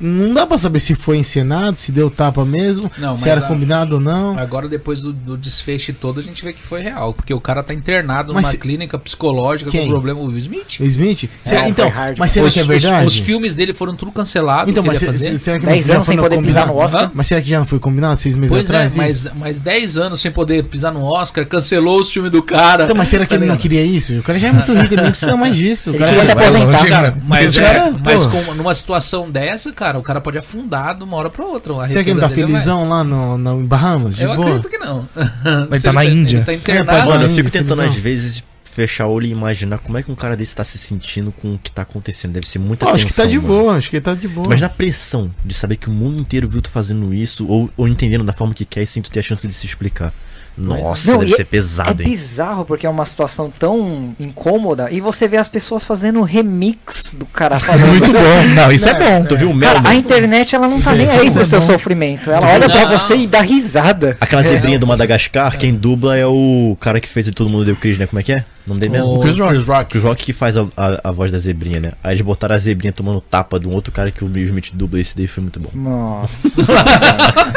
G: Não dá pra saber se foi encenado, se deu tapa mesmo,
A: Não, mas
G: se era
A: a- É.
G: combinado ou não.
A: Agora, depois do, do desfecho todo, a gente vê que foi real. Porque o cara tá internado
G: Mas
A: numa
G: se-
A: clínica psicológica com
G: Quem?
A: problema. O Will Smith.
G: O Smith? Será-
H: foi
G: então,
H: hard,
G: mas será
A: os,
G: que é
A: os-
G: verdade?
A: os filmes dele foram tudo cancelados.
G: Então,
A: que
G: mas
A: ele ia
G: se-
A: fazer.
G: se- será que
H: 10
G: já
H: anos
G: foi
H: sem
G: no
H: poder pisar
G: combinado?
H: no Oscar.
G: Mas será que já não foi combinado seis meses
A: Pois
G: atrás?
A: é, mas,
G: isso?
A: mas 10 anos sem poder pisar no Oscar, cancelou os filmes do cara.
G: Então, mas será que
A: Tá
G: ele não
A: ligado?
G: queria isso? O cara já é muito rico, ele não precisa mais disso. O
H: Ele
G: cara
H: queria se
G: já-
H: aposentar.
A: Cara, mas,
G: Esse
A: é,
G: cara,
A: mas
G: pô.
A: com- numa situação dessa, cara, o cara pode afundar de uma hora pra outra. A
G: Será que ele não tá
A: riqueza dele vai-
G: felizão lá no, no em Bahamas? De
A: é Eu
G: boa?
A: acredito que não.
E: Vai
A: Se
E: tá na
A: ele Ele
E: Índia.
A: tá
G: É, pode-
A: internado.
H: Mano, eu
G: Ainda,
H: fico tentando
G: felizão.
H: às vezes fechar o olho e imaginar como é que um cara desse tá se sentindo com o que tá acontecendo. Deve ser muita
G: Pô, acho que
H: tensão,
G: tá de
H: mano.
G: boa, acho que tá de boa.
H: Mas na pressão de saber que o mundo inteiro viu tu fazendo isso, ou, ou entendendo da forma que quer e sem tu ter a chance de se explicar. Nossa,
I: Não,
H: deve
I: e
H: ser
I: É
H: pesado, hein?
I: bizarro porque é uma situação tão incômoda e você vê as pessoas fazendo remix do cara falando.
E: Muito bom. Não, isso é,
G: Né?
E: bom.
H: Tu viu o Mel,
I: Cara, a
H: mano?
I: internet ela não tá nem aí pro seu sofrimento. Ela olha pra você e dá risada.
H: Aquela zebrinha do Madagascar, quem dubla é o cara que fez o Todo Mundo Deu Cris, né? Como é que é? O nome dele mesmo?
E: O Chris Rock.
H: O Rock que faz a, a, a voz da zebrinha, né? Aí eles botaram a zebrinha tomando tapa de um outro cara que o Will Smith dubla. Esse daí foi muito bom.
I: Nossa.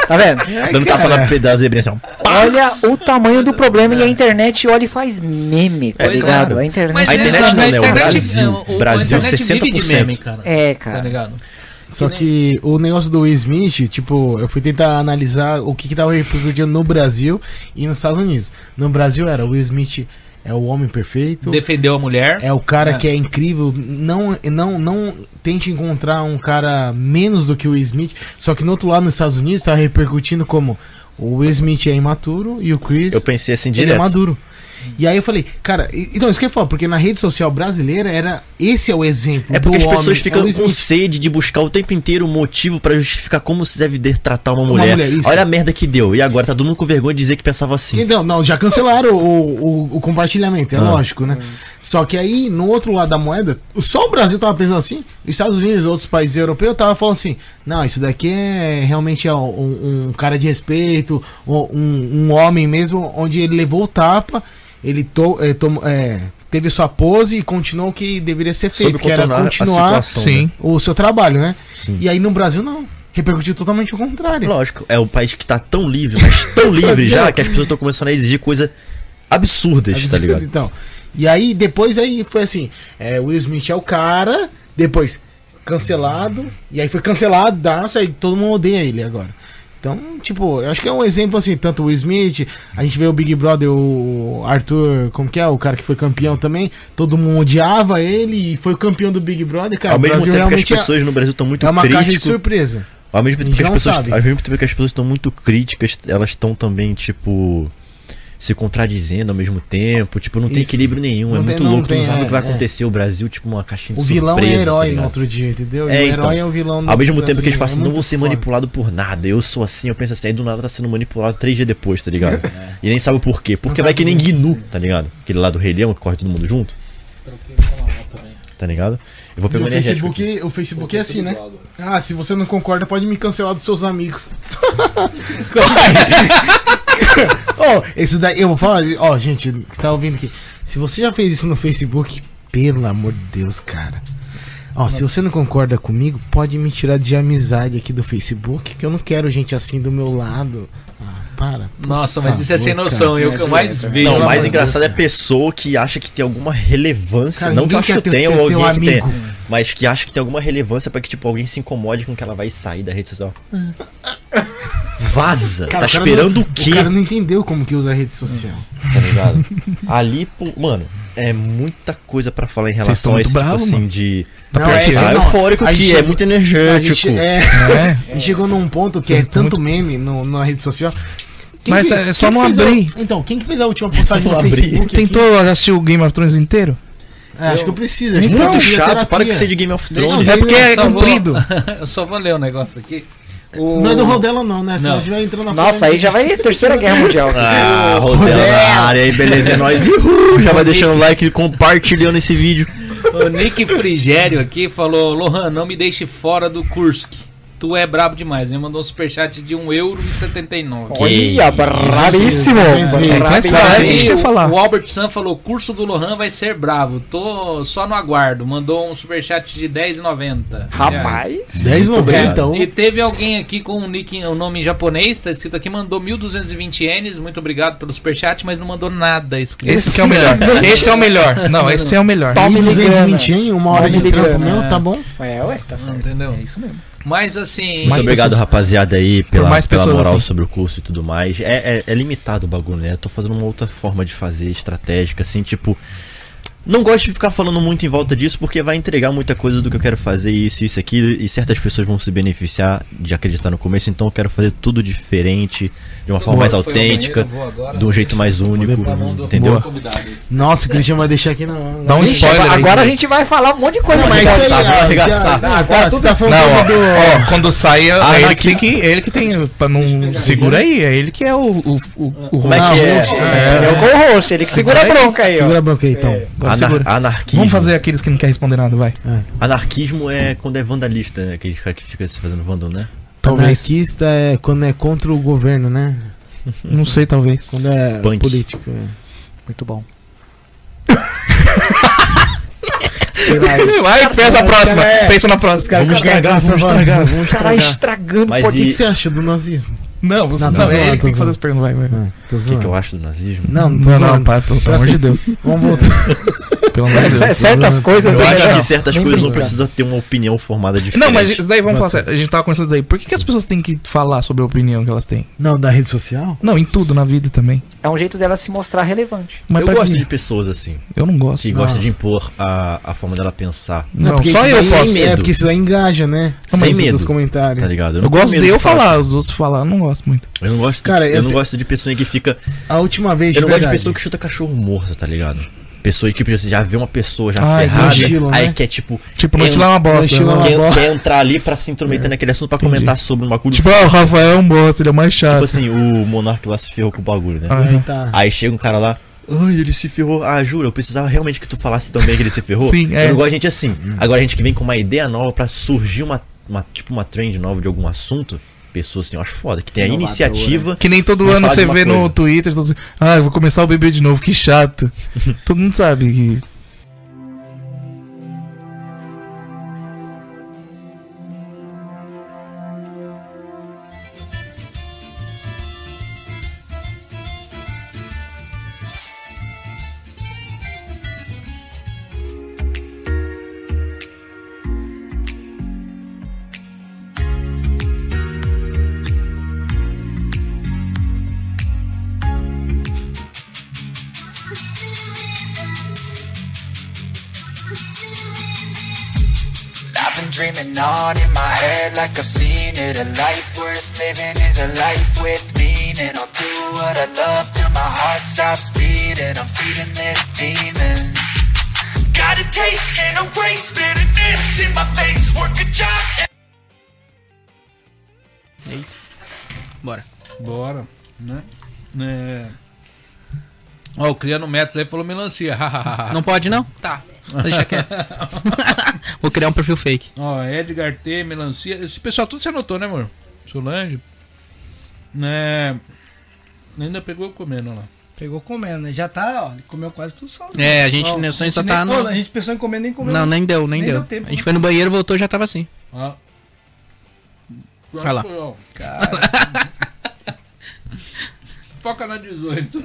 I: tá vendo?
H: Dando tapa na pe- da zebrinha assim, ó.
I: Olha o tamanho do problema e a internet olha e faz meme, tá
H: É,
I: ligado?
H: claro.
I: A internet.
A: Mas
H: A
A: é,
H: internet não,
A: a
H: né? O
A: internet- é,
H: Brasil.
A: o- o- a
H: Brasil,
A: internet vive de
H: 60%.
A: meme, cara.
I: É,
A: Tá
I: cara.
A: ligado?
G: É. Só que o negócio do Will Smith, tipo, eu fui tentar analisar o que, que tava repercutindo no Brasil e nos Estados Unidos. No Brasil era o Will Smith é o homem perfeito.
A: Defendeu a mulher.
G: É o cara
A: É.
G: que é incrível. Não, não, não tente encontrar um cara menos do que o Will Smith. Só que no outro lado, nos Estados Unidos, tá repercutindo como o Will Smith é imaturo e o Chris
H: Eu pensei assim
G: ele é
H: direto.
G: maduro. E aí eu falei, cara, e- então isso que eu ia falar, porque na rede social brasileira era esse é o exemplo.
H: É porque
G: do
H: as pessoas
G: homem, é o
H: ficam
G: Will
H: com
G: Smith.
H: sede de buscar o tempo inteiro um motivo pra justificar como se deve de- tratar uma
G: Uma
H: mulher.
G: mulher, isso.
H: Olha a merda que deu. E agora tá todo mundo com vergonha de dizer que pensava assim.
G: Então, não, já cancelaram o, o- o compartilhamento, é
H: Ah.
G: lógico, né? Só que aí, no outro lado da moeda, só o Brasil tava pensando assim, os Estados Unidos e outros países europeus tava falando assim, não, isso daqui é realmente é um, um cara de respeito, um, um homem mesmo, onde ele levou o tapa, ele to, é, tom- é, teve sua pose e continuou o que deveria ser feito, que era
H: contornar a
G: continuar
H: situação,
G: sim,
H: né?
G: o seu trabalho, né?
H: Sim.
G: E aí no Brasil não, repercutiu totalmente o contrário.
H: Lógico, é um país que tá tão livre, mas tão livre já, que as pessoas estão começando a exigir coisas absurdas, tá
G: Absurdo,
H: ligado?
G: Então. E aí, depois aí foi assim: é, Will Smith é o cara, depois cancelado, e aí foi cancelado, daço, aí todo mundo odeia ele agora. Então, tipo, eu acho que é um exemplo assim, tanto o Will Smith, a gente vê o Big Brother, o Arthur, como que é? O cara que foi campeão também, todo mundo odiava ele e foi campeão do Big Brother, cara.
H: Ao
G: o
H: mesmo
G: Brasil
H: tempo que as
G: realmente é-
H: pessoas no Brasil estão muito
G: é uma caixa de
H: críticas.
G: surpresa.
H: Ao mesmo tempo que
G: Já
H: as
G: não
H: pessoas,
G: sabe.
H: ao mesmo tempo que as pessoas estão muito críticas, elas estão também tipo se contradizendo ao mesmo tempo, tipo não tem
G: Isso.
H: equilíbrio nenhum,
G: Não
H: é
G: tem-
H: muito
G: não
H: louco, tu não
G: tem,
H: sabe
G: é,
H: o que vai
G: é.
H: acontecer, o Brasil tipo uma caixinha de
G: O vilão
H: surpresa,
G: é
H: tá
G: herói no
H: ligado?
G: outro dia, entendeu?
H: É,
G: e o
H: então.
G: herói é o vilão
H: Ao mesmo tempo que eles
G: assim,
H: falam assim,
G: é
H: não vou
G: muito
H: ser
G: foda.
H: manipulado por nada, eu sou assim, eu penso assim, aí do nada tá sendo manipulado três dias depois, tá ligado?
G: É.
H: E nem sabe o porquê, porque vai que nem Gnu, tá ligado? Aquele lá do Rei Leão que corre todo mundo junto. Tá ligado? Eu vou
G: E
H: pegar
G: o
H: uma energética aqui.
G: Facebook, o Facebook é assim, né? Ah, se você não concorda, pode me cancelar dos seus amigos. oh, esse daí, eu vou falar, ó, gente, que tá ouvindo aqui. Se você já fez isso no Facebook, pelo amor de Deus, cara. Ó, se você não concorda comigo, pode me tirar de amizade aqui do Facebook, que eu não quero gente assim do meu lado. Ah, para.
A: Nossa, mas isso é
G: favor,
A: sem noção.
G: cara.
A: Eu que eu mais vejo.
H: Não, o
G: Pelo amor
H: mais
G: de
H: engraçado é
G: Deus,
H: a pessoa que acha que tem alguma relevância,
G: Cara,
H: não que
G: ninguém
H: eu acho que
G: quer
H: eu
G: ter
H: tenha
G: ser
H: ou alguém
G: teu
H: que tenha,
G: amigo.
H: mas que acha que tem alguma relevância pra que tipo alguém se incomode com que ela vai sair da rede social. Vaza,
G: Cara,
H: tá
G: cara
H: esperando
G: não-
H: o quê?
G: O cara não entendeu como que usa a rede social.
H: Tá ligado? Ali, pô, mano, é muita coisa pra falar em relação
E: tão
H: a esse
E: muito
H: tipo
E: bravo,
H: assim
E: mano.
H: de
G: Não,
H: Ah,
G: é isso aí, não.
H: eufórico
G: A
H: que
G: gente
H: é
G: chegou-
H: muito
G: A gente,
H: energético.
G: é,
E: É.
G: a gente chegou num ponto que é tanto meme no, na rede social. Quem
E: Mas
G: que-
E: é só
G: quem
E: não
G: que fez
E: abrir.
G: a- então, quem que fez a última postagem
H: não
G: no
H: abrir.
G: Facebook? aqui?
E: Tentou assistir o Game of Thrones inteiro?
G: É, acho que eu preciso. acho que
H: Muito
G: eu preciso de
H: chato,
G: então, terapia. Então, né?
H: para que você de Game of Thrones.
E: É porque é
A: Só vou-
E: comprido.
A: Eu só vou ler um negócio aqui. O-
G: Não é do Rodela, não, né? Senão
A: Não.
G: a gente vai entrando na
I: Nossa, aí já vai Terceira Guerra Mundial. né?
H: Ah, rodela na área aí, beleza, é nóis. Uhul, já vai deixando o like e compartilhando esse vídeo.
A: O Nick Frigério aqui falou: Lohan, não me deixe fora do Kursk. Tu é brabo demais. Me mandou um superchat de 1,79€.
I: Olha,
H: Que
I: bravíssimo.
G: Entendi.
E: Mas
I: Bravíssimo.
G: Ah, é
E: vai,
A: Aí
E: tem que
A: o,
E: falar.
A: o Albert Sam falou: curso do Lohan vai ser bravo. Tô só no aguardo. Mandou um superchat de 10,90.
I: Rapaz.
G: 10,90. um.
A: E teve alguém aqui com o nick, o nome em japonês, tá escrito aqui, mandou 1220 ienes, muito obrigado pelo superchat, mas não mandou nada escrito.
E: Esse que é o melhor. Esse é o melhor. Não, esse é o melhor.
I: Tá me ligando.
G: 220 em um, uma hora
I: Tá me
G: de trampo
I: ligando,
G: meu,
A: é.
G: tá bom?
I: É, ué, tá certo.
A: Entendeu? É isso mesmo. Mas assim.
H: Muito
E: Mais
H: obrigado,
E: pessoas-
H: rapaziada, aí, pela,
E: mais
H: pela
E: pessoas
H: moral
E: assim.
H: sobre o curso e tudo mais. É, é- é limitado o bagulho, né? Eu tô fazendo uma outra forma de fazer, estratégica, assim, tipo. Não gosto de ficar falando muito em volta disso porque vai entregar muita coisa do que eu quero fazer, isso, isso, aquilo, e certas pessoas vão se beneficiar de acreditar no começo, então eu quero fazer tudo diferente, de uma forma mais
A: um
J: um
H: autêntica, de um jeito mais único, entendeu?
G: Boa. Nossa, o Cristian vai deixar aqui não. Dá
E: um
I: Ixi,
E: spoiler
I: agora
E: aí,
I: agora a
E: velho.
I: gente vai falar um monte de coisa.
G: Mas
I: né?
G: sei lá,
H: vai arregaçar.
G: Tá, já- Ah, tá, você tá falando
J: Não, ó,
G: do...
J: ó, quando sair,
H: Ah,
J: é ele
H: aqui-
J: que tem que. Ele que tem. Pra não. Segura aí, é ele que é o. o, o, o
H: Como é que é?
I: É o co-host, ele que segura a bronca aí, ó.
G: Segura a bronca aí, então.
J: Agora
H: Anar-
J: segura.
H: anarquismo.
J: Vamos fazer aqueles que não quer responder nada, vai.
H: Anarquismo é quando é vandalista, né? Aquele cara que fica se fazendo vândalo, né?
G: Tá
J: Talvez.
G: Anarquista é quando é contra o governo, né?
J: Não sei, talvez.
G: Quando é
H: Punk.
G: político. é.
I: Muito bom.
G: Sei lá,
J: Vai, pensa na próxima. Pensa na próxima.
G: Vamos estragar, vamos estragar, vamos
B: é
I: Cara,
G: estragar.
I: estragando
H: Mas
G: O que, que
H: e
G: você acha do nazismo?
J: Não, você
G: Não,
J: não,
G: tô
J: é
G: zoando,
J: ele que
G: tô
J: tem que fazer
G: zoando.
J: as perguntas, vai, vai.
G: Ah, tô
H: o que, que
G: zoando.
H: eu acho do nazismo?
G: Não, não tô
J: Não, não,
G: zoando.
J: para, pelo, pelo amor de Deus.
G: Vamos voltar.
J: Pelo amor de Deus.
I: C- É, Certas coisas
H: Eu
I: é
H: acho
I: melhor.
H: que certas
G: nem
H: coisas não
G: brincar.
H: precisa ter uma opinião formada diferente.
J: Não, mas isso daí vamos
G: Pode
J: falar
G: ser.
J: sério. A gente tava conversando isso daí. Por que, que as pessoas têm que falar sobre a opinião que elas têm?
G: Não, da rede social?
J: Não, em tudo, na vida também.
I: É um jeito dela se mostrar relevante.
J: Mas
H: eu
J: pra
H: gosto
J: quê?
H: de pessoas assim,
J: Eu não gosto.
H: que gostam de impor a, a forma dela pensar, tá
J: Não,
G: porque isso
J: só eu
G: daí-
J: posso.
G: É, porque isso daí engaja, né?
H: Sem
G: Nos-
H: medo.
G: Nos comentários.
H: tá ligado?
J: Eu
H: não tenho
J: gosto
H: medo
J: de eu
H: falar.
J: falar, os outros falar, eu não gosto muito.
H: Eu não gosto,
G: Cara,
H: eu,
G: eu
H: não
G: te-
H: gosto de pessoa que fica.
G: A última vez,
H: Eu não gosto de
G: verdade.
H: pessoa que chuta cachorro morto, tá ligado? Pessoa que precisa já vê uma pessoa já
J: Ai,
H: ferrada,
G: tem estilo,
H: aí
G: né?
H: quer tipo
J: Tipo,
H: Eu-
J: meu estilo é uma
G: meu
J: bosta.
G: estilo é uma
J: né?
H: quer,
G: bola.
H: quer entrar ali pra se intrometer naquele assunto pra
J: Entendi.
H: comentar sobre um bagulho.
J: Tipo, ah, o Rafael é um bosta, ele é o mais
H: Tipo
J: chato.
H: assim, o Monark lá se ferrou com o bagulho, né?
J: Ah,
G: Aí tá.
H: Aí chega um cara lá. Ai, ele se ferrou. Ah, jura, eu precisava realmente que tu falasse também que ele se ferrou.
J: Sim, é.
H: Eu não gosto de gente assim. Agora a gente que vem com uma ideia nova pra surgir uma, uma- tipo uma trend nova de algum assunto. Pessoa assim, eu acho foda, que tem a
B: né?
H: iniciativa.
J: Que nem todo
H: Vou
J: ano
H: falar
J: você
H: de uma
J: vê no
H: coisa.
J: Twitter, todo... ah, eu vou começar o bebê de novo, que chato. todo mundo sabe que.
K: I've been dreaming on in my head like I've seen it. A life worth living is a life with meaning. I'll do what I love till my heart stops beating. I'm feeding this demon. Got a taste, can't erase bitterness in my face. Work a job.
E: Bora.
A: Bora, né? É. Ó, o Criano Metros aí falou melancia.
E: Não pode, não? Tá. Deixa quieto. Vou criar um perfil fake.
A: Ó, Edgar T, melancia. Esse pessoal tudo você anotou, né, amor? Solange. É. Ainda pegou comendo lá.
B: Pegou comendo, né? Já tá, ó, ele comeu quase tudo sozinho.
E: É, a gente
B: Ó,
E: né, só só
B: nem-
E: tá
B: pô,
E: no.
B: A gente pensou em comer, nem comeu.
E: Não, nem deu, nem,
B: nem
E: deu.
B: deu tempo,
E: a gente
B: né?
E: foi no banheiro, voltou já tava assim.
A: Ó.
E: Vai lá.
A: Ó. Foca na 18.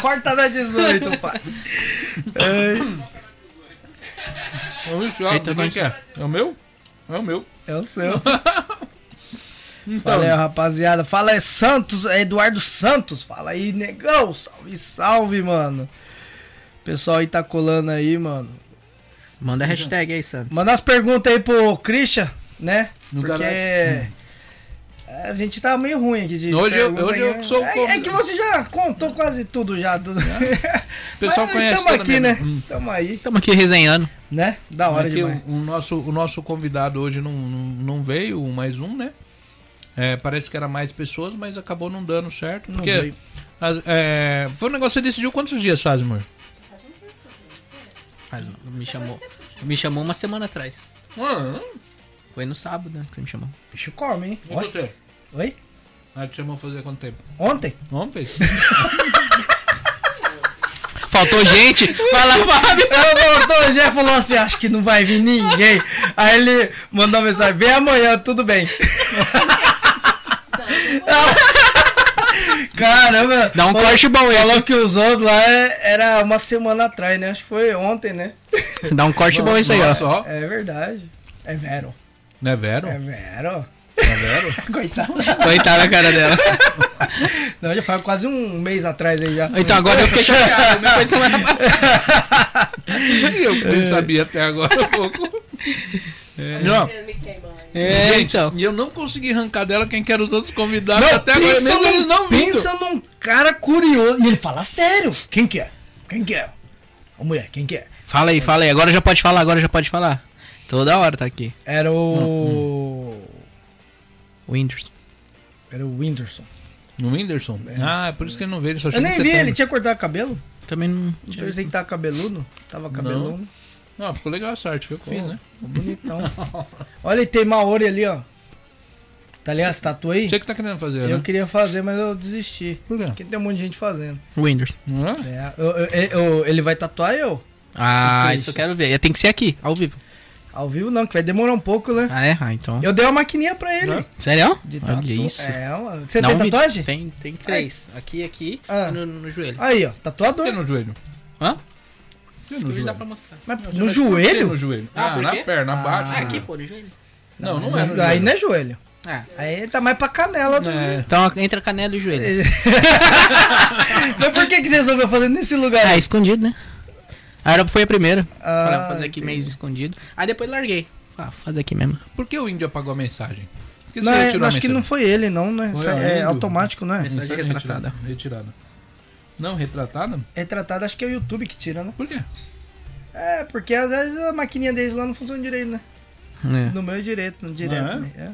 B: Corta na 18, pai. É,
A: Vamos ver
E: Eita,
A: quem que é. É o meu? É o meu.
B: É o seu.
E: Então.
B: Valeu, rapaziada. Fala é Santos, é Eduardo Santos. Fala aí, negão. Salve, salve, mano. O Pessoal aí tá colando aí, mano.
E: Manda a hashtag aí, Santos.
B: Então. Manda as perguntas aí pro Christian, né?
A: No
B: Porque a gente tá meio ruim aqui de
A: Hoje eu-
B: pergunta
A: hoje eu
B: aqui.
A: sou o
B: é, é
A: convidado.
B: que você já contou quase tudo já. Do...
A: O pessoal
B: Mas
A: conhece.
B: Tamo
A: toda
B: aqui,
A: a
B: né?
A: minha- Hum.
B: Tamo aí,
E: Tamo aqui resenhando.
B: né? Da hora
A: É que
B: demais.
A: o, o nosso, o nosso convidado hoje não, não, não veio, o mais um, né? É, parece que era mais pessoas, mas acabou não dando certo. Porque
B: veio.
A: as- é, foi um negócio que você decidiu quantos dias faz, amor?
E: Faz- um- Me chamou. Me chamou uma semana atrás.
A: Hum,
E: Foi no sábado, né? Que você me chamou.
B: O bicho come, hein?
A: e você?
B: Oi?
A: Ah, te chamou fazer quanto tempo?
B: Ontem?
A: Ontem?
E: Faltou gente! Vai lá, Fábio!
B: Ela voltou já falou assim: acho que não vai vir ninguém. Aí ele mandou uma mensagem: vem amanhã, tudo bem. Caramba!
E: Dá um
B: falou-
E: corte bom
B: Falou
E: esse.
B: que os outros lá é- era uma semana atrás, né? Acho que foi ontem, né?
E: Dá um corte bom esse aí, ó.
A: Nossa, ó.
B: É verdade. É vero.
A: Não é vero?
B: É vero. Coitado.
E: Coitada a cara dela.
B: Não, já faz quase um mês atrás aí já.
E: Então agora eu fiquei chateado. Minha coisa semana passada.
A: Eu que
B: É.
A: não sabia até agora um pouco. Não,
C: Ele me queimando.
E: É, então.
A: E eu não consegui arrancar dela quem quer os outros convidados
B: Não,
A: até agora, mesmo eles não vindo.
B: pensa num cara curioso. E ele fala sério. Quem que é? Quem que é? Ô mulher, quem que é?
E: Fala aí, fala aí. Agora já pode falar, agora já pode falar. Toda hora tá aqui.
B: Era o.
E: O Whindersson.
B: Era o Whindersson.
A: No Whindersson? Ah, é por isso que ele não veio, ele só
B: Eu
A: chega
B: nem
A: em
B: vi,
A: setembro.
B: ele tinha cortado cabelo.
E: Também não.
B: Não pensei que tava tá cabeludo. Tava cabeludo.
A: Não, Ah, ficou legal essa arte, foi o que eu fiz, né?
B: Bonitão. Olha, e tem Maori ali, ó. Tá ligado? Essa tatu aí?
A: Você que tá querendo fazer,
B: Eu
A: né?
B: queria fazer, mas eu desisti.
A: Por quê?
B: Porque tem um monte de gente fazendo.
E: O Whindersson.
A: Não é?
B: É, eu- eu- eu- ele vai tatuar eu.
E: Ah,
B: Que
E: isso eu
B: isso?
E: quero ver. É, Tem que ser aqui, ao vivo.
B: Ao vivo não, que vai demorar um pouco, né?
E: Ah, é? Ah, então.
B: Eu dei uma maquininha pra ele.
E: Sério?
B: De tatu.
E: Olha isso.
B: É, ó. você
E: Dá
B: tem
E: um vídeo.
B: tatuagem?
E: Tem, tem três. Aqui, aqui
B: Ah.
E: e no, no joelho.
B: Aí, ó,
A: Por que
B: tatuador.
A: no joelho?
E: Hã?
A: Por que no
E: Hoje dá
A: joelho?
E: pra mostrar.
B: Mas
A: Por
B: no
A: que
B: joelho?
A: No é joelho.
E: Ah,
A: Ah,
E: por
A: na
E: quê?
A: perna, abaixo.
E: Ah, aqui, pô, no joelho.
A: Não, não é no
B: Aí
A: joelho.
B: né? não é joelho.
E: Ah.
B: Aí tá mais pra canela do.
A: É.
E: Então entra a canela e o joelho.
B: Mas por que, que você resolveu fazer nesse lugar?
E: Ah, escondido, né? A Europa foi a primeira.
B: É. Ah,
E: Falei, vou fazer aqui meio escondido. Aí depois larguei. Ah, vou fazer aqui mesmo.
A: Por que o índio apagou a mensagem? Por que
B: Não,
A: você
B: é,
A: retirou a
B: acho que
A: mensagem?
B: não foi ele, não, né?
A: Foi
B: Isso é
A: ele.
B: automático, não é?
E: Mensagem
A: Mensagem
E: retratada.
A: retirada. Retirada. Não, retratada?
B: Retratado, acho que é o YouTube que tira, né?
A: Por quê?
B: É, porque às vezes a maquininha deles lá não funciona direito, né?
E: É.
B: No meu é direito, no direto.
A: Ah, é?
B: né? É.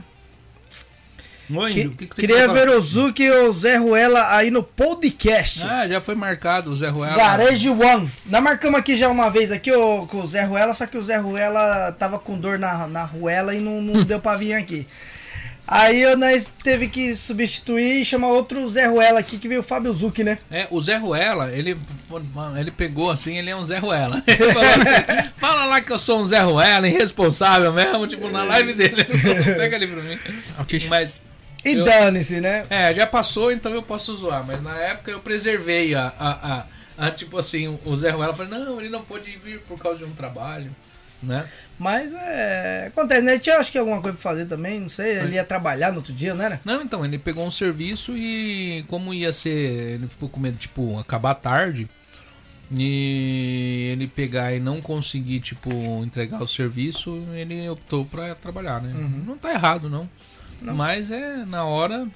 A: Ô,
B: Que-
A: índio, o que, que você
B: queria
A: quer
B: ver
A: falar?
B: o Zuki e o Zé Ruela aí no podcast.
A: Ah, já foi marcado o Zé Ruela.
B: Garejo One. Nós marcamos aqui já uma vez aqui ô, com o Zé Ruela, só que o Zé Ruela tava com dor na, na ruela e não, não deu pra vir aqui. Aí ó, nós teve que substituir e chamar outro Zé Ruela aqui, que veio o Fábio Zucchi, né?
A: É, o Zé Ruela, ele, ele pegou assim, ele é um Zé Ruela. Ele falou assim, Fala lá que eu sou um Zé Ruela, irresponsável mesmo, tipo, na live dele. Pega ali pra mim.
E: É. Autista.
A: Mas,
B: E
A: Eu-
B: dane-se, né?
A: é, já passou, então eu posso zoar. Mas na época eu preservei a, a, a- a, tipo assim, o Zé Ruela falou, não, ele não pôde vir por causa de um trabalho, né?
B: Mas é. Acontece, né? Ele tinha acho que alguma coisa pra fazer também, não sei. Ele ia trabalhar no outro dia, não era?
A: Não, então, ele pegou um serviço e como ia ser. Ele ficou com medo, tipo, acabar tarde. E ele pegar e não conseguir, tipo, entregar o serviço, ele optou pra trabalhar, né? Não tá errado, não. Mas é na hora.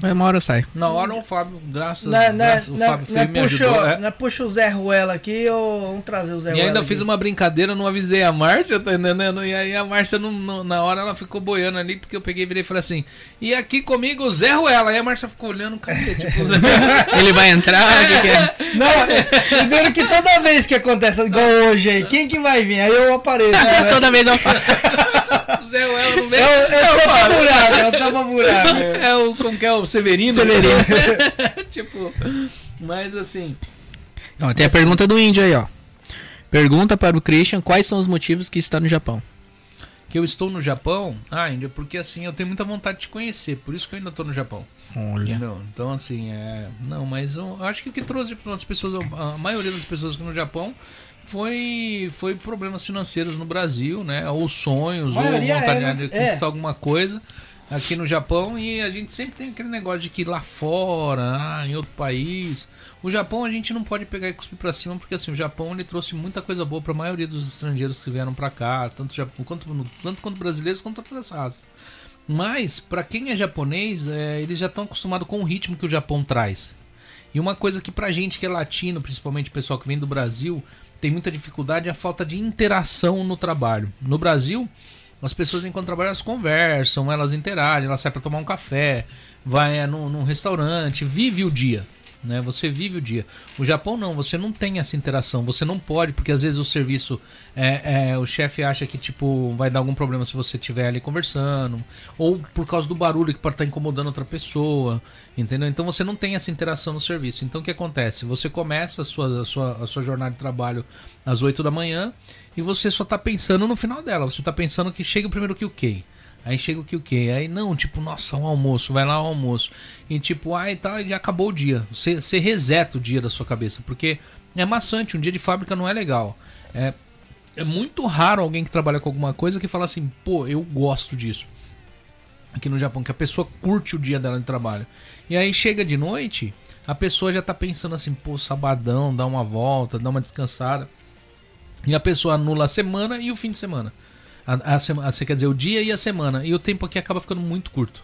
E: Mas uma hora eu saio.
A: Na hora o Fábio, graças
B: Na, na,
A: graças- o
B: na,
A: Fábio
B: na
A: Filho me
B: puxa,
A: ajudou. é.
B: na puxa o Zé Ruela aqui, ou vamos trazer o Zé
A: E
B: Ruela.
A: ainda
B: aqui.
A: fiz uma brincadeira, não avisei a Márcia, tá entendendo? E aí a Márcia, não, não- na hora, ela ficou boiando ali, porque eu peguei e virei e falei assim: e aqui comigo o Zé Ruela. Aí a Márcia ficou olhando, cadê? Tipo, o Zé Ruela.
E: Ele vai entrar, o que, que é?
B: Não, é duro que toda vez que acontece, igual hoje aí, quem que vai vir? Aí eu apareço. Né?
E: é? Toda vez eu falo.
A: O Zé Ruela não
B: Eu,
A: veio.
B: eu tava buraco, eu tava buraco.
A: É o, como que é o
B: né?
A: Severino? Severino. tipo, mas assim,
E: Não, tem a pergunta do índio aí, ó. Pergunta para o Christian quais são os motivos que está no Japão.
A: que eu estou no Japão, ah, Índia, porque assim, eu tenho muita vontade de te conhecer, por isso que eu ainda estou no Japão.
E: Olha.
A: Entendeu? Então, assim, é. Não, mas eu acho que o que trouxe as pessoas, a maioria das pessoas aqui no Japão foi, foi problemas financeiros no Brasil, né? Ou sonhos, ou tá
B: A maioria
A: vontade
B: é, né?
A: de
B: É.
A: conquistar alguma coisa aqui no Japão. E a gente sempre tem aquele negócio de que lá fora, ah, em outro país. O Japão a gente não pode pegar e cuspir pra cima, porque assim, o Japão ele trouxe muita coisa boa pra maioria dos estrangeiros que vieram pra cá, tanto, Japão, quanto, tanto quanto brasileiros quanto outras raças. Mas, pra quem é japonês, é, eles já estão acostumados com o ritmo que o Japão traz. E uma coisa que pra gente que é latino, principalmente o pessoal que vem do Brasil, tem muita dificuldade é a falta de interação no trabalho. No Brasil, as pessoas enquanto trabalham, elas conversam, elas interagem, elas saem pra tomar um café, vai é, num, num restaurante, vive o dia. Né? Você vive o dia. O Japão não, você não tem essa interação, você não pode, porque às vezes o serviço, é, é, o chefe acha que tipo vai dar algum problema se você estiver ali conversando, ou por causa do barulho que pode estar incomodando outra pessoa, entendeu? Então você não tem essa interação no serviço. Então o que acontece? Você começa a sua, a sua, a sua jornada de trabalho às 8 da manhã e você só tá pensando no final dela, você tá pensando que chega o primeiro que o Aí chega o que o que? Aí não, tipo, nossa, um almoço, vai lá um almoço. E tipo, ai tal, e já acabou o dia. Você, você reseta o dia da sua cabeça, porque é maçante, um dia de fábrica não é legal. É, é muito raro alguém que trabalha com alguma coisa que fala assim, pô, eu gosto disso. aqui no Japão, que a pessoa curte o dia dela de trabalho. E aí chega de noite, a pessoa já tá pensando assim, pô, sabadão, dá uma volta, dá uma descansada. E a pessoa anula a semana e o fim de semana. A, a sema- a- você quer dizer, o dia e a semana. E o tempo aqui acaba ficando muito curto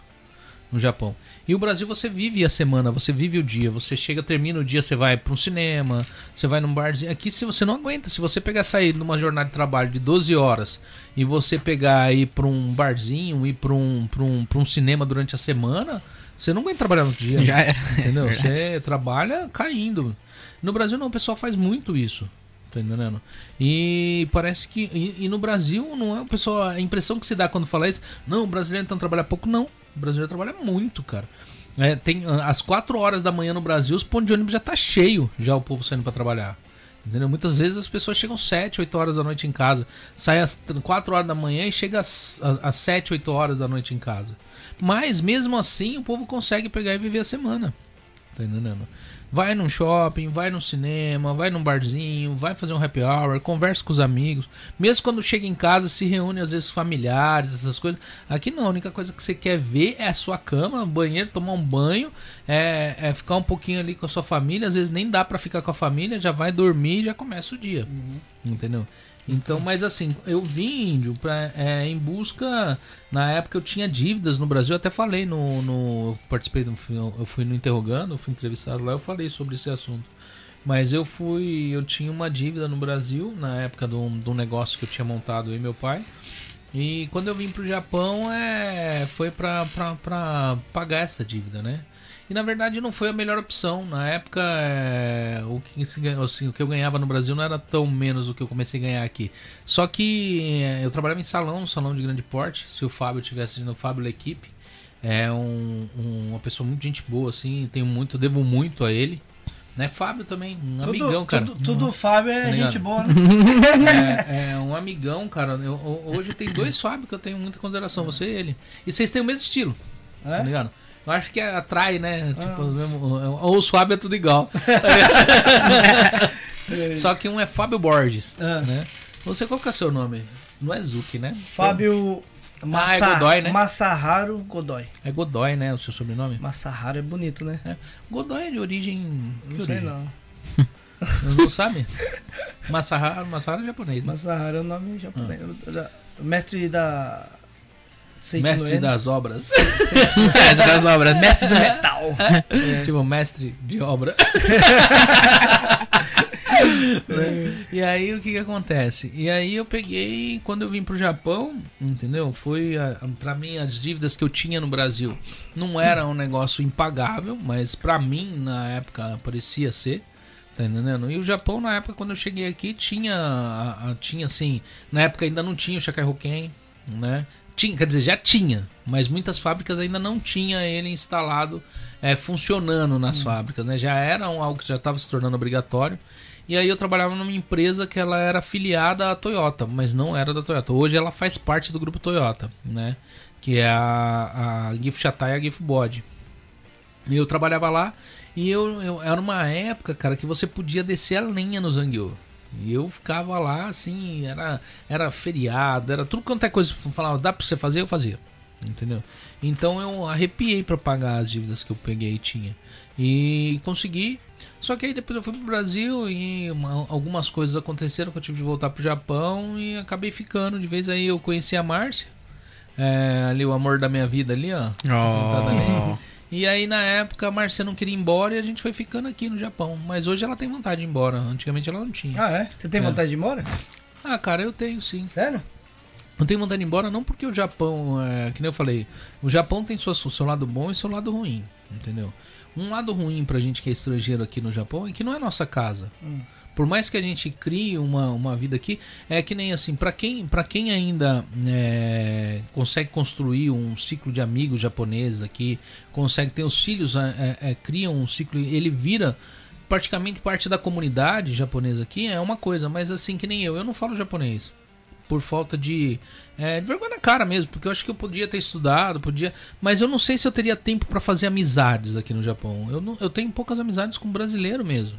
A: no Japão. E o Brasil você vive a semana, você vive o dia, você chega, termina o dia, você vai para um cinema, você vai num barzinho. Aqui se você não aguenta, se você pegar sair numa jornada de trabalho de 12 horas e você pegar aí para um barzinho e para um para um, pra um cinema durante a semana, você não aguenta trabalhar no outro dia.
E: Já
A: né?
E: era, é
A: Entendeu?
E: verdade.
A: você trabalha caindo. No Brasil não, o pessoal faz muito isso. Tá entendendo? E parece que. E, e no Brasil não é o pessoal. A impressão que se dá quando fala isso. Não, o brasileiro então trabalha pouco. Não. O brasileiro trabalha muito, cara. É, tem, ah, às 4 horas da manhã no Brasil, os pontos de ônibus já tá cheio, já o povo saindo para trabalhar. Entendeu? Muitas vezes as pessoas chegam 7, 8 horas da noite em casa. Sai às 4 horas da manhã e chega às, a- às 7, 8 horas da noite em casa. Mas mesmo assim o povo consegue pegar e viver a semana. Tá entendendo? Vai num shopping, vai num cinema, vai num barzinho, vai fazer um happy hour, conversa com os amigos. Mesmo quando chega em casa, se reúne às vezes familiares, essas coisas. Aqui não, a única coisa que você quer ver é a sua cama, banheiro, tomar um banho, é, é ficar um pouquinho ali com a sua família. Às vezes nem dá pra ficar com a família, já vai dormir e já começa o dia. Entendeu? Então, mas assim, eu vim, índio, pra, é, em busca. Na época eu tinha dívidas no Brasil, eu até falei no. no eu participei, do, eu fui no Interrogando, eu fui entrevistado lá, eu falei sobre esse assunto. Mas eu fui. Eu tinha uma dívida no Brasil, na época de um, de um negócio que eu tinha montado eu e meu pai. E quando eu vim pro Japão, é, foi pra, pra, pra pagar essa dívida, né? E na verdade não foi a melhor opção. Na época, é, o, que se ganha- assim, o que eu ganhava no Brasil não era tão menos do que eu comecei a ganhar aqui. Só que é, eu trabalhava em salão, salão de grande porte. Se o Fábio tivesse no Fábio L'Equipe, é um- um- uma pessoa muito gente boa, assim. Tenho muito, devo muito a ele. Né, Fábio também, um
B: Tudo-
A: amigão, cara.
B: tudo- tudo Fábio é
A: ligado?
B: gente boa, né?
A: É, é um amigão, cara. Eu- ho- hoje tem dois Fábio que eu tenho muita consideração, você e ele. E vocês têm o mesmo estilo.
B: É? Ah.
A: Tá ligado? Eu acho que atrai, né? Tipo, o mesmo- ou os Fábio é tudo igual. Só que um é Fábio Borges,
B: Ah,
A: né? Você, qual que é o seu nome? Não é Zuki, né?
B: Fábio
A: Ah, é
B: Massa,
A: Godoy, né?
B: Massaharo Godoy.
A: É Godoy, né? O seu sobrenome?
B: Massaharo é bonito, né?
A: Godoy é de origem...
B: Não
A: que
B: sei
A: origem?
B: não.
A: Não sabe? Massahara, Massahara é japonês, né?
B: Massaharo é o nome japonês.
A: Ah.
B: Da- Mestre da. Seiichi
A: Mestre
B: Noeno.
A: das obras.
B: Seiichi Noeno.
A: Mestre das obras.
B: Mestre do metal.
A: É. Tipo, mestre de obra. Né? E aí o que que acontece? E aí eu peguei, quando eu vim pro Japão, entendeu? Foi a, a- pra mim as dívidas que eu tinha no Brasil não era um negócio impagável, mas pra mim na época parecia ser. Tá entendendo? E o Japão, na época, quando eu cheguei aqui, tinha. a- a- tinha assim. Na época ainda não tinha o Shakai Hoken, né? Tinha, quer dizer, já tinha, mas muitas fábricas ainda não tinha ele instalado, é, funcionando nas fábricas, né? Já era um- algo que já estava se tornando obrigatório. E aí eu trabalhava numa empresa que ela era afiliada à Toyota, mas não era da Toyota. Hoje ela faz parte do grupo Toyota, né? Que é a, a Gif Shatai e a Gif Body. E eu trabalhava lá e eu, eu- era uma época, cara, que você podia descer a lenha no Zangyo. E eu ficava lá, assim, era, era feriado, era tudo quanto é coisa. que Falava, dá pra você fazer, eu fazia. Entendeu? Então eu arrepiei pra pagar as dívidas que eu peguei e tinha. E consegui. Só que aí depois eu fui pro Brasil e uma- algumas coisas aconteceram que eu tive de voltar pro Japão e acabei ficando. De vez aí eu conheci a Márcia. É, ali o amor da minha vida ali, ó.
E: Oh.
A: sentada ali. E aí na época a Márcia não queria ir embora e a gente foi ficando aqui no Japão. Mas hoje ela tem vontade de ir embora. Antigamente ela não tinha.
B: Ah, é? Você tem vontade de ir embora?
A: Ah, cara, eu tenho sim.
B: Sério?
A: Não tenho vontade de ir embora não porque o Japão, é, que nem eu falei, o Japão tem sua, seu lado bom e seu lado ruim, entendeu? Um lado ruim pra gente que é estrangeiro aqui no Japão é que não é nossa casa. Por mais que a gente crie uma, uma vida aqui, é que nem assim, pra quem, pra quem ainda é, consegue construir um ciclo de amigos japoneses aqui, consegue ter os filhos, é, é, é, cria um ciclo, ele vira praticamente parte da comunidade japonesa aqui, é uma coisa, mas assim, que nem eu, eu não falo japonês por falta de, é, de vergonha na cara mesmo, porque eu acho que eu podia ter estudado, podia, mas eu não sei se eu teria tempo pra fazer amizades aqui no Japão. Eu, não, eu tenho poucas amizades com brasileiro mesmo.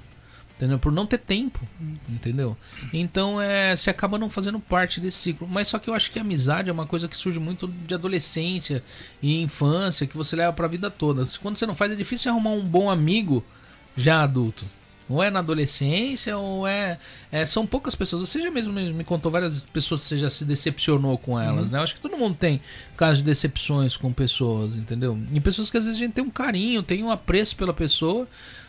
A: Entendeu? Por não ter tempo. Entendeu? Então é, você acaba não fazendo parte desse ciclo. Mas só que eu acho que a amizade é uma coisa que surge muito de adolescência e infância, que você leva pra vida toda. Quando você não faz, é difícil arrumar um bom amigo já adulto. Ou é na adolescência, ou é. é, são poucas pessoas. Você já mesmo me me contou várias pessoas que você já se decepcionou com
B: Uhum.
A: elas, né? Eu acho que todo mundo tem casos de decepções com pessoas, entendeu? E pessoas que às vezes a gente tem um carinho, tem um apreço pela pessoa,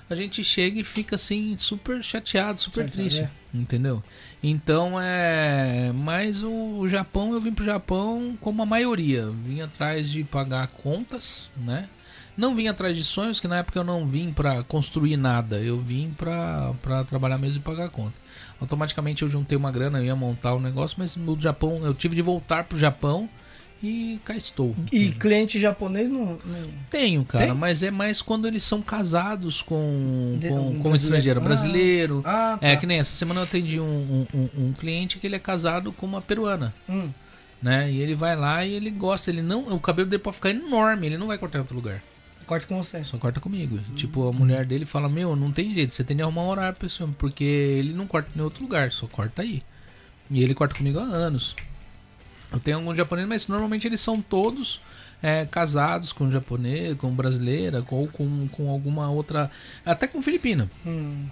A: a gente chega e fica assim, super chateado, super
B: Chateado,
A: triste,
B: é.
A: entendeu? Então é. Mas o Japão, eu vim pro Japão como a maioria. Eu Vim atrás de pagar contas, né? Não vim atrás de sonhos, que na época eu não vim pra construir nada, eu vim pra pra trabalhar mesmo e pagar a conta. Automaticamente eu juntei uma grana, eu ia montar o negócio, mas no Japão eu tive de voltar pro Japão e cá estou.
B: E cliente japonês não. não-
A: Tenho, cara,
B: Uhum. Tem?
A: mas é mais quando eles são casados com,
B: De-
A: com,
B: um
A: com
B: brasileiro.
A: estrangeiro,
B: Ah,
A: brasileiro.
B: ah,
A: É
B: tá.
A: que nem essa semana eu atendi um, um, um- um cliente que ele é casado com uma peruana.
B: Hum.
A: Né? E ele vai lá e ele gosta, ele não, o cabelo dele pode ficar enorme, ele não vai cortar em outro lugar.
B: Corte com você.
A: Só corta comigo. Tipo, a mulher dele fala: Meu, não tem jeito, você tem de arrumar um horário pra esse homem, porque ele não corta em outro lugar, só corta aí. E ele corta comigo há anos. Eu tenho alguns japoneses, mas normalmente eles são todos é, casados com japonês, com brasileira, com, ou com, com alguma outra. Até com filipina.
B: Hum.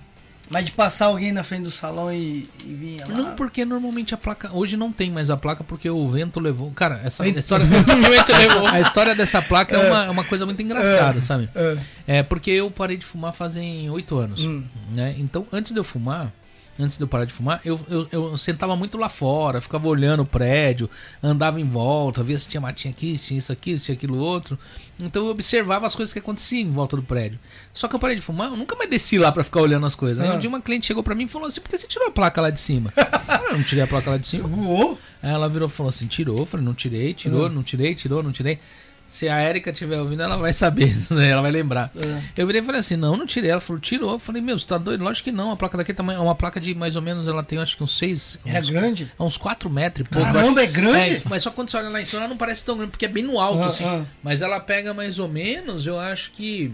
B: Mas de passar alguém na frente do salão e, e vir lá.
A: Não, porque normalmente a placa. Hoje não tem mais a placa porque o vento levou. Cara, essa
B: Vento-
A: história.
B: vento levou.
A: A história dessa placa é,
B: É.
A: uma, é uma coisa muito engraçada,
B: É,
A: sabe?
B: é.
A: É porque eu parei de fumar fazem oito anos. Né? Então, antes de eu fumar. Antes de eu parar de fumar, eu, eu, eu sentava muito lá fora, ficava olhando o prédio, andava em volta, via se tinha matinha aqui, se tinha isso aqui, se tinha aquilo outro. Então eu observava as coisas que aconteciam em volta do prédio. Só que eu parei de fumar, eu nunca mais desci lá pra ficar olhando as coisas. Aí
B: Ah.
A: um dia uma cliente chegou pra mim e falou assim: por que você tirou a placa lá de cima? Ah, eu não tirei a placa lá de cima.
B: Voou?
A: Aí ela virou e falou assim: tirou. Eu falei: não tirei, tirou,
B: Ah.
A: não tirei, tirou, não tirei. Se a Erika estiver ouvindo, ela vai saber, né? ela vai lembrar.
B: É.
A: Eu virei e falei assim: não, não tirei. Ela fali tirou. Eu falei: meu, você tá doido? Lógico que não. A placa daqui também é uma placa de mais ou menos, ela tem acho que uns 6.
B: Era É grande?
A: Uns 4 metros e pouco.
B: Caramba, é grande?
A: mas só quando você olha lá em cima, ela não parece tão grande, porque é bem no alto,
B: Ah,
A: assim.
B: ah.
A: Mas ela pega mais ou menos, eu acho que.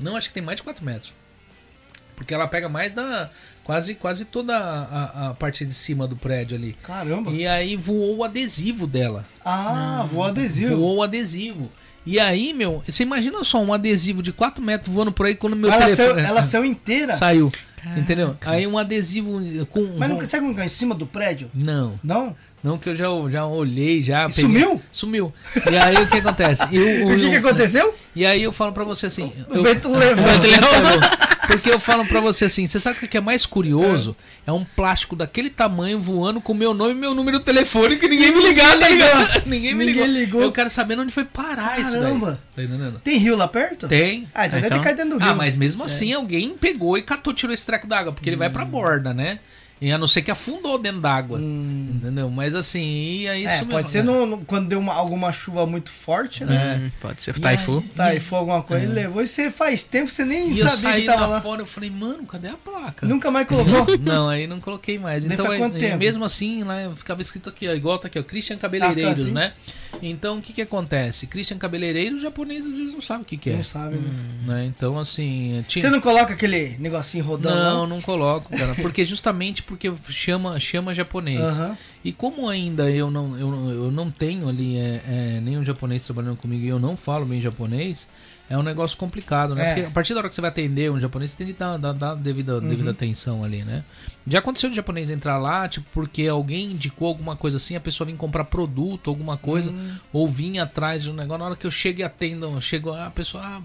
A: Não, acho que tem mais de 4 metros. Porque ela pega mais da. Quase, quase toda a, a- a parte de cima do prédio ali.
B: Caramba.
A: E aí voou o adesivo dela.
B: Ah, voou adesivo.
A: Voou o adesivo. E aí, meu, você imagina só um adesivo de 4 metros voando por aí quando meu
B: ela,
A: telefone. é.
B: saiu, ela saiu inteira?
A: Saiu. Entendeu? Aí um adesivo com. um
B: Mas não consegue nunca é? em cima do prédio?
A: Não.
B: Não?
A: Não, que eu já, já olhei, já.
B: E sumiu?
A: Sumiu. E aí o que acontece? Eu-
B: O que que aconteceu?
A: E aí eu falo pra você assim.
B: O vento levou.
A: O vento levou. Porque eu falo pra você assim, você sabe o que que é mais curioso? É, um plástico daquele tamanho voando com meu nome e meu número de telefone que ninguém me ligava, tá ligado? Ninguém me ligou.
B: Ninguém ligou.
A: Eu quero saber onde foi parar isso daí.
B: Caramba.
A: Tá entendendo?
B: Tem rio lá perto?
A: Tem.
B: Ah, então, deve ter caído dentro do rio. É.
A: Ah, mas mesmo assim alguém pegou e catou, tirou esse treco d'água, porque ele vai
B: Hum.
A: pra borda, né? E a não ser que afundou dentro d'água. Entendeu? Mas assim, e aí
B: É,
A: sumiu,
B: pode ser
A: né?
B: no, no- quando deu uma, alguma chuva muito forte, né?
A: É. Pode ser
E: Hum, Taifu.
B: Taifou alguma coisa, ele levou e você faz tempo, você nem
A: E eu
B: sabia
A: saí
B: que tava
A: lá,
B: lá.
A: fora, eu falei, mano, cadê a placa?
B: Nunca mais colocou?
A: Não, aí não coloquei mais.
B: Daí
A: Então,
B: faz
A: aí-
B: quanto
A: aí
B: tempo?
A: mesmo assim, lá ficava escrito aqui, ó, igual tá aqui, ó, Christian
B: Ah, fica
A: Cabeleireiros,
B: assim?
A: né? Então, o que que acontece? Christian Cabeleireiro, o japonês às vezes não sabe o que que é.
B: Não sabe, né?
A: né? Então, assim... Tinha...
B: Você não coloca aquele negocinho rodando?
A: Não,
B: lá?
A: não coloco, cara. Porque justamente porque chama, chama japonês.
B: Aham.
A: E como ainda eu não, eu, não- eu não tenho ali é, é, nenhum japonês trabalhando comigo e eu não falo bem japonês, é um negócio complicado, né?
B: É.
A: Porque a partir da hora que você vai atender um japonês, você tem que dar, dar, dar devida,
B: Uhum.
A: devida atenção ali, né? Já aconteceu de japonês entrar lá, tipo, porque alguém indicou alguma coisa assim, a pessoa vem comprar produto, alguma coisa,
B: Uhum.
A: ou vinha atrás de um negócio. Na hora que eu chego e atendo, eu chego, ah, a pessoa. Ah,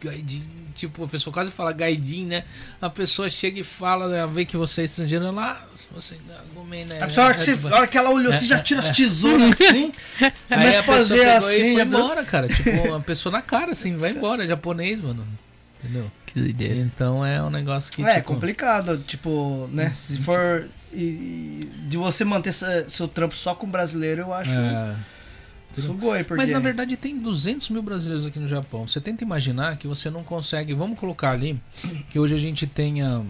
A: Gaidin, tipo, a pessoa quase fala gaidin, né? A pessoa chega e fala, né, vê que você é estrangeiro, lá, você gomei, né?
B: A pessoa, a hora que, você- a hora que ela
A: é,
B: olhou, você já tira as tesouras assim,
A: Aí
B: começa
A: a
B: a fazer
A: pessoa pegou e
B: assim.
A: foi
B: já deu-
A: embora, cara. Tipo, a pessoa na cara, assim, vai embora, é japonês, mano. Entendeu?
E: Que doideira.
A: Então é um negócio que.
B: É,
A: tipo, Hum,
B: complicado, tipo, né? Se for. e- e de você manter essa- seu trampo só com brasileiro, eu acho. né?
A: é.
B: Sugoi, porque.
A: Mas na verdade tem 200 mil brasileiros aqui no Japão. Você tenta imaginar que você não consegue. Vamos colocar ali que hoje a gente tenha.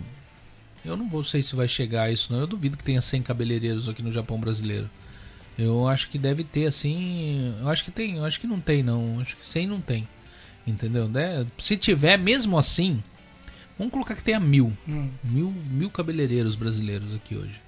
A: Eu não vou- sei se vai chegar a isso, não. Eu duvido que tenha 100 cabeleireiros aqui no Japão brasileiro. Eu acho que deve ter, assim. Eu acho que tem, eu acho que não tem, não. Eu Acho que 100 não tem. Entendeu? Né? Se tiver, mesmo assim. Vamos colocar que tenha mil.
B: Hum.
A: Mil, mil cabeleireiros brasileiros aqui hoje.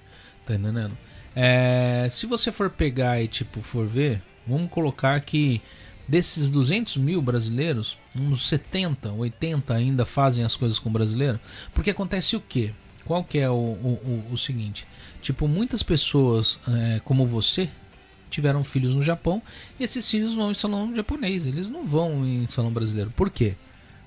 A: Tá entendendo? É, se você for pegar e tipo for ver, vamos colocar que desses 200 mil brasileiros, uns 70, 80 ainda fazem as coisas com brasileiro. Porque acontece o quê? Qual que é o, o, o- o seguinte? Tipo, muitas pessoas é, como você tiveram filhos no Japão e esses filhos vão em salão japonês, eles não vão em salão brasileiro. Por quê?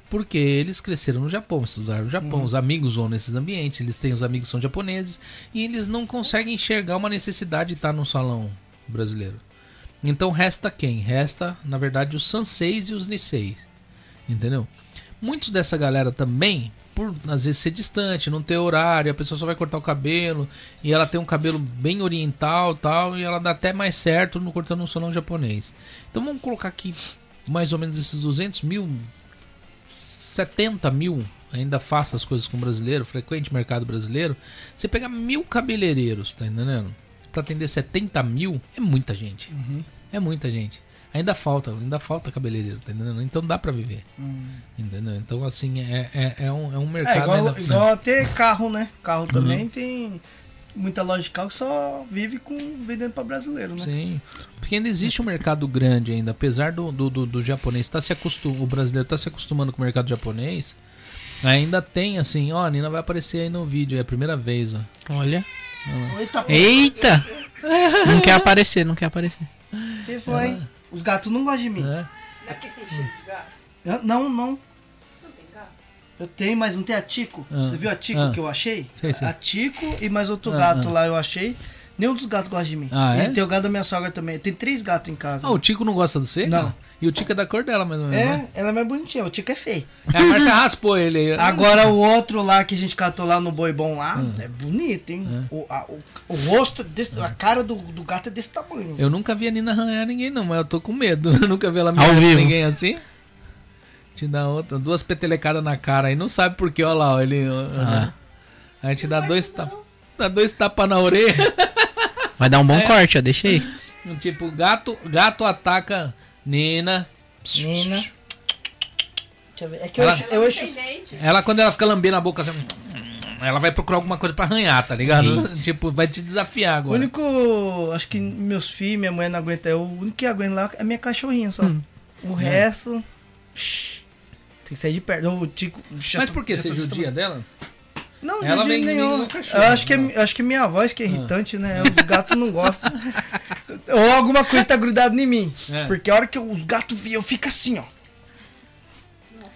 A: Porque eles cresceram no Japão, estudaram no Japão,
L: Uhum.
A: os amigos vão nesses ambientes, eles têm os amigos que são japoneses e eles não conseguem enxergar uma necessidade de estar num salão brasileiro. Então resta quem? Resta, na verdade, os sanseis e os niseis. Entendeu? Muitos dessa galera também, por às vezes ser distante, não ter horário, a pessoa só vai cortar o cabelo e ela tem um cabelo bem oriental tal, e ela dá até mais certo no cortando um salão japonês. Então vamos colocar aqui mais ou menos esses 200 mil 70 mil ainda faça as coisas com brasileiro, frequente mercado brasileiro, você pega mil cabeleireiros, tá entendendo? Pra atender 70 mil é muita gente.
B: Uhum.
A: É muita gente. Ainda falta, ainda falta cabeleireiro, tá entendendo? Então dá pra viver. Entendeu? Então, assim, é, é, é um, é um mercado
B: Uhum. É igual,
A: ainda.
B: igual até carro, né? Carro também
A: Uhum.
B: tem muita loja de carro que só vive com vendendo pra brasileiro, né?
A: Sim. Porque ainda existe um mercado grande ainda, apesar do, do, do, do japonês tá se acostum, o brasileiro está se acostumando com o mercado japonês, ainda tem assim, ó, a Nina vai aparecer aí no vídeo, é a primeira vez, ó.
E: Olha.
B: Eita, pô.
E: Eita! não quer aparecer, não quer aparecer.
B: Que foi? hein? Os gatos não gostam de mim.
C: Não é porque você encheu de gato?
B: Eu- não, não.
C: Você não tem gato?
B: Eu tenho, mas não tem a Tico.
A: Ah,
B: Você viu a Tico
A: ah.
B: que eu achei?
A: Sei, sei.
B: A Tico e mais outro
A: Ah,
B: gato
A: ah.
B: lá eu achei. Nenhum dos gatos gosta de mim.
A: Ah, é?
B: E tem o gato da minha sogra também. Tem três gatos em casa.
A: Ah, o Tico não gosta do C?
B: Não.
A: cara? E o Tico é da cor dela mais ou menos, né?
B: É, ela é mais bonitinha. O Tico é feio.
A: É, a Márcia raspou ele aí.
B: Agora o outro lá que a gente catou lá no Boi Bom lá,
A: Ah.
B: é bonito, hein? O, a- o- o rosto, é desse- a cara do, do gato é desse tamanho.
A: Eu nunca vi a Nina arranhar ninguém, não, mas eu tô com medo. Eu nunca vi ela me
E: Ao
A: arranhar
E: vivo.
A: ninguém assim. Te dá outra, duas petelecadas na cara aí, não sabe por quê, ó lá, ó, ele. ó,
E: Ah.
A: Aí te dá dois tapas. Dá dois tapas na orelha.
E: Vai dar um bom corte, ó, deixa aí.
A: tipo, gato, gato ataca Nina.
B: Nina. Deixa eu ver. É que
A: Ela-
B: eu, encho- eu encho-
C: Tem dente?
A: Ela, quando ela fica lambendo a boca assim, ela vai procurar alguma coisa pra arranhar, tá ligado? tipo, vai te desafiar
B: O
A: agora.
B: único, acho que meus filhos, minha mulher não aguenta, eu, o único que aguenta lá é minha cachorrinha só. O resto. shh, Tem que sair de perto. O Tico. já
A: Mas
B: tô-
A: por que?
B: já
A: Você
B: tô
A: judia dela?
B: Não,
A: Ela
B: ela
A: vem- vem
B: vem nenhum.
A: no cachorro, né? Ah.
B: eu acho que, é,
A: não.
B: eu acho que é minha voz que é irritante, né? Os gatos não gostam. Ou alguma coisa tá grudada em mim.
A: É.
B: Porque a hora que eu- os gatos vêm, eu fico assim, ó.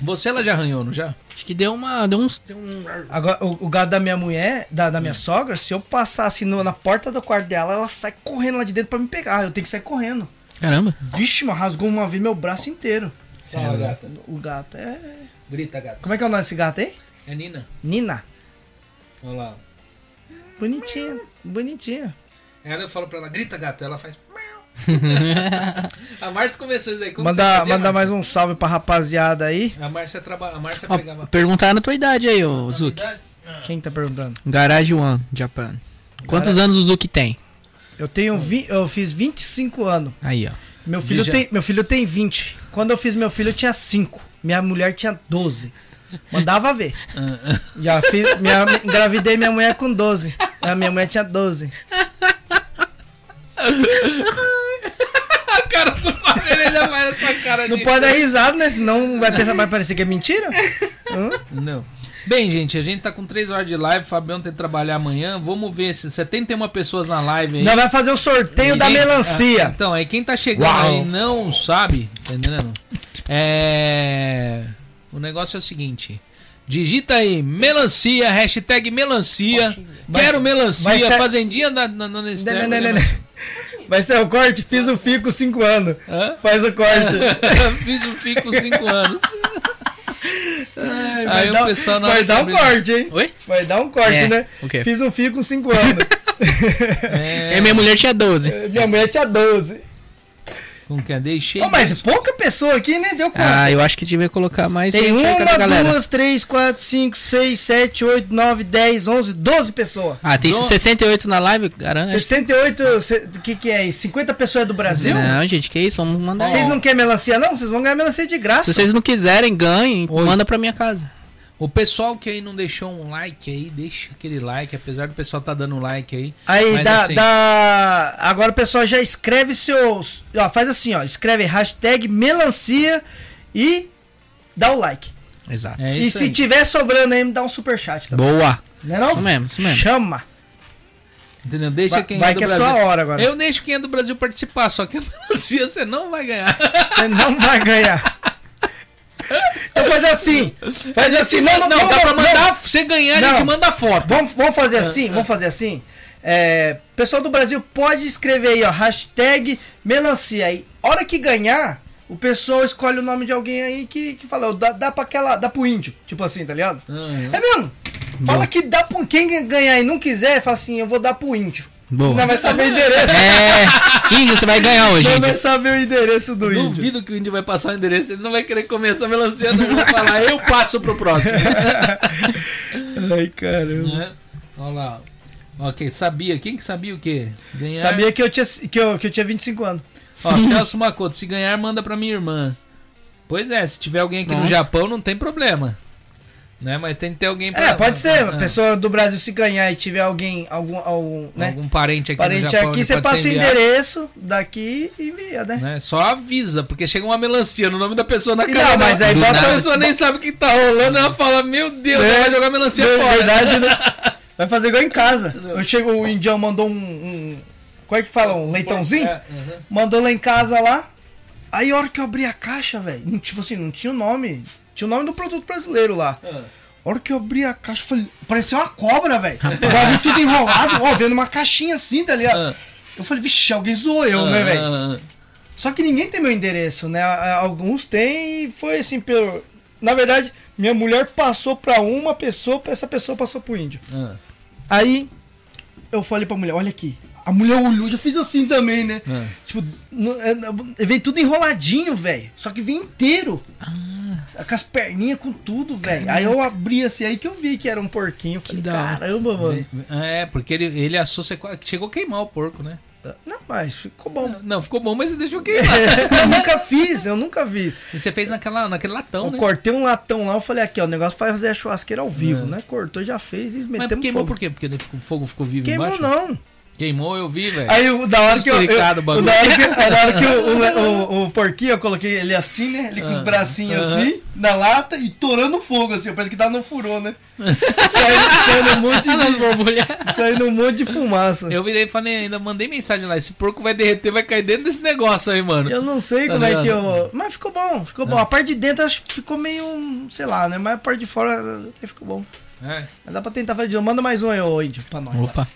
A: Você ela já arranhou, não já?
E: Acho que deu uma. Deu uns. Deu um...
B: Agora, o, o gato da minha mulher, da, da
A: Hum.
B: minha sogra, se eu passar assim no- na porta do quarto dela, ela sai correndo lá de dentro pra me pegar. Eu tenho que sair correndo.
A: Hum.
E: Caramba.
B: Vixe, mano, rasgou uma vez meu braço inteiro.
A: Fala, gata.
B: O gato é.
A: Grita, gata.
B: Como é que é o nome desse gato aí?
A: É Nina?
B: Nina.
A: Olha lá.
B: Bonitinha, bonitinha.
A: Ela, eu falo pra ela, grita gato, ela faz. "Miau". a Márcia começou isso daí. Como você
B: Mandar
A: fazia,
B: manda mais
A: Márcia?
B: um salve pra rapaziada aí.
A: A Márcia, traba... a Márcia
E: Ó,
A: pegava.
E: perguntaram a tua idade aí, ô
A: Na
E: Zuki.
A: verdade,
B: Quem tá perguntando?
E: Garage One, Japan. Quantos anos o Zuki tem?
B: Eu tenho vi, eu fiz 25 anos.
E: Aí, ó.
B: Meu filho,
A: Veja.
B: tem, meu filho tem 20. Quando eu fiz meu filho, eu tinha 5. Minha mulher tinha 12. Mandava ver.
A: Ah.
B: Já fiz. Minha, engravidei minha mulher com 12. A minha mulher tinha 12.
A: O cara do Flamengo ainda vai na tua cara.
B: Não
A: de-
B: pode dar risada, né? Senão vai, pensar, vai parecer que é mentira.
A: Não. Bem, gente, a gente tá com 3 horas de live. O Fabião tem que trabalhar amanhã. Vamos ver se 71 pessoas na live aí.
B: Nós vai fazer o sorteio
A: E
B: da
A: quem-
B: melancia.
A: Ah, Então, aí quem tá chegando aí não sabe, tá entendendo? É. O negócio é o seguinte. Digita aí, melancia, hashtag melancia. Quero melancia,
B: vai ser-
A: fazendinha da, da, da Nestlé.
B: Né, né, né, né, né. Vai ser o corte, fiz o fico 5 anos.
A: Hã?
B: Faz o corte.
A: Fiz o fim com 5 anos.
B: Ai,
A: Aí o pessoal na hora
B: vai
A: de
B: dar um
A: abrir-
B: corte, hein?
E: Oi?
B: Vai dar um corte,
E: É,
B: né?
E: o quê?
B: Fiz um fio com 5 anos.
A: É,
E: E
B: É.
E: minha mulher tinha 12.
B: Minha mulher tinha 12.
A: Como que é? Deixei.
B: Ô, mas pouca pessoa aqui, né? Deu quanto?
E: Ah, eu acho que devia colocar mais
B: Tem
E: gente aí com a
B: uma, duas, três, quatro, cinco, seis, sete, oito, nove, dez, onze, doze pessoas.
E: Ah, tem 68 na live? Garante.
B: 68, o que que é isso? 50 pessoas é do Brasil?
E: Não, gente, que isso? Vamos mandar.
B: Vocês não querem melancia, não? Vocês vão ganhar melancia de graça.
E: Se vocês não quiserem, ganhem, manda pra minha casa.
A: O pessoal que aí não deixou um like aí, deixa aquele like, apesar do pessoal tá dando like aí.
B: Aí
A: mas
B: dá,
A: assim,
B: dá- Agora o pessoal já escreve seus. Ó, faz assim, ó. Escreve hashtag melancia e dá o like.
E: Exato.
A: É
B: e
A: isso
B: se
A: aí.
B: tiver sobrando aí, me dá um superchat também.
E: Boa.
B: Não é não?
E: Isso mesmo, isso mesmo.
B: Chama.
A: Entendeu? Deixa
B: Vai-
A: quem
B: vai
A: é do
B: que é
A: Brasil.
B: sua hora agora.
A: Eu deixo quem é do Brasil participar, só que a melancia você não vai ganhar.
B: Você não vai ganhar. Então faz assim. Faz assim. Não, não,
A: Não,
B: não.
A: dá pra
B: não,
A: mandar. Você ganhar, a gente
B: Não.
A: manda foto.
B: Vamos, vamos fazer assim, vamos fazer assim. É, pessoal do Brasil pode escrever aí, ó, hashtag melancia aí. Hora que ganhar, o pessoal escolhe o nome de alguém aí que, que fala, ó, dá, dá pra aquela, dá pro índio, tipo assim, tá ligado?
A: Ah.
B: É mesmo? Fala que dá pro quem ganhar e não quiser, fala assim, eu vou dar pro índio.
E: Boa.
B: Não vai saber o endereço,
E: É. Índio, você vai ganhar hoje,
B: não
E: Índio.
B: vai saber o endereço do índio.
A: Duvido que o índio vai passar o endereço, ele não vai querer comer essa melancia, não vai falar, eu passo pro próximo.
B: Ai, caramba.
A: né? Olha lá. Ok, sabia. Quem que sabia o quê? Ganhar.
B: Sabia que eu tinha, que eu, que eu tinha 25 anos.
A: Ó, Celso Macoto, se ganhar, manda pra minha irmã. Pois é, se tiver alguém aqui no
E: Nossa.
A: Japão, não tem problema. Né? Mas tem que ter alguém pra.
B: É, pode ser.
A: Ah,
B: A pessoa do Brasil se ganhar e tiver alguém, algum, algum né?
A: Algum parente aqui no
B: Parente
A: Japão.
B: aqui,
A: ele
B: você
A: pode
B: passa
A: ser
B: o
A: enviado,
B: endereço daqui e envia, né?
A: Né? Só avisa, porque chega uma melancia no nome da pessoa na
B: Não,
A: cara.
B: mas aí
A: a
B: bota- um-
A: pessoa nem sabe o que tá rolando. Ela fala: Meu Deus, ela vai jogar melancia
B: Na
A: fora.
B: é verdade, né? Vai fazer igual em casa. Eu chego, o indião mandou um. um como é que fala? Um leitãozinho?
A: É, uhum.
B: Mandou lá em casa lá. Aí a hora que eu abri a caixa, velho. não- Tipo assim, não tinha o nome. Tinha o nome do produto brasileiro lá.
A: Ah.
B: A hora que eu abri a caixa, eu falei, parecia uma cobra, velho. Eu abri tudo enrolado, ó, vendo uma caixinha assim, tá ligado?
A: Ah.
B: Eu falei, vixe, alguém zoou eu, né, velho?
A: Ah,
B: Só que ninguém tem meu endereço, né? A- Alguns têm e foi assim, pelo. Na verdade, minha mulher passou pra uma pessoa, essa pessoa passou pro índio.
A: ah,
B: Aí eu falei pra mulher, olha aqui. A mulher olhou, já fiz assim também, né?
A: ah.
B: Tipo, no- é- é- vem tudo enroladinho, velho. Só que vem inteiro. Com as perninhas, com tudo, velho. Aí eu abri assim, aí que eu vi que era um porquinho. Eu Falei,
E: da hora.
B: caramba, mano.
A: É, porque ele, ele associa. Chegou a queimar o porco, né?
B: Não, mas ficou bom.
A: Não, ficou bom, mas você deixou queimar.
B: eu nunca fiz, eu nunca fiz.
A: E você fez naquela, naquele latão,
B: eu
A: né?
B: cortei um latão lá, eu falei aqui, ó, o negócio faz fazer a churrasqueira ao vivo, né? Cortou, já fez e
A: É. Mas
B: metemos
A: queimou
B: fogo.
A: por quê? Porque daí ficou- o fogo ficou vivo
B: Queimou
A: embaixo?
B: não.
A: Queimou, eu vi, velho.
B: Aí o- da hora que eu, eu,
A: Esturricado o bagulho.
B: da hora que, da hora que o, o, o- o porquinho, eu coloquei ele assim, né? Ele com
A: Ah.
B: os bracinhos assim, na lata e torando fogo, assim. Parece que dá no furô, né? saindo, saindo, um monte de, saindo um monte de fumaça. Eu,
A: Ah, Eu virei e falei, ainda mandei mensagem lá. Esse porco vai derreter, vai cair dentro desse negócio aí, mano.
B: não sei
A: Tá
B: como é que
A: ligado? Ah.
B: eu... Mas ficou bom, ficou bom. A parte de dentro acho que ficou meio, sei lá, né? Mas a parte de fora até ficou bom.
A: É.
B: Mas dá pra tentar fazer de novo. Manda mais um aí, ô índio, pra nós.
E: Opa.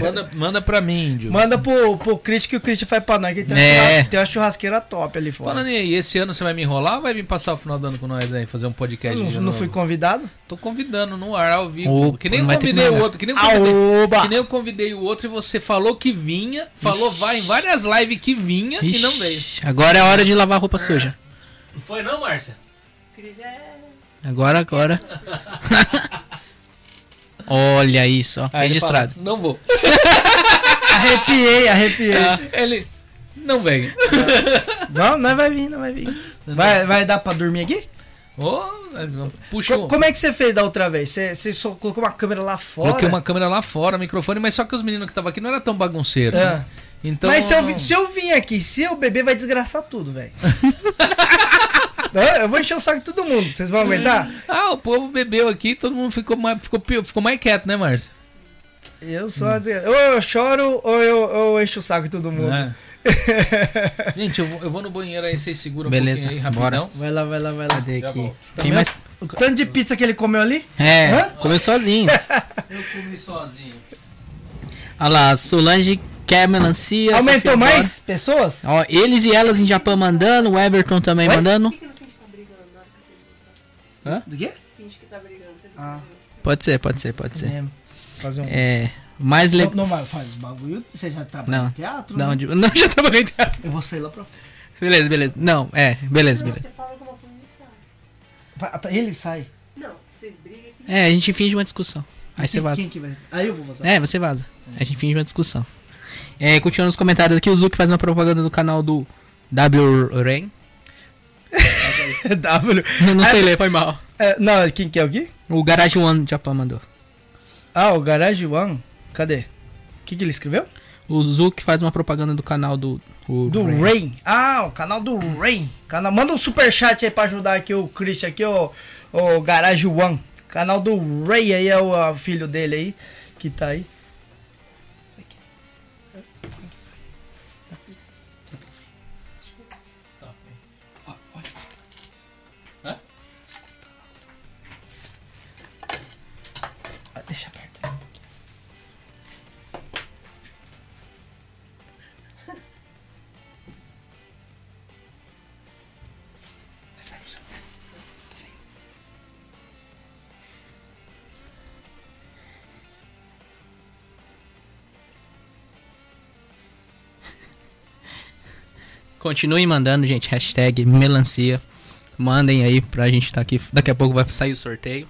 A: Manda, manda pra mim, índio.
B: Manda pro, pro Christian que o Christian faz pra nós, que ele tem,
E: É.
B: uma, churra- tem uma churrasqueira top ali fora.
A: Falando aí, esse ano você vai me enrolar ou vai vir passar o final do ano com nós aí, fazer um podcast?
B: Eu não,
A: de
B: não
A: novo?
B: fui convidado?
A: Tô convidando no ar, ao vivo.
E: Opa,
A: que nem
E: não
A: eu
E: vai ter que
A: convidei o
E: mandar.
A: outro, que nem eu convidei. Que
B: Aoba!
A: nem eu convidei o outro e você falou que vinha, falou vai em várias lives que vinha e não veio.
E: Ixi, agora é a hora de lavar a roupa suja.
A: Não foi não, Márcia?
C: Cris é.
E: Agora, agora. Olha isso, ó.
A: Aí Ah, ele
E: Tá registrado.
A: fala, não vou.
B: Arrepiei, arrepiei.
A: É.
E: Tá.
A: Ele. Não vem.
B: Não, não vai vir, não vai vir. Vai, vai dar pra dormir aqui?
A: Ô, puxa.
B: Co-
A: o-
B: como é que você fez da outra vez? Você, você só colocou uma câmera lá fora?
A: Coloquei uma câmera lá fora, microfone, mas só que os meninos que estavam aqui não era tão bagunceiro.
B: É.
A: né? Então.
B: Mas se eu, vi- se eu vim aqui, se eu beber, vai desgraçar tudo, velho. Não, eu vou encher o saco de todo mundo. Vocês vão aguentar?
A: Ah, o povo bebeu aqui, todo mundo ficou mais, ficou, pi- ficou mais quieto, né, Márcio?
B: Eu sou uma desgraça. Ou eu choro ou eu, eu encho o saco de todo mundo.
A: É. Gente, eu vou, eu vou no banheiro aí, vocês seguram
E: Beleza,
A: um pouquinho aí, rapidão.
B: Vai lá, vai lá, vai lá.
E: Cadê aqui? Tem
B: vendo?
E: mais.
B: O tanto de pizza que ele comeu ali?
E: É,
B: Hã?
E: comeu sozinho.
A: Eu comi sozinho.
E: Olha lá, Solange quer melancia. Sofia
B: Aumentou
E: adora.
B: mais pessoas?
E: Ó, eles e elas em Japão mandando, o Everton também
B: Oi?
E: mandando.
C: Por que não finge que tá brigando na hora que eu tô junto?
B: Do quê?
C: Finge que tá brigando, vocês
B: Ah.
C: entendem?
E: Pode ser, pode ser, pode ser.
B: É, fazer um.
E: É. Mais le...
B: Não, não, mas faz os bagulho. Você já trabalha
E: Não.
B: no teatro?
E: Não,
B: né?
E: de- não, já tava bem.
B: Eu vou sair lá pra.
E: Beleza, beleza. Não, é, beleza,
C: Não,
E: beleza.
C: você fala alguma coisa e sai.
B: pra- pra- Ele sai.
C: Não, vocês brigam aqui.
E: É, a gente finge uma discussão. Aí você
B: Quem-
E: vaza.
B: Quem que vai? Aí eu vou vazar.
E: É, você vaza. A gente finge uma discussão. É, continuando os comentários aqui, o Zuki faz uma propaganda do canal do W Ren.
B: W.
E: Eu não sei ler, foi mal.
B: É, não, quem que é o Gui?
E: O Garage One do Japão mandou.
B: Ah, o Garage One? Cadê? O que, que ele escreveu?
E: O Zuki faz uma propaganda do canal do. o
B: Do
E: Ray.
B: Rain. Ah, o canal do Rain. Canal... Manda um superchat aí pra ajudar aqui o Christian aqui, o, o Garage One. Canal do Ray aí é o ah, filho dele aí, que tá aí. Ah, Deixa aberto.
E: Continuem mandando, gente. Hashtag melancia. Mandem aí pra gente estar aqui. Daqui a pouco vai sair o sorteio.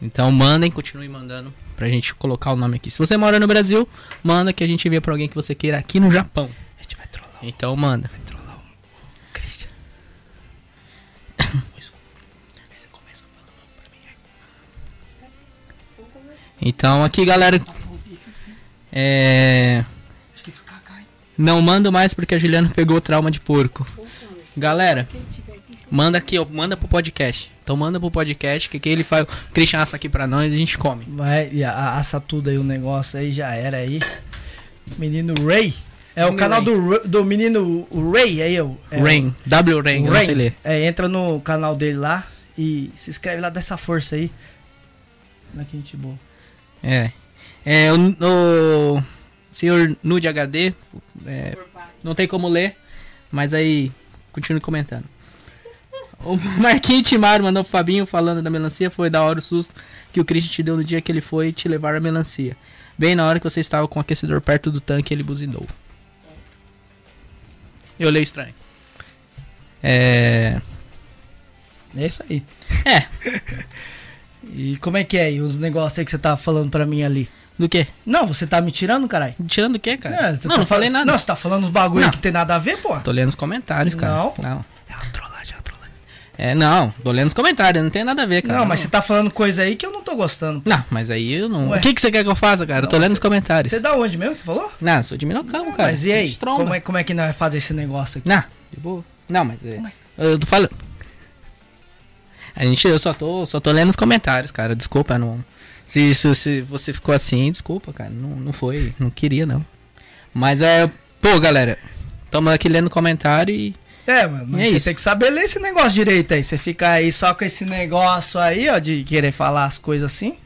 E: Então mandem, continuem mandando pra gente colocar o nome aqui. Se você mora no Brasil, manda que a gente envia pra alguém que você queira aqui no Japão.
B: A gente vai trollar um.
E: Então manda.
B: o um. Christian.
E: Então aqui, galera. É.
B: Acho que foi cacá, hein?
E: Não mando mais porque a Juliana pegou trauma de porco. Galera, manda aqui, ó, manda pro podcast. Então manda pro podcast que, que ele faz. O Christian assa aqui pra nós e a gente come.
B: Vai, e a- assa tudo aí o negócio aí, já era aí. Menino Ray. É o
E: Menino
B: canal do, Ra- do menino o Ray aí, o. É,
E: Rain. W Rain, eu não sei ler.
B: Ray. É, entra no canal dele lá e se inscreve lá, dá essa força aí. Olha que gente boa.
E: É. É, o, o senhor Nude HD, é, não tem como ler, mas aí continue comentando. O Marquinhos Timar mandou pro Fabinho falando da melancia, foi da hora o susto que o Christian te deu no dia que ele foi te levar a melancia. Bem na hora que você estava com o aquecedor perto do tanque, ele buzinou. Eu leio estranho. É...
B: É isso aí.
E: É.
B: e como é que é aí os negócios aí que você tá falando pra mim ali?
E: Do quê?
B: Não, você tá me tirando, caralho?
E: Tirando o quê, cara?
B: Não,
E: É. não, não falei nada.
B: Não, você tá falando uns bagulho
E: Não. Tá.
B: que tem nada a ver, pô.
E: Tô lendo os comentários, cara.
B: Não.
E: não.
A: é
E: É uma trollagem, é uma trollagem. É, não, tô lendo os comentários, não tem nada a ver, cara.
B: Não, mas você tá falando coisa aí que eu não tô gostando.
E: Não, mas aí eu não.
B: Ué.
E: O que, que você quer que eu faça, cara? eu tô
B: Não,
E: lendo
B: você-
E: os comentários.
B: Você é da onde mesmo que você falou?
E: Não, sou de Minocão, cara.
B: Mas e aí?
E: Tromba.
B: Como é, como é que nós vamos fazer esse negócio aqui?
E: Não, de boa. Não, mas. é, Eu tô falando. A gente, eu só tô, só tô lendo os comentários, cara. Desculpa, não. Se, se, se você ficou assim, desculpa, cara. Não, não foi, não queria, não. Mas é. Pô, galera, tamo aqui lendo comentário e.
B: É, mano, mas
E: É
B: você
E: isso.
B: tem que saber ler esse negócio direito aí. Você fica aí só com esse negócio aí, ó, de querer falar as coisas assim,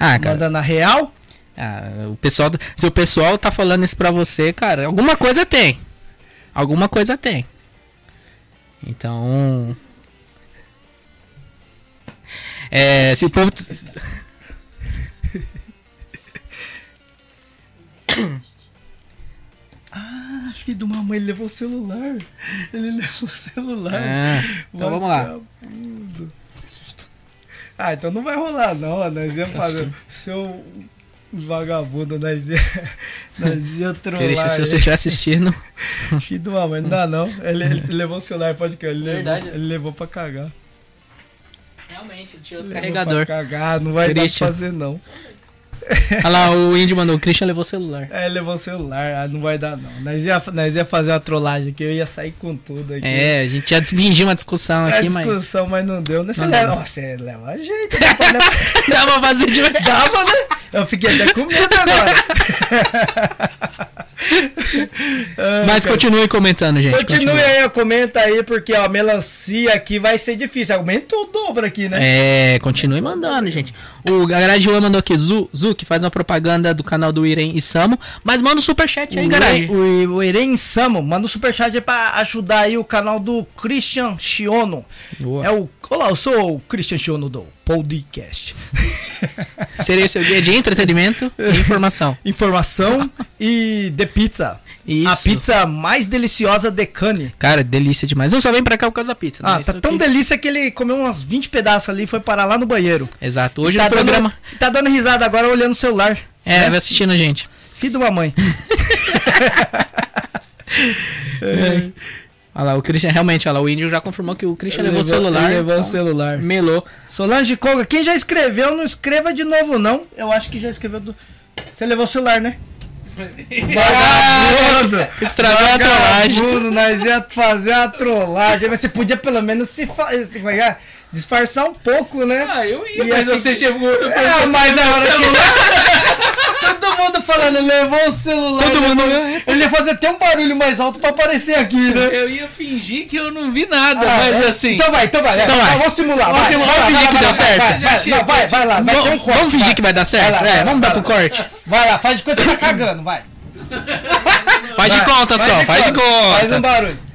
E: Ah, cara.
B: mandando a real.
E: Ah, o pessoal, do- se o pessoal tá falando isso pra você, cara, alguma coisa tem. Alguma coisa tem. Então. É, se o povo.
B: Ah, filho de uma mãe, ele levou o celular. Ele levou o celular.
E: Ah, então vamos lá.
B: Ah, então não vai rolar não, ó, nós ia fazer. Seu vagabundo, nós ia, nós ia trollar.
E: Christian, se você
B: ele.
E: estiver assistindo.
B: Filho de uma mãe, não dá não. Ele, ele levou o celular, pode crer. Ele, levou,
E: Verdade.
B: ele levou pra cagar.
E: Realmente, ele tirou
B: Ele
E: do
B: levou
E: carregador.
B: Pra cagar, não vai
E: Christian.
B: dar pra fazer não.
E: Olha lá, o índio mandou. O Christian levou o celular.
B: É, levou o celular, ah, não vai dar não. Nós ia, nós ia fazer uma trollagem aqui, eu ia sair com tudo aqui.
E: É, a gente ia desvingir uma discussão
B: É
E: aqui, mas.
B: discussão, mas não deu. Né? Você
E: Não
B: leva,
E: deu.
B: ó, você leva jeito. dá pra levar-
E: Dá pra fazer de verdade.
B: Dava, né? Eu fiquei até com medo agora. Ah,
E: Mas
B: cara.
E: continue comentando, gente.
B: Continue aí, comenta aí, porque ó, melancia aqui vai ser difícil. Aumentou o dobro aqui, né?
E: É, continue mandando, gente. O Garage One mandou aqui, Zu, Zu, que faz uma propaganda do canal do Irem e Samo, mas manda um superchat
B: Uhum.
E: aí, Garage.
B: O, o, o Irene Samo, manda um superchat aí pra ajudar aí o canal do Christian Chiono.
E: Boa.
B: É o, olá, eu sou o Christian Chiono do podcast.
E: Seria o seu guia de entretenimento e informação.
B: Informação e de pizza.
E: Isso.
B: A pizza mais deliciosa de Cane.
E: Cara, delícia demais. Não, só vem pra cá por causa da pizza. né?
B: Ah,
E: Isso
B: tá tão
E: aqui-
B: delícia que ele comeu umas 20 pedaços ali e foi parar lá no banheiro.
E: Exato. Hoje
B: tá
E: no programa...
B: Dando, né? tá dando risada agora olhando o celular.
E: É, vai assistindo a gente.
B: Filho de uma mãe.
E: Olha lá, o Christian, realmente, olha lá, o índio já confirmou que o Christian levou o celular.
B: Ele Levou o
E: então,
B: celular.
E: Melou.
B: Solange Koga, quem já escreveu, não escreva de novo, não. Eu acho que já escreveu do. Você levou o celular, né? Vagabundo!
E: Estragou
B: ah,
E: a trollagem.
B: Vagabundo, nós ia fazer a trollagem. Mas você podia pelo menos se fa... como é que é? disfarçar um pouco, né?
A: Ah, eu ia,
B: E
A: mas
B: assim-
A: você chegou. eu
B: É,
A: pensei,
B: mas a hora que. Todo mundo falando, levou o celular.
E: Todo mundo-
B: levou- Ele ia fazer até um barulho mais alto pra aparecer aqui, né?
A: Eu ia fingir que eu não vi nada,
B: Ah,
A: mas
B: é?
A: assim.
B: Então vai, então vai. é,
E: Então vai.
B: Vamos simular.
E: Vamos
B: vai,
E: simular,
B: vai,
E: vamos
B: vai,
E: fingir que
B: vai,
E: deu
B: vai,
E: certo.
B: vai, vai, Não, vai, vai lá. Vai ser um
E: Vamos,
B: corte.
E: vamos fingir que vai dar certo.
B: Vai lá,
E: é,
B: vai lá,
E: vamos dar
B: vai
E: pro
B: lá.
E: corte.
B: Vai lá, faz de coisa que você tá cagando, vai.
E: Faz de conta só, faz
B: Faz
E: de
B: um
E: conta.
B: barulho.
E: tá.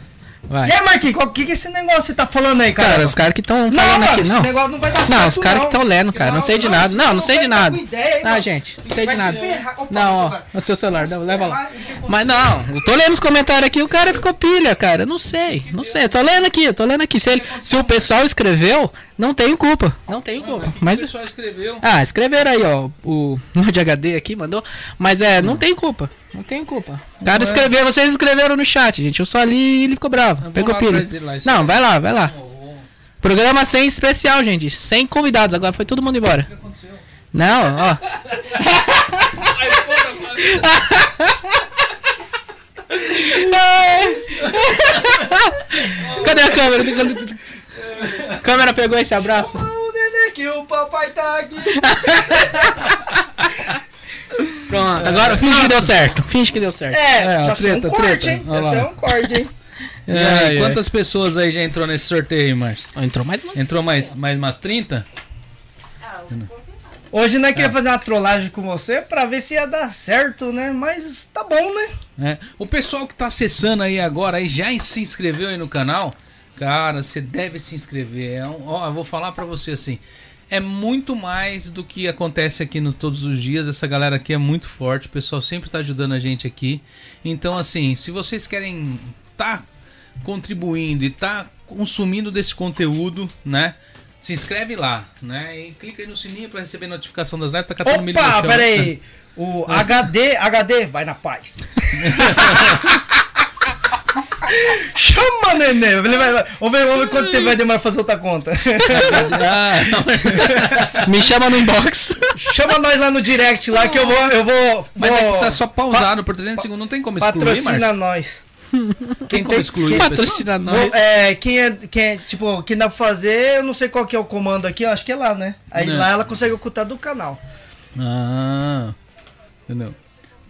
E: Vai.
B: E aí, Marquinhos, qual- o que, que é esse negócio que você tá falando aí, cara?
E: Cara, os caras que estão
B: não,
E: falando
B: mano,
E: aqui,
B: esse
E: não.
B: negócio é não vai dar certo,
E: Não, os caras que estão lendo, cara. Não sei de nada. Não, não sei de nada. Ah, gente, não sei de
B: Vai se
E: nada.
B: ferrar. Opa,
E: Não, ó,
B: celular.
E: o seu celular, não, leva lá. Mas não, eu tô lendo os comentários aqui, o cara ficou pilha, cara. Não sei, não sei. Eu tô lendo aqui, eu tô lendo aqui. Se, ele- se o pessoal escreveu, não tenho culpa. Não tenho culpa. Mas.
A: O pessoal escreveu.
E: Ah, escreveram aí, ó. O no de HD aqui mandou. Mas é, não tem culpa. Não tem culpa. O cara
B: é.
E: escreveu, vocês escreveram no chat, gente. Eu só li e ele ficou bravo.
A: vou
E: Pegou
A: lá
E: pilha.
A: atrás dele lá, isso
E: Não, vai lá, vai lá. Programa sem especial, gente. Sem convidados. Agora foi todo mundo embora. Não, ó. Cadê a câmera? Câmera pegou esse abraço?
M: O neném que o papai tá aqui.
E: Pronto, agora finge que deu certo. Finge que deu certo.
B: É,
A: É, ó,
B: já foi um
A: treta,
B: corte,
A: treta.
B: hein?
A: Olha
B: Já foi
A: lá.
B: um corte, hein?
A: E aí,
E: Ai, ai.
A: quantas pessoas aí já entrou nesse sorteio, Márcio?
E: Ó, Entrou mais uma.
A: Entrou mais, mais umas 30?
B: Hoje nós
E: É.
B: queria fazer uma trollagem com você pra ver se ia dar certo, né? Mas tá bom, né?
A: né? O pessoal que tá acessando aí agora aí já se inscreveu aí no canal, cara, você deve se inscrever. É um- ó, eu vou falar pra você assim, é muito mais do que acontece aqui no todos os dias. Essa galera aqui é muito forte, o pessoal sempre tá ajudando a gente aqui. Então assim, se vocês querem tá contribuindo e tá consumindo desse conteúdo, né? Se inscreve lá, né? E clica aí no sininho pra receber notificação das lives. Tá catando milho no
B: Opa,
A: chão. É.
B: peraí. O HD, HD, vai na paz. Chama, neném. Ele vai, vamos ver, vamos ver quanto tempo vai demorar fazer outra conta.
A: Ah, não,
E: É. Me chama no inbox.
B: Chama nós lá no direct lá que eu vou. Eu vou,
A: Mas
B: vou
A: é que tá só pausado por 30 segundos, não tem como excluir,
B: patrocina
A: Márcio?
B: nós.
A: Tem como excluir, pessoal?
E: Patrocina nós.
B: Vou- é, quem é, quem é, tipo, quem dá pra fazer, eu não sei qual que é o comando aqui, eu acho que é lá, né? Aí
A: Né.
B: lá ela consegue ocultar do canal.
A: Ah, entendeu?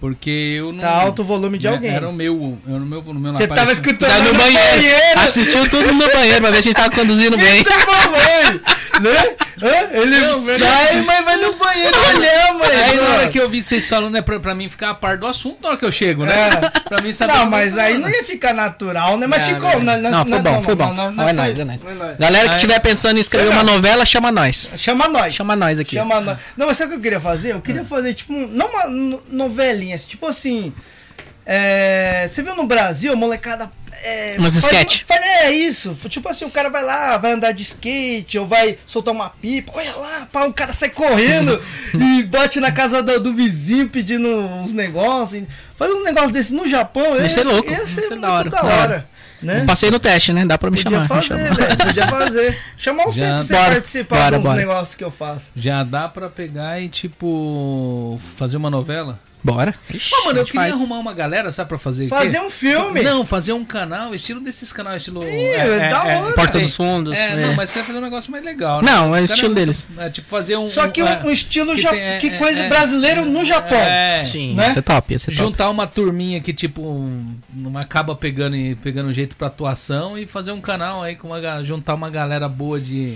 A: Porque eu não... né,
B: Tá alto o volume de alguém.
A: Hum. Era o meu, era o meu, no Assim, meu
B: Você
A: lá
B: tava
A: apareceu.
B: escutando
E: Tá no banheiro. Assistiu tudo no banheiro pra ver se a gente tava conduzindo bem.
B: Eita, mamãe! Tá né? Hã? Ele
A: Não,
B: sai, mas vai no banheiro olhar, mãe.
A: Aí na hora
B: mano.
A: que eu vi vocês falando, é pra, pra mim ficar a par do assunto na hora que eu chego, né?
B: É.
A: Pra mim saber...
B: Não,
A: o
B: mas
A: que né? eu tô
B: aí
A: falando.
B: não ia ficar natural, né? Mas ficou. Não, não,
E: Não, foi
B: não,
E: bom,
B: não,
E: foi
B: não,
E: bom.
B: não, não
E: Não, é
B: foi-
E: nóis, é nóis.
B: foi nóis.
E: Galera que estiver pensando em escrever
B: Será?
E: uma novela, chama nós.
B: Chama nós.
E: Chama nós aqui. Ah.
B: Chama nós. Não, mas sabe o que eu queria fazer? Eu queria fazer, tipo, um- não uma no- novelinha, assim, tipo assim. é, você viu no Brasil, a molecada. É,
E: Umas
B: faz-
E: sketch.
B: faz- é isso. Tipo assim, o cara vai lá, vai andar de skate, ou vai soltar uma pipa, olha lá, pá, o cara sai correndo e bate na casa do, do vizinho pedindo uns negócios. Faz uns negócios desses no Japão,
E: Ia ser
B: esse-
E: é louco,
B: Ia
E: ia
B: ser
E: ser
B: muito
E: da hora,
B: da
E: da
B: hora.
E: hora.
B: Né?
E: Passei no teste, né? Dá pra me
B: Podia
E: chamar. me
B: fazer,
E: chamar.
B: velho. Podia fazer. Chamar o
A: Já-
B: centro pra você
E: Bora,
B: participar
E: bora,
B: dos
E: bora.
B: negócios que eu faço.
A: Já dá pra pegar e, tipo, fazer uma novela?
E: Bora. Ixi,
A: Pô, mano,
E: a
A: eu
E: gente
A: queria
E: faz.
A: arrumar uma galera, sabe, pra fazer o quê?
B: Fazer um filme.
A: Não, fazer um canal, estilo desses canais, estilo...
B: Ih, é da hora.
E: Porta dos Fundos.
A: É,
E: é.
A: não, mas quero fazer um negócio mais legal,
E: Não, é
A: Os
E: o estilo
A: caras-
E: deles.
A: É, tipo, fazer um...
B: Só que um,
A: é,
B: um estilo
A: que
B: ja-
A: tem- é,
B: que
A: é,
B: coisa
A: é.
B: brasileiro no Japão.
A: É,
E: Sim,
B: né?
E: isso é top, isso é top.
A: juntar uma turminha que, tipo, um- não acaba pegando, e- pegando jeito pra atuação e fazer um canal aí com uma... ga- Juntar uma galera boa de...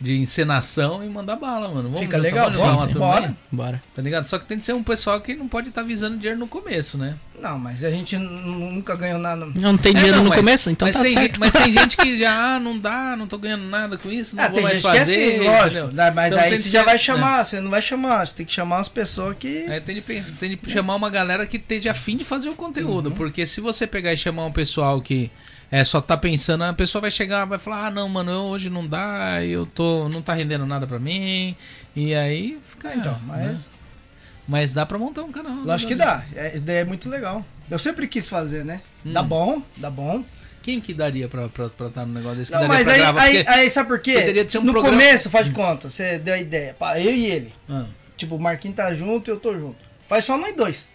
A: De encenação e mandar bala, mano. Vamos
B: Fica
A: juntar-
B: legal,
A: vamos juntar
B: vamos,
A: uma
B: bora.
A: turminha,
E: Bora.
A: Tá ligado? Só que tem que ser um pessoal que não pode estar visando dinheiro no começo, né?
B: Não, mas a gente nu- nunca ganhou nada.
E: Não tem
A: É,
E: dinheiro
A: não,
E: no
A: mas-
E: começo, então
A: mas
E: tá
A: tem,
E: certo.
A: gente- Mas tem gente que já, ah, não dá, não tô ganhando nada com isso, não
B: Ah,
A: vou
B: tem
A: mais
B: gente
A: fazer.
B: que é assim, lógico.
A: entendeu?
B: né, Mas
A: Então
B: aí
A: tem
B: você
A: que
B: já
A: ser-
B: vai chamar, você não vai chamar, você tem que chamar as pessoas que.
A: É, tem de, pe- tem de chamar uma galera que esteja afim de fazer o conteúdo,
B: Uhum.
A: porque se você pegar e chamar um pessoal que é, só tá pensando, a pessoa vai chegar, vai falar, ah, não, mano, eu hoje não dá, eu tô, não tá rendendo nada pra mim, e aí fica...
B: Então,
A: né?
B: mas.
A: Mas dá pra montar um canal. né,
B: Lógico que
A: Brasil? Hum.
B: dá. É, isso daí é muito legal. Eu sempre quis fazer, né? Dá bom, dá bom.
A: Quem que daria pra estar no negócio desse? Que
B: Não,
A: daria
B: mas
A: pra
B: aí,
A: gravar?
B: aí,
A: Porque-
B: aí sabe por quê?
A: poderia ter um
B: no
A: programa-
B: começo, faz de conta, você deu a ideia. Pá, eu e ele.
A: Ah,
B: Tipo, o Marquinhos tá junto e eu tô junto. Faz só nós dois.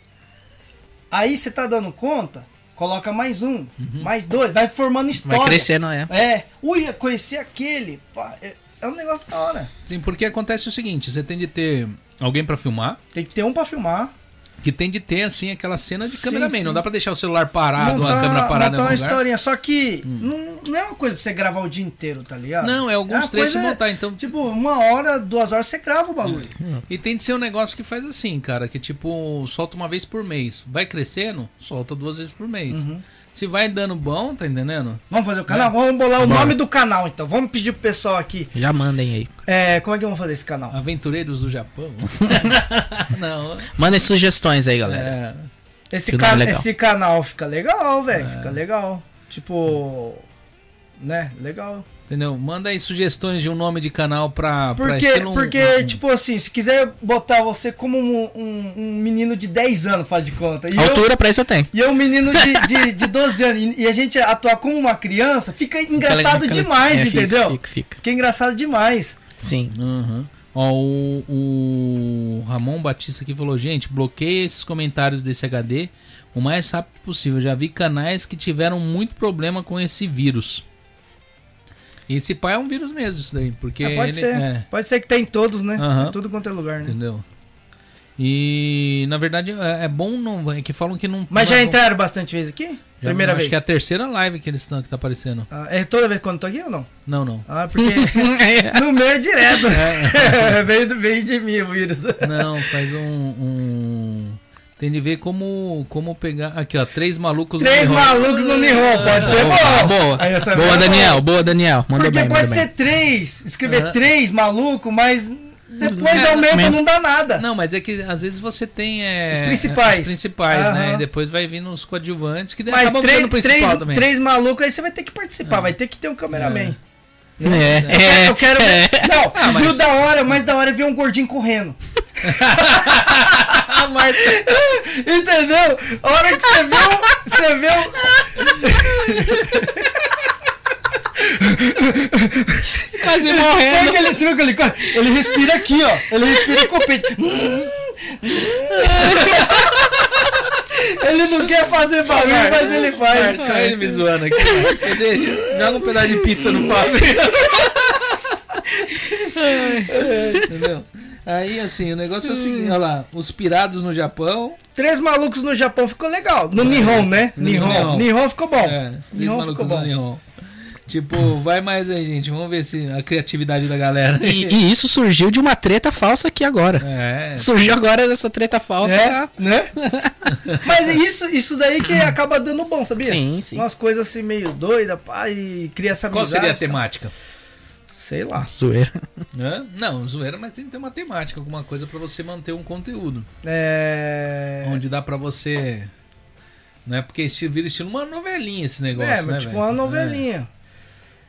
B: Aí você tá dando conta, coloca mais um,
A: Uhum.
B: mais dois, vai formando história.
E: crescendo,
A: né?
E: é.
B: É. Ui, eu conheci aquele. Pá, é, é um negócio da hora.
A: Sim, porque acontece o seguinte, você tem de ter alguém pra filmar,
B: Tem que ter um pra filmar.
A: que tem de ter, assim, aquela cena de
B: Sim,
A: cameraman.
B: sim.
A: Não dá pra deixar o celular parado,
B: montar
A: a Ah, câmera parada
B: montar
A: no
B: tá uma
A: lugar. Hum.
B: historinha. Só que não, não é uma coisa pra você gravar o dia inteiro, tá ligado?
A: Não, é alguns
B: uma
A: trechos
B: coisa-
A: montar, então...
B: Tipo, uma hora, duas horas você grava o bagulho.
A: E tem de ser um negócio que faz assim, cara, que tipo, solta uma vez por mês. Vai crescendo, solta duas vezes por mês.
B: Uhum.
A: Se vai dando bom, tá entendendo?
B: Vamos fazer o
A: É.
B: canal? Vamos bolar o nome do canal, então. Vamos pedir pro pessoal aqui.
E: Já mandem aí.
B: É, como é que vamos fazer esse canal?
A: Aventureiros do Japão. Não,
E: Mandem sugestões aí, galera.
A: é.
B: Esse,
E: Que
B: ca-
E: nome legal.
B: esse canal fica legal, velho. Fica legal. Tipo. Né? Legal.
A: Entendeu? Manda aí sugestões de um nome de canal pra. pra
B: Porque,
A: estilo um-
B: porque
A: um-
B: tipo assim, se quiser botar você como um, um- um menino de 10 anos, faz de conta. E eu,
E: Altura pra isso eu tenho.
B: e eu um menino de, de, de 12 anos. E- E a gente atuar como uma criança, fica engraçado
E: Aquela- aquela-
B: demais,
E: é, fica,
B: entendeu?
E: Fica, fica.
B: fica engraçado demais.
E: Sim.
A: Aham. Ó, o, o Ramon Batista aqui falou: gente, bloqueia esses comentários desse HD o mais rápido possível. Já vi canais que tiveram muito problema com esse vírus. Esse pai é um vírus mesmo, isso daí. Porque
B: É, pode
A: ele-
B: ser.
A: é,
B: Pode ser que tem em todos, né?
A: Aham.
B: Em tudo quanto é lugar, né?
A: entendeu? E na verdade é, é bom não. É que falam que não.
B: Mas
A: não é
B: já
A: bom-
B: entraram bastante vezes aqui?
A: já-
B: Primeira
A: acho
B: vez?
A: que é a terceira live que eles estão que tá aparecendo.
B: Ah, é toda vez quando eu tô aqui ou não?
A: Não, não.
B: Ah, porque no meu é direto.
E: É.
B: veio, do- veio de mim o vírus.
A: Não, faz um. um- Tem de ver como, como pegar. Aqui, ó. Três malucos no
B: Três
A: Nihon.
B: malucos no Nihon, pode ser bom.
E: boa.
B: é Aí essa
E: Boa,
B: é
E: Daniel. Boa, Daniel. Manda
B: Porque
E: bem,
B: pode
E: manda
B: ser
E: bem.
B: três, escrever
A: Aham.
B: três maluco, mas depois
A: É,
B: aumenta
E: aumenta.
B: não dá nada.
A: Não, mas é que às vezes você tem. é,
B: Os principais.
A: Os principais, né?
B: Aham.
A: E depois vai vir nos coadjuvantes, que
B: mas
A: acabam
B: três,
A: ficando principal
B: três,
A: também.
B: três malucos, aí você vai ter que participar, vai ter que ter um cameraman.
E: É, é.
B: né? Eu quero ver. Não,
A: Ah, mas-
B: e o da hora, o mais da hora é ver um gordinho correndo.
A: Ah, Marta,
B: Entendeu? A hora que você vê o. Você vê o.
A: quase
B: Como é
A: morrendo.
B: que ele, você viu que ele, corre? ele respira aqui, ó. Ele respira com o peito. ele não quer fazer barulho, mas ele faz.
A: Marta, só ele me zoando aqui. Deixa, joga um pedaço de pizza no papo. Entendeu? Aí, assim, o negócio é o seguinte: olha lá. Os pirados no Japão.
B: Três malucos no Japão ficou legal. No Nihon, né?
A: É, No Nihon.
B: Nihon. Nihon ficou bom.
A: É, três
B: Nihon
A: malucos
B: ficou
A: no
B: bom.
A: Nihon. Tipo, vai mais aí, gente. Vamos ver se a criatividade da galera.
E: E, e isso surgiu de uma treta falsa aqui agora.
A: É.
E: Surgiu agora dessa treta falsa.
B: É,
E: tá?
B: né? Mas é isso, isso daí
A: Uhum.
B: que acaba dando bom, sabia?
E: Sim, sim.
B: Umas coisas assim meio doida, pá, e cria essa
A: Qual
B: amizade.
A: seria a
B: sabe?
A: temática?
B: Sei lá.
E: Zoeira.
A: Hã? Não, zoeira, mas tem que ter uma temática, alguma coisa pra você manter um conteúdo.
B: É.
A: Onde dá pra você. Não é porque esse vira estilo uma novelinha esse negócio.
B: É,
A: né,
B: mas tipo
A: velho?
B: uma novelinha.
A: É,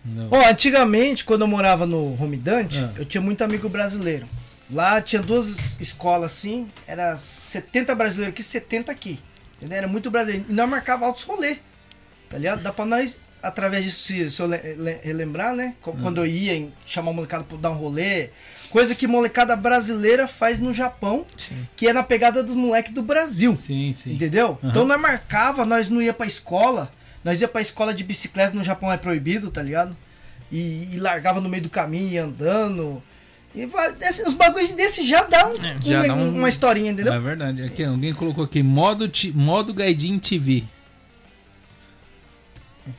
A: não.
B: Ó, antigamente, quando eu morava no Home Dante,
A: Ah.
B: eu tinha muito amigo brasileiro. Lá tinha duas escolas assim, era 70 brasileiros aqui, 70 aqui. Entendeu? Era muito brasileiro. E nós marcava altos rolê. Tá ligado? Dá pra nós, através disso, se, se eu le- le- relembrar, né? Co-
A: Hum.
B: Quando eu ia em chamar o molecada pra dar um rolê. Coisa que molecada brasileira faz no Japão, que é na pegada dos moleques do Brasil.
A: Sim, sim.
B: Entendeu?
A: Aham.
B: Então nós marcava, nós não ia pra escola, nós ia pra escola de bicicleta, no Japão é proibido, tá ligado? E, e largava no meio do caminho, ia andando. E va- assim, os bagulhos desse já dá, um-
A: É,
E: já
B: um-
E: dá um-
B: uma historinha,
A: Ah,
B: entendeu?
A: É verdade. Aqui, alguém colocou aqui, modo, ti- modo Gaidin TV.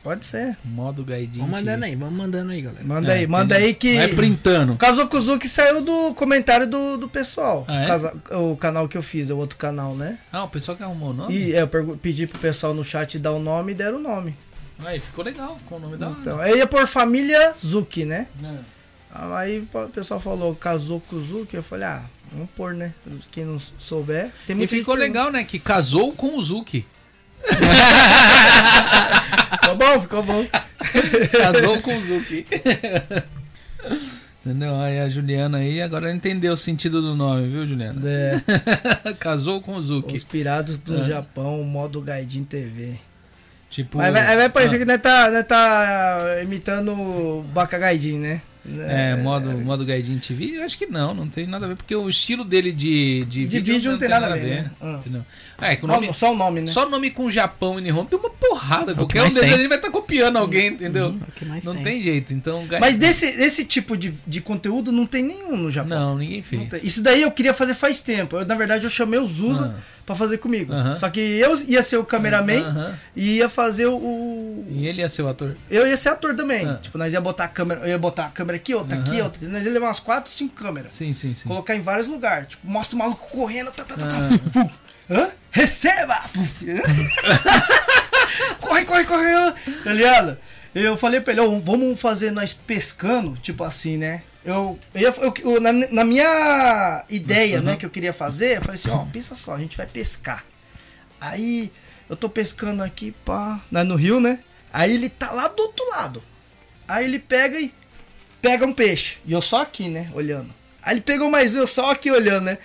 B: Pode ser.
A: Modo Gaidin
E: Vamos mandando
A: TV.
E: aí, vamos mandando aí, galera.
B: Manda
A: É,
B: aí, manda
A: entendeu?
B: aí que.
A: Vai printando.
B: Kazokuzuki saiu do comentário do, do pessoal.
A: Ah, é?
B: Casa- O canal que eu fiz, é o outro canal, né?
A: Ah, o pessoal que arrumou o nome?
B: E é, eu pergu- pedi pro pessoal no chat dar o nome e deram o nome.
A: Aí Ah, ficou legal, ficou o nome da hora.
B: Então, eu ia por família Zuki, né?
A: Né?
B: Aí o pessoal falou Kazokuzuki, eu falei, ah, vamos pôr, né? Quem não souber.
A: E
B: Tem muita gente
A: ficou legal, né? Que casou com o Zuki.
B: perguntando. Ficou bom, ficou bom.
A: Casou com o Zuki. Entendeu? Aí a Juliana aí agora entendeu o sentido do nome, viu, Juliana?
B: É,
A: Casou com o Zuki.
B: os pirados do
A: É.
B: Japão, modo Gaidin TV.
A: Tipo.
B: Mas vai, aí vai parecer
A: ah,
B: que nós tá, nós tá imitando o Bacagaidin, né?
A: É, modo, modo Gaidin TV, eu acho que não, não tem nada a ver, porque o estilo dele de, de,
B: De vídeo não tem nada a ver, né? Ah.
A: entendeu? É, que o
B: Só-
A: nome,
B: Só o nome, né? É
A: só o nome com Japão e Nihon tem uma porrada. Qualquer um
E: mais
A: deles
E: tem.
A: ele vai estar copiando alguém, entendeu?
E: É O que mais
A: Não tem.
E: tem?
A: jeito, então... Gaidin-
B: Uhum. Mas desse, desse tipo de, de conteúdo não tem nenhum no Japão.
A: Não, ninguém fez.
B: Não tem. Isso daí eu queria fazer faz tempo. Eu, na verdade, eu chamei o Zuza pra fazer comigo.
A: Ah. Aham.
B: Só que eu ia ser o cameraman
A: Aham.
B: e ia fazer o- o.
A: E ele é seu ator.
B: Eu ia ser ator também.
A: Ah.
B: Tipo, nós ia botar a câmera. Eu ia botar a câmera aqui, outra aqui, outra. Nós ia levar umas 4, 5 câmeras.
A: Sim, sim, Ah. sim.
B: Colocar em vários lugares. Tipo, mostra o maluco correndo. Tá, tá, tá, tá. Fum. Hã? Receba! Puf. Hã? corre, corre, corre! hã? Tá ligado? Eu falei pra ele, ó, vamos fazer nós pescando, tipo assim, né? Eu, eu, ia- eu- eu- na, na minha ideia, né, que eu queria fazer, eu falei assim, ó, pensa só, a gente vai pescar. Aí eu tô pescando aqui, pá, lá no rio, né? Aí ele tá lá do outro lado. Aí ele pega e pega um peixe. E eu só aqui, né? Olhando. Aí ele pegou mais eu só aqui olhando, né?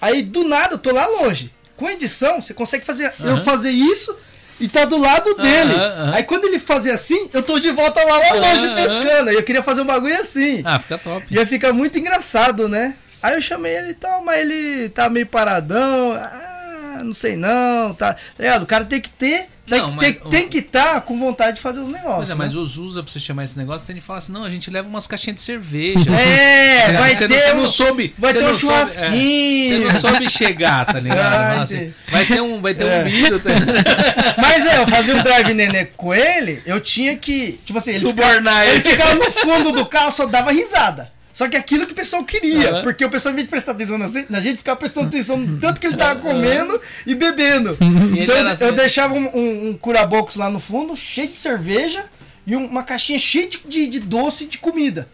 B: Aí do nada eu tô lá longe. Com edição, você consegue fazer eu fazer isso e tá do lado dele.
A: aham.
B: Aí quando ele fazer assim, eu tô de volta lá, lá longe
A: Aham.
B: pescando. Aí eu queria fazer um bagulho assim.
A: Ah, fica top.
B: Ia ficar muito engraçado, né? Aí eu chamei ele e tal, mas ele tá meio paradão. Ah, não sei não, tá. tá ligado? O cara tem que ter. Tem,
A: Não,
B: tem,
A: mas o-
B: tem que estar com vontade de fazer os negócios.
A: Pois é,
B: né?
A: mas os usa pra você chamar esse negócio, você fala assim, não, a gente leva umas caixinhas de cerveja.
B: É, vai
A: Tá você
B: ter.
A: não, você
B: um-
A: não soube.
B: vai
A: você
B: ter
A: não
B: um
A: soube- é,
B: churrasquinho.
A: você não soube chegar, tá ligado?
B: Ai,
A: Nossa,
B: gente. É.
A: vai ter um, vai ter um milho, tá
B: Mas é, eu fazia um drive nenê com ele, eu tinha que. Tipo assim, ele ficava,
A: Subornar
B: ele
A: ele.
B: ficava no fundo do carro, só dava risada. Só que aquilo que o pessoal queria,
A: Aham.
B: porque o pessoal, em vez de prestar atenção na gente, na gente ficava prestando atenção no tanto que ele tava comendo e bebendo.
A: ele
B: Então eu,
A: era assim,
B: eu
A: né?
B: deixava um, um, um curabox lá no fundo, cheio de cerveja e um- uma caixinha cheia de, de, de doce e de comida.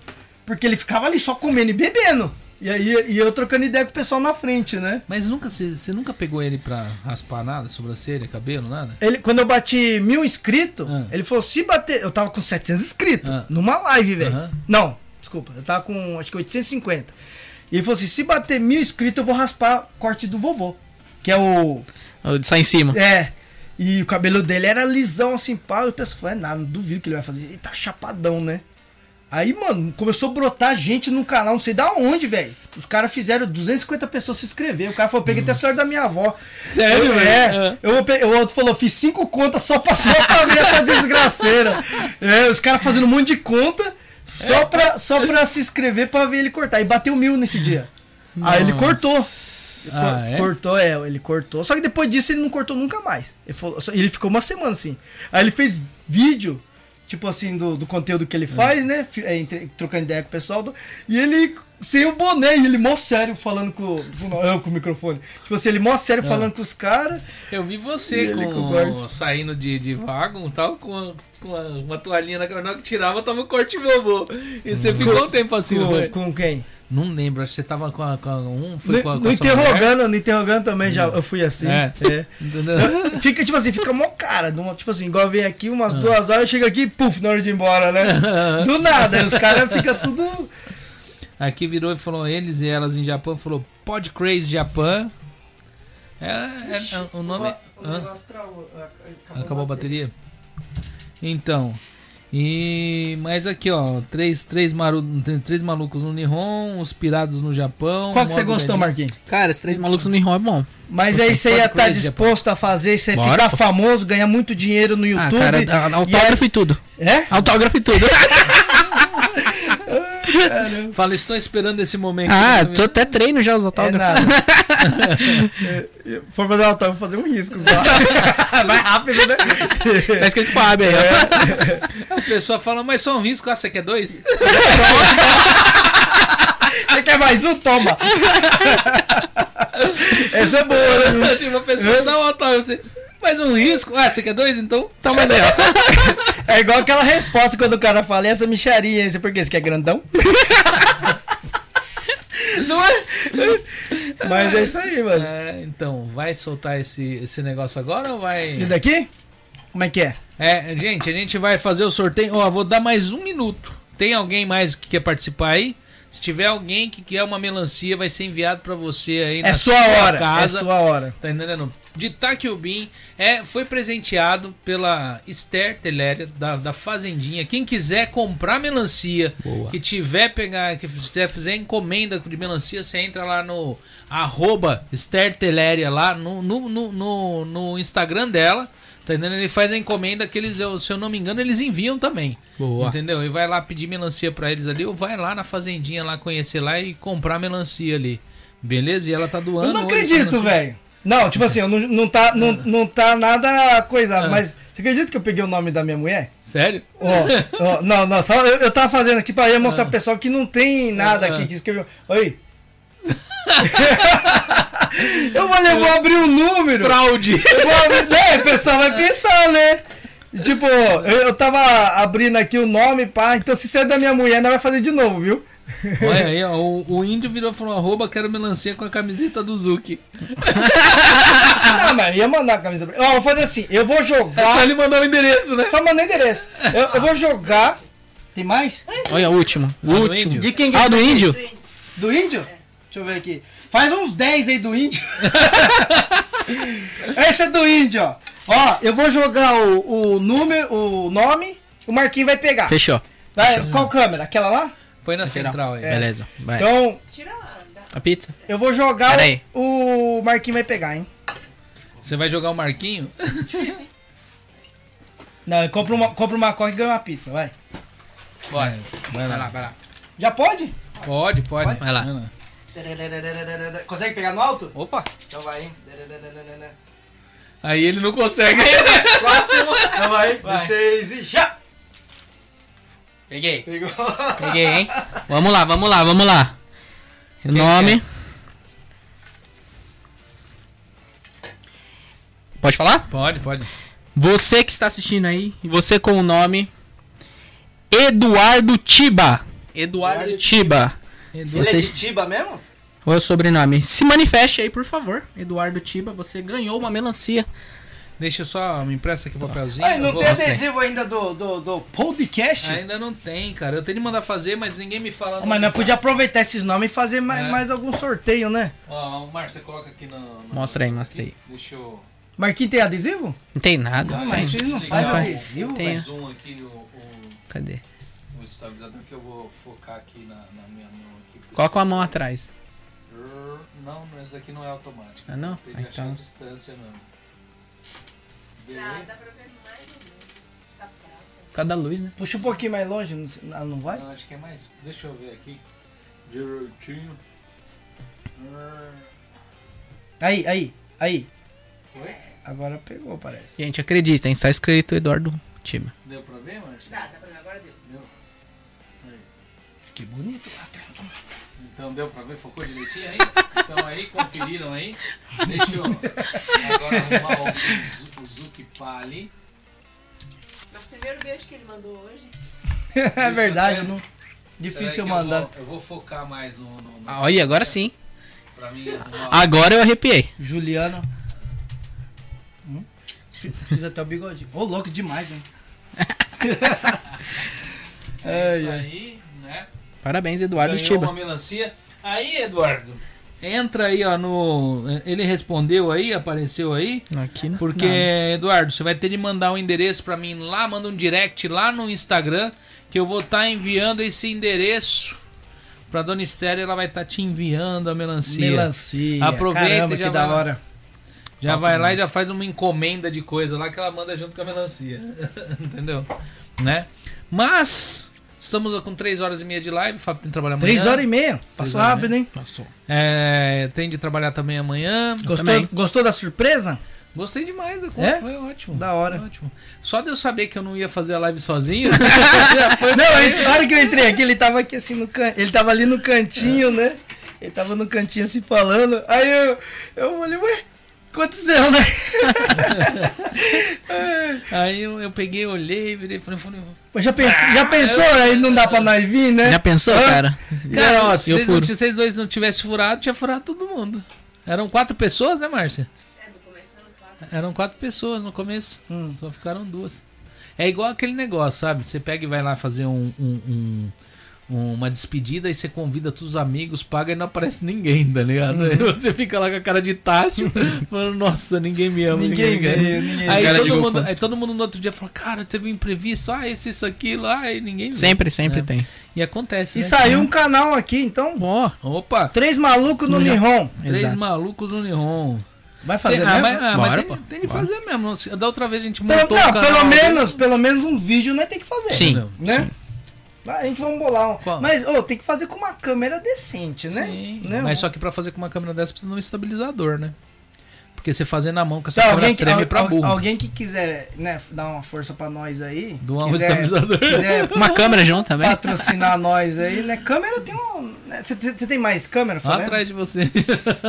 B: Porque ele ficava ali só comendo e bebendo. E aí e eu trocando ideia com o pessoal na frente, né?
A: Mas nunca, você, você nunca pegou ele pra raspar nada, sobrancelha, cabelo, nada?
B: Ele, quando eu bati mil inscritos,
A: Ah.
B: ele falou: se bater. Eu tava com 700 inscritos
A: Ah.
B: numa live, velho.
A: Aham.
B: Não, desculpa, eu tava com acho que 850. E ele falou assim: se bater mil inscritos, eu vou raspar o corte do vovô. Que é o.
E: Ou Sai em cima.
B: É. E o cabelo dele era lisão assim, pá. E o pessoal falou: é nada, não duvido que ele vai fazer. Ele tá chapadão, né? Aí, mano, começou a brotar gente no canal, não sei da onde, velho. Os caras fizeram 250 pessoas se inscrever. O cara falou: peguei até a celular da minha avó. Sério,
A: velho?
B: É. Eu, vou pe- o outro falou: fiz cinco contas só pra, só pra ver essa desgraceira. É, os caras fazendo um monte de conta só pra, só pra se inscrever pra ver ele cortar. E bateu mil nesse dia. Aí ele cortou.
A: Ah,
B: Co-
A: é?
B: Cortou, é, ele cortou. Só que depois disso ele não cortou nunca mais. Ele, falou- só- ele ficou uma semana assim. Aí ele fez vídeo, tipo assim, do, do conteúdo que ele faz, né? Fi- é, entre- trocando ideia com o pessoal. do- e ele sem o boné, e ele mó sério falando com, com, eu, com o microfone. Tipo assim, ele mó
A: Ah.
B: sério falando com os caras.
A: Eu vi
B: E
A: você
B: ele
A: com,
B: com corte.
A: saindo de, de vagon e tal, com, a- com a- uma toalhinha na cabeça. que tirava, tava o corte vovô. E você ficou um tempo assim, não
B: Hum. Com,
A: foi?
B: com quem?
A: Não lembro, acho que você tava com, a, com a- um, foi
B: No,
A: com a, com
B: no
A: a sua mulher?
B: interrogando, no interrogando também já. Eu fui assim.
A: É.
B: é.
A: Entendeu?
B: Fica, tipo assim, fica mó cara. de uma- Tipo assim, igual vem aqui umas duas horas, chega aqui, puf, na hora de ir embora, né? Do nada, os caras ficam tudo.
A: Aqui virou e falou eles e elas em Japão, falou Pod Crazy Japan. É, é- é- o nome.
M: O
A: Hã?
M: negócio travou.
A: Acabou a bateria? Então. E mas aqui ó, três, três, maru, três malucos no Nihon, os pirados no Japão.
B: Qual que você
A: modo
B: gostou,
A: velhinho.
B: Marquinhos?
E: Cara, os três malucos no Nihon é bom.
B: Mas aí você
A: pode
B: ia estar
A: corrigir,
B: disposto a fazer, você ia
E: Bora,
B: ficar
E: pô.
B: famoso, ganhar muito dinheiro no
E: Ah,
B: YouTube.
E: cara, a- autógrafo e tudo.
B: É?
E: Autógrafo e tudo.
A: Fala, estou esperando esse momento.
E: ah,
A: Né?
E: tô até treino já os
B: É
E: autógrafos.
B: nada. É, é, For fazer autógrafo, fazer um risco só. Vai rápido, né?
E: tá escrito Fábio aí,
B: É.
E: ó.
A: A pessoa fala, mas só um risco, ah, você quer dois?
B: Você quer mais um? Toma! Essa é boa, né?
A: tipo, a pessoa dá um autógrafo, você, mais um risco? Ah, você quer dois? Então
B: Tá,
A: toma aí, ó.
B: É igual aquela resposta quando o cara fala, "E essa micharia, hein? Você por quê? Você quer grandão? Não é? Mas é isso aí, mano.
A: É, então, vai soltar esse, esse negócio agora ou vai.
B: Esse daqui? Como é que é?
A: É, gente, a gente vai fazer o sorteio. Ó, vou dar mais um minuto. Tem alguém mais que quer participar aí? Se tiver alguém que quer uma melancia, vai ser enviado pra você aí
B: É sua hora,
A: casa.
B: é sua hora.
A: Tá entendendo? De Taquiobim, é, foi presenteado pela Esther Teléria, da, da Fazendinha. Quem quiser comprar melancia, que tiver pegar, que fizer, fizer encomenda de melancia, você entra lá no arroba Esther Teléria, lá no, no, no, no- no Instagram dela. Tá entendendo? Ele faz a encomenda que eles, eu- se eu não me engano, eles enviam também.
E: Boa.
A: Entendeu? E vai lá pedir melancia pra eles ali, ou vai lá na fazendinha lá conhecer lá e comprar melancia ali. Beleza? E ela tá É. doando.
B: Eu não
A: hoje essa
B: acredito,
A: melancia.
B: velho. Não, tipo assim, eu não, não, tá, não, não tá nada
A: É.
B: coisado, mas você acredita que eu peguei o nome da minha mulher?
A: Sério?
B: Ó, ó, não, não, só eu, eu tava fazendo aqui pra eu mostrar pro pessoal que não tem nada aqui que escreveu. Oi. eu vou, eu vou abrir o número.
A: Fraude!
B: Eu vou abrir, né? O pessoal vai pensar, né? E, Tipo, eu, eu tava abrindo aqui o nome, pá. Então, se sair da minha mulher, nós vai fazer de novo, viu?
A: Olha aí, ó, o, o índio virou e falou: arroba, quero melancia com a camiseta do Zuki.
B: Ah, mas ia mandar a camisa pra ele. Ó, eu vou fazer assim: eu vou
A: É
B: jogar.
A: só ele mandar o endereço, né?
B: Só mandar endereço. Eu, eu vou jogar. Tem mais?
E: Olha, o último. O
A: do
E: último.
A: índio?
B: De quem que
E: Ah, do índio?
B: Do índio? Deixa eu ver aqui. Faz uns 10 aí do índio. Esse é do índio, ó. Ó, eu vou jogar o, o número, o nome, o Marquinho vai pegar.
E: Fechou.
B: Vai, qual câmera? Aquela lá?
A: Põe na central aí.
E: Beleza, vai.
B: É. Então,
C: Tira a. da-
E: A pizza?
B: eu vou jogar
E: Pera aí.
B: o, o Marquinho vai pegar, hein?
A: Você vai jogar o Marquinho?
B: Não, compra uma, compra uma coca e ganha uma pizza, vai.
A: Bora. É, Vai lá, vai lá.
B: Já pode?
A: Pode, pode.
E: Vai lá.
B: Consegue pegar no alto?
A: Opa!
B: Então vai, hein?
A: Aí ele não consegue.
B: Próximo. Então vai, vai. três e já!
E: Peguei.
B: Pegou.
E: Peguei, hein? Vamos lá, vamos lá, vamos lá. O nome. Pode falar?
A: Pode, pode.
E: Você que está assistindo aí, e você com o nome Eduardo Tiba. Eduardo Tiba.
B: Ele é de
E: Você...
B: Tiba mesmo?
E: Qual é o sobrenome? Se manifeste aí, por favor. Eduardo Tiba, você ganhou uma melancia.
A: Deixa eu só me impressa aqui o papelzinho.
B: Ai,
A: eu
B: não
A: vou-
B: tem um adesivo ainda do, do, do podcast?
A: Ainda não tem, cara. Eu tenho de mandar fazer, mas ninguém me fala.
B: Mas é nós podia aproveitar esses nomes e fazer mais,
A: É.
B: mais algum sorteio, né?
A: Ó, o Márcio, você coloca aqui no. no-
E: Mostra aí, mostra aí.
A: Deixa eu.
B: Marquinhos tem adesivo?
E: Não tem nada.
B: Ah,
E: não
B: mas
E: tem.
B: vocês não
A: Tem,
B: fazem
E: não faz.
B: adesivo,
E: Tem.
B: velho.
A: Zoom aqui o, o,
E: Cadê?
A: o estabilizador que eu vou focar aqui na, na minha mão aqui.
E: Coloca a mão atrás.
B: é?
A: Não, não, esse daqui não é automático.
E: Ah, não?
A: Tem
E: Ah,
A: que achar a
E: Então.
A: distância mesmo.
C: Dá,
A: Beleza?
C: dá pra ver mais ou menos. Tá fraco.
E: Cada luz, né?
B: Puxa um pouquinho mais longe, não, sei- ah, não vai?
A: Não, acho que é mais. Deixa eu ver aqui. Direitinho. Ah,
B: Aí, aí, aí.
A: Oi?
B: Agora pegou, parece.
E: Gente, acreditem, está escrito Eduardo Tiba.
A: Deu pra ver, Márcio?
C: Dá, dá pra ver. Agora deu.
B: Que bonito.
A: Então deu pra ver? Focou direitinho aí? Então aí, conferiram aí. Deixa eu agora arrumar o, o Zuki Pali.
C: Mas o primeiro beijo que ele mandou hoje.
B: É verdade,
A: ver.
B: não.
A: Peraí que
B: Difícil
A: eu
B: eu mandar.
A: vou- Eu vou focar mais no. no, no
E: Ah, Olha, agora sim.
A: pra mim arrumar.
E: Agora eu arrepiei.
B: Juliana. Hum? Fiz até o bigodinho. Ô, louco demais, hein?
A: É isso aí, né?
E: Parabéns, Eduardo
A: Ganhou
E: Tiba.
A: uma melancia. Aí, Eduardo, entra aí, ó, no. Ele respondeu aí, apareceu aí.
E: Aqui não.
A: Porque, Eduardo, você vai ter de mandar um endereço pra mim lá, manda um direct lá no Instagram, que eu vou estar enviando esse endereço pra Dona Esther, ela vai estar te enviando a melancia.
B: Melancia.
A: Aproveita
B: Caramba,
A: e já
B: que da
A: vai lá.
B: hora.
A: Já vai lá e já faz uma encomenda de coisa lá que ela manda junto com a melancia. Entendeu? Né? Mas estamos com 3 horas e meia de live, o Fábio tem que trabalhar amanhã.
B: 3 horas e meia. Passou
A: horas e
B: rápido, hein?
A: É, tem de trabalhar também amanhã.
B: Gostou,
E: também.
B: gostou da surpresa?
A: Gostei demais, a conta
B: É?
A: foi ótimo.
B: Da hora.
A: Foi Ótimo. Só de eu saber que eu não ia fazer a live sozinho.
B: Não, ele- na hora que eu entrei aqui, ele tava aqui assim no canto. Ele tava ali no cantinho, né? Ele tava no cantinho assim falando. Aí eu, eu falei, ué, aconteceu, né?
A: Aí eu, eu peguei, olhei, virei e falei, falei,
B: Mas já, pens,
A: Ah,
B: já pensou? Aí não dá pra nós vir, né?
E: Já pensou, cara?
B: é
A: cara, ó, se
E: eu
A: vocês, não-
E: furo.
A: se vocês dois não tivessem furado, tinha furado todo mundo. Eram quatro pessoas, né, Márcia?
C: É, do começo do quatro.
A: Eram quatro pessoas no começo,
B: Hum.
A: só ficaram duas. É igual aquele negócio, sabe? Você pega e vai lá fazer um, um, um, uma despedida, aí você convida todos os amigos, paga e não aparece ninguém, tá ligado? Aí
B: Uhum.
A: você fica lá com a cara de tacho, falando, nossa, ninguém me ama, ninguém,
B: Ninguém
A: me ama.
B: veio, ninguém
A: aí,
B: veio. Cara de
A: todo
B: gol
A: mundo,
B: contra.
A: aí todo mundo no outro dia fala, cara, teve um imprevisto, ah, esse, isso, aquilo, ah, e ninguém veio.
E: Sempre, sempre
A: É.
E: tem.
A: E acontece,
B: E
A: né?
B: saiu um canal aqui, então.
E: Ó,
A: Opa,
B: Três malucos no
E: No Ja-
B: Nihon.
A: três
E: Exato.
A: malucos no Nihon.
B: Vai fazer
A: tem, ah,
B: mesmo?
A: mas- ah, mas
E: Bora,
A: tem,
E: pô,
A: tem de
E: bora.
A: fazer mesmo. Se- Da outra vez a gente
B: Então,
A: montou
B: não,
A: o canal. né?
B: pelo
A: dele.
B: menos, pelo menos um vídeo nós tem que fazer.
E: Sim.
B: Né? Ah, a gente vamos bolar um.
A: Qual?
B: Mas, ô, tem que fazer com uma câmera decente, né?
A: Sim,
B: né?
A: mas só que pra fazer com uma câmera dessa precisa de um estabilizador, né? Porque você fazer na mão com essa
B: Então,
A: câmera
B: alguém, que,
A: treme
B: al-
A: pra
B: al-
A: burro.
B: alguém que quiser né, dar uma força pra nós aí.
A: Do um
B: quiser,
A: estabilizador.
B: quiser
E: Uma câmera junto também.
B: Ah, patrocinar nós aí, né? Câmera tem um. Você tem mais
A: Lá
B: câmera, Fabiano?
A: atrás de você.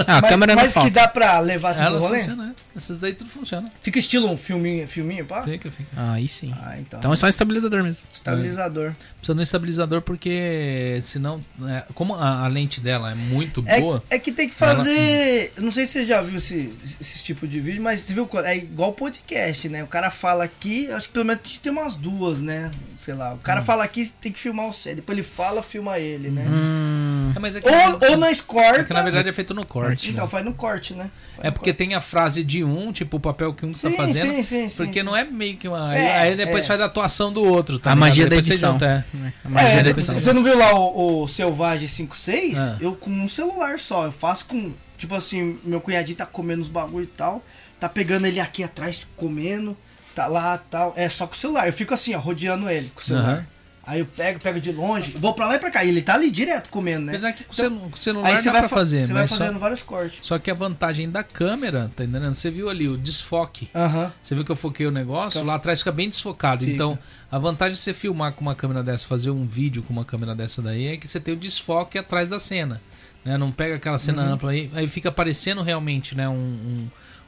E: Ah, a
B: mas,
E: câmera não
B: mas que
E: falta.
B: dá pra levar assim no
A: Ela
B: rolê?
A: funciona, né? Essas daí tudo funciona.
B: Fica estilo um filminho, filminho, pá?
A: Fica, fica.
E: Aí sim.
B: Ah, então.
E: Então é só um estabilizador mesmo.
B: Estabilizador.
A: Precisa de um estabilizador porque senão. né, como a, a lente dela é muito
B: É,
A: boa.
B: é que tem que fazer. eu Não sei se você já viu esse, esse tipo de vídeo, mas você viu? co- É igual podcast, né? O cara fala aqui, acho que pelo menos a gente tem umas duas, né? Sei lá. O
A: Hum.
B: cara fala aqui, tem que filmar o C. Depois ele fala, filma ele, né?
E: Hum,
A: É, mas é que-
B: Ou, ou nós
A: é que na
B: corta.
A: verdade é feito no corte.
B: então,
A: né?
B: faz no corte, né? Faz
A: É
B: no
A: porque
B: corte.
A: tem a frase de um, tipo o papel que um
B: Sim,
A: tá fazendo.
B: sim, sim, sim,
A: Porque
B: sim.
A: não é meio que uma.
B: É,
A: aí depois
B: é.
A: faz a atuação do outro, tá?
E: A
A: ligado?
E: magia da
A: Depois você
E: edição.
A: junta, é.
E: a magia
B: É,
E: da edição.
A: né?
B: você não viu lá o, o Selvagem 56?
A: Ah.
B: Eu com um celular só. Eu faço com. Tipo assim, meu cunhadinho tá comendo os bagulho e tal. Tá pegando ele aqui atrás, comendo. Tá lá tal. É só com o celular. Eu fico assim, ó, rodeando ele com o celular.
A: Aham.
B: Aí eu pego, pego de longe, vou pra lá e pra cá. E ele tá ali direto comendo, né?
A: Apesar que com o celu- com o celular
B: Aí
A: dá pra
B: fa-
A: fazer,
B: Você vai
A: mas só-
B: fazendo vários cortes.
A: Só que a vantagem da câmera, tá entendendo? Você viu ali o desfoque.
B: Aham.
A: Você viu que eu foquei o negócio,
B: Fica-
A: lá atrás fica bem desfocado.
B: Fica.
A: Então, a vantagem de você filmar com uma câmera dessa, fazer um vídeo com uma câmera dessa daí, é que você tem o desfoque atrás da cena. né? Não pega aquela cena ampla aí, aí fica parecendo realmente né, um,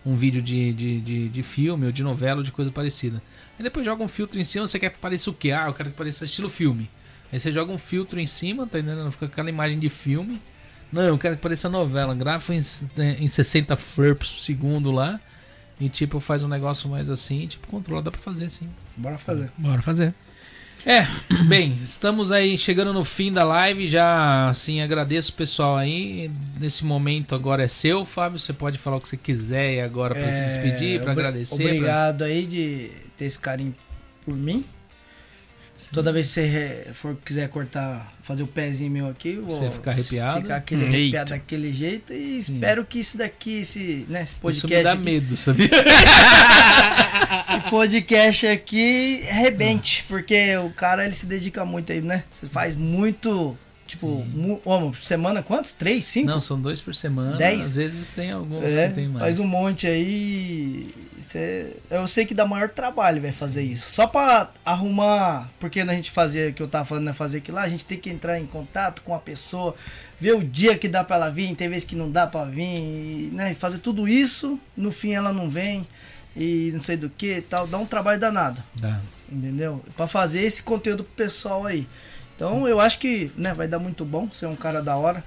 A: um, um vídeo de, de, de, de filme ou de novela ou de coisa parecida. Aí depois joga um filtro em cima, você quer que pareça o quê? Ah, eu quero que pareça estilo filme. Aí você joga um filtro em cima, tá entendendo? Fica aquela imagem de filme. Não, eu quero que pareça novela. Grafo em, em 60 flips por segundo lá. E tipo, faz um negócio mais assim, tipo, controla, dá pra fazer assim.
B: Bora fazer.
E: Bora fazer.
A: É, bem, estamos aí chegando no fim da live, já assim agradeço o pessoal aí. Nesse momento agora é seu, Fábio, você pode falar o que você quiser aí agora pra se
B: É,
A: despedir, pra
B: obri-
A: agradecer. pra-
B: Obrigado aí de ter esse carinho por mim. Toda vez que você re- for, quiser cortar, fazer o pezinho meu aqui, eu
A: Você
B: vou
A: ficar arrepiado?
B: Ficar aquele
E: Eita.
B: arrepiado daquele jeito. E espero que isso daqui, esse, né, esse
A: Isso
B: podcast.
A: me dá
B: aqui-
A: medo, sabia?
B: esse podcast aqui arrebente, porque o cara ele se dedica muito aí, né? Você faz muito. Tipo, mu, ó, mano, semana quantos? Três, cinco?
A: Não, são dois por semana.
B: Dez?
A: Às vezes tem alguns
B: É,
A: que tem mais.
B: faz um monte aí. cê- eu sei que dá maior trabalho, velho, fazer isso. Só pra arrumar. Porque a gente fazia o que eu tava falando, né? Fazer aquilo lá, a gente tem que entrar em contato com a pessoa, ver o dia que dá pra ela vir, tem vezes que não dá pra vir, e, né? e Fazer tudo isso, no fim ela não vem. E não sei do que e tal, dá um trabalho danado,
A: Dá.
B: entendeu? Pra fazer esse conteúdo pro pessoal aí. Então eu acho que né, vai dar muito bom, você é um cara da hora.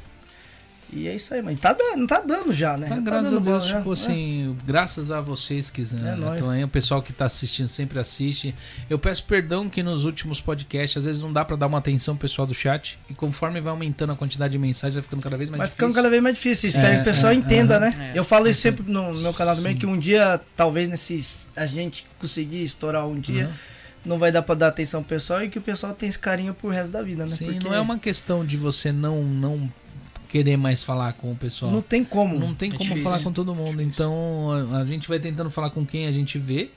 B: E é isso aí, mano. Tá dando, tá dando já, né?
A: Mas
B: Tá
A: graças a
B: dando bom
A: Deus,
B: já,
A: tipo
B: né?
A: assim, graças a vocês que né,
B: É nóis.
A: estão aí, o pessoal que tá assistindo sempre assiste. Eu peço perdão que nos últimos podcasts, às vezes não dá pra dar uma atenção pro pessoal do chat. E conforme vai aumentando a quantidade de mensagens, vai ficando cada vez mais
B: Vai
A: é difícil.
B: ficando cada vez mais difícil. Espero
A: É,
B: que o pessoal
A: é,
B: entenda,
A: aham,
B: né?
E: é.
B: Eu falo isso sempre no meu canal também, que um dia, talvez, nesses, a gente conseguir estourar um dia,
A: Uhum.
B: não vai dar pra dar atenção ao pessoal e que o pessoal tem esse carinho pro resto da vida, né?
A: Sim, não é uma questão de você não, não querer mais falar com o pessoal.
B: Não tem como.
A: Não tem
E: É
A: como
E: difícil.
A: falar com todo mundo. Então a, a gente vai tentando falar com quem a gente vê,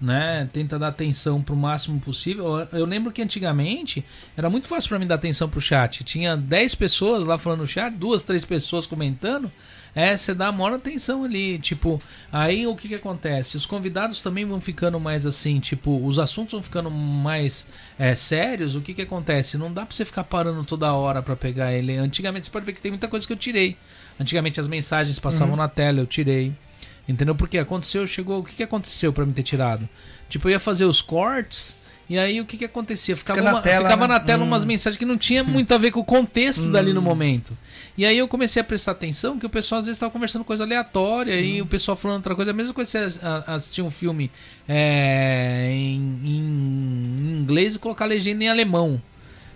A: né? Tenta dar atenção pro máximo possível. Eu- Eu lembro que antigamente era muito fácil pra mim dar atenção pro chat. Tinha 10 pessoas lá falando no chat, duas, três pessoas comentando. É, você dá a maior atenção ali, tipo, aí o que que acontece? Os convidados também vão ficando mais assim, tipo, os assuntos vão ficando mais é, sérios, o que que acontece? Não dá pra você ficar parando toda hora pra pegar ele. Antigamente você pode ver que tem muita coisa que eu tirei. Antigamente as mensagens passavam
B: Uhum.
A: na tela, eu tirei. Entendeu? Porque aconteceu, chegou. O que, que aconteceu pra me ter tirado? Tipo, eu ia fazer os cortes. E aí o que, que acontecia? Ficava,
B: Fica na
A: uma-
B: tela,
A: ficava
B: né?
A: na tela umas mensagens que não tinha muito a ver com o contexto dali no momento. E aí eu comecei a prestar atenção que o pessoal às vezes estava conversando coisa aleatória e o pessoal falando outra coisa. A mesma coisa que você a- assistir um filme é, em, em inglês e colocar a legenda em alemão.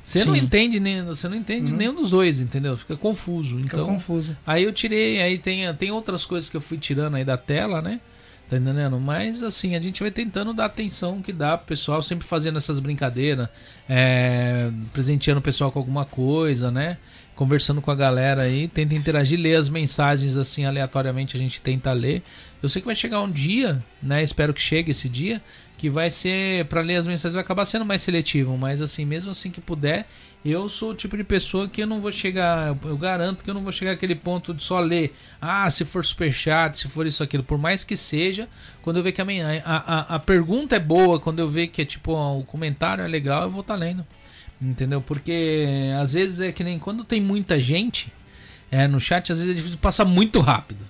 A: Você não
E: Sim.
A: entende nem, você não entende nenhum dos dois, entendeu? Fica confuso.
B: Fica
A: então,
B: confuso.
A: Aí eu tirei, aí tem, tem outras coisas que eu fui tirando aí da tela, né? Tá entendendo? Mas assim, a gente vai tentando dar atenção que dá pro pessoal, sempre fazendo essas brincadeiras, é, presenteando o pessoal com alguma coisa, né? Conversando com a galera aí, tenta interagir, ler as mensagens assim aleatoriamente, a gente tenta ler. Eu sei que vai chegar um dia, né? Espero que chegue esse dia, que vai ser para ler as mensagens vai acabar sendo mais seletivo, mas assim, mesmo assim que puder, eu sou o tipo de pessoa que eu não vou chegar, eu- eu garanto que eu não vou chegar àquele ponto de só ler. Ah, se for superchat, se for isso aquilo, por mais que seja, quando eu ver que a, minha, a, a, a pergunta é boa, quando eu ver que é tipo ó, o comentário é legal, eu vou estar lendo. Entendeu? Porque às vezes é que nem quando tem muita gente é, no chat, às vezes é difícil passar muito rápido.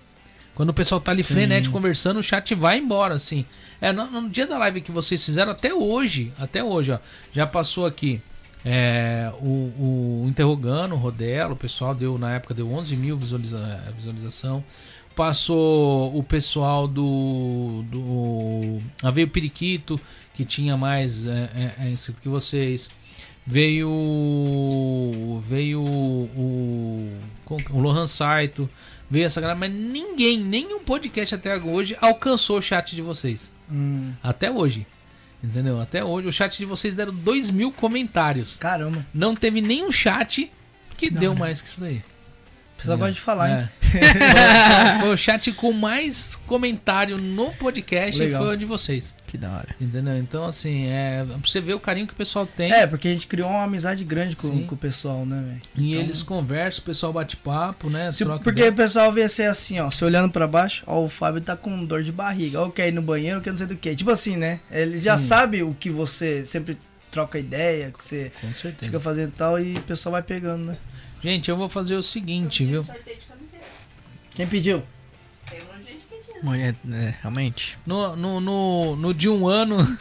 A: Quando o pessoal tá ali frenético conversando, o chat vai embora, assim. É, no, no dia da live que vocês fizeram, até hoje, até hoje, ó, já passou aqui é, o, o Interrogando, o Rodelo, o pessoal deu, na época, deu 11 mil visualiza, é, visualização. Passou o pessoal do, do Aveio Periquito, que tinha mais é, é, é, inscrito que vocês. Veio. Veio o. como que- O Lohan Saito. Veio essa galera, mas ninguém, nenhum podcast até hoje alcançou o chat de vocês.
B: Hum.
A: Até hoje. Entendeu? Até hoje. O chat de vocês deram 2 mil comentários.
B: Caramba.
A: Não teve nenhum chat que deu mais que isso daí.
B: pessoal
A: Entendeu?
B: gosta de né? falar, hein?
A: É. Foi o chat com mais comentário no podcast
B: Legal.
A: e foi o de vocês.
E: Que da hora.
A: Entendeu? Então, assim, é, pra você ver o carinho que o pessoal tem.
B: É, porque a gente criou uma amizade grande com,
A: Sim.
B: com o pessoal, né, velho?
A: E
B: Então-
A: eles conversam, o pessoal bate papo, né?
B: Se-
A: troca
B: porque
A: ideia.
B: o pessoal vê ser assim, ó, se olhando pra baixo, ó, o Fábio tá com dor de barriga, ó, quer ir no banheiro, quer não sei do que. Tipo assim, né? Ele já
A: Sim.
B: sabe o que você sempre troca ideia, que você
A: Com certeza.
B: fica fazendo e tal, e o pessoal vai pegando, né?
A: Gente, eu vou fazer o seguinte, viu?
B: Quem pediu?
C: um
E: Mulher, é, realmente.
A: No, no, no, no de um ano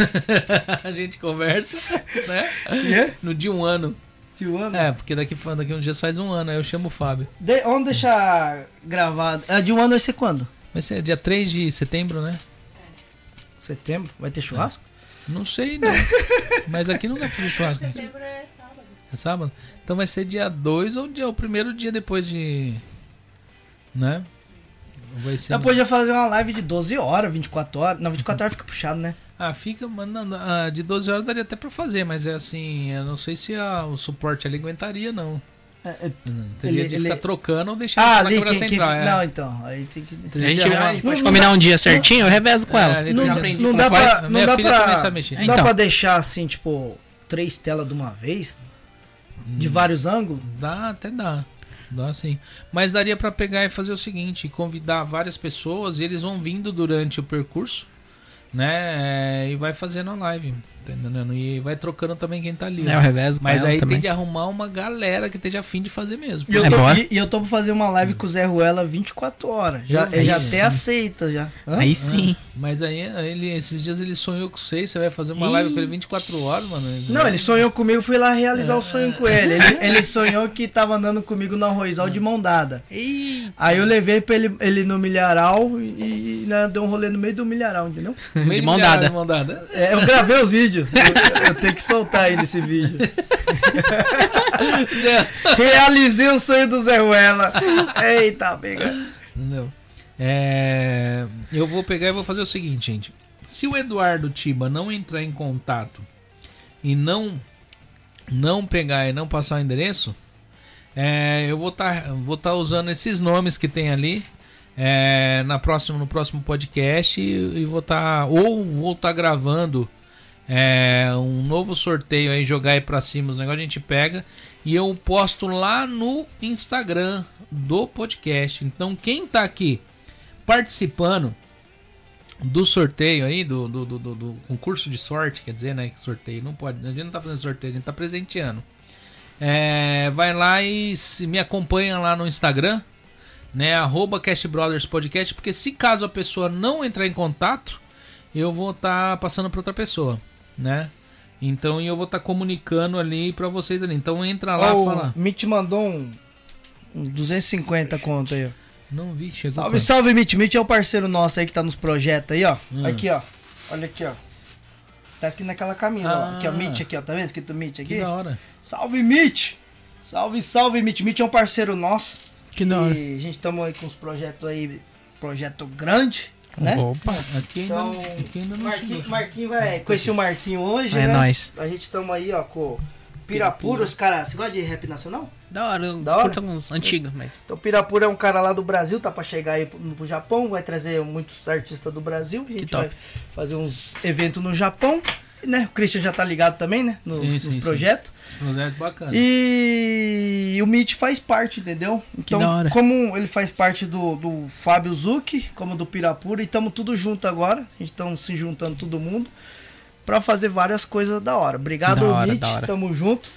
A: a gente conversa, né?
B: Yeah.
A: No de um ano.
B: De um ano?
A: É, porque daqui, fa- daqui uns dias faz um ano, aí eu chamo o Fábio.
B: De- vamos deixar gravado. É, de um ano vai ser quando?
A: Vai ser é dia 3 de setembro, né?
B: Setembro? Vai ter
A: É,
B: churrasco?
A: Não sei, não. Mas aqui não dá pra fazer churrasco. né?
C: Setembro é sábado.
A: É sábado? Então vai ser dia 2 ou dia, o primeiro dia depois de. Né? Vai ser.
B: Eu podia fazer uma live de 12 horas, 24 horas. Não, 24 horas fica puxado, né?
A: Ah, fica. mas não- ah, de 12 horas daria até pra fazer, mas é assim, eu não sei se a- o suporte ali aguentaria, não.
B: É, é-
A: Não, Teria
B: Ele-
A: de
B: ele-
A: ficar trocando ou deixar
B: ah,
A: na
B: ali,
A: câmera
B: quem, quem-
A: central. é.
B: Não, então, aí tem que...
E: A gente,
A: Já-
E: a gente pode combinar um dia certinho, eu revezo com ela.
A: É,
B: Não,
A: já
B: dá-
A: aprendi
B: não
A: como
B: dá
A: faz.
B: pra,
A: Minha
B: não dá
A: filha também
B: pra,
A: sabe mexer.
B: não dá
E: Então.
B: pra deixar assim, tipo, três telas de uma vez? De vários ângulos?
A: Dá, até dá. Dá sim. Mas daria pra pegar e fazer o seguinte: convidar várias pessoas e eles vão vindo durante o percurso, né? é, E vai fazendo a live. tá entendendo? E vai trocando também quem tá ali.
E: É, eu revezo com
A: Mas
E: ela
A: aí
E: também.
A: tem de arrumar uma galera que esteja afim de fazer mesmo.
B: E eu,
E: É,
B: tô,
E: bora.
B: e, e eu tô pra fazer uma live com o Zé Ruela 24 horas. Já,
A: Aí
B: ele já
E: sim.
B: até aceita, já. Hã?
E: Aí sim.
A: Mas aí ele, esses dias ele sonhou com vocês, você vai fazer uma live com ele 24 horas, mano.
B: Não, ele sonhou comigo, fui lá realizar
A: É.
B: o sonho com ele. ele. ele sonhou que tava andando comigo no arrozal de mão dada. Aí eu levei pra ele, ele no milharal e, e né, deu um rolê no meio do milharal, entendeu?
A: Meio
E: de mão
A: milhar
E: dada.
A: de mão dada.
B: É, eu gravei o vídeo. Eu, eu tenho que soltar aí nesse vídeo.
A: É.
B: Realizei o sonho do Zé Ruela. Eita, pega.
A: Entendeu? É, eu vou pegar e vou fazer o seguinte, gente. Se o Eduardo Tiba não entrar em contato e não não pegar e não passar o endereço, é, eu vou estar vou tá usando esses nomes que tem ali é, na próxima no próximo podcast e, e vou estar ou vou estar gravando é, um novo sorteio aí jogar aí para cima os negócios a gente pega e eu posto lá no Instagram do podcast. Então quem tá aqui participando do sorteio aí, do, do, do, do- do concurso de sorte, quer dizer, né? que Sorteio não pode, a gente não tá fazendo sorteio, a gente tá presenteando. É, vai lá e se- me acompanha lá no Instagram, né? Arroba Cast Brothers Podcast, porque se caso a pessoa não entrar em contato, eu vou estar passando para outra pessoa, né? Então e eu vou estar comunicando ali para vocês ali. Então entra lá,
B: Ó,
A: fala.
B: o Mitch mandou um, um 250 conto aí. ó.
A: Não vi, chegou.
B: Salve,
A: quando? Hum.
B: salve, Mitch. Mitch é um parceiro nosso aí que tá nos projetos aí, ó. Aqui, ó. Olha aqui, ó. Tá escrito naquela camisa
A: Ah.
B: lá, que é o Mitch aqui, ó. Tá vendo escrito Mitch aqui?
A: Que da hora.
B: Salve, Mitch! Salve, salve, Mitch. Mitch é um parceiro nosso.
E: Que da hora.
B: E a gente estamos aí com uns projetos aí, projeto grande, né?
E: Opa.
A: Aqui ainda,
B: Então,
A: Tá não- aqui ainda não
B: Marquinho,
A: chegou. tá
B: Marquinho vai. Conheci o Marquinho hoje,
E: É
B: né?
E: nóis.
B: A gente tamo aí, ó, com o Pirapura, os caras. Você gosta de rap nacional?
E: Da hora, eu
B: Da hora?
E: curto alguns antigos, mas.
B: Então, o Pirapura é um cara lá do Brasil, tá pra chegar aí pro, pro Japão, vai trazer muitos artistas do Brasil. A gente
E: top.
B: vai fazer uns eventos no Japão, né? O Christian já tá ligado também, né? Nos,
A: Sim,
B: nos
A: sim, sim.
B: projetos.
A: Projeto bacana.
B: E o Mitch faz parte, entendeu? Então,
E: da hora.
B: como ele faz parte do, do Fábio Zucchi, como do Pirapura, e estamos tudo junto agora. A gente estamos se juntando todo mundo pra fazer várias coisas da hora. Obrigado,
E: Da hora,
B: Mitch.
E: da hora.
B: Tamo junto.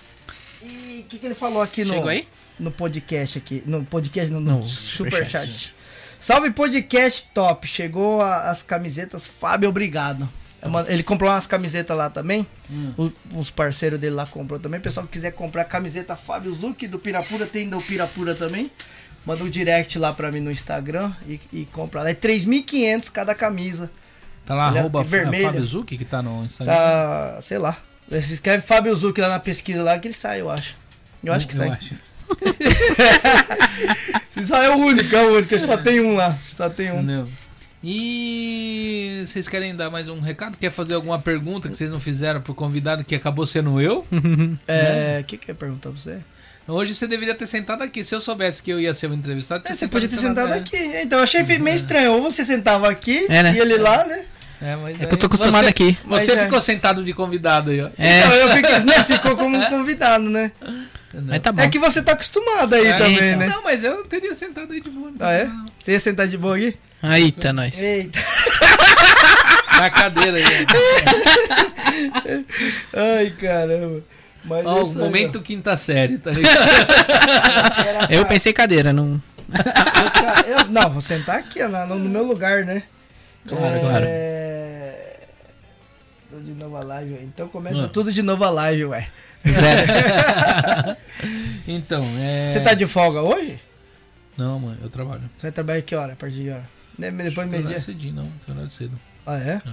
B: E o que, que ele falou aqui no,
E: Chegou aí?
B: no podcast aqui? No podcast, no,
E: No
B: no superchat.
E: superchat.
B: Salve podcast top. Chegou a- as camisetas. Fábio, obrigado. É uma- Ele comprou umas camisetas lá também. O- Uns parceiros dele lá comprou também. Pessoal que quiser comprar camiseta Fábio Zucchi do Pirapura, tem do Pirapura também. Manda um direct lá pra mim no Instagram e, e compra lá. É 3.500 cada camisa.
A: Tá lá,
B: Olha,
A: arroba
B: que é vermelho.
A: Fábio Zucchi, que tá no Instagram.
B: Tá, sei lá. Se escreve Fábio Zucchi lá na pesquisa lá que ele sai, eu acho. Eu acho que sai. Se sai é o único, é o único. Só tem um lá. Só tem um.
A: Entendeu? E vocês querem dar mais um recado? Quer fazer alguma pergunta que vocês não fizeram pro convidado que acabou sendo eu?
B: É, o que que eu ia perguntar pra você?
A: Hoje você deveria ter sentado aqui. Se eu soubesse que eu ia ser o entrevistado,
B: É,
A: tinha
B: você podia ter sentado
A: é.
B: aqui. Então, eu achei meio estranho. Ou você sentava aqui
E: É, né?
B: e ele lá, né?
A: É, mas
E: É que eu
A: aí-
E: tô acostumado
A: você,
E: aqui.
B: Mas
A: Você
B: é.
A: ficou sentado de convidado aí, ó.
E: É,
B: Então, eu fiquei, né? ficou como um convidado, né?
E: mas tá bom.
B: É que você tá acostumado aí
A: É,
B: também,
A: então.
B: né?
A: Não, mas eu teria sentado aí de boa.
B: Ah, é? Você ia sentar de boa aqui?
E: Aí tá nós.
B: Eita.
A: Na cadeira
B: É
A: aí. ó.
B: Ai, caramba. Mas
A: Ó,
B: é
A: o
B: isso aí,
A: momento quinta série, tá ligado?
E: Eu pensei cadeira, não.
B: ó. Eu já- eu- não, vou sentar aqui ó, na- no, no meu lugar, né?
E: Claro, claro.
B: É... Tudo de novo a live, ué. Então começa tudo de novo a live, ué.
E: Zero.
A: Então, é.
B: Você tá de folga hoje?
A: Não, mano, eu trabalho.
B: Você vai trabalhar que hora? A partir de que hora? Né, Depois do
A: Não
B: meio-dia.
A: é cedinho, não. Tem horário cedo.
B: Ah, é?
A: É.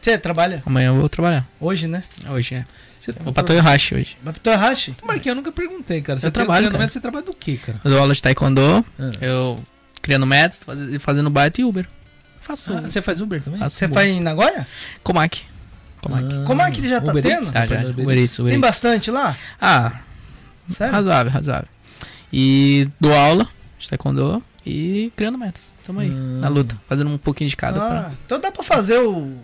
B: Você trabalha
E: Amanhã eu vou trabalhar.
B: hoje, né? é
E: Hoje é.
A: Você
E: Vou pra Toyohashi hoje.
B: Vai pro Tohashi?
A: Marquinhos, eu nunca perguntei, cara. Você
E: Eu
A: tem
E: trabalho,
A: treinamento,
E: cara.
A: Você trabalha do que, cara?
E: Eu dou aula de taekwondo,
A: Ah.
E: eu criando métodos, faz- fazendo baita e Uber. Faço.
A: Ah, você faz Uber também? Ah,
E: faço
B: Você
E: Uber.
B: faz em Nagoya?
E: Comac. Comac.
B: Como é que ele já tá
A: Uber
B: tendo?
A: Eats?
E: Ah, já.
A: Uber
E: Uber
A: Eats.
E: Eats, Uber
B: Tem
E: Eats.
B: bastante lá?
E: Ah,
B: Sério?
E: razoável, razoável. E dou aula de taekwondo e criando metas. Tamo
A: Hum.
E: aí, na luta. Fazendo um pouquinho de cada
B: Ah, Então dá pra fazer o.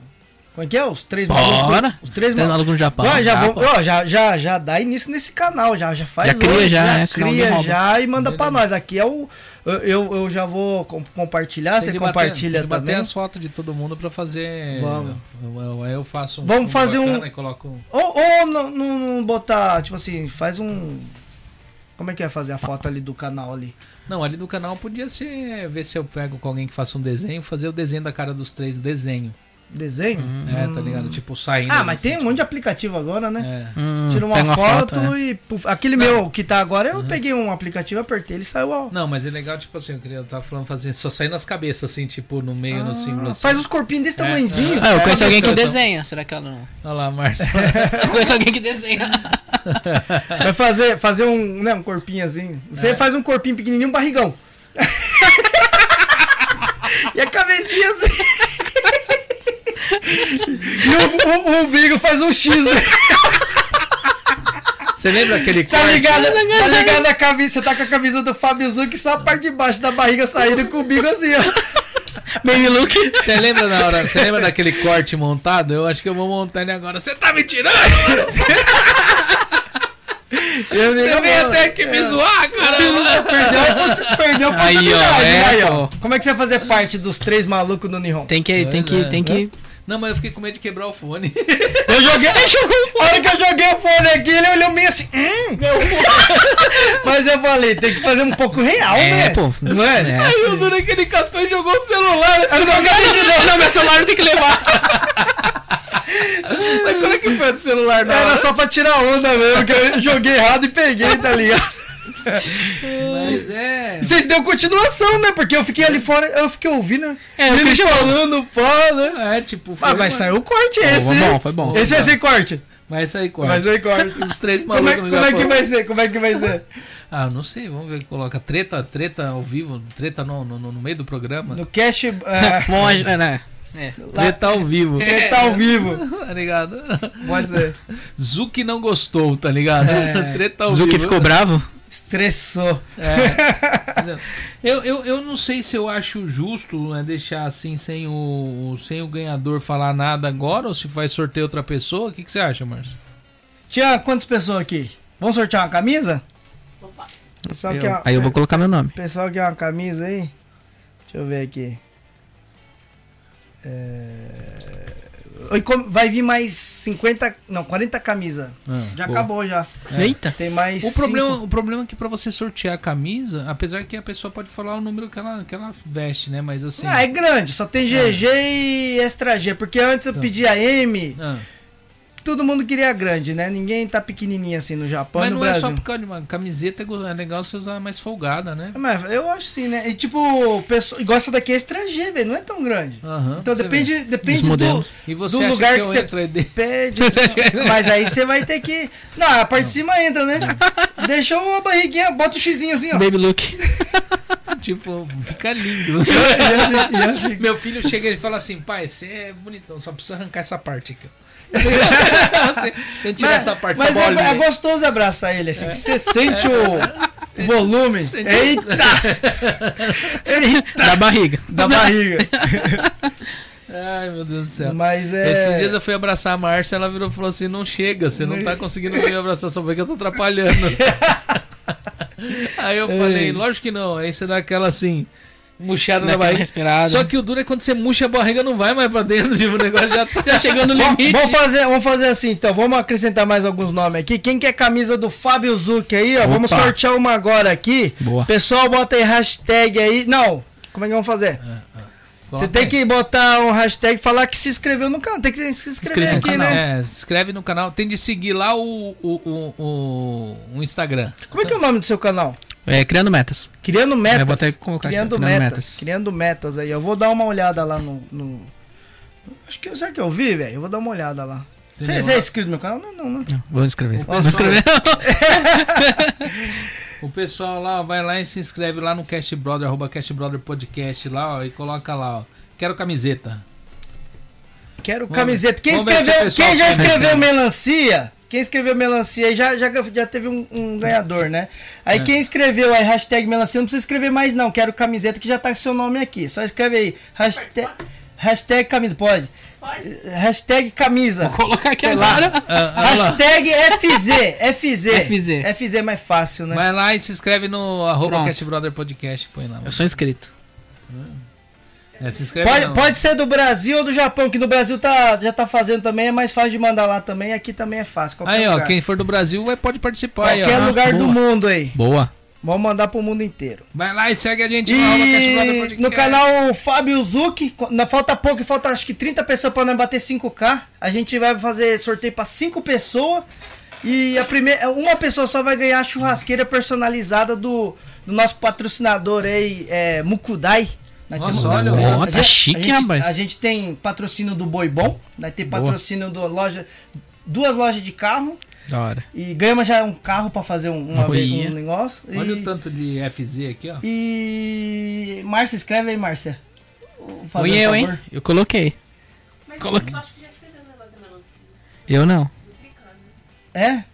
B: Como é que é? Os três
E: Bora!
B: malucos- Os
E: pra...
B: três
E: Tendo
B: malucos.
E: aluno no Japão.
B: Ó, já,
E: tá,
B: vamos-
E: pô.
B: ó, já, já, já dá início nesse canal, já, já faz
E: Já cria
B: hoje,
E: já, né? Senão alguém
B: cria
E: rouba.
B: já e manda pra nós. Aqui é o. Eu, eu, eu já vou com- compartilhar,
A: Tem
B: você
A: que bater-
B: compartilha
A: tem que
B: também.
A: bater as fotos de todo mundo pra fazer.
B: Vamos.
A: Eu, eu- aí eu faço um.
B: Vamos
A: fundo
B: fazer um-
A: bacana E coloco um.
B: Ou, ou não, não- não botar, tipo assim, faz um. Como é que vai fazer a foto ali do canal ali?
A: Não, ali do canal podia ser. Ver se eu pego com alguém que faça um desenho, fazer o desenho da cara dos três, desenho.
B: Desenho?
A: É, tá ligado? Tipo, saindo.
B: Hum. Ah, mas
A: assim,
B: tem um monte de aplicativo agora,
A: É.
B: né?
E: Hum,
B: Tira uma,
E: pega
B: foto,
E: né?
B: e. puf, aquele meu que tá agora, eu peguei um aplicativo, apertei, ele saiu, ó.
A: Não, mas é legal, tipo assim, eu queria eu tava falando fazer só saindo as cabeças, assim, tipo, no meio, no símbolo. Assim.
B: Ah. Faz os corpinhos desse
A: É.
B: tamanhozinho.
E: Ah, eu conheço
A: Ela
E: alguém que
A: pensou, então.
E: desenha. Será que ela não.
A: Olha lá, Márcio.
E: Eu conheço alguém que desenha.
B: Vai fazer, fazer um, né, um corpinho assim. Você faz um corpinho pequenininho, um barrigão. e a cabecinha assim. e o, o, o umbigo faz um X, né?
A: Você lembra aquele
B: Tá
A: corte?
B: ligado? Tá ligado a camisa? Você tá com a camisa do Fábio Zucchi, só a parte de baixo da barriga saindo com o umbigo assim, ó.
E: Baby Luke.
A: Você lembra na hora? Você lembra daquele corte montado? Eu acho que eu vou montar ele agora. Você tá me tirando?
B: Eu
A: Você veio até aqui
B: É.
A: me zoar, caramba!
B: Perdeu, a oportu- perdeu a
E: Aí, ó,
B: oportunidade,
E: é,
B: aí, ó.
E: pô.
B: Como é que você vai fazer parte dos três malucos no Nihon?
E: Tem que. Tem que.
A: é.
E: Tem que.
A: Não, mas eu fiquei com medo de quebrar o fone.
B: Eu joguei. A hora que eu joguei o fone aqui, ele olhou meio assim. Hum. Mas eu falei, tem que fazer um pouco real, né?
E: É, pô.
B: Não é?
E: né?
A: Aí o Dura que ele catou e jogou o celular.
B: Eu não acredito, não, não, meu celular tem que levar.
A: Mas como é que foi do celular, não?
B: Era só pra tirar onda mesmo, que eu joguei errado e peguei, tá ligado?
A: Mas é.
B: Vocês deu continuação, né? Porque eu fiquei ali fora, eu fiquei ouvindo.
A: É, eu
B: ele
A: fiquei
B: falando, pá, né?
A: É, tipo,
B: Ah, mas saiu o corte
E: Foi,
B: esse.
E: foi
B: né?
E: bom, foi bom.
B: Esse vai
A: Foi
B: ser corte.
A: Mas isso aí, corta.
B: Mas vai corte.
A: Os três
B: Como é,
A: malucos no
B: como é que
A: Japão.
B: vai ser? Como é que vai ser?
A: Ah, não sei, vamos ver o que coloca. Treta, treta ao vivo, treta no, no, no meio do programa.
B: No cast.
E: Bom, é, né? É.
A: Treta ao vivo.
B: Treta ao vivo.
A: tá ligado?
B: Pode ser.
A: Zuki não gostou, tá ligado?
B: É.
A: Treta ao
E: Zuki
A: vivo.
E: ficou bravo?
B: Estressou.
A: É. eu, eu, eu não sei se eu acho justo né, deixar assim sem o, sem o ganhador falar nada agora ou se vai sorteio outra pessoa. O que, que você acha, Márcio?
B: Tinha quantas pessoas aqui? Vamos sortear uma camisa?
C: Opa.
B: Pessoal
E: Eu-
B: quer uma-
E: aí eu vou colocar meu nome.
B: Pessoal quer uma camisa aí? Deixa eu ver aqui. É... e como- Vai vir mais 50. Não, 40 camisas. já
A: boa.
B: acabou já.
E: Eita.
B: Tem mais.
A: O
B: cinco.
A: problema, o problema é que pra você sortear a camisa, apesar que a pessoa pode falar o número que ela, que ela veste, né? Mas assim.
B: Ah, é grande, só tem GG e extra G. Porque antes eu pedia M,
A: Ah.
B: todo mundo queria grande, né? Ninguém tá pequenininho assim no Japão e
A: Mas
B: no
A: não é
B: Brasil.
A: só por causa de uma camiseta, é go- é legal você usar mais folgada, né?
B: Mas eu acho sim, né? E tipo, pessoa... e gosta daqui é extra G, velho. Não é tão grande.
A: Aham,
B: Então
A: você
B: depende, depende
E: Dos
B: do,
E: né? modelos.
A: E você
B: do
A: acha
B: lugar
A: que,
B: que
A: eu
B: você-
A: entro aí dentro?
B: pede. assim. Mas aí você vai ter que. Não, a parte de cima entra, né?
E: É.
B: Deixa a barriguinha, bota o xizinho assim, ó.
E: Baby Luke.
A: Tipo, fica lindo. Meu filho chega e fala assim, pai, você é bonitão, só precisa arrancar essa parte aqui. ó." Tem que tirar
B: Mas-
A: essa parte,
B: Mas
A: essa bolinha
B: é, é
A: aí.
B: gostoso abraçar ele, assim, que você sente
E: É.
B: o volume. Eita! Eita!
E: Da barriga.
B: Da barriga.
A: Ai, meu Deus do céu.
B: Mas
A: Esses dias
B: é.
A: eu fui abraçar a Márcia, ela virou e falou assim: não chega, você não tá conseguindo me abraçar, só porque eu tô atrapalhando. Aí eu falei, lógico que não. Aí você dá aquela assim, murchada na
E: Daquela
A: barriga.
E: respirada.
B: né?
A: Só que o duro é quando você murcha a barriga, não vai mais pra dentro, tipo, o negócio já tá já chegando no
B: Bom,
A: limite.
B: Vamos fazer, vamos fazer assim, então. Vamos acrescentar mais alguns nomes aqui. Quem quer camisa do Fábio Zucchi aí, ó? Vamos
E: Opa.
B: sortear uma agora aqui.
E: Boa.
B: Pessoal, bota aí hashtag aí. Não, como é que vamos fazer? Você
A: Coloca
B: tem
A: aí.
B: que botar um hashtag e falar que se inscreveu no canal. Tem que se inscrever
A: Inscrito no
B: aqui,
A: canal.
B: né?
A: É, inscreve no canal. Tem de seguir lá o, o, o, o- o Instagram.
B: Como é que é o nome do seu canal?
E: É, criando metas.
B: Criando metas.
E: Eu vou até colocar aqui,
B: criando
E: ó,
B: metas,
E: Criando Metas.
B: Criando metas aí. Eu vou dar uma olhada lá no. no- Acho que será que eu vi, velho? Eu vou dar uma olhada lá. Você você é inscrito no meu canal? Não, não, não.
E: Vou escrever.
B: Opa,
E: Vou escrever.
A: O pessoal lá ó, vai lá e se inscreve lá no Cash Brother, arroba Cash Brother Podcast lá, ó, e coloca lá, ó. Quero camiseta.
B: Quero camiseta. Quem
A: vamos ver se o
B: escreveu,
A: pessoal
B: quem já
A: sabe,
B: escreveu melancia? Quem escreveu melancia aí já, já, já teve um, um ganhador, né? Aí
A: É.
B: quem escreveu aí hashtag melancia, não precisa escrever mais não, quero camiseta que já tá com seu nome aqui. Só escreve aí hashtag, hashtag camisa, pode?
C: Pode?
B: Hashtag camisa.
E: Vou colocar aqui
B: Sei lá.
E: agora.
B: Hashtag FZ, FZ.
E: FZ.
B: FZ é mais fácil, né?
A: Vai lá e se inscreve no arroba
E: Pronto.
A: Cash Brother Podcast, põe lá.
E: Eu sou inscrito.
A: É, se inscreve
B: Pode,
A: não.
B: pode ser do Brasil ou do Japão, que no Brasil tá, já tá fazendo também, é mais fácil de mandar lá também, aqui também é fácil. qualquer
A: Aí, ó,
B: lugar.
A: quem for do Brasil vai, pode participar aí, ó.
B: Qualquer
A: Ah, né?
B: lugar do
E: boa.
B: mundo aí.
E: Boa.
B: Vamos mandar pro mundo inteiro.
A: Vai lá e segue a gente no arroba Cash Brother
B: E
A: Podcast.
B: no canal Fábio Zuc, na falta pouco, falta acho que 30 pessoas pra nós bater 5K. A gente vai fazer sorteio pra 5 pessoas. E a primeira, uma pessoa só vai ganhar a churrasqueira personalizada do, do nosso patrocinador aí, é, Mukudai. Nós
A: Nossa,
B: temos- um
A: olha,
B: a
A: olha,
B: gente-
E: tá chique,
B: a gente,
E: rapaz.
B: A gente tem patrocínio do Boi Bom, nós tem patrocínio do loja, duas lojas de carro.
E: Da hora.
B: E ganhamos já um carro pra fazer um, uma
E: Olha.
B: vez- um negócio.
A: Olha
B: e,
A: o tanto de FZ aqui, ó.
B: e. Márcia, escreve aí, Márcia. Fazer
E: Fui
B: um
E: eu, hein?
B: favor.
E: Eu coloquei.
C: Mas
E: Coloca-
C: eu acho que já escreveu um negócio da melancia.
E: Eu não.
B: É?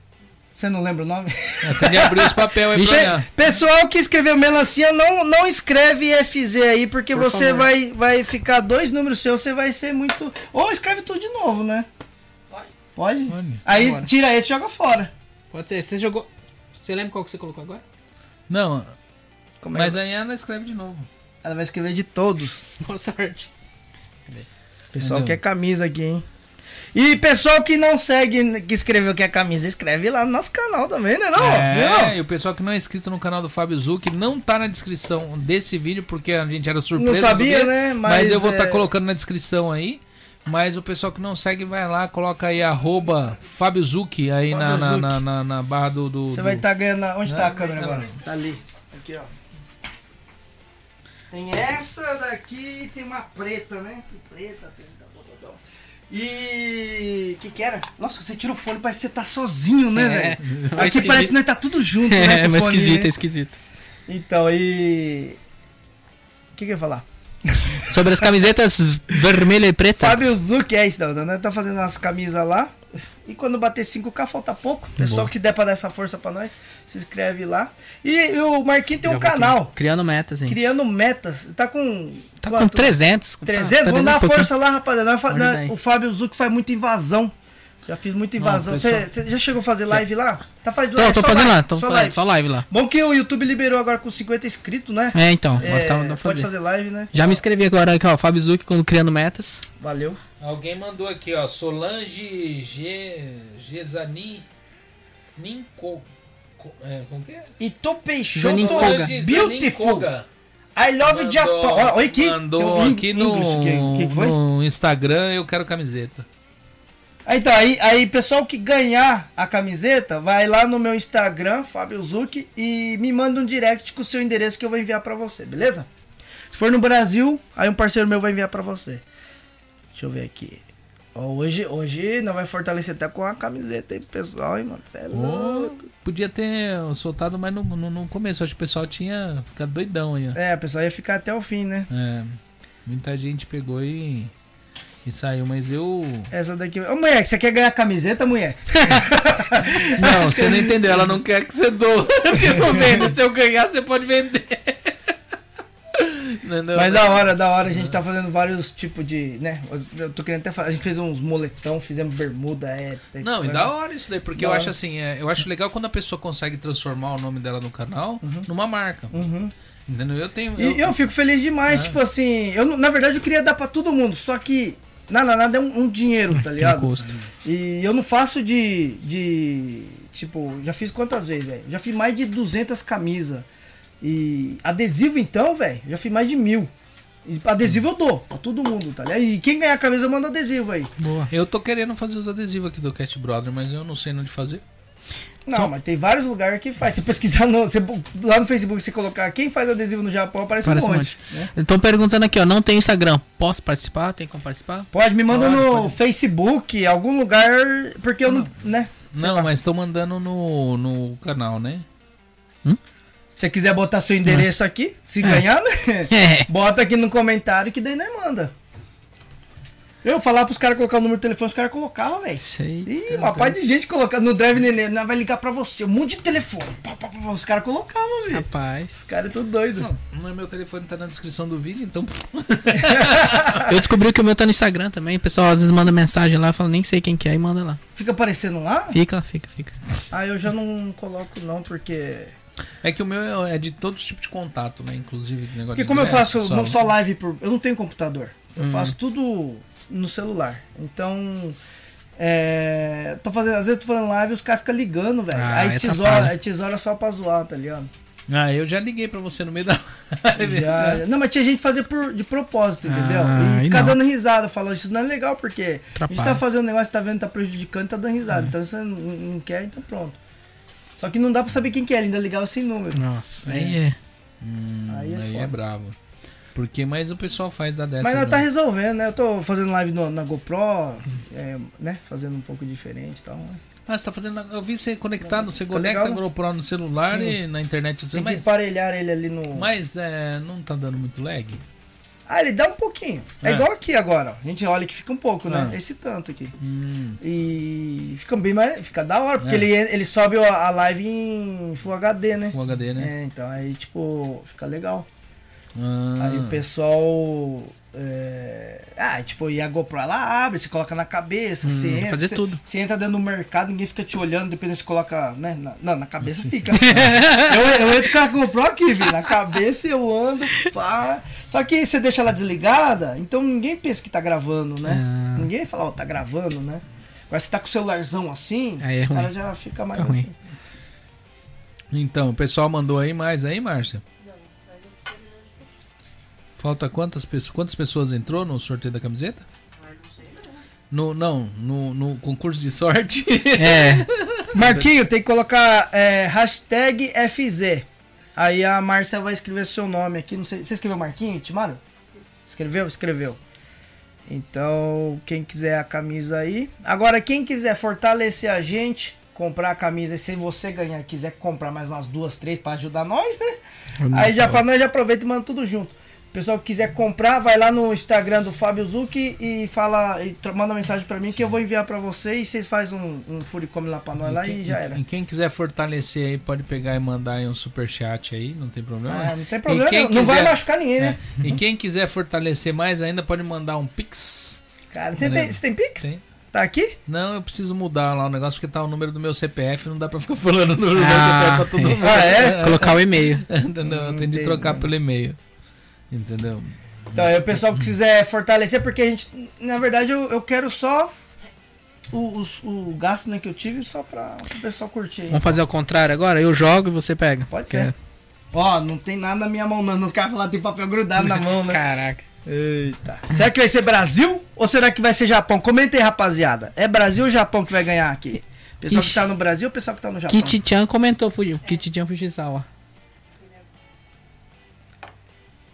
B: Você não lembra o nome?
A: É, Tem de abrir os papel aí pra
B: Pe-
A: olhar.
B: Pessoal que escreveu melancia, não, não escreve FZ aí, porque você vai, vai ficar dois números seus, você vai ser muito. Ou escreve tudo de novo, né? Pode?
A: Pode.
B: Aí
E: Bora.
B: tira esse e joga fora.
E: Pode ser. Você jogou. Você lembra qual que você colocou agora?
A: Não,
B: Como é
A: mas
B: que-
A: aí ela escreve de novo.
B: Ela vai escrever de todos.
E: Boa sorte.
B: Pessoal
A: Entendeu?
B: quer camisa aqui, hein? E pessoal que não segue, que escreveu que é camisa, escreve lá no nosso canal também, né? Não, Né não?
A: é, e o pessoal que não é inscrito no canal do Fábio Zuc não tá na descrição desse vídeo, porque a gente era surpresa.
B: Não
A: do
B: sabia,
A: dia,
B: né?
A: Mas,
B: Mas
A: eu vou estar
B: é-
A: colocando na descrição aí. Mas o pessoal que não segue, vai lá, coloca aí arroba Fábio Zuc aí na,
B: Fábio
A: na,
B: Zuc.
A: na, na- na barra do. do-
B: Você tá-
A: do-
B: vai estar ganhando. Onde está a
A: Não,
B: câmera
A: não,
B: agora? Tá ali. Aqui, ó. Tem essa daqui e tem uma preta, né? Tem preta, tem... E. que que era? Nossa, você tira o fone, parece que você tá sozinho, né,
E: É.
B: velho?
E: Tá
B: Aqui
E: esquisito.
B: parece que nós tá tudo junto, né? com
E: É,
B: o
E: mas
B: fone,
E: esquisito,
B: né?
E: é esquisito.
B: Então, e. O que, que eu ia falar?
E: Sobre as camisetas vermelha e preta.
B: Fábio Zuc, é isso, Dalda, né? Tá fazendo as camisas lá. E quando bater 5K, falta pouco. Pessoal
E: Boa.
B: que der pra dar essa força pra nós, se inscreve lá. E, e o Marquinhos tem
E: Já
B: um
E: vou aqui.
B: canal.
E: Criando metas, gente.
B: Criando metas. Tá com. Tá
E: com 300.
B: 300?
E: Tá- tá
B: Vamos dar
E: dando
B: uma
E: um pouquinho.
B: força lá, rapaziada. Nós fa-
E: Ajuda
B: nós-
E: aí.
B: o Fábio Zuc faz muita invasão. Já fiz muita
E: Não,
B: invasão. Você
E: pessoal.
B: você já chegou a fazer live lá? Tá fazendo
E: Tô,
B: live?
E: tô
B: só
E: fazendo
B: live,
E: lá, tô
B: só
E: fazendo
B: live.
E: só live lá.
B: Bom que o YouTube liberou agora com 50 inscritos, né?
E: É, então, agora tá- dá pra
B: Pode
E: fazer.
B: fazer live, né?
E: Já me inscrevi agora aqui, ó. Fábio Zuc, quando criando metas.
B: Valeu.
A: Alguém mandou aqui, ó. Solange G. Gesani. Ninco. co- É, como que é?
B: E tô peixoto.
A: Zaninkoga.
B: Beautiful.
A: Zaninkoga.
B: I love
A: Mandou-
B: Japan. Ó, Olha aqui.
A: Mandou
B: Tem um
A: aqui
B: in-
A: no,
B: English. Que, que foi?
A: no Instagram, eu quero camiseta.
B: Ah, Então, aí, aí pessoal que ganhar a camiseta, vai lá no meu Instagram, Fábio Zuc, e me manda um direct com o seu endereço que eu vou enviar pra você, beleza? Se for no Brasil, aí um parceiro meu vai enviar pra você. Deixa eu ver aqui. Ó, hoje, hoje nós vai fortalecer até com a camiseta aí, pro pessoal, hein, mano? Cê é louco.
A: Podia ter soltado, mas no, no, no começo. Acho que o pessoal tinha ficado doidão aí, ó.
B: É, o pessoal ia ficar até o fim, né?
A: É, muita gente pegou e, e saiu, mas eu.
B: Essa daqui. Ô, mulher, você quer ganhar a camiseta, mulher?
A: Não, você não entendeu. Ela não quer que você doa. Tipo, venda. Se eu ganhar, você pode vender. Não, não,
B: Mas
A: não.
B: da hora, da hora, a gente tá fazendo vários tipos de, né? Eu tô querendo até falar, a gente fez uns moletão, fizemos bermuda, é. é-
A: Não, e da hora isso daí, porque
B: Da
A: eu
B: hora.
A: acho assim, é, eu acho legal quando a pessoa consegue transformar o nome dela no canal numa marca. Entendeu? Eu Ah. tenho.
B: Uhum. E eu, fico feliz demais, tipo assim, eu não- na verdade eu queria dar pra todo mundo, só que nada, nada é um, um dinheiro, tá ligado?
E: custo.
B: E eu não faço de, de tipo, já fiz quantas vezes, velho? Já fiz mais de 200 camisas. E adesivo então, velho, já fiz mais de mil. E adesivo eu dou pra todo mundo, tá ligado? E quem ganhar a camisa manda adesivo aí.
E: Boa.
A: Eu tô querendo fazer os adesivos aqui do Cat Brother, mas eu não sei onde fazer.
B: Não, mas tem vários lugares que faz. Se pesquisar no, você, lá no Facebook, você colocar quem faz adesivo no Japão, aparece,
E: Parece
B: um
E: um
B: monte.
E: monte. Então perguntando aqui, ó. Não tem Instagram. Posso participar? Tem como participar?
B: Pode, me manda
E: Pode,
B: no
E: pode.
B: Facebook, algum lugar, porque eu não, né?
A: não, mas tô mandando no, no canal, né?
B: Se você quiser botar seu endereço aqui, se ganhar, né? Bota aqui no comentário que daí nós manda. Eu falar pros caras colocar o número de telefone, os caras colocavam, velho.
E: Sei.
B: Ih, uma pá de gente colocando no Drive Nenê, nós vai ligar pra você, um monte de telefone. Pá, pá, pá, pá, os caras colocavam, velho.
E: Rapaz.
B: Os caras é tão doidos.
A: Não, mas meu telefone tá na descrição do vídeo, então.
E: Eu descobri que o meu tá no Instagram também. O pessoal às vezes manda mensagem lá, fala nem sei quem que é e manda lá.
B: Fica aparecendo lá?
E: Fica, fica, fica.
B: Ah, eu já não coloco não, porque...
A: É que o meu é de todos os tipos de contato, né? Inclusive, negócio
B: Porque
A: de
B: como eu
A: ingresso,
B: faço não só live por... Eu não tenho computador. Eu
A: Hum.
B: faço tudo no celular. Então... É, tô fazendo, às vezes eu tô fazendo live e os caras ficam ligando, velho.
E: Ah,
B: aí
E: é
B: tesoura,
E: atrapalha.
B: aí tesoura só pra zoar, tá ligado?
A: Ah, eu já liguei pra você no meio da live.
B: Já-
A: já.
B: Não, mas tinha gente que fazia por, de propósito, entendeu?
E: Ah,
B: e
E: aí
B: ficar
E: não.
B: dando risada, falando isso não é legal, porque a gente tá
E: Atrapalha.
B: fazendo um negócio, tá vendo, tá prejudicando, tá dando risada. Então você não, não quer, então pronto. Só que não dá pra saber quem que é, ele ainda ligava sem número.
E: Nossa. Aí é.
A: Hum,
B: Aí
A: aí
B: é
A: é,
B: foda.
A: bravo. Porque, mas o pessoal faz da dessa.
B: Mas ela
A: né?
B: tá resolvendo, né? Eu tô fazendo live no- na GoPro, é, né? Fazendo um pouco diferente e tal. né?
A: Ah, você tá fazendo. Eu vi você conectado, você
B: Tá
A: conecta
B: legal,
A: o GoPro no celular
B: Sim.
A: e na internet. Você,
B: Tem que
A: mas
B: emparelhar ele ali no.
A: mas é, não tá dando muito lag?
B: Ah, ele dá um pouquinho.
A: É.
B: É, igual aqui agora. ó. A gente olha que fica um pouco, né?
A: Ah.
B: Esse tanto aqui.
A: Hum.
B: E fica bem mais. Fica da hora, porque
A: É.
B: ele, ele sobe a a live em Full HD, né?
A: Com HD, né?
B: É, então aí, tipo, fica legal.
A: Ah,
B: Aí o pessoal. é, Ah, tipo, e a GoPro ela abre, você coloca na cabeça, você
E: Hum,
B: entra.
E: fazer
B: você,
E: tudo.
B: Você entra dentro do mercado, ninguém fica te olhando, dependendo se coloca, né? Na, não, na cabeça fica. eu, eu entro com a GoPro aqui, viu? Na cabeça eu ando, pá. Só que você deixa ela desligada, então ninguém pensa que tá gravando, né?
E: Ah.
B: Ninguém fala, ó, tá gravando, né? Agora você tá com o celularzão assim,
E: Aí é
B: o cara
E: ruim.
B: já fica mais
E: Fica ruim.
B: assim.
A: Então, o pessoal mandou aí mais aí, Márcia? Falta quantas pessoas? Quantas pessoas entrou no sorteio da camiseta? No, não, no, no concurso de sorte.
E: É.
B: Marquinho, tem que colocar é, hashtag FZ. Aí a Márcia vai escrever seu nome aqui. Não sei. Você escreveu Marquinhos, Timário? Escreveu? Escreveu. Então, quem quiser a camisa aí. Agora, quem quiser fortalecer a gente, comprar a camisa, e se você ganhar, quiser comprar mais umas duas, três pra ajudar nós, né?
A: É
B: Aí já fala, nós já aproveita e manda tudo junto. O pessoal que quiser comprar, vai lá no Instagram do Fábio Zucchi e fala, e tro- manda mensagem pra mim que eu vou enviar pra vocês. Vocês fazem um, um furicome lá pra nós lá e já era.
A: E quem quiser fortalecer aí, pode pegar e mandar aí um superchat aí, não tem problema.
B: Ah, não tem
A: E
B: problema,
A: quem
B: não vai
A: quiser-
B: machucar ninguém, né?
A: É. E quem quiser fortalecer mais ainda, pode mandar um Pix.
B: Cara, você tem, você tem Pix?
A: Tem.
B: Tá aqui?
A: Não, eu preciso mudar lá o negócio, porque tá o número do meu CPF, não dá pra ficar falando o número do meu CPF
E: Ah,
A: pra todo
E: é.
A: mundo.
E: Ah, é? Colocar o e-mail.
A: Não, eu tenho de trocar pelo e-mail. Entendeu?
B: Então, aí o pessoal que quiser fortalecer, porque a gente, na verdade, eu, eu quero só o, os- o gasto né, que eu tive só pra o pessoal curtir. aí.
E: Vamos fazer ao contrário agora? Eu jogo e você pega.
B: Pode ser. Ó, não tem nada na minha mão, não. Os caras falaram que tem papel grudado na mão, né?
E: Caraca.
B: Eita. Será que vai ser Brasil ou será que vai ser Japão? Comenta aí, rapaziada. É Brasil ou Japão que vai ganhar aqui? Pessoal que
E: Ixi.
B: tá no Brasil ou pessoal que tá no Japão?
E: Kiti-chan comentou, Fuji- Kiti-chan Fujisawa.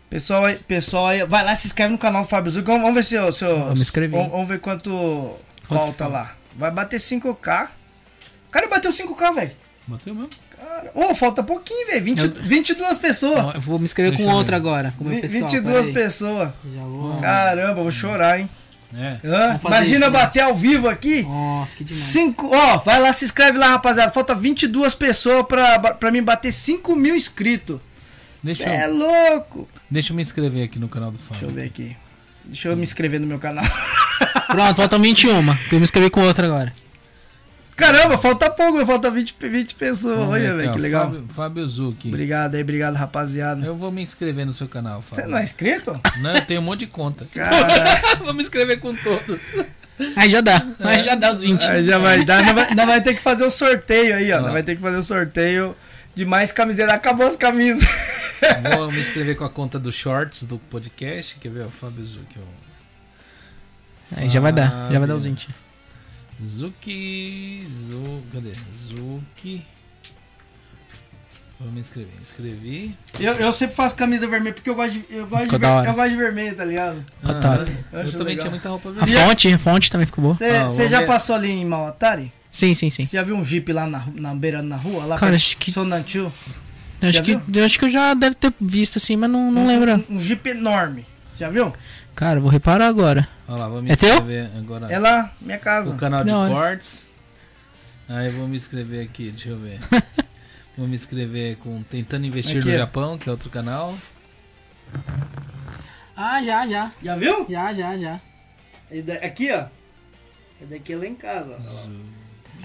B: Pessoal, aí- pessoal, aí, vai lá, se inscreve no canal do Fábio Zucchi. Vamos, vamos ver se eu. Se eu
E: me inscrevi.
B: Vamos, vamos ver quanto, falta lá. Vai bater 5K. Cara, bateu 5K, velho.
A: Bateu mesmo?
B: Cara, Ô, falta pouquinho, velho. 20 22 pessoas.
E: Eu vou me inscrever com
A: Deixa eu
E: outro
A: ver.
E: agora, com o meu
B: Vi-
E: pessoal.
B: 22
E: peraí.
B: pessoas.
E: Já vou.
B: Caramba, vou chorar, hein?
A: É.
B: Hã?
E: Vamos fazer
B: Imagina
E: isso,
B: eu
E: né?
B: bater ao vivo aqui.
E: Nossa, que demais.
B: Cinco, ó, vai lá, se inscreve lá, rapaziada. Falta 22 pessoas pra, pra mim bater 5 mil inscritos.
A: Deixa
B: Cê é
A: eu,
B: louco.
A: deixa eu me inscrever aqui no canal do Fábio.
B: Deixa eu ver aqui. Deixa eu me inscrever no meu canal.
E: Pronto, faltam 21. porque Eu me inscrevi com outro agora.
B: Caramba, falta pouco, falta 20, pe- 20 pessoas.
A: Vamos ver
B: Olha,
A: aqui,
B: velho,
A: ó,
B: que legal.
A: Fábio, Fábio Zucchi.
B: Obrigado aí, obrigado, rapaziada.
A: Eu vou me inscrever no seu canal, Fábio.
B: Você não é inscrito?
A: Não, eu tenho um monte de conta.
B: Cara,
A: vou me inscrever com É. todos.
E: Aí já dá. Aí já dá os 20.
B: aí já vai dar. Nós vai, nós vai ter que fazer o sorteio aí, ó. Nós vai ter que fazer o sorteio de mais camisetas. Acabou as camisas.
A: Vou me inscrever com a conta do Shorts do podcast. Quer ver? ó, Fábio Zucchi. ó.
E: Aí já vai
A: Ah,
E: dar. Já vai dar os 20.
A: Zucchi. Zu... Cadê? Zucchi. Vou me inscrever. Inscrevi.
B: Eu, eu sempre faço camisa vermelha porque eu gosto de, eu gosto de,
E: Ficou da
B: ver-
E: hora.
B: eu gosto de vermelho, tá ligado?
E: Tá
A: Ah,
E: top.
B: Eu
A: Eu
B: acho
A: também
B: legal.
A: tinha muita roupa
E: A
A: vermelha.
E: fonte, a fonte também ficou boa.
A: Ah,
B: Você
A: vamos
B: já
A: ver.
B: passou ali em Mauatari?
E: Sim, sim, sim.
B: Você já viu um jeep lá na, ru- na beira na rua? Lá
E: Cara,
B: perto
E: acho
B: de
E: que-
B: Sonantil?
E: Eu
B: Já
E: acho, que, eu acho que eu já deve ter visto assim, mas não, não lembro.
B: Um, um jeep enorme. Você já viu?
E: Cara, vou reparar agora.
A: Olha lá, vou me
E: É teu?
A: inscrever agora.
B: É lá, minha
A: O
B: casa.
A: canal de
E: Da hora.
A: cortes. Aí eu vou me inscrever aqui, deixa eu ver. vou me inscrever com Tentando Investir
B: Aqui.
A: no Japão, que é outro canal.
E: Ah, já, já.
B: Já viu?
E: Já, já, já.
B: E da- Aqui, ó. É daqui lá em casa. ó.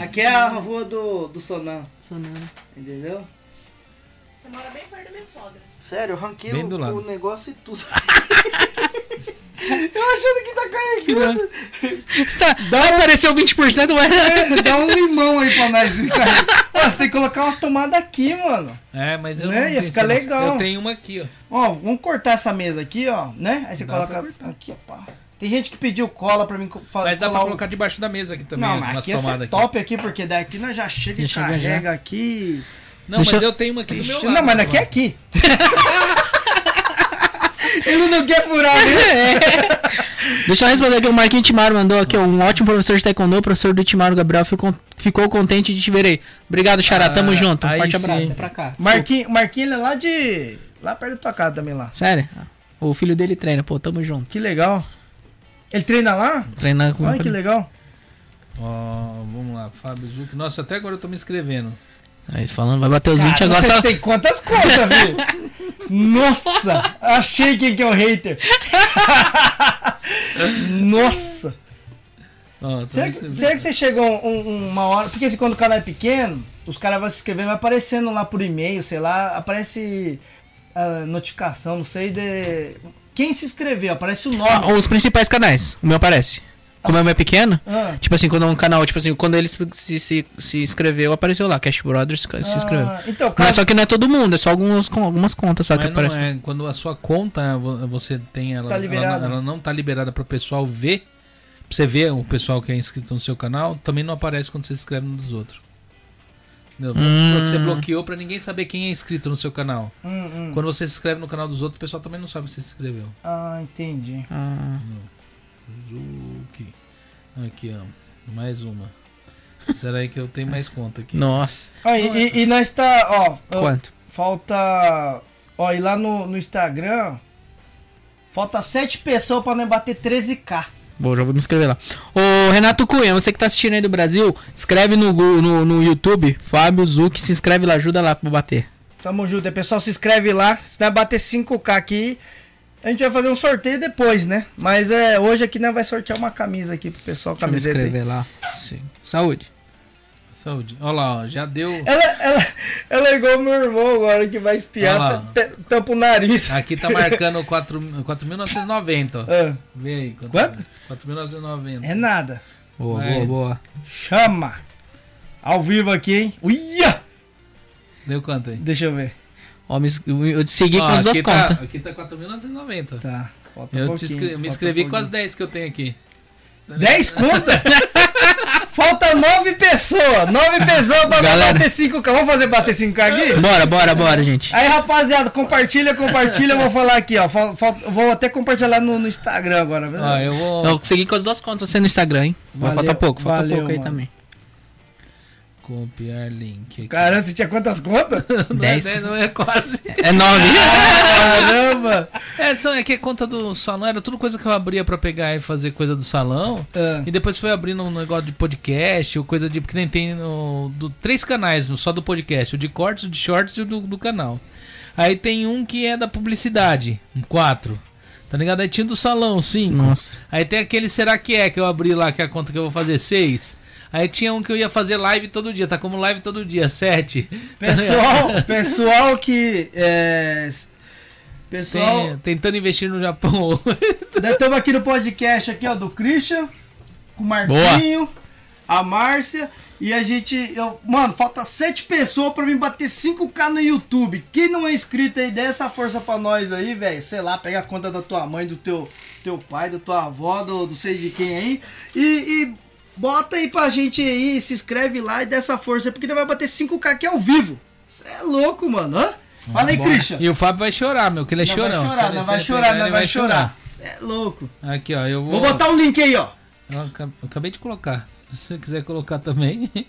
B: Aqui é a rua do, do Sonan,
E: Sonando.
B: entendeu?
C: Você mora bem perto da minha sogra.
B: Sério, eu ranquei
A: Bem do lado.
B: o, o negócio e tudo. eu achando que tá carregando.
E: Tá, vai apareceu 20%, mas. é.
B: Dá um limão aí pra nós. né? Ó, você tem que colocar umas tomadas aqui, mano.
A: É, mas eu
B: Né?
A: não
B: Ia
A: pensei
B: ficar
A: nisso.
B: legal.
A: Eu tenho uma aqui, ó.
B: Ó, vamos cortar essa mesa aqui, ó, né? Aí você
A: Dá pra
B: coloca aqui, ó, pá. Tem gente que pediu cola pra mim co- fa-
A: Mas dá pra
B: colar o-
A: colocar debaixo da mesa aqui também,
B: Não,
A: umas
B: mas aqui ia
A: tomadas
B: ser
A: aqui.
B: top aqui, porque daqui nós já chega e
E: Deixa eu viajar.
B: carrega aqui.
A: Não,
E: Deixa
A: mas
E: eu-
A: eu tenho uma aqui do meu
B: Ixi,
A: lado.
B: não, mas
A: né,
B: aqui é
A: mano?
B: aqui. Ele não quer furar né? isso.
A: É.
E: Deixa eu responder aqui. O Marquinhos Timaro mandou aqui, ó. Um ótimo professor de Taekwondo, o professor do Timaro Gabriel ficou, ficou contente de te ver aí. Obrigado, Xará. Tamo junto.
B: Ah, aí
E: Forte
B: sim.
E: abraço. É pra cá.
B: Marquinhos, Marquinho, ele é lá de. Lá perto da tua casa também lá.
E: Sério? O filho dele treina, pô, tamo junto.
B: Que legal. Ele treina lá?
E: Treina com.
B: Olha que legal. é-
A: Ó, vamos lá, Fábio Zucchi. Nossa, até agora eu tô me inscrevendo.
E: Aí falando, vai bater os 20
B: Cara,
E: agora
B: você
E: só.
B: tem quantas contas, viu? Nossa! Achei quem que é o hater. Nossa!
A: Ó, tô me
B: Será que,
E: é
A: inscrevendo.
B: será que você chegou um- um- uma hora? Porque assim, quando o canal é pequeno, os caras vão se inscrevendo, vai aparecendo lá por e-mail, sei lá, aparece ah, notificação, não sei, de. Quem se inscreveu, aparece o
E: Ah,
B: nome.
E: os principais canais. O meu aparece. Como é o meu pequeno,
B: Ah,
E: tipo assim, quando é um canal, tipo assim, quando ele se, se, se, se inscreveu, apareceu lá, Cash Brothers se inscreveu.
B: ah, então,
E: Mas
B: caso,
E: só que não é todo mundo, é só algumas, com algumas contas só que
A: Mas não
E: aparecem.
A: é, quando a sua conta vo- você tem ela,
B: Tá
A: ela-
B: liberada.
A: ela não tá liberada para o pessoal ver. Pra você ver o pessoal que é inscrito no seu canal, também não aparece quando você se inscreve no dos outros. Não,
E: Hum.
A: Você bloqueou pra ninguém saber quem é inscrito no seu canal.
B: Hum, hum.
A: Quando você se inscreve no canal dos outros, o pessoal também não sabe que você se inscreveu.
B: Ah, entendi.
E: Ah,
A: Zuki. Aqui, ó. Mais uma. Será que eu tenho mais conta aqui?
B: Ah,
E: é
B: e, e- e nós tá, ó. eu-
A: Quanto?
B: Falta. Ó, e lá no, no Instagram. Falta 7 pessoas pra nós bater 13k.
E: Bom, já vou me inscrever lá. Ô, Renato Cunha, você que tá assistindo aí do Brasil, escreve no, Gu- no, no YouTube, Fábio Zuc, se inscreve lá, ajuda lá pra bater.
B: Tamo junto, aí, pessoal. Se inscreve lá. Se nós bater 5k aqui. A gente vai fazer um sorteio depois, né? Mas é, hoje aqui nós vai sortear uma camisa aqui pro pessoal.
E: Deixa eu me
B: Camiseta. aí.
E: inscrever lá. Sim. Saúde.
A: Saúde. Olha lá, ó, já deu.
B: Ela, ela, ela é igual meu irmão agora que vai
A: Olha
B: espiar,
A: lá.
B: ta- ta- tampa o nariz.
A: Aqui tá marcando 4 4.990, ó.
B: É.
A: Vê aí. Quanto?
B: Quanto?
A: 4.990.
B: É nada.
E: Boa,
A: Vai.
E: boa, boa.
B: Chama! Ao vivo aqui, hein? Uia!
A: Deu quanto aí?
B: Deixa eu ver.
E: Ó, me ins- eu te segui
A: Ó,
E: com as duas
A: aqui tá,
E: contas.
A: Aqui tá 4.990.
B: Tá. Falta um
A: Eu te
B: pouquinho,
A: inscre- me
B: falta
A: inscrevi
B: um
A: com as
B: pouquinho.
A: 10 que eu tenho aqui.
B: 10 conta? Falta 9 pessoas. 9 pessoas pra
E: Galera.
B: bater 5K. Vamos fazer bater 5K aqui?
E: Bora, bora, bora, gente.
B: Aí, rapaziada, compartilha, compartilha. Eu vou falar aqui, ó. Fal- fal- vou até compartilhar lá no, no Instagram agora. viu?
A: Ó, eu vou.
B: Então-
E: Eu te segui com as duas contas você no Instagram, hein? Vai
B: Valeu,
E: faltar pouco, falta
B: valeu,
E: pouco aí
B: mano.
E: também.
A: Copiar link. Aqui.
B: Caramba, você tinha quantas contas?
A: não é
E: dez.
A: 10, não é quase.
E: É nove.
B: Caramba!
A: É, só, é que a conta do salão era tudo coisa que eu abria pra pegar e fazer coisa do salão.
B: Ah,
A: E depois foi abrindo um negócio de podcast, ou coisa de. Porque nem tem no, do, três canais no- só do podcast: o de cortes, o de shorts e o do, do canal. Aí tem um que é da publicidade, um quatro. Tá ligado? Aí tinha do salão, um cinco.
E: Nossa.
A: Aí tem aquele Será que é que eu abri lá, que é a conta que eu vou fazer seis. Aí tinha um que eu ia fazer live todo dia, tá como live todo dia, sete.
B: Pessoal, pessoal que. É, pessoal,
A: Tem- tentando investir no Japão.
B: nós estamos aqui no podcast aqui, ó, do Christian, com o Marquinho, a Márcia. E a gente. Eu, mano, falta sete pessoas pra mim bater 5K no YouTube. Quem não é inscrito aí, dê essa força pra nós aí, velho. Sei lá, pega a conta da tua mãe, do teu, teu pai, da tua avó, do, do sei de quem aí. E. e Bota aí pra gente aí, se inscreve lá e dê essa força, aí, porque nós vai bater 5K aqui ao vivo. Você é louco, mano. Hã? Fala aí, Christian.
A: E o Fábio vai chorar, meu, que ele é
B: Não
A: chorão.
B: vai chorar,
A: Se
B: não
A: ele- se
B: vai
A: ele
B: chorar,
A: pegar,
B: não
A: ele
B: vai chorar. Cê é louco.
A: Aqui, ó, eu vou.
B: Vou botar o link aí, ó.
A: Eu aca- eu acabei de colocar. Se você quiser colocar também.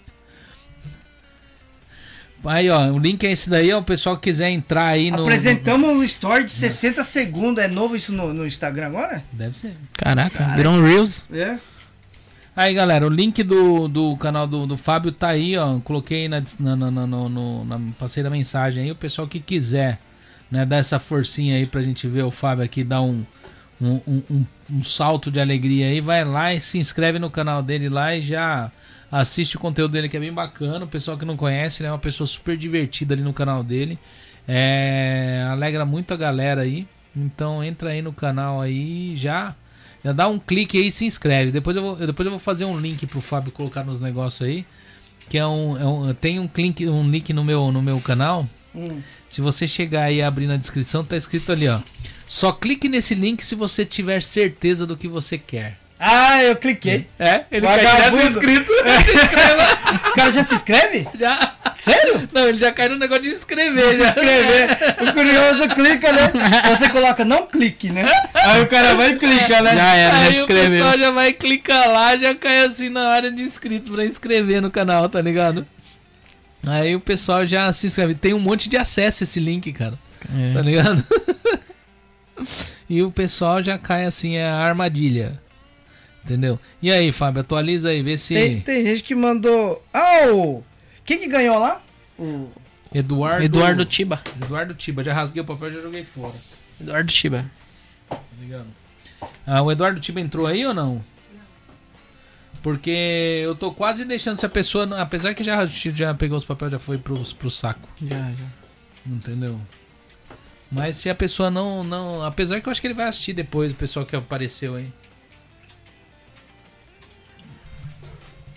A: Aí, ó, o link é esse daí, ó. O pessoal que quiser entrar aí no.
B: Apresentamos um story de 60 segundos. É novo isso no, no Instagram agora?
A: no- Deve ser.
E: Caraca, virou um Reels.
B: É.
A: Aí, galera, o link do, do canal do, do Fábio tá aí, ó. Coloquei na, dis- na, na, na, no- no- na- Passei na mensagem aí. O pessoal que quiser, né, dar essa forcinha aí pra gente ver o Fábio aqui dar um. Um, um, um- um salto de alegria aí, vai lá e se inscreve no canal dele lá e já assiste o conteúdo dele que é bem bacana. O pessoal que não conhece, ele é uma pessoa super divertida ali no canal dele. É, alegra muito a galera aí. Então entra aí no canal aí já já dá um clique aí e se inscreve. Depois eu vou, eu- depois eu vou fazer um link pro Fábio colocar nos negócios aí. Que é um. é um- tem um link, um link no meu, no meu canal. Se você chegar aí e abrir na descrição, tá escrito ali, ó. Só clique nesse link se você tiver certeza do que você quer.
B: Ah, eu cliquei.
A: É? Ele cai direto no
B: Vagabundo.
A: inscrito.
B: O cara já se inscreve?
A: já.
B: Sério?
A: Não, ele já caiu no negócio de né? inscrever.
B: Se
A: já.
B: inscrever. O curioso clica, né? Você coloca não clique, né? Aí o cara vai e clica, né?
E: Já era, já
A: Aí o
E: escreveu.
A: pessoal já vai clicar lá, já cai assim na área de inscrito pra inscrever no canal, tá ligado? Aí o pessoal já se inscreve. Tem um monte de acesso esse link, cara. Tá
E: É.
A: ligado? e o pessoal já cai assim, é a armadilha. Entendeu? E aí, Fábio, atualiza aí, vê se.
B: Tem, tem gente que mandou. Ah, o. Quem que ganhou lá?
A: Eduardo.
E: Eduardo Tiba.
A: Eduardo Tiba, já rasguei o papel e já joguei fora.
E: Eduardo Tiba.
A: Tá ligado? Ah, o Eduardo Tiba entrou aí ou não? Porque eu tô quase deixando se a pessoa. não- Apesar que já, já pegou os papéis, já foi pro, pro saco.
E: Já, já.
A: Entendeu? Mas se a pessoa não, não. Apesar que eu acho que ele vai assistir depois o pessoal que apareceu aí.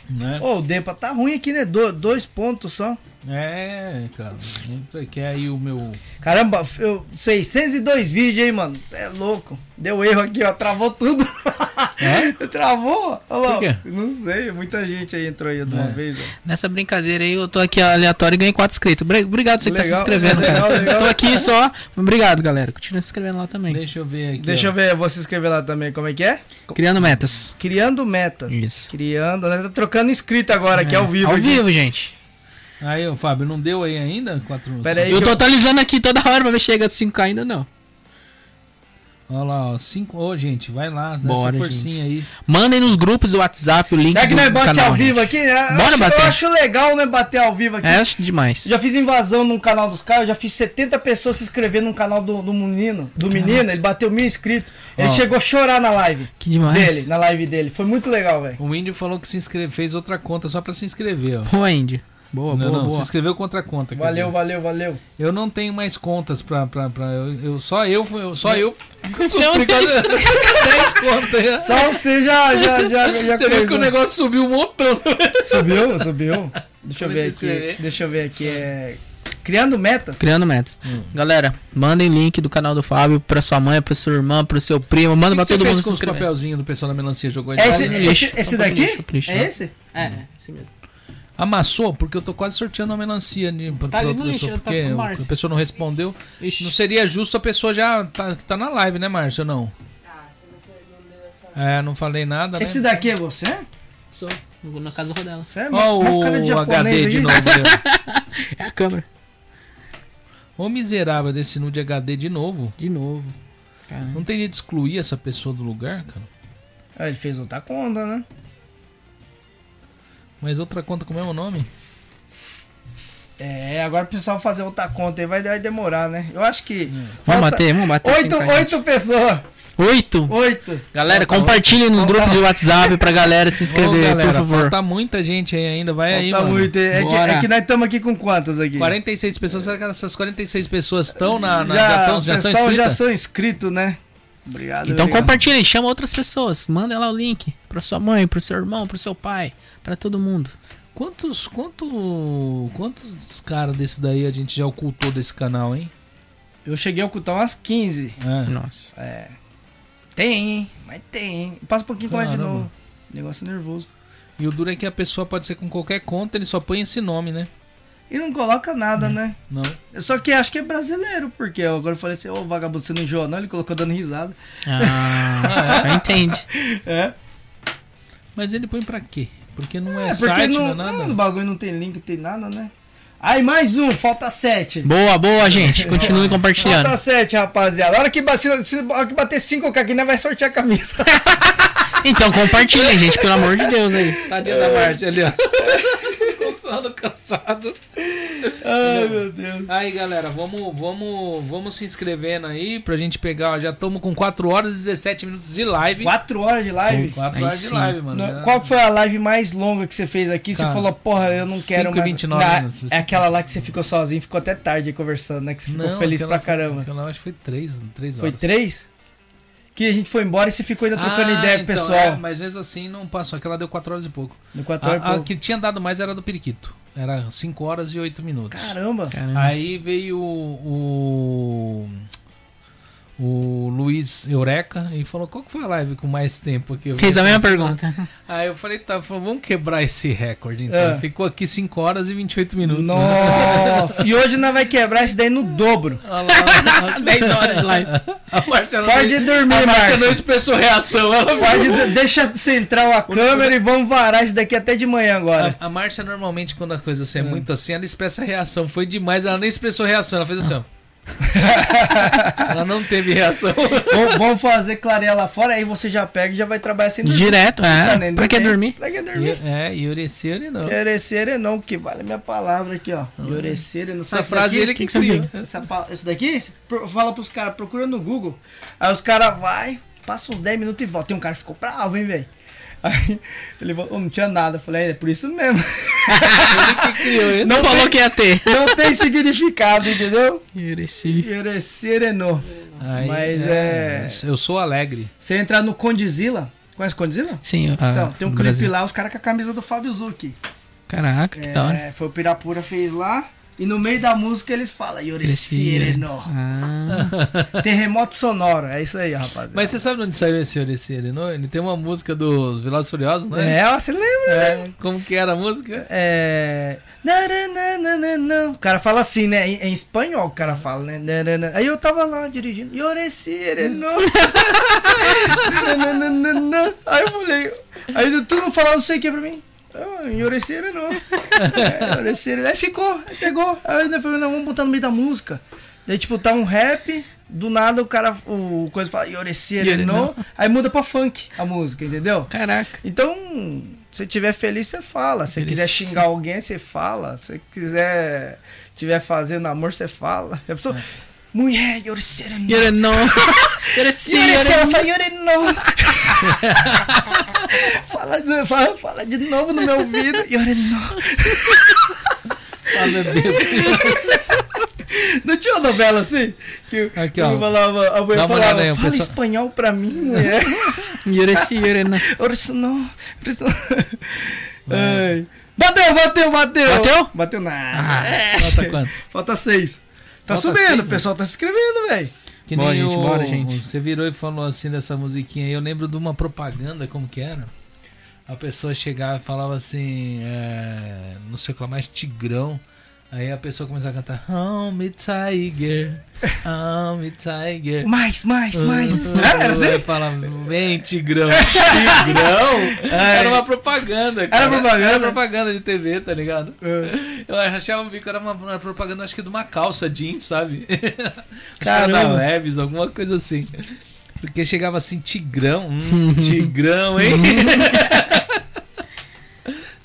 A: Né?
B: Ô, o Dempa tá ruim aqui, né? Do- dois pontos só.
A: É, cara. Entra aí, que é aí o meu.
B: Caramba, eu 602 vídeos, hein, mano? Você é louco. Deu erro aqui, ó. Travou tudo. Travou? Olha lá.
E: Por quê?
B: Não sei, muita gente aí entrou aí de uma
E: É.
B: vez. ó.
E: Nessa brincadeira aí, eu tô aqui aleatório e ganhei quatro inscritos. Obri- Obrigado você que tá se
B: Legal,
E: inscrevendo,
B: legal,
E: cara.
B: legal.
E: Eu tô aqui só. Obrigado, galera. Continua se inscrevendo lá também.
A: Deixa eu ver aqui.
B: Deixa
A: ó.
E: é?
B: eu ver, vou se inscrever lá também, como é que é?
E: Criando metas.
B: Criando metas.
E: Isso.
B: Criando, né? Tá trocando inscrita agora, aqui
E: É,
B: ao vivo.
E: Ao
B: aqui.
E: vivo, gente.
A: Aí, ô, Fábio, não deu aí ainda? Quatro...
B: Pera É aí
E: eu
B: que
E: tô
B: eu-
E: atualizando aqui toda hora pra ver se chega de 5K ainda não.
A: Olha lá, ó. Cinco... Ô, gente, vai lá, dá
E: Bora,
A: essa forcinha aí.
E: Mandem nos grupos do WhatsApp o link
B: Será que
E: do
B: nós bate
E: canal,
B: ao vivo
E: gente.
B: aqui? né? Eu
E: Bora
B: acho-
E: bater.
B: Eu acho legal, né, bater ao vivo aqui.
E: É, acho demais.
B: Já fiz invasão num canal dos caras, já fiz 70 pessoas se inscrever num canal do, do menino. Do menino, ele bateu mil inscritos. Ele
A: Ó.
B: chegou a chorar na live
E: Que demais.
B: dele, na live dele. Foi muito legal, velho.
A: O Índio falou que se inscreve, fez outra conta só pra se inscrever, ó.
E: Pô, Indy. Boa,
A: não,
E: boa,
A: não, se
E: boa.
A: inscreveu contra a conta. quer
B: Valeu,
A: dizer.
B: valeu, valeu.
A: Eu não tenho mais contas pra. pra, pra eu, eu- só eu, fui- eu- Só eu.
E: Tinha um
A: por causa- 10
E: né?
A: contas.
B: Só você já, já, já, já né?
A: Você viu que o
B: coisou.
A: negócio subiu um montão.
B: Subiu, subiu. Deixa
A: Comecei a
B: eu ver aqui.
A: escrever.
B: Deixa eu ver aqui. É... Criando metas.
E: Criando metas.
A: Hum.
E: Galera, mandem link do canal do Fábio pra sua mãe, pra sua irmã, pro seu primo. Manda
A: O que
E: Tá pra
A: que você
E: todo
A: fez
E: mundo se
A: com os
E: inscrever.
A: papelzinhos do pessoal da melancia jogou aí Tá
B: É
A: fora?
B: esse,
E: no
B: esse,
E: lixo.
B: esse
E: Vamos pro
B: daqui?
E: lixo, pro lixo,
B: É
E: né?
B: esse?
A: Tá
E: É, é, esse mesmo.
A: Amassou, porque eu tô quase sorteando a melancia ali pra,
E: Tá ali
A: pra outra
E: no lixo,
A: pessoa,
E: tá
A: porque
E: com o
A: o-
E: Márcio.
A: a pessoa não respondeu. Não
E: Ixi.
A: seria justo a pessoa já tá, tá na live, né, Márcio? Não. É, não falei nada, né?
B: Esse daqui é você?
E: Sou. Na casa do Rodela.
B: Você é
A: Ó
B: uma- uma cara de
A: o
B: japonês
A: HD de
B: aí.
A: novo. né?
E: É a câmera.
A: Ô miserável desse nude HD de novo.
E: De novo. Caramba.
A: Não tem jeito de excluir essa pessoa do lugar, cara.
B: Ah, ele fez outra conta, né?
A: Mas outra conta com o mesmo nome?
B: É, agora o pessoal fazer outra conta aí vai, vai demorar, né? Eu acho que.
A: Hum.
E: Vamos
B: Falta-
E: bater, vamos bater.
B: Oito,
E: 5K, gente.
B: oito pessoas.
E: Oito.
B: Oito.
E: Galera, compartilhem nos
B: Falta
E: grupos de WhatsApp pra galera se inscrever,
A: Ô, galera,
E: por favor.
A: Falta muita gente aí ainda, vai aí,
B: Falta
A: mano.
B: muito. É que,
E: Bora.
B: é que nós estamos aqui com quantas aqui?
A: 46 pessoas, será que essas 46 pessoas estão na, na
B: já,
A: já, tão,
B: o
A: já são
B: pessoal já
A: inscritas?
B: são inscritos, né? Obrigado.
E: Então
B: obrigado.
E: compartilhem, chama outras pessoas. Manda lá o link pra sua mãe, pro seu irmão, pro seu pai, pra todo mundo.
A: Quantos, quanto, quantos caras desse daí a gente já ocultou desse canal, hein?
B: Eu cheguei a ocultar umas 15.
A: É.
E: Nossa.
B: Tem, hein? Mas tem, hein? Passa um pouquinho com mais de
A: Caramba.
B: novo. Negócio nervoso.
A: E o duro é que a pessoa pode ser com qualquer conta, ele só põe esse nome, né?
B: E não coloca
A: É.
B: nada, né?
A: Não.
B: Só que acho que é brasileiro, porque eu agora falei assim, ô vagabundo, você não enjoa não? Ele colocou dando risada.
E: Ah, eu entendi.
B: É,
A: Mas ele põe pra quê? Porque não é,
B: é porque
A: site, não,
B: não,
A: é nada.
B: não, no bagulho não tem link, não tem nada, né? Aí mais um, falta sete.
E: Boa, boa, gente. Continue compartilhando.
B: Falta sete, rapaziada. A hora que, bacila, se, a hora que bater 5K aqui, nós vai sortear a camisa.
E: Então compartilhem, gente, pelo amor de Deus aí.
A: Tadinha Tá da Márcia ali, ó. Ficou todo cansado.
B: Ai, meu Deus.
A: Aí, galera, vamos, vamos, vamos se inscrevendo aí pra gente pegar. ó, já estamos com 4 horas e 17 minutos de live.
B: Quatro horas de live?
A: 4
E: Aí
A: horas de
E: sim.
A: live, mano.
B: Não,
A: Já-
B: Né? qual que foi a live mais longa que você fez aqui?
A: Né? Cara,
B: você falou, porra, eu não quero
A: 5 e
B: mais.
A: 29
B: Não,
A: minutos.
B: É aquela lá que você ficou sozinho, ficou até tarde aí conversando, né? Que você ficou
A: Não,
B: feliz
A: aquela
B: pra
A: foi-
B: caramba.
A: Aquela eu acho que foi 3, 3
B: Foi
A: horas.
B: três? Que a gente foi embora e você ficou ainda trocando
A: Ah,
B: ideia com o
A: então,
B: pessoal.
A: é, mas mesmo assim não passou. Aquela deu 4 horas e pouco.
B: No 14
A: a, a que tinha dado mais era do Periquito. Era 5 horas e 8 minutos.
B: Caramba.
E: Caramba.
A: Aí veio o, o, o Luiz Eureka e falou: qual que foi a live com mais tempo aqui? Eu
E: Fez a
A: falei,
E: mesma pergunta.
A: Aí eu falei, tá, falou, vamos quebrar esse recorde então.
B: É.
A: Ficou aqui 5 horas e 28 minutos. né?
B: Nossa. e hoje nós vai quebrar isso daí no dobro.
A: Olha lá,
E: 10 horas de live.
A: a Marcela
B: Pode
A: não,
B: dormir,
A: Ah, a Marcia não
B: Márcio.
A: expressou reação. Ela
B: Pode, de- deixa central a câmera e vamos varar isso daqui até de manhã agora.
A: A, a Márcia, normalmente, quando a coisa assim, é, muito assim, ela expressa reação. Foi demais, ela nem expressou reação, ela fez assim, ó. ela não teve reação.
B: Vamos- vamos fazer clarear lá fora, aí você já pega e já vai trabalhar sem dormir.
E: Direto,
B: né? Não
E: é.
B: precisa
E: Pra que
B: nem-
E: dormir?
B: Pra que dormir?
A: é, Iureciane não.
B: Yorecer é não, que vale a minha palavra aqui, ó. Yorecer não
A: Essa
B: sabe isso
A: frase
B: daqui?
A: ele que,
E: que que você
A: criou.
B: Essa, pa- esse daqui, você pro- fala pros caras, procura no Google. Aí os caras vai, passa uns 10 minutos e volta. Tem um cara que ficou bravo, hein, velho. Aí ele voltou, "Ô, não tinha nada. Eu falei, é por isso mesmo.
A: Ele que criou. Ele
E: Não falou que ia ter.
B: Não tem significado, entendeu?
E: Mereci.
B: Yorecer não.
A: Aí,
B: Mas é-
A: Eu sou alegre.
B: Você entrar no Condizila, conhece Condizila?
E: Sim, ah,
B: Então, tem um
E: do
B: clipe
E: Brasil.
B: lá, os caras com a camisa do Fábio Zucchi.
E: Caraca, que da hora.
B: É, foi o é, Pirapura fez lá. E no meio da música eles falam Yoricirenó.
E: Ah,
B: Terremoto sonoro, é isso aí, rapaziada.
A: Mas você sabe de onde saiu esse Oriciere, não? Ele tem uma música dos Velozes e Furiosos, né?
B: É, você lembra?
A: É, como que era a música?
B: É. nananana, O cara fala assim, né? Em, em espanhol o cara fala, né? Nanana. Aí eu assim, tava lá dirigindo. Yorecirenó. Nananana. Aí eu falei. Aí tu não falou não sei o que pra mim. Yoreceira não. É, Yoreceira. Aí ficou, aí pegou. Aí eu falei, não, vamos botar no meio da música. Daí, tipo, tá um rap, do nada o cara, o coisa fala, Yoreceira
E: Yore
B: não.
E: não.
B: Aí muda pra funk a música, entendeu?
E: Caraca.
B: Então, se tiver feliz, você fala. Se quiser
E: Yorece-
B: xingar alguém, você fala. Se quiser, tiver fazendo amor, você fala. E a
A: É.
B: pessoa, mulher, Yoreceira não.
E: Yore não. Yore sim, yore
B: Yoreceira,
E: não.
B: fala, Yore não. Fala, de- fala, fala de novo no meu ouvido. Yorenó.
A: Ah, meu Deus.
B: Não tinha uma novela assim? Que
A: Aqui,
B: que eu
A: ó.
B: falava, a mulher
A: Dá uma
B: falava,
A: olhada aí, o
B: fala
A: pessoal-
B: espanhol pra mim, mulher.
E: Yore sim, yore não.
B: Yorenó. Yorenó.
A: É.
B: Ai. Bateu, bateu, bateu.
E: Bateu?
B: Bateu nada.
A: Ah,
B: É.
A: Falta quanto?
B: Falta seis. Tá
A: Falta
B: subindo,
A: seis, né?
B: o pessoal tá se inscrevendo, velho.
A: Que
E: Bora,
A: nem
E: gente,
A: o-
E: bora, gente.
A: Você virou e falou assim dessa musiquinha aí. Eu lembro de uma propaganda, como que era? A pessoa chegava e falava assim, é, não sei o que lá mais, tigrão. Aí a pessoa começava a cantar I'm a tiger, I'm a tiger.
B: Mais, mais, mais.
A: Uh,
B: Não era assim?
A: Aí falava, vem tigrão, tigrão. Era uma propaganda, cara.
B: propaganda?
A: Era propaganda de TV, tá ligado? Eu achava o bico, era uma, uma propaganda, acho que de uma calça jeans, sabe? Cara, da
B: Caramba.
A: Leves, alguma coisa assim. Porque chegava assim, tigrão, hum, tigrão, hein?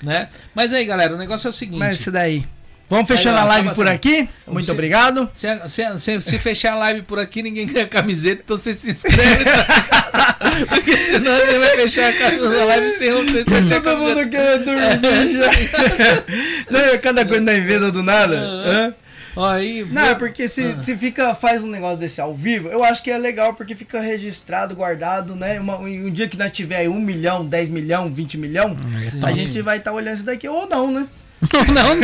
A: né? Mas aí, galera, o negócio é o seguinte.
B: Mas isso daí. Vamos fechando
A: Aí, ó,
B: a live
A: tava
B: por
A: assim.
B: aqui. Muito
A: Você-
B: obrigado.
A: Se, se- se- se fechar a live por aqui, ninguém ganha camiseta, então você se inscreve. Porque senão você vai fechar a ca- a live sem você fechar a
B: Todo
A: camiseta.
B: mundo querendo
A: É.
B: dormir já. Não, cada coisa na inventa do nada.
A: Ah.
B: Hã?
A: Ó, aí,
B: Não, é porque se,
A: Ah.
B: se fica, faz um negócio desse ao vivo, eu acho que é legal porque fica registrado, guardado, né? Uma- um, um dia que nós tiver aí um milhão, 10 milhão, 20 milhão,
A: Hum, tá.
B: a gente vai estar olhando isso daqui, ou não, né?
E: Não, não.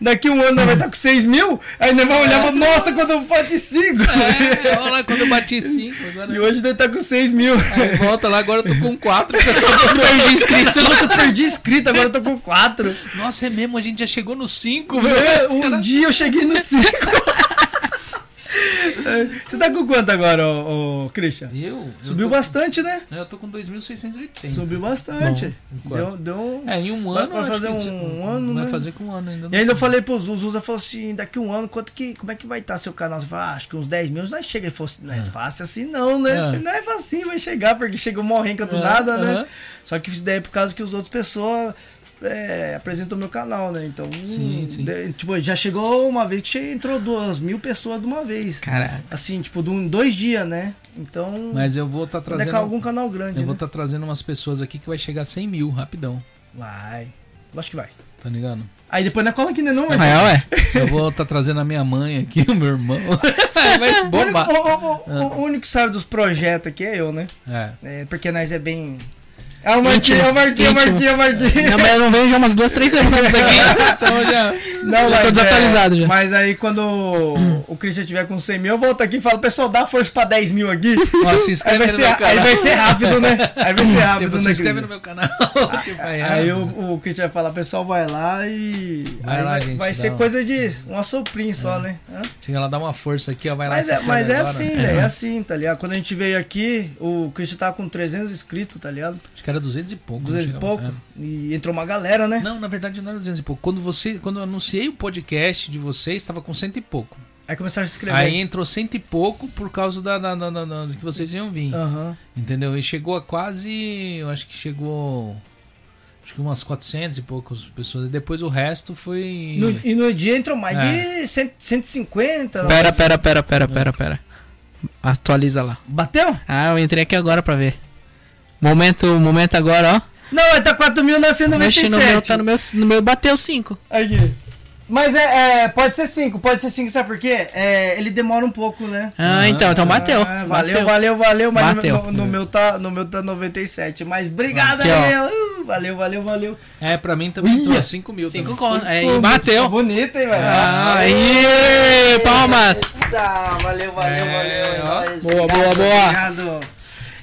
B: Daqui um ano nós vai estar com 6 mil, aí nós vamos olhar e falar, nossa, quando eu bati 5.
A: É, olha lá quando eu bati 5, agora
B: E hoje nós tá com 6 mil.
A: Aí volta lá, agora eu tô com 4.
B: perdi inscrito. Nossa, eu perdi inscrito, agora eu tô com 4.
A: Nossa, é mesmo, a gente já chegou no 5,
B: É,
A: velho.
B: um dia eu cheguei no 5. Você tá com quanto agora, ô, ô Christian?
A: Eu?
B: Subiu
A: eu tô,
B: bastante, né?
A: Eu tô com 2.680.
B: Subiu bastante.
A: Bom,
B: deu, deu um...
A: É, em um
B: Vai-
A: ano.
B: vai
A: acho
B: fazer
A: que
B: um
A: isso-
B: ano,
A: Vai
B: né?
A: fazer com um ano ainda.
B: E ainda eu falei pro Zuzu, o Zuzu falou assim, daqui um ano, quanto que, como é que vai estar seu canal? Você falou, ah, acho que uns 10 mil, nós chega. Ele falou assim, não é fácil assim não, né?
A: Ah.
B: Eu falei, Não é fácil assim, vai chegar, porque chegou uma renca do
A: Ah,
B: nada,
A: ah.
B: né? Só que isso daí é por causa que os outros pessoas é, apresentam meu canal, né? Então,
A: Sim, sim.
B: de- tipo, já chegou uma vez que che- entrou duas mil pessoas de uma vez.
E: Caraca.
B: Assim, tipo, de um- dois dias, né? Então,
A: Mas eu vou estar
B: ainda é
A: trazendo.
B: com algum canal grande,
A: Eu vou tá- estar
B: né?
A: trazendo umas pessoas aqui que vai chegar a 100 mil rapidão,
B: Vai, acho que vai.
A: tá ligado?
B: Aí depois não é cola aqui, né? Não,
E: É, ué.
A: Eu vou estar trazendo a minha mãe aqui, o meu irmão. vai se
B: O único,
A: bombar.
B: o- o- o- o único que sabe dos projetos aqui é eu, né?
A: É.
B: É, porque nós é bem. É o Marquinhos,
E: Íntimo,
B: é o Marquinhos, é o Marquinhos, é o Marquinhos.
E: Não, mas eu não vejo há umas duas, três semanas aqui.
A: Então já.
B: Não,
E: tô desatualizado
B: é,
E: já.
B: Mas aí quando o Christian tiver com 100 mil, eu volto aqui e falo, pessoal, dá força pra 10 mil aqui.
A: Ó, se
B: Aí
A: inscreve
B: vai,
A: no
B: ser,
A: meu
B: aí
A: canal.
B: vai ser rápido, né? Aí vai ser rápido,
A: Tipo,
B: né?
A: se inscreve
B: Christian?
A: no meu canal. tipo, aí,
B: Aí
A: é.
B: o, o Christian vai falar, pessoal, vai lá e.
A: Vai
B: aí
A: lá,
B: vai,
A: gente,
B: vai
A: dá
B: ser
A: uma-
B: coisa de um assoprinho só, né? Hã?
A: Chega lá, dá uma força aqui, ó. Vai lá.
B: Mas,
A: se
B: é,
A: inscreve
B: mas é
A: agora.
B: assim, velho. É assim, tá ligado? Quando a gente veio aqui, o Christian tava com 300 inscritos, tá ligado?
A: Acho que era 200 e pouco. né? É.
B: 200 e
A: não
B: pouco.
A: chegava,
B: E entrou uma galera, né?
A: é. Não, na verdade não era 200 e pouco. Quando, você, quando eu anunciei o podcast de vocês, estava com cento e pouco.
B: Aí começaram a se inscrever.
A: Aí entrou cento e pouco por causa da, da, da- da- da- do que vocês iam vir.
B: Aham.
A: Entendeu? E chegou a quase. Eu acho que chegou. Acho que umas 400 e poucas pessoas. E depois o resto foi.
B: No- e no dia entrou mais
A: É.
B: de cento- 150. né?
E: Pera, pera, pera, pera, pera, pera. Atualiza lá.
B: Bateu?
E: Ah, eu entrei aqui agora pra ver. Momento, momento agora, ó.
B: Não, mas tá 4.997.
E: Mexe no meu, tá no meu, no meu bateu 5.
B: Aqui. Mas é, é, pode ser 5, pode ser 5, sabe por quê? É, ele demora um pouco, né?
E: Ah, então, então bateu.
B: Ah, valeu,
E: bateu.
B: valeu, valeu, mas no-
E: Bateu.
B: No, no meu tá, no meu tá 97. Mas obrigado
E: Aqui, ó.
B: aí, ó. Uh, Valeu, valeu, valeu.
A: É, pra mim também entrou 5 mil.
E: Cinco
A: também.
E: conto. É, e bateu.
B: Tá Bonito, hein, velho?
E: Ah, Aí, palmas.
B: Tá, valeu, valeu,
A: É,
B: valeu.
A: ó.
B: é nóis.
E: Boa,
B: Obrigado,
E: boa, boa.
B: Obrigado.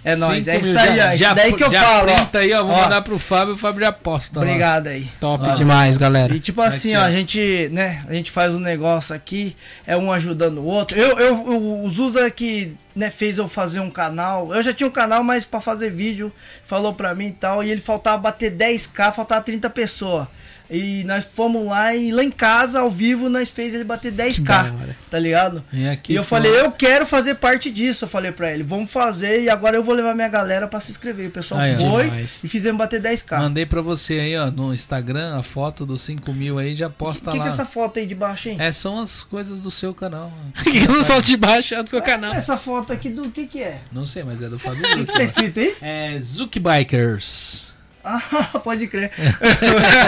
B: É nóis, é
A: Cinco
B: isso
A: mil.
B: aí, ó.
A: Já-
B: Isso
A: já-
B: daí que eu
A: já
B: falo, ó.
A: printa aí, ó, vou
B: Ó.
A: mandar pro Fábio, o Fábio já
E: tá
A: aposta. lá.
B: Obrigado aí.
E: Top
B: Ó.
E: demais, galera.
B: E tipo assim, ó, a gente, né, a gente faz um negócio aqui, é um ajudando o outro. Eu, eu, o Zuza que, né, fez eu fazer um canal. Eu já tinha um canal, mas pra fazer vídeo, falou pra mim e tal, e ele faltava bater 10k, faltava 30 pessoas. E nós fomos lá e lá em casa, ao vivo, nós fez ele bater 10k, tá ligado?
A: Vem aqui,
B: e eu
A: fala.
B: falei, eu quero fazer parte disso, eu falei pra ele. Vamos fazer e agora eu vou levar minha galera pra se inscrever. O pessoal
A: Aí, ó.
B: foi
E: Demais.
B: e fizemos bater 10k.
A: Mandei pra você aí, ó, no Instagram, a foto dos 5 mil aí, já
B: O
A: posta
B: que,
A: lá.
B: que é essa foto aí de baixo, hein?
A: É, são as coisas do seu canal.
E: Por que eu não solto de baixo do seu canal?
B: Essa foto aqui do que que é?
A: Não sei, mas é do Fábio
B: O que que tá
A: Dutra.
B: escrito aí?
A: É Zuki Bikers.
B: Ah, pode crer.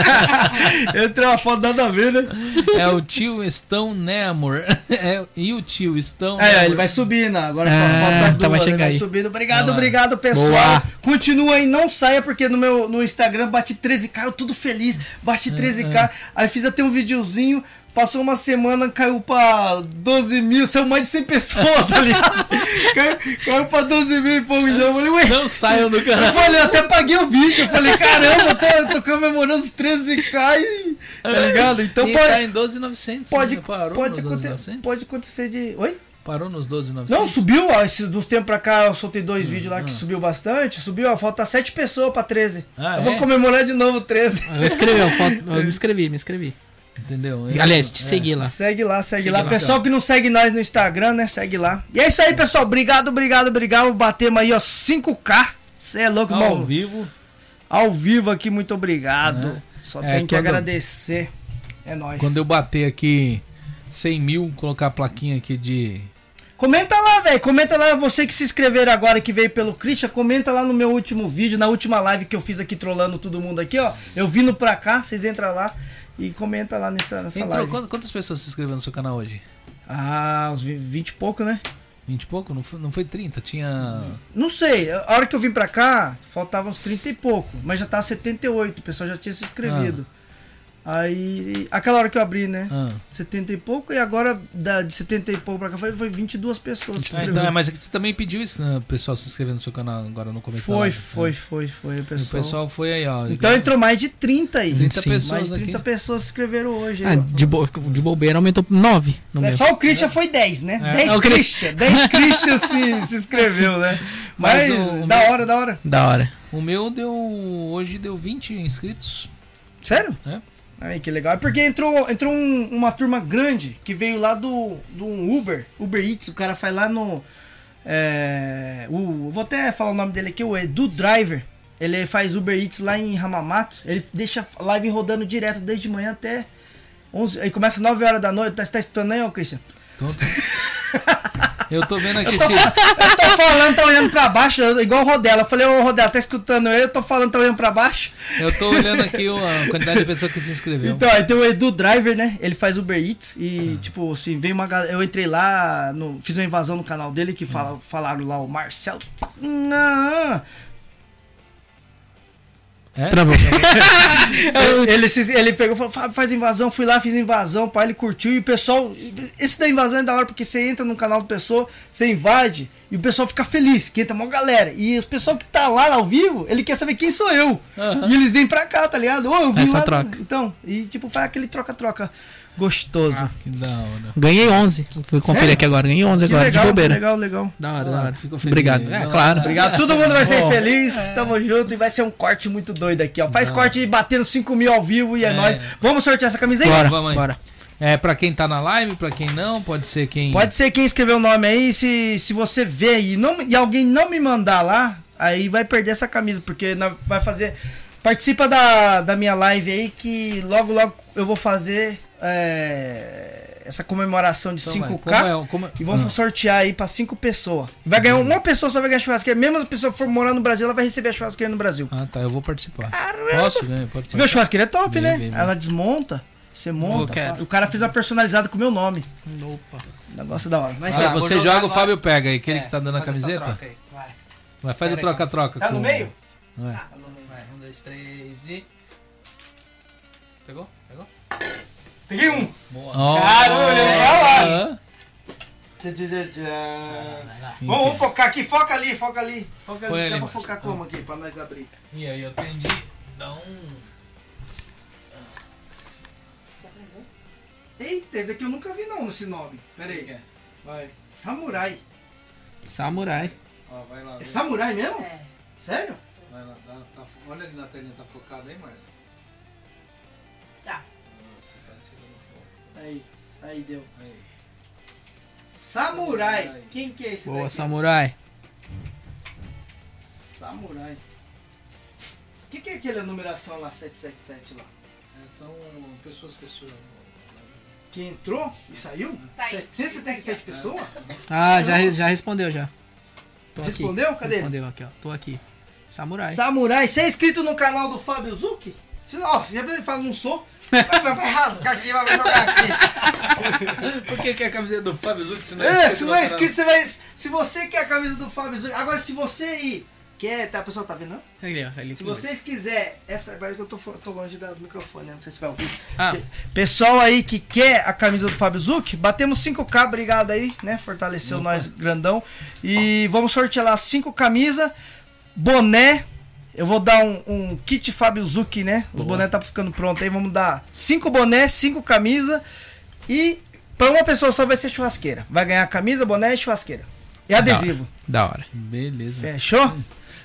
B: Eu tenho uma foto nada a ver, né?
A: É o tio Estão, né, amor? É, e o tio Estão. né,
B: É,
A: amor?
B: ele vai subindo, agora
E: Ah,
B: falta duas,
E: tá, vai
B: ele
E: chegar
B: vai
E: aí.
B: né? subindo. Obrigado,
A: Vai lá.
B: obrigado, pessoal.
E: Boa.
B: Continua aí, não saia, porque no meu no Instagram bati 13k, eu tudo feliz, bati 13k. Aí fiz até um videozinho, passou uma semana, caiu pra 12 mil, saiu mais de 100 pessoas, tá ligado? caiu, caiu pra 12 mil e pouco, milhão. eu falei, ué,
A: Não saiam do
B: Eu
A: canal.
B: falei, eu até paguei o vídeo. Eu falei, caramba, eu tô, eu tô comemorando os 13k e. Tá ligado? Então
A: E
B: pode.
A: tá em 12,900.
B: Pode,
A: né? Parou né?
B: pode,
A: nos
B: acontecer,
A: 12,900?
B: pode acontecer de. Oi?
A: Parou nos 12,900?
B: Não, subiu, ó. esse- dos tempos pra cá eu soltei
A: Hum,
B: dois vídeos lá que subiu bastante. Subiu, ó. Falta 7 pessoas pra 13.
A: Ah,
B: eu vou
A: é?
B: comemorar de novo o 13.
E: Eu escrevi, eu, foto- eu me inscrevi, me inscrevi.
A: Entendeu? É.
E: Aliás,
B: É.
E: te segui
A: Ah.
E: lá.
B: Segue lá, segue,
E: Segue
B: lá.
A: então.
E: lá,
B: Pessoal que não segue nós no Instagram, né? Segue lá. E é isso aí, pessoal. Obrigado, obrigado, obrigado. Batemos aí, ó, 5K. Você é louco,
A: Ao
B: mal.
A: vivo.
B: Ao vivo aqui, muito obrigado. Só
A: É,
B: tem que
A: quando-
B: agradecer. É nóis.
A: Quando eu bater aqui 100 mil, colocar a plaquinha aqui de.
B: Comenta lá, velho. Comenta lá, você que se inscreveram agora que veio pelo Christian, comenta lá no meu último vídeo, na última live que eu fiz aqui trollando todo mundo aqui, ó. Eu vindo pra cá, vocês entram lá e comenta lá nessa, nessa
A: Entrou,
B: live.
A: quant- quantas pessoas se inscreveram no seu canal hoje?
B: Ah, uns vi- 20 e pouco, né?
A: 20 e pouco? Não foi, não foi 30? Tinha.
B: Não sei, a hora que eu vim pra cá, faltavam uns 30 e pouco, mas já tá tava 78, o pessoal já tinha se inscrevido. Aí, aquela hora que eu abri, né?
A: Ah.
B: 70 e pouco, e agora da, de 70 e pouco pra cá foi, foi 22 pessoas que se
A: Ah,
B: inscreveram.
A: então, é, mas é que você também pediu isso, né? O pessoal se inscrever no seu canal agora no começo da
B: Foi,
A: live.
B: foi,
A: É.
B: foi, foi,
A: E O pessoal foi aí, ó.
B: Então entrou mais de 30 aí.
A: 30
E: Sim.
A: pessoas
B: mais de 30
A: aqui.
B: pessoas se inscreveram hoje.
E: Ah,
B: aí, ó.
E: de, bo de bobeira aumentou 9 no
B: É,
E: meu.
B: Só o Christian foi 10, né?
A: É.
B: 10
E: É, o Cri-
B: Christian. 10 Christian se, se inscreveu, né? Mas,
A: Mas o-
B: da hora, da hora.
E: Da hora.
A: O meu deu. Hoje deu 20 inscritos.
B: Sério?
A: É.
B: Aí, que legal. É porque entrou, entrou um- uma turma grande que veio lá do, do Uber, Uber Eats, o cara faz lá no. é, o, vou até falar o nome dele aqui, o Edu Driver. Ele faz Uber Eats lá em Ramamato. Ele deixa a live rodando direto desde manhã até 11. Aí começa 9 horas da noite. Tá, você tá escutando aí, ô Christian?
A: Eu tô vendo aqui esse.
B: Eu tô falando, tá olhando pra baixo, eu- igual o Rodela. Eu falei, ô Rodela, tá escutando eu? Eu tô falando, tá olhando pra baixo.
A: Eu tô olhando aqui ó, a quantidade de pessoas que se inscreveu.
B: Então, aí tem o Edu Driver, né? Ele faz Uber Eats e, tipo, assim, veio uma galera. Eu entrei lá, no- fiz uma invasão no canal dele que fala- falaram lá o Marcelo. Não!
A: É?
E: Travou. É
B: Ele, se- ele pegou e falou: Fábio, faz invasão. Fui lá, fiz invasão, pai, ele curtiu. E o pessoal. Esse da invasão é da hora, porque você entra no canal do pessoa, você invade, e o pessoal fica feliz, que entra uma galera. E os pessoal que tá lá ao vivo, ele quer saber quem sou eu.
A: Aham.
B: E eles vêm pra cá, tá ligado? Ô, eu vim
E: Essa
B: lá-
E: troca.
B: Então, e tipo, faz aquele troca-troca gostoso.
A: Que da hora.
E: Ganhei 11. Fui conferir
B: Sério?
E: aqui agora. Ganhei 11
B: que
E: agora,
B: legal,
E: de
B: que
E: bobeira.
B: legal, legal.
E: Da hora, da
A: Ah,
E: hora.
A: fico feliz.
E: Obrigado. É,
A: Não,
E: claro.
B: Obrigado, todo mundo vai ser feliz. Tamo junto e vai ser um corte muito doido aqui, ó. Faz corte batendo 5 mil ao vivo e é,
A: É.
B: nóis. Vamos sortear essa camisa aí?
E: Bora,
A: Vamos aí.
E: bora.
A: É, pra quem tá na live, pra quem não, pode ser quem.
B: Pode ser quem escreveu o nome aí, se, se você vê aí não, e alguém não me mandar lá, aí vai perder essa camisa, porque na- vai fazer. Participa da, da minha live aí que logo, logo eu vou fazer é, essa comemoração de
A: Então, vai,
B: 5K.
A: Como é, o- como é-
B: E vamos sortear aí pra cinco pessoas. Vai ganhar uma pessoa só vai ganhar churrasqueira. Mesmo a pessoa que for morar no Brasil, ela vai receber a churrasqueira no Brasil.
A: Ah, tá, eu vou participar. Posso ganhar? Pode
B: Você viu, a
A: participar.
B: churrasqueira é top,
A: Vi,
B: né?
A: vi, vi.
B: Ela desmonta, você monta.
E: quero.
B: O cara fez a personalizada com o meu nome.
E: Opa.
B: Negócio é da hora. Mas,
A: Ah,
E: vou
A: você
E: jogar
A: joga, o
E: agora.
A: Fábio pega aí, aquele
E: É,
A: que tá dando a
E: faz essa
A: camiseta.
E: troca aí.
A: Vai, faz o
E: Pera aí,
A: troca-troca.
B: tá no
A: com-
B: meio?
A: É.
E: Vai,
A: dois, três e. Pegou? Pegou?
B: Peguei um!
A: Ó. É.
B: Caralho, tá lá!
A: Aham.
B: Tchá, tchá, tchá, tchá. Vamos, vamos focar aqui, foca ali, foca ali. Foca
A: Põe
B: ali. Ah. Dá
A: ali,
B: pra
A: mano.
B: focar como aqui, pra nós abrir.
A: E aí, eu atendi. Dá um.
B: Eita, esse daqui eu nunca vi não, esse nome. Pera aí. Vai. Samurai.
E: Samurai.
A: Ó, vai lá.
B: É
A: vem.
B: samurai mesmo? Sério?
A: Vai lá, tá, tá- olha ali na telinha, tá focado aí, Márcio?
C: Tá.
A: Nossa, tá tirando foco.
B: Aí, aí deu.
A: Aí.
B: Samurai. Quem que é esse
E: Boa,
B: daqui?
E: Samurai.
B: Samurai. O que, que é aquela numeração lá, 777 lá?
A: É, são pessoas que suram.
B: Que entrou e saiu?
C: Tá aí.
B: 777 pessoas?
E: Ah, já, re- já respondeu já. Tô aqui.
B: Respondeu? Cadê ele?
E: Respondeu aqui, ó. Tô aqui. Samurai.
B: Samurai, você é inscrito no canal do Fábio Zucchi? Se não, ó, se ele fala, não sou, vai, vai- vai rasgar aqui, vai vai jogar aqui.
A: Por que, que a camisa do Fábio né? Zucchi se
B: É, se não é inscrito, você vai. Se você quer a camisa do Fábio Zucchi, agora se você aí quer, tá, pessoal, tá vendo? não?
E: Ele, ó, ele
B: Se
E: falou.
B: vocês quiserem, essa parece que eu tô, fo- tô longe da- do microfone, né? Não sei se vai ouvir.
E: Ah.
B: Pessoal aí que quer a camisa do Fábio Zuc, batemos 5K, obrigado aí, né? Fortaleceu nós grandão. E vamos sortear lá 5 camisas, boné. Eu vou dar um, um kit Fábio Zuc, né? Os bonés tá ficando pronto aí. Vamos dar 5 boné, 5 camisas. E pra uma pessoa só vai ser churrasqueira. Vai ganhar camisa, boné e churrasqueira. E adesivo.
E: Da hora.
A: Beleza.
B: Fechou?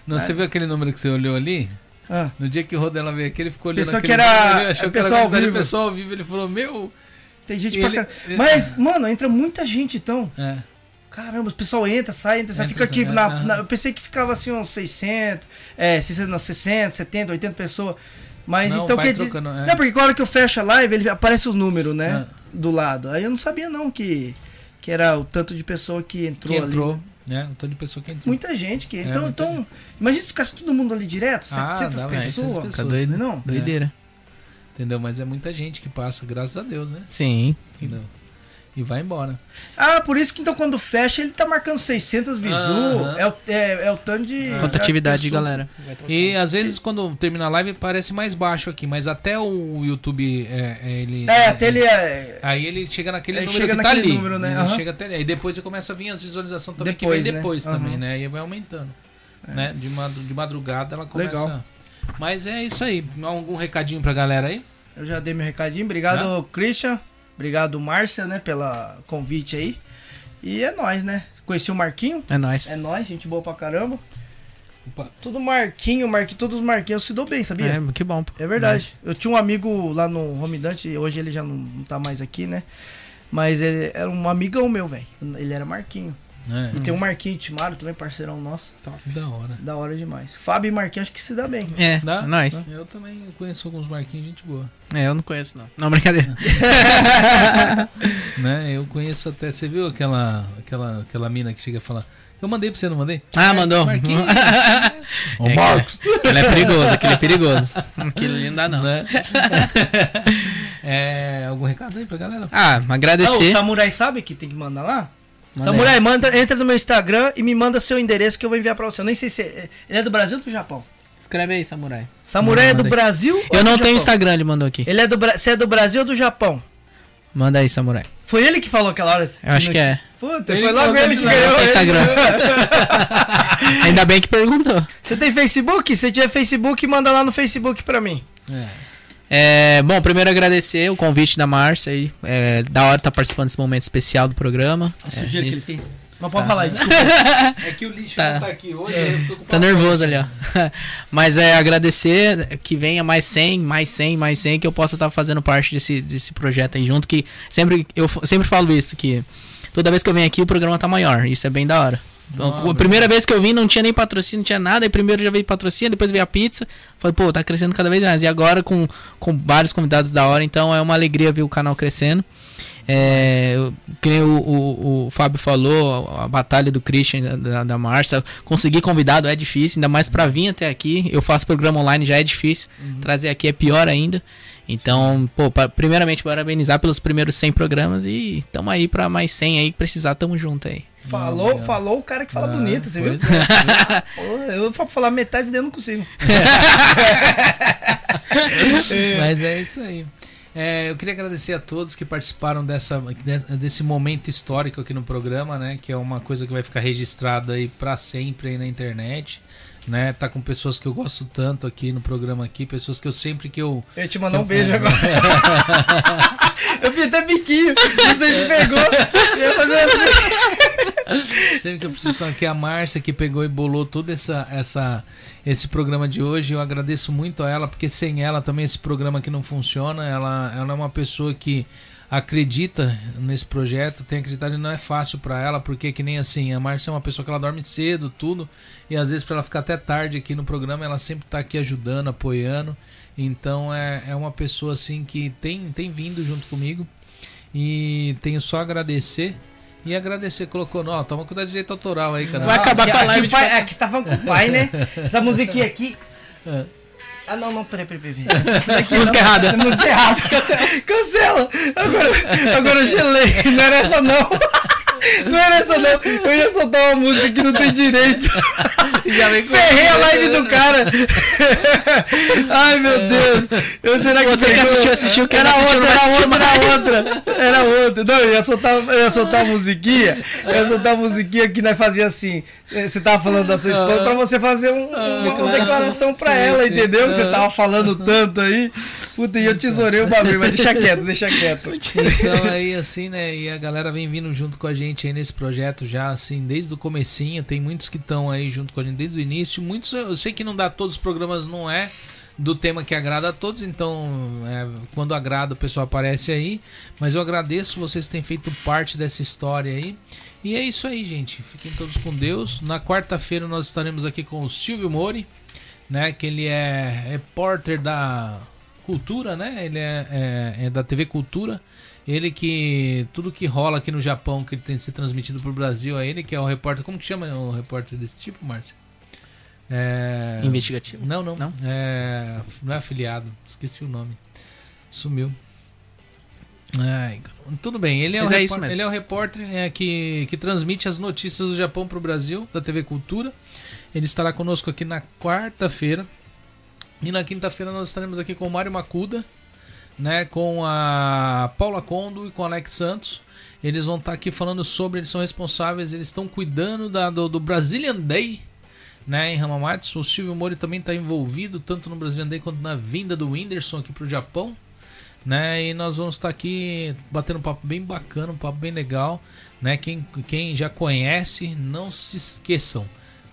A: Não,
B: É.
A: você viu aquele número que você olhou ali?
B: Ah.
A: No dia que o Rodela veio aqui, ele ficou olhando
B: Pensou
A: aquele
B: que era-
A: número, ele achou
B: é
A: que era
B: pessoal ao
A: verdade,
B: vivo.
A: pessoal ao vivo. Ele falou, meu...
B: Tem gente
A: Ele-
B: pra caramba. Mas, mano, entra muita gente então.
A: É.
B: Caramba, o pessoal entra, sai, entra, sai.
A: Entra,
B: Fica tipo,
A: sai,
B: na,
A: aham.
B: na- eu pensei que ficava assim uns 600, é, 600, não, 60, 70, 80 pessoas. Mas
A: Não,
B: então
A: vai
B: quer dizer.
A: trocando, é.
B: Não, porque na hora que eu fecho a live, ele aparece o número, né?
A: Ah.
B: Do lado. Aí eu não sabia não que, que era o tanto de pessoa que entrou,
A: que
B: ali.
A: entrou, né? Um tanto de pessoa que entrou.
B: Muita gente que. Então,
A: muita
B: então imagina se ficasse todo mundo ali direto,
A: Ah,
B: 700
A: dá mais,
B: pessoas. né?
A: 700
E: Fica
A: pessoas.
E: doido.
B: Não?
E: Doideira.
A: Entendeu? Mas é muita gente que passa, graças a Deus, né?
E: Sim.
A: Entendeu? E vai embora.
B: Ah, por isso que então quando fecha, ele tá marcando 600 visu.
A: Aham.
B: É, o, é, é o tanto de.
E: Quanta atividade,
B: pessoa-
E: galera.
A: E às vezes quando termina a live parece mais baixo aqui, mas até o YouTube é, é, ele.
B: É, até ele é.
A: Aí ele chega naquele
B: Ele
A: número
B: chega
A: que tá
B: naquele
A: ali.
B: número, né?
A: Ele
B: Aham.
A: Chega até ali. Aí depois começa a vir as visualizações também
B: Depois,
A: que
B: né?
A: vem depois também,
B: Aham.
A: né? E vai aumentando. Né? De, madru- de madrugada ela começa.
B: Legal.
A: Mas é isso aí. Algum recadinho pra galera aí?
B: Eu já dei meu recadinho. Obrigado, Christian. Obrigado, Márcia, né, pela convite aí. E é nóis, né? Conheci o Marquinho.
E: É nóis.
B: É nóis, gente boa pra caramba.
A: Opa.
B: Tudo Marquinho, Marquinho, todos os Marquinhos se dão bem, sabia?
E: É, que bom. pô.
B: É verdade. Eu tinha um amigo lá no Home Dante, hoje ele já não, não tá mais aqui, né? Mas ele era um amigão meu, velho. Ele era Marquinho.
A: É.
E: Então,
B: E tem o Marquinho Timaro também, parceirão nosso.
A: Que da hora.
B: Da hora demais. Fábio e Marquinho acho que se dá bem.
E: É,
A: Dá?
E: é nóis.
A: Eu também conheço alguns marquinhos, gente boa.
E: É, eu não conheço, não. Não, brincadeira.
A: Né? Eu conheço até. Você viu aquela, aquela, aquela mina que chega a falar. Eu mandei pra você, não mandei?
E: Ah, mandou.
A: Marquinhos.
E: Ô, Marcos. Ele é perigoso, aquele é perigoso. Aquilo ali não dá, não.
A: Né? é, algum recado aí pra galera?
E: Ah,
B: Ah, o
E: agradecer.
B: Samurai sabe que tem que mandar lá?
E: Manda
B: Samurai,
E: aí.
B: manda, entra no meu Instagram e me manda seu endereço que eu vou enviar pra você. Eu nem sei se é, ele é do Brasil ou do Japão.
E: Escreve aí, Samurai.
B: Samurai
E: Manda,
B: é do
E: manda aí.
B: Brasil ou
E: Eu
B: do
E: não
B: Japão?
E: tenho Instagram, ele mandou aqui.
B: Ele é do, Bra- você é do Brasil ou do Japão?
E: Manda aí, Samurai.
B: Foi ele que falou aquela hora?
E: Eu acho que é.
B: Puta,
A: Ele
B: foi logo
A: falou
B: ele que
A: que não,
B: ganhou.
E: Tem
B: ele.
E: Instagram. Ainda bem que perguntou.
B: Você tem Facebook? Se tiver Facebook, manda lá no Facebook pra mim.
E: É, bom, primeiro agradecer o convite da Márcia aí. É, da hora estar participando desse momento especial do programa. É, isso.
B: tem. Mas pode falar aí, desculpa.
A: É que o lixo
E: Tá.
A: não tá aqui hoje, eu fico com
E: Tá nervoso ali, ó. Mas é agradecer que venha mais 100, mais 100, mais 100, que eu possa estar fazendo parte desse, desse projeto aí junto. Que sempre eu f- sempre falo isso, que toda vez que eu venho aqui o programa tá maior. Isso é bem da hora. Então, a primeira vez que eu vim não tinha nem patrocínio, não tinha nada. Aí primeiro já veio patrocínio, depois veio a pizza. Falei, pô, tá crescendo cada vez mais. E agora com, com vários convidados da hora, então é uma alegria ver o canal crescendo. É, eu- que nem o, o, o Fábio falou, a, a batalha do Christian, da, da Márcia, conseguir convidado é difícil, ainda mais pra vir até aqui. Eu faço programa online, já é difícil, trazer aqui é pior ainda. Então, pô, pa- primeiramente, parabenizar pelos primeiros 100 programas e tamo aí pra mais 100 aí, que precisar, tamo junto aí.
B: Falou, falou o cara que fala bonito, você viu?
E: é.
A: pois é.
B: Ah, pô, eu vou falar metade dele eu não consigo.
A: Mas é isso aí. É, eu queria agradecer a todos que participaram dessa, de- desse momento histórico aqui no programa, né? Que é uma coisa que vai ficar registrada aí para sempre aí na internet, né? Tá com pessoas que eu gosto tanto aqui no programa aqui, pessoas que eu sempre que eu
B: Eu ia te mandar
A: que
B: um beijo agora. Eu fiz até biquinho, não sei se pegou. Eu ia fazer assim.
A: Sempre que eu preciso estar aqui, a Márcia que pegou e bolou todo essa, essa, esse programa de hoje. Eu agradeço muito a ela, porque sem ela também esse programa aqui não funciona. Ela, ela é uma pessoa que acredita nesse projeto, tem acreditado e não é fácil para ela, porque que nem assim, a Márcia é uma pessoa que ela dorme cedo, tudo, e às vezes para ela ficar até tarde aqui no programa, ela sempre tá aqui ajudando, apoiando. Então é, é uma pessoa assim que tem, tem vindo junto comigo. E tenho só a agradecer. E agradecer, colocou, não, toma cuidado de direito autoral aí, cara.
B: Vai acabar com a live.
A: de-
B: Pai, aqui tá falando com o pai, né? Essa musiquinha aqui. Ah, não, não, peraí, peraí, peraí. Essa daqui
E: Música
B: não,
E: errada.
B: Música errada. Cancela. Agora, agora eu gelei. Não era essa, não. Não era essa, não. Eu ia soltar uma música que não tem direito.
A: Já vem com-
B: Ferrei a live do cara. Ai, meu Deus. Eu, será que
E: Você que
B: pegou?
E: assistiu, assistiu. Quem
B: Era
E: não assistiu,
B: outra,
E: não vai assistir mais.
B: era outra, era outra. Não, eu ia soltar, eu ia soltar a musiquinha, eu ia soltar a musiquinha que nós fazia assim. eh, Você tava falando da sua esposa pra você fazer um- uma, uma declaração pra ela, entendeu? Que você tava falando tanto aí. Puta, e eu tesourei o bagulho, mas deixa quieto, deixa quieto.
A: Então aí assim, né? E a galera vem vindo junto com a gente aí nesse projeto já, assim, desde o comecinho. Tem muitos que estão aí junto com a gente desde o início. Muitos, eu sei que não dá todos os programas, não é do tema que agrada a todos, então é, quando agrada o pessoal aparece aí. Mas eu agradeço vocês que têm feito parte dessa história aí. E é isso aí, gente. Fiquem todos com Deus. Na quarta-feira nós estaremos aqui com o Silvio Mori, né? Que ele é repórter da Cultura, né? Ele é, é- é da TV Cultura. Ele que. Tudo que rola aqui no Japão, que tem que ser transmitido pro Brasil, é ele que é o repórter. Como que chama o repórter desse tipo, Márcio? É...
E: Investigativo?
A: Não, não.
E: Não?
A: É... não é afiliado. Esqueci o nome. Sumiu. Ai, tudo bem, ele é, o
E: Mas é
A: repórter,
E: isso mesmo.
A: ele é o repórter é, que, que transmite as notícias do Japão pro Brasil, da TV Cultura. Ele estará conosco aqui na quarta-feira. E na quinta-feira nós estaremos aqui com o Mário Macuda, né, com a Paula Condo e com o Alex Santos. Eles vão estar aqui falando sobre, eles são responsáveis, eles estão cuidando da, do, do Brazilian Day, né, em Hamamatsu. O Silvio Mori também está envolvido, tanto no Brazilian Day quanto na vinda do Whindersson aqui para o Japão. Né, e nós vamos estar aqui batendo um papo bem bacana, um papo bem legal. Né? Quem, quem já conhece, não se esqueçam.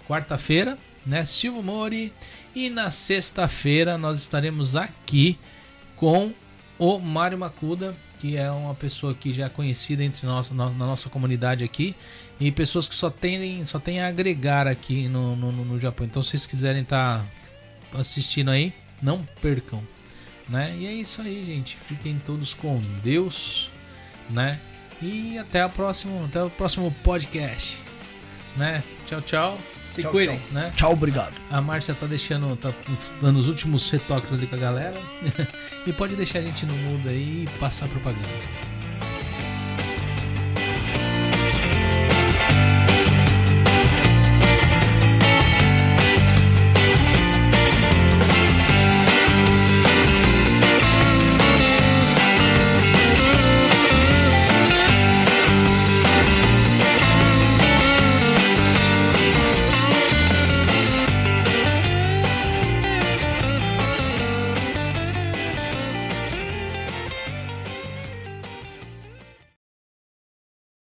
A: Quarta-feira, né? Silvio Mori. E na sexta-feira nós estaremos aqui com o Mário Macuda, que é uma pessoa que já é conhecida entre nós, na, na nossa comunidade aqui, e pessoas que só têm, só têm a agregar aqui no, no, no- no Japão. Então, se vocês quiserem estar assistindo aí, não percam. Né? E é isso aí, gente. Fiquem todos com Deus, né? E até, a próximo, até o próximo podcast. Né? Tchau, tchau. Se
B: Tchau,
A: cuidem, né?
B: Tchau, obrigado.
A: A Márcia tá deixando, tá dando os últimos retoques ali com a galera. e pode deixar a gente no mudo aí e passar propaganda.